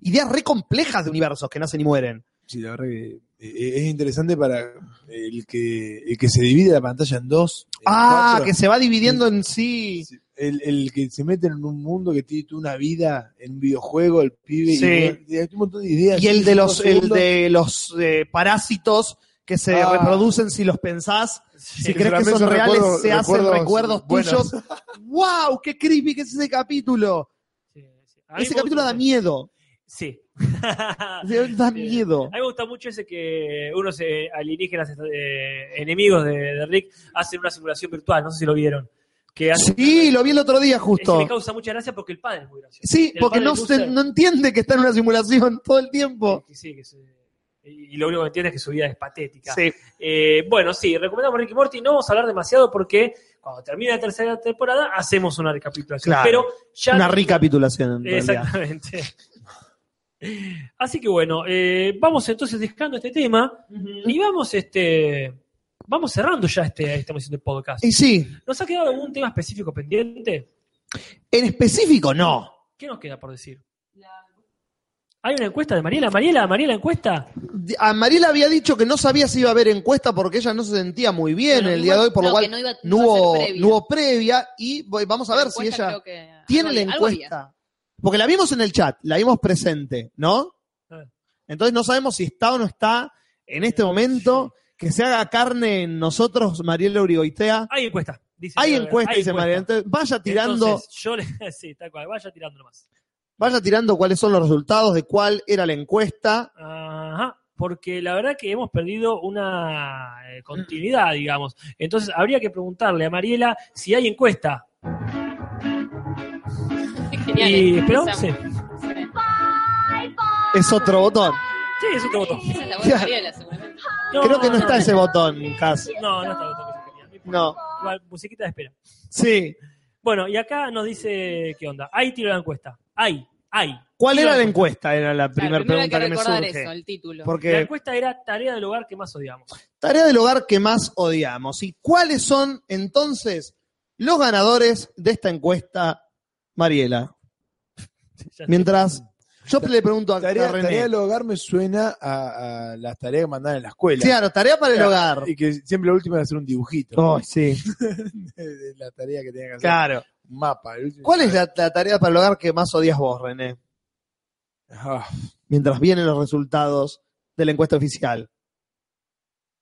Speaker 1: Ideas re complejas de universos que nacen y mueren.
Speaker 4: Sí, la verdad que eh, eh, es interesante para el que, el que se divide la pantalla en dos. en
Speaker 1: Ah,
Speaker 4: cuatro.
Speaker 1: que se va dividiendo en sí.
Speaker 4: El, el que se mete en un mundo que tiene toda una vida en un videojuego, el pibe.
Speaker 1: Sí.
Speaker 4: Y, y hay un montón de ideas.
Speaker 1: Y el
Speaker 4: Sí,
Speaker 1: de
Speaker 4: cinco
Speaker 1: los, el
Speaker 4: segundos.
Speaker 1: de los eh, parásitos que se
Speaker 4: Ah.
Speaker 1: reproducen si los pensás. Si crees que
Speaker 4: solamente
Speaker 1: son
Speaker 4: son
Speaker 1: reales,
Speaker 4: recuerdos-
Speaker 1: se hacen
Speaker 4: recuerdos
Speaker 1: recuerdos
Speaker 4: buenos.
Speaker 1: tuyos. ¡Wow! ¡Qué creepy que es ese capítulo!
Speaker 2: sí, sí. A mí
Speaker 1: Ese
Speaker 2: me
Speaker 1: capítulo
Speaker 2: gusta- Ah,
Speaker 1: da miedo.
Speaker 2: Sí.
Speaker 1: Da
Speaker 2: Sí.
Speaker 1: miedo.
Speaker 2: A mí me gusta mucho ese que unos eh, alienígenas eh, enemigos de, de Rick hacen una simulación virtual, no sé si lo vieron. Que hacen-
Speaker 1: Sí, lo vi el otro día
Speaker 2: Ese me
Speaker 1: justo.
Speaker 2: causa mucha gracia porque el padre es muy gracioso.
Speaker 1: Sí,
Speaker 2: El
Speaker 1: porque
Speaker 2: padre
Speaker 1: no,
Speaker 2: de
Speaker 1: se-
Speaker 2: Luther.
Speaker 1: no entiende que está en una simulación todo el tiempo.
Speaker 2: Que sí, que se- y y lo único que entiende es que su vida es patética.
Speaker 1: Sí.
Speaker 2: Eh, bueno, sí, recomendamos Ricky Morty. No vamos a hablar demasiado porque cuando termine la tercera temporada hacemos una recapitulación.
Speaker 1: Claro.
Speaker 2: Pero ya
Speaker 1: Una recapitulación, en realidad.
Speaker 2: Exactamente. Así que bueno, eh, vamos entonces dejando este tema y vamos este vamos cerrando ya este, esta emisión de podcast.
Speaker 1: Y sí,
Speaker 2: ¿Nos ha quedado algún tema específico pendiente?
Speaker 1: en específico no.
Speaker 2: ¿Qué nos queda por decir? Hay una encuesta de Mariela, Mariela, Mariela encuesta.
Speaker 1: A Mariela había dicho que no sabía si iba a haber encuesta porque ella no se sentía muy bien
Speaker 2: Bueno,
Speaker 1: el día de hoy, por lo
Speaker 3: No,
Speaker 1: cual
Speaker 3: que no iba-
Speaker 1: no
Speaker 3: iba a ser
Speaker 1: hubo,
Speaker 3: previa.
Speaker 1: no hubo previa y voy- vamos a ver si
Speaker 3: Encuesta
Speaker 1: ella
Speaker 3: creo que había.
Speaker 1: tiene
Speaker 3: algo
Speaker 1: la
Speaker 3: había- algo había.
Speaker 1: encuesta? Porque la vimos en el chat, la vimos presente, ¿no?
Speaker 2: Ah.
Speaker 1: Entonces no sabemos si está o no está en este momento. Que se haga carne en nosotros, Mariela
Speaker 3: Ah,
Speaker 1: Urigoitea.
Speaker 2: Hay encuesta. Dice,
Speaker 1: Hay encuesta,
Speaker 2: hay
Speaker 1: dice Mariela. Entonces, vaya tirando,
Speaker 2: Entonces, yo le, sí, tal cual, vaya tirando nomás.
Speaker 1: vaya tirando cuáles son los resultados de cuál era la encuesta.
Speaker 2: Ajá, porque la verdad que hemos perdido una eh, continuidad, digamos. Entonces habría que preguntarle a Mariela si hay encuesta.
Speaker 3: Genial,
Speaker 2: y
Speaker 3: eh,
Speaker 2: esperamos.
Speaker 3: esa-
Speaker 2: Sí,
Speaker 1: Es otro botón.
Speaker 2: Sí, es otro botón.
Speaker 3: Esa es la voz de Mariela, seguramente.
Speaker 1: Creo que no está ese botón, Cas.
Speaker 2: No, no está el botón que yo quería. importa.
Speaker 1: No.
Speaker 2: Igual, musiquita de espera.
Speaker 1: Sí.
Speaker 2: Bueno, y acá nos dice qué onda. Hay tiro de la encuesta. Hay, hay.
Speaker 1: ¿Cuál
Speaker 2: Tiro
Speaker 1: era
Speaker 2: de
Speaker 1: la encuesta? Era la
Speaker 3: Claro,
Speaker 1: primera
Speaker 3: primero hay
Speaker 1: pregunta
Speaker 3: que
Speaker 1: que me
Speaker 3: recordar
Speaker 1: surge.
Speaker 3: eso, el título.
Speaker 2: La
Speaker 1: Porque
Speaker 2: encuesta era tarea del hogar que más odiamos.
Speaker 1: tarea del hogar que más odiamos. ¿Y cuáles son entonces los ganadores de esta encuesta, Mariela?
Speaker 2: Ya
Speaker 1: Mientras yo le pregunto a, a
Speaker 4: Tarea,
Speaker 1: René.
Speaker 4: tarea del hogar me suena a, a las tareas que mandaban en la escuela.
Speaker 1: Claro, tarea para el hogar.
Speaker 4: Y que siempre la última era hacer un dibujito.
Speaker 1: Ay, sí,
Speaker 4: de, de la tarea que tenía que hacer.
Speaker 1: claro.
Speaker 4: Un mapa. el último-
Speaker 1: ¿Cuál es la, la tarea para el hogar que más odias vos, René?
Speaker 4: Ah,
Speaker 1: Mientras vienen los resultados de la encuesta oficial.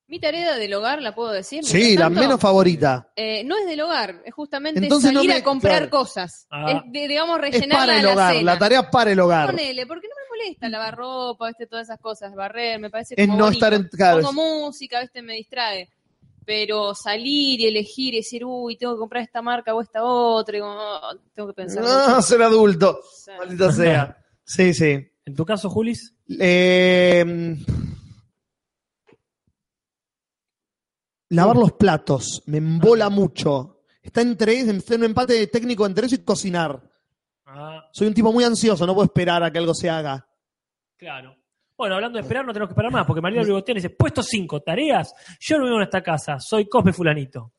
Speaker 3: Mi tarea del hogar, la puedo decir.
Speaker 1: Sí, la
Speaker 3: mientras tanto?
Speaker 1: menos favorita.
Speaker 3: Eh, no es del hogar, es justamente
Speaker 1: Entonces no
Speaker 3: salir
Speaker 1: me-
Speaker 3: a comprar
Speaker 1: claro.
Speaker 3: cosas.
Speaker 2: Ah.
Speaker 3: Es, de- digamos,
Speaker 1: Es
Speaker 3: rellenar
Speaker 1: para el
Speaker 3: la,
Speaker 1: hogar,
Speaker 3: cena.
Speaker 1: la tarea para el hogar.
Speaker 3: Ponele, porque no me molesta lavar ropa, ¿viste? todas esas cosas, barrer, me parece
Speaker 1: Es
Speaker 3: como
Speaker 1: no
Speaker 3: bonito.
Speaker 1: estar en. claro,
Speaker 3: Pongo música, ¿viste? me distrae. Pero salir y elegir y decir, uy, tengo que comprar esta marca o esta otra, y como, "Ah, tengo que pensar.
Speaker 1: No,
Speaker 3: mucho".
Speaker 1: ser adulto.
Speaker 3: O sea,
Speaker 1: Maldita sea. Sí, sí.
Speaker 2: En tu caso, Julis,
Speaker 1: Eh, lavar los platos. Me embola mucho. Está entre está en un empate técnico entre eso y cocinar.
Speaker 2: ah,
Speaker 1: Soy un tipo muy ansioso, no puedo esperar a que algo se haga.
Speaker 2: claro. Bueno, hablando de esperar, no tenemos que esperar más, porque María Brigotiana dice, puesto 5, tareas, yo no vivo en esta casa, soy Cosme Fulanito.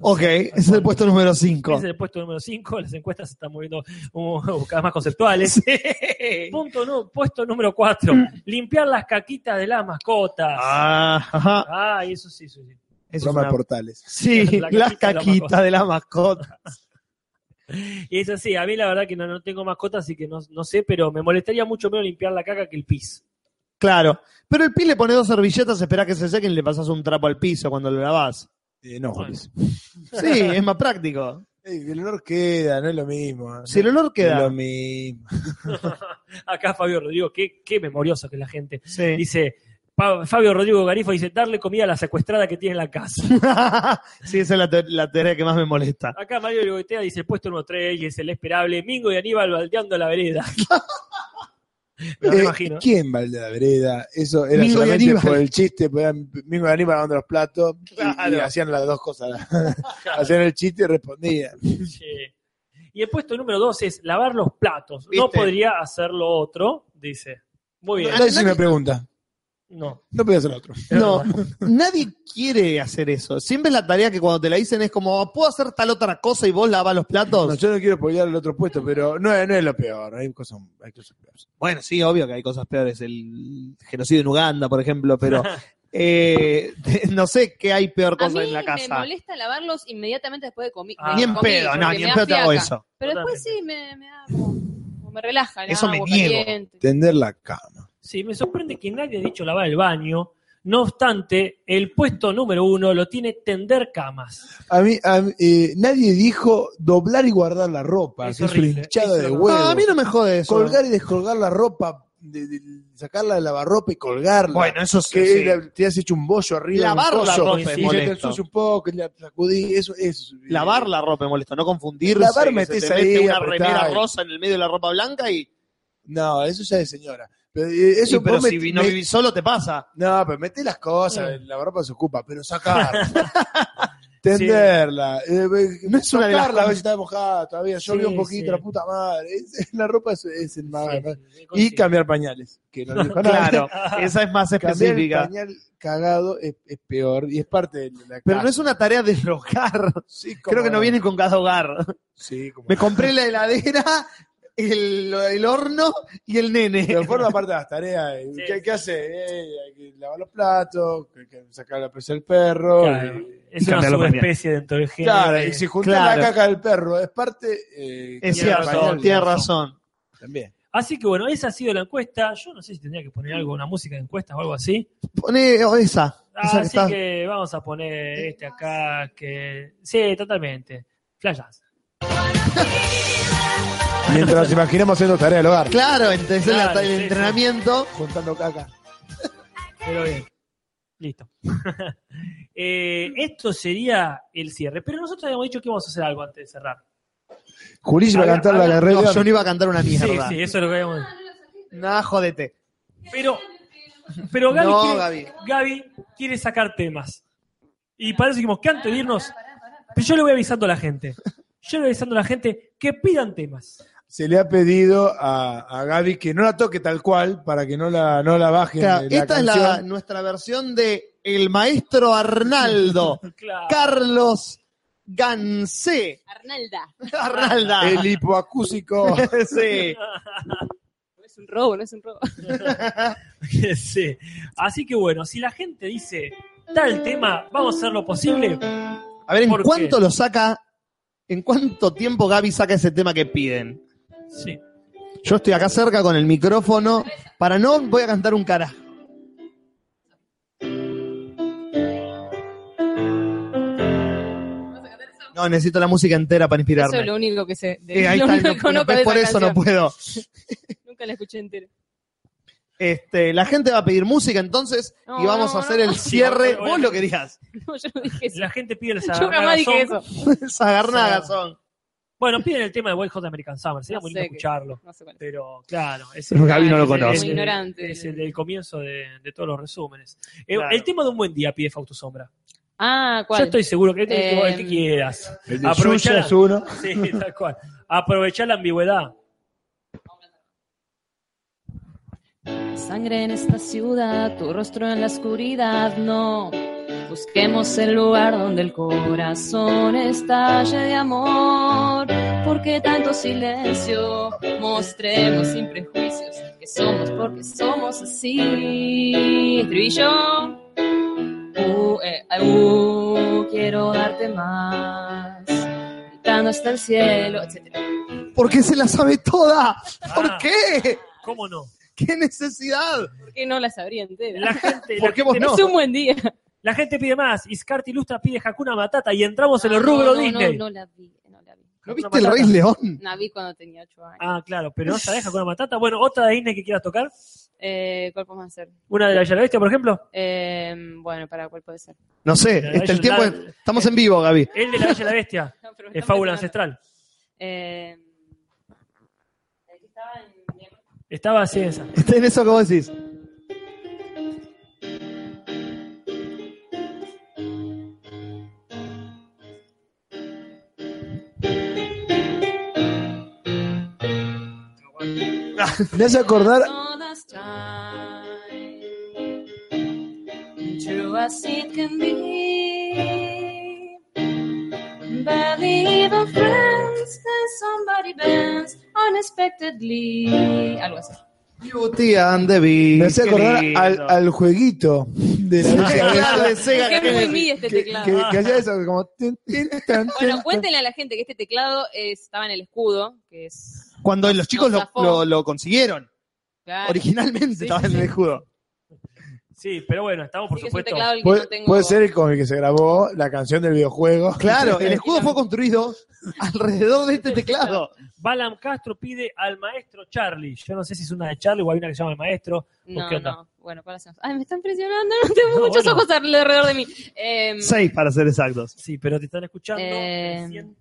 Speaker 1: Ok, ese es el puesto número 5.
Speaker 2: Ese es el puesto número 5, las encuestas se están moviendo uh, cada vez más conceptuales. Punto nu- puesto número 4, limpiar las caquitas de las mascotas. Ah,
Speaker 1: Ah, ajá.
Speaker 2: eso sí, eso sí.
Speaker 1: Eso es
Speaker 4: programa de
Speaker 1: una-
Speaker 4: portales.
Speaker 1: Sí, las
Speaker 2: La caquita de la mascota.
Speaker 1: caquitas de la mascota.
Speaker 2: Y es así, a mí la verdad que no, no tengo mascotas, así que no, no sé, pero me molestaría mucho menos limpiar la caca que el pis.
Speaker 1: Claro. Pero el pin le pone dos servilletas, espera que se sequen y le pasas un trapo al piso cuando lo lavás.
Speaker 4: Eh, no,
Speaker 2: Bueno.
Speaker 4: Julis.
Speaker 1: Sí, es más práctico.
Speaker 4: Ey, el olor queda, no es lo mismo. ¿eh?
Speaker 1: Si el olor
Speaker 4: No es
Speaker 1: queda.
Speaker 4: lo mismo.
Speaker 2: Acá Fabio Rodrigo, qué, qué memorioso que la gente.
Speaker 1: Sí.
Speaker 2: Dice, Pa- Fabio Rodrigo Garifo dice, darle comida a la secuestrada que tiene en la casa.
Speaker 1: sí, esa es la, te- la teoría que más me molesta.
Speaker 2: Acá Mario Ligotea dice, puesto número 3, y es el esperable, Mingo y Aníbal baldeando la vereda. Me lo
Speaker 4: Eh,
Speaker 2: imagino.
Speaker 4: ¿Quién va al de la vereda? Eso era
Speaker 1: Mingo y
Speaker 4: solamente
Speaker 1: Aníbal.
Speaker 4: por el chiste, porque eran Mingo y Aníbal lavando los platos y- y,
Speaker 1: Claro.
Speaker 4: hacían las dos cosas. hacían el chiste y respondían.
Speaker 2: Sí. Y el puesto número 2 es lavar los platos. No
Speaker 1: ¿Viste?
Speaker 2: podría hacerlo otro, dice. Muy bien.
Speaker 1: No,
Speaker 4: Es una pregunta.
Speaker 2: No.
Speaker 4: No podía hacer otro.
Speaker 1: No, nadie quiere hacer eso. Siempre es la tarea que cuando te la dicen es como, "Oh, ¿puedo hacer tal otra cosa y vos lavas los platos?
Speaker 4: No, yo no quiero apoyar el otro puesto, pero no es, no es lo peor. Hay cosas, hay cosas peores.
Speaker 1: Bueno, sí, obvio que hay cosas peores. El genocidio en Uganda, por ejemplo, pero eh, no sé qué hay peor
Speaker 3: a
Speaker 1: cosa
Speaker 3: mí
Speaker 1: en la
Speaker 3: me
Speaker 1: casa.
Speaker 3: molesta lavarlos inmediatamente después de comi- de
Speaker 2: Ah.
Speaker 3: comer.
Speaker 1: Ni en pedo, no,
Speaker 3: porque
Speaker 1: ni
Speaker 3: me
Speaker 1: en
Speaker 3: da
Speaker 1: pedo te hago
Speaker 3: fiaca.
Speaker 1: eso.
Speaker 3: Pero después sí me, me da como, como me relaja. el
Speaker 1: Eso me
Speaker 3: agua
Speaker 1: niego.
Speaker 3: caliente.
Speaker 4: Tender la cama.
Speaker 2: Sí, me sorprende que nadie ha dicho lavar el baño. No obstante, el puesto número 1 lo tiene tender camas.
Speaker 4: A mí, a mí, eh, nadie dijo doblar y guardar la ropa,
Speaker 2: Es
Speaker 4: que es una
Speaker 2: horrible.
Speaker 4: hinchada
Speaker 2: Es
Speaker 4: de
Speaker 2: horrible.
Speaker 4: huevo.
Speaker 1: No, a mí no me jode eso.
Speaker 4: Colgar y descolgar la ropa, de- de- sacarla del lavarropa y colgarla.
Speaker 1: Bueno, eso sí.
Speaker 4: que
Speaker 1: sí.
Speaker 4: la- te has hecho un bollo arriba.
Speaker 1: Lavar
Speaker 4: un
Speaker 1: la
Speaker 4: coso,
Speaker 1: ropa es
Speaker 4: Y ya te
Speaker 1: molesto.
Speaker 4: ensucia un poco, y la sacudí, eso, eso.
Speaker 1: Lavar la ropa me molesta, no confundirse.
Speaker 4: Lavar
Speaker 1: que
Speaker 4: metés
Speaker 1: se te mete
Speaker 4: ahí,
Speaker 1: una
Speaker 4: apretá
Speaker 1: remera
Speaker 4: y-
Speaker 1: rosa en el medio de la ropa blanca y.
Speaker 4: No, eso ya es señora. Pero, eh, eso
Speaker 1: y pero
Speaker 4: vos met-
Speaker 1: si vi- no
Speaker 4: me-
Speaker 1: vivís solo, te pasa.
Speaker 4: No, pero meté las cosas,
Speaker 2: Eh.
Speaker 4: la ropa se ocupa, pero sacarla. Tenderla. eh, eh,
Speaker 1: No es una de las
Speaker 4: tocarla, a ver
Speaker 1: cosas-
Speaker 4: si está mojada todavía.
Speaker 2: Sí,
Speaker 4: Llovió un poquito,
Speaker 2: sí.
Speaker 4: la puta madre. Es- la ropa es, es el más.
Speaker 2: Sí,
Speaker 4: Y
Speaker 2: coincido.
Speaker 4: cambiar pañales. Que no dijo nada.
Speaker 1: Claro, esa es más
Speaker 4: Cambiar el
Speaker 1: específica.
Speaker 4: pañal cagado es, es peor y es parte de la
Speaker 1: Pero no
Speaker 4: casa.
Speaker 1: es una tarea del hogar.
Speaker 4: Sí, como-
Speaker 1: Creo que no viene con cada hogar.
Speaker 4: Sí, como.
Speaker 1: Me compré la heladera, el, el horno y el nene.
Speaker 4: Pero forma parte de las tareas. eh,
Speaker 2: Sí,
Speaker 4: ¿Qué,
Speaker 2: sí.
Speaker 4: qué hace? Eh, hay que lavar los platos, que, que sacar la presa del perro.
Speaker 2: Claro.
Speaker 4: eh,
Speaker 2: Es
Speaker 11: Y
Speaker 2: una
Speaker 11: cambiarlo por
Speaker 2: subespecie dentro del género.
Speaker 4: Claro,
Speaker 2: de-
Speaker 4: y si juntas
Speaker 1: Claro.
Speaker 4: la caca del perro, es parte. eh,
Speaker 1: Es
Speaker 2: Tiene
Speaker 1: cierto,
Speaker 2: razón,
Speaker 1: tiene
Speaker 2: tiene
Speaker 1: razón.
Speaker 4: También.
Speaker 2: Así que bueno, esa ha sido la encuesta. Yo no sé si tendría que poner algo, una música de encuestas o algo así.
Speaker 1: Poné oh, esa. esa que
Speaker 2: Así
Speaker 1: está-
Speaker 2: que vamos a poner este acá que. Sí, totalmente. Flayas.
Speaker 4: Mientras nos imaginamos haciendo tarea del hogar,
Speaker 1: Claro, entonces la-
Speaker 2: Claro,
Speaker 1: el
Speaker 2: sí, sí.
Speaker 1: entrenamiento.
Speaker 4: juntando caca.
Speaker 2: Pero bien. Listo. Eh, esto sería el cierre. Pero nosotros habíamos dicho que íbamos a hacer algo antes de cerrar.
Speaker 4: Jurís iba a
Speaker 2: Habla-
Speaker 4: cantar la
Speaker 2: habla-
Speaker 4: de Red
Speaker 1: No,
Speaker 4: León.
Speaker 1: yo no iba a cantar una
Speaker 2: Sí,
Speaker 1: mierda.
Speaker 2: sí, eso es lo que habíamos dicho.
Speaker 1: Nah, jodete.
Speaker 2: Pero, pero Gaby,
Speaker 1: No,
Speaker 2: quiere,
Speaker 1: Gaby.
Speaker 2: Gaby quiere sacar temas. Y para eso dijimos que antes de irnos. Pero yo le voy avisando a la gente. Yo le voy avisando a la gente que pidan temas.
Speaker 4: Se le ha pedido a, a Gaby que no la toque tal cual para que no la, no la bajen.
Speaker 1: Claro,
Speaker 4: de la
Speaker 1: esta es la,
Speaker 4: canción.
Speaker 1: nuestra versión de El Maestro Arnaldo, Carlos Gansé.
Speaker 3: Arnalda.
Speaker 1: Arnalda.
Speaker 4: El hipoacúsico.
Speaker 1: Sí.
Speaker 3: No es un robo, no es un robo.
Speaker 2: Sí. Así que bueno, si la gente dice tal tema, vamos a hacer lo posible.
Speaker 1: A ver, ¿en
Speaker 2: ¿Por qué?
Speaker 1: cuánto lo saca? ¿En cuánto tiempo Gaby saca ese tema que piden?
Speaker 2: Sí.
Speaker 1: Yo estoy acá cerca con el micrófono. Para no, voy a cantar un carajo. No, necesito la música entera para
Speaker 3: Eso es
Speaker 1: inspirarme.
Speaker 3: lo único que sé. de-
Speaker 1: Eh, ahí
Speaker 3: lo
Speaker 1: está,
Speaker 3: único que
Speaker 1: no-
Speaker 3: conozco
Speaker 1: ves,
Speaker 3: de
Speaker 1: por
Speaker 3: esa
Speaker 1: eso no
Speaker 3: canción.
Speaker 1: puedo.
Speaker 3: Nunca la escuché entera.
Speaker 1: Este, la gente va a pedir música entonces y
Speaker 3: No,
Speaker 1: vamos
Speaker 3: no,
Speaker 1: a hacer
Speaker 3: no.
Speaker 1: el cierre.
Speaker 2: Sí, bueno,
Speaker 1: Vos lo querías.
Speaker 3: No, yo no dije eso.
Speaker 2: La gente pide el
Speaker 3: Yo jamás dije eso.
Speaker 1: Sagarnaga son.
Speaker 2: Bueno, piden el tema de White Hot American Summer. Sería
Speaker 3: No
Speaker 2: muy
Speaker 3: sé
Speaker 2: lindo
Speaker 3: qué-
Speaker 2: escucharlo.
Speaker 3: No sé cuál es.
Speaker 2: Pero claro, es
Speaker 11: Pero Gaby no lo
Speaker 2: es el-
Speaker 11: conoce.
Speaker 2: es el-
Speaker 3: Muy ignorante.
Speaker 2: Es el del comienzo de, de todos los resúmenes. Eh,
Speaker 11: Claro.
Speaker 2: El tema de un buen día pide Fausto Sombra.
Speaker 3: Ah,
Speaker 2: Yo
Speaker 3: ¿cuál?
Speaker 2: estoy seguro que el, que- el que
Speaker 3: Eh,
Speaker 2: quieras.
Speaker 4: El de
Speaker 2: Aprovechá
Speaker 4: Yuya
Speaker 2: la-
Speaker 4: es uno.
Speaker 2: Sí, tal cual. Aprovechar la ambigüedad.
Speaker 10: Sangre en esta ciudad, tu rostro en la oscuridad, no. Busquemos el lugar donde el corazón estalle de amor. Porque tanto silencio? Mostremos sin prejuicios que somos porque somos así. Estribillo. Uh, eh, ay, uh, quiero darte más. Gritando hasta el cielo, etcétera.
Speaker 1: Porque se la sabe toda. ¿Por
Speaker 2: Ah.
Speaker 1: qué?
Speaker 2: ¿Cómo no?
Speaker 1: ¿Qué necesidad?
Speaker 3: ¿Por qué no la sabría entera?
Speaker 2: La gente,
Speaker 1: ¿Por
Speaker 2: la,
Speaker 1: qué vos no?
Speaker 3: Es un buen día.
Speaker 2: la gente pide más. Iscarti Ilustra pide Hakuna Matata y entramos en el rubro
Speaker 3: Ah, no, no,
Speaker 2: Disney.
Speaker 3: No, no la vi, no la vi.
Speaker 1: ¿No
Speaker 2: Hakuna
Speaker 1: viste el
Speaker 2: Matata.
Speaker 1: Rey León?
Speaker 3: La vi cuando tenía 8 años.
Speaker 2: Ah, claro, pero no sabés Hakuna Matata. Bueno, otra de Disney que quieras tocar.
Speaker 3: Eh, ¿Cuál podemos hacer?
Speaker 2: Una de la Bella y la Bestia, por ejemplo.
Speaker 3: Eh, bueno, para cuál puede ser.
Speaker 1: No sé,
Speaker 2: La
Speaker 1: este, el
Speaker 2: Bella-
Speaker 1: tiempo
Speaker 2: la-
Speaker 1: es- estamos en vivo, Gaby.
Speaker 2: El de la Bella y la Bestia.
Speaker 3: No, pero
Speaker 2: Es
Speaker 3: estamos
Speaker 2: Fábula
Speaker 3: pensando.
Speaker 2: Ancestral.
Speaker 3: Eh, el que estaba en-
Speaker 2: Estaba así esa.
Speaker 1: Está en eso que vos decís.
Speaker 4: Me hace acordar
Speaker 10: Another's time. True as it can be. Barely even friends then somebody bends unexpectedly. Algo así.
Speaker 1: Beauty and the Beast.
Speaker 4: Me hace
Speaker 1: qué
Speaker 4: acordar
Speaker 1: lindo.
Speaker 4: al, al jueguito de la Bella y la
Speaker 1: Claro,
Speaker 4: Bestia,
Speaker 1: de Sega,
Speaker 3: Es que es muy
Speaker 1: ¿qué
Speaker 3: mío este
Speaker 4: que, que,
Speaker 3: teclado.
Speaker 4: que hacía eso, como. tin, tin, tan, tin,
Speaker 3: Bueno,
Speaker 4: tan.
Speaker 3: cuéntenle a la gente que este teclado es- estaba en el escudo, que es
Speaker 1: Cuando los chicos
Speaker 3: Nos
Speaker 1: lo,
Speaker 3: zafó.
Speaker 1: lo- lo consiguieron.
Speaker 3: claro,
Speaker 1: Originalmente
Speaker 3: Sí,
Speaker 1: estaba
Speaker 3: sí,
Speaker 1: en el
Speaker 3: sí.
Speaker 1: escudo.
Speaker 2: Sí, pero bueno, estamos por
Speaker 3: así que es un
Speaker 2: supuesto.
Speaker 3: teclado el que
Speaker 4: Puede,
Speaker 3: yo tengo.
Speaker 4: puede ser con el que se grabó la canción del videojuego.
Speaker 1: Claro, el escudo fue construido alrededor de este teclado.
Speaker 2: Balam Castro pide al maestro Charlie. Yo no sé si es una de Charlie o hay una que se llama el maestro. ¿O qué
Speaker 3: No,
Speaker 2: onda?
Speaker 3: no. Bueno, ¿cuál hacemos? Ay, me están presionando, no tengo
Speaker 2: No,
Speaker 3: muchos
Speaker 2: bueno.
Speaker 3: ojos alrededor de mí. Em,
Speaker 1: Seis, para ser exactos.
Speaker 2: Sí, pero te están escuchando.
Speaker 3: Eh,
Speaker 2: 300.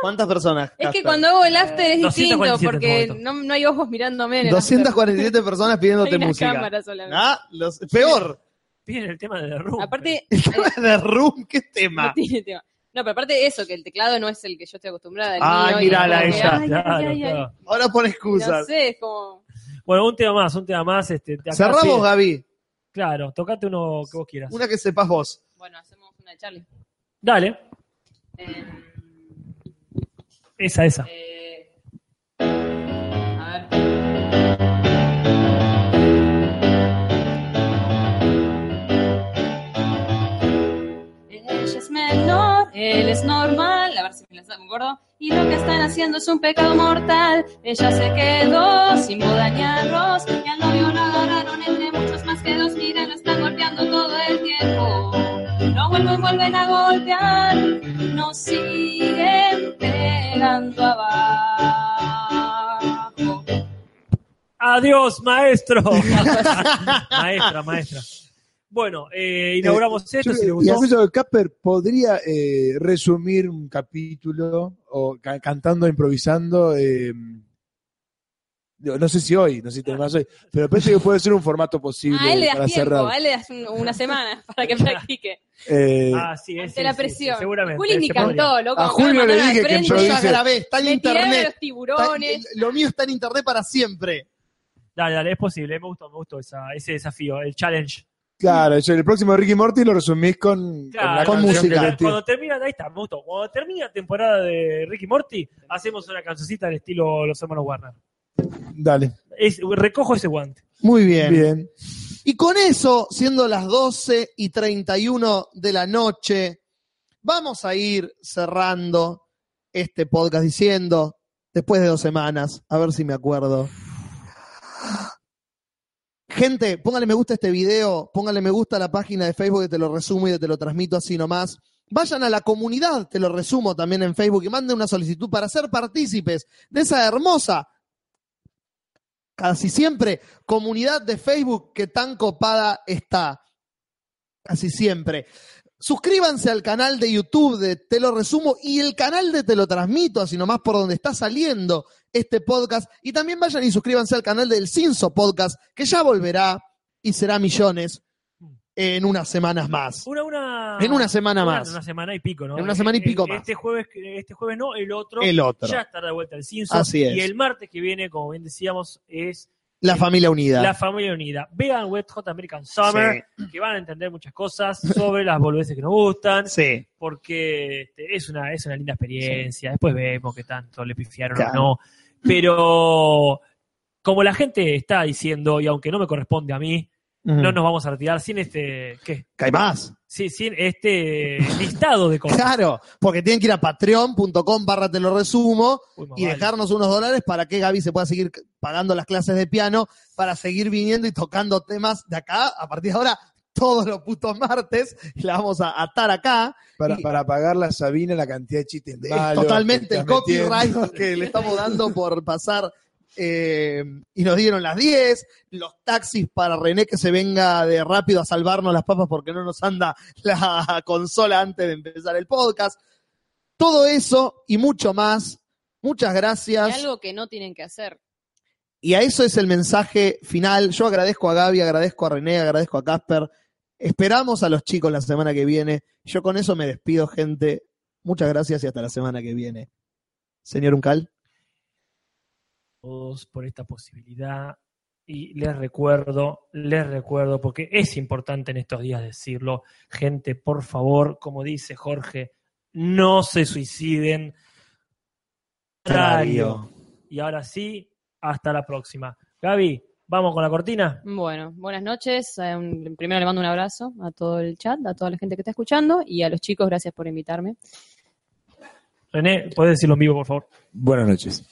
Speaker 1: ¿Cuántas personas?
Speaker 3: es que
Speaker 1: Casper?
Speaker 3: cuando hago el after es
Speaker 2: 247
Speaker 3: distinto,
Speaker 2: en
Speaker 3: porque
Speaker 2: este
Speaker 3: no, no hay ojos mirándome en el after.
Speaker 1: 247 personas
Speaker 3: Hay
Speaker 1: pidiéndote
Speaker 3: una
Speaker 1: música.
Speaker 3: cámara solamente.
Speaker 1: Ah, los- peor.
Speaker 2: Piden el tema de The Room.
Speaker 3: Aparte,
Speaker 1: de Room, qué
Speaker 3: no
Speaker 2: Ah.
Speaker 1: tema.
Speaker 3: tiene tema. No, pero aparte de eso, que el teclado no es el que yo estoy acostumbrada. el
Speaker 1: Ah,
Speaker 3: mío, y
Speaker 1: mirala
Speaker 3: es como que,
Speaker 1: ella.
Speaker 3: ay,
Speaker 2: Claro,
Speaker 3: ay, ay, ay.
Speaker 2: claro.
Speaker 1: Ahora pon
Speaker 3: No
Speaker 1: excusas.
Speaker 3: sé, es como...
Speaker 2: Bueno, un tema más, un tema más. Este, acá pide-
Speaker 1: Cerramos, Gaby.
Speaker 2: Claro, tocate uno que vos quieras.
Speaker 1: Una que sepas vos.
Speaker 3: Bueno, hacemos una de Charlie.
Speaker 2: Dale,
Speaker 3: Em,
Speaker 2: esa, esa.
Speaker 3: Eh, a ver.
Speaker 10: es normal, a ver si me la saco, gordo, y lo que están haciendo es un pecado mortal. Ella se quedó sin boda ni arroz, y al novio lo agarraron entre muchos más que dos, mira, lo están golpeando todo el tiempo. No vuelven, vuelven a golpear, nos siguen pegando abajo.
Speaker 2: Adiós, maestro. maestra, maestra. Bueno, eh, inauguramos esto.
Speaker 4: Yo-
Speaker 2: Si les
Speaker 4: y
Speaker 2: gustó,
Speaker 4: Alfonso Capper podría eh, resumir un capítulo o ca- cantando, improvisando. eh, digo, no sé si hoy, no sé si tenemos hoy, pero pienso que puede ser un formato posible
Speaker 3: A Ah, él le
Speaker 4: para
Speaker 3: das tiempo,
Speaker 4: cerrar.
Speaker 3: a él le das un- una semana para que practique.
Speaker 4: Eh,
Speaker 2: Ah, sí,
Speaker 3: Ante
Speaker 2: sí,
Speaker 3: la
Speaker 2: sí,
Speaker 3: presión.
Speaker 2: sí, seguramente.
Speaker 3: Juli ni
Speaker 2: se podría.
Speaker 3: cantó, loco.
Speaker 4: A
Speaker 3: me
Speaker 4: Julio
Speaker 3: mandaron
Speaker 4: le
Speaker 3: dije
Speaker 4: dije
Speaker 3: al
Speaker 4: que
Speaker 3: frente,
Speaker 1: Yo
Speaker 4: improvise.
Speaker 1: ya grabé, está en
Speaker 3: Me tiraron a
Speaker 1: internet.
Speaker 3: los
Speaker 1: Está-
Speaker 3: tiburones.
Speaker 1: lo mío está en internet para siempre.
Speaker 2: Dale, dale, es posible. Me gustó, me gustó esa- ese desafío, el challenge.
Speaker 4: claro, yo el próximo Ricky Morty lo resumís con,
Speaker 2: Claro,
Speaker 1: con
Speaker 4: canción
Speaker 1: música.
Speaker 4: que le
Speaker 2: Cuando,
Speaker 4: tiro.
Speaker 2: cuando termina, ahí está, me gustó. Cuando termina la temporada de Ricky Morty, hacemos una cancioncita al estilo Los Hermanos Warner.
Speaker 4: Dale.
Speaker 2: Es- recojo ese guante.
Speaker 1: Muy
Speaker 4: Bien.
Speaker 1: Y con eso, siendo las 12 y 31 de la noche, vamos a ir cerrando este podcast diciendo, después de dos semanas, a ver si me acuerdo. Gente, póngale me gusta a este video, póngale me gusta a la página de Facebook que te lo resumo y te lo transmito así nomás. Vayan a la comunidad, te lo resumo también en Facebook y manden una solicitud para ser partícipes de esa hermosa, casi siempre, comunidad de Facebook que tan copada está. Casi siempre. Suscríbanse al canal de YouTube de Te lo resumo y el canal de Te lo transmito, así nomás por donde está saliendo este podcast. Y también vayan y suscríbanse al canal del Cinso Podcast, que ya volverá y será millones en unas semanas más.
Speaker 2: Una, una,
Speaker 1: En una semana
Speaker 2: una-
Speaker 1: más.
Speaker 2: Una semana y pico, ¿no?
Speaker 1: En una semana y
Speaker 2: Eh,
Speaker 1: pico
Speaker 2: eh,
Speaker 1: más.
Speaker 2: Este jueves, este jueves no, el otro.
Speaker 1: El otro.
Speaker 2: Ya estará de vuelta el Cinso.
Speaker 1: Así es.
Speaker 2: Y el martes que viene, como bien decíamos, es
Speaker 1: La familia unida.
Speaker 2: La Familia Unida. Vean Wet Hot American Summer, que van a entender muchas cosas sobre las boludeces que nos gustan,
Speaker 1: Sí.
Speaker 2: porque este, es, una, es una linda experiencia. Después vemos que tanto le pifiaron
Speaker 1: Claro.
Speaker 2: o no. Pero como la gente está diciendo, y aunque no me corresponde a mí, no nos vamos a retirar sin este. ¿Qué?
Speaker 1: Hay más.
Speaker 2: Sí, sin este listado de cosas.
Speaker 1: Claro, porque tienen que ir a patreon.com barra te lo resumo
Speaker 2: Uy, más
Speaker 1: y
Speaker 2: vale.
Speaker 1: dejarnos unos dólares para que Gaby se pueda seguir c- pagando las clases de piano, para seguir viniendo y tocando temas de acá, a partir de ahora, todos los putos martes, y la vamos a atar acá.
Speaker 4: Para,
Speaker 1: Y-
Speaker 4: para pagar la Sabina la cantidad de chistes
Speaker 1: Eh,
Speaker 4: malos
Speaker 1: Totalmente
Speaker 4: que
Speaker 1: el
Speaker 4: estás metiendo.
Speaker 1: copyright que le estamos dando por pasar. eh, y nos dieron las 10, los taxis para René que se venga de rápido a salvarnos las papas porque no nos anda la consola antes de empezar el podcast. Todo eso y mucho más. Muchas
Speaker 3: Y
Speaker 1: gracias.
Speaker 3: algo que no tienen que hacer.
Speaker 1: Y a eso es el mensaje final. Yo agradezco a Gaby, agradezco a René, agradezco a Casper. Esperamos a los chicos la semana que viene. Yo con eso me despido, gente. Muchas gracias y hasta la semana que viene. Señor Uncal.
Speaker 2: todos por esta posibilidad. Y les recuerdo, les recuerdo, porque es importante en estos días decirlo, gente, por favor, como dice Jorge, no se suiciden. Contrario. Y ahora sí, hasta la próxima. Gaby, vamos con la cortina.
Speaker 3: Bueno, buenas noches. Eh, un- Primero le mando un abrazo a todo el chat, a toda la gente que está escuchando y a los chicos, gracias por invitarme.
Speaker 2: René, puedes decirlo en vivo, por favor.
Speaker 4: Buenas noches.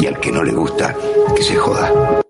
Speaker 9: Y al que no le gusta, que se joda.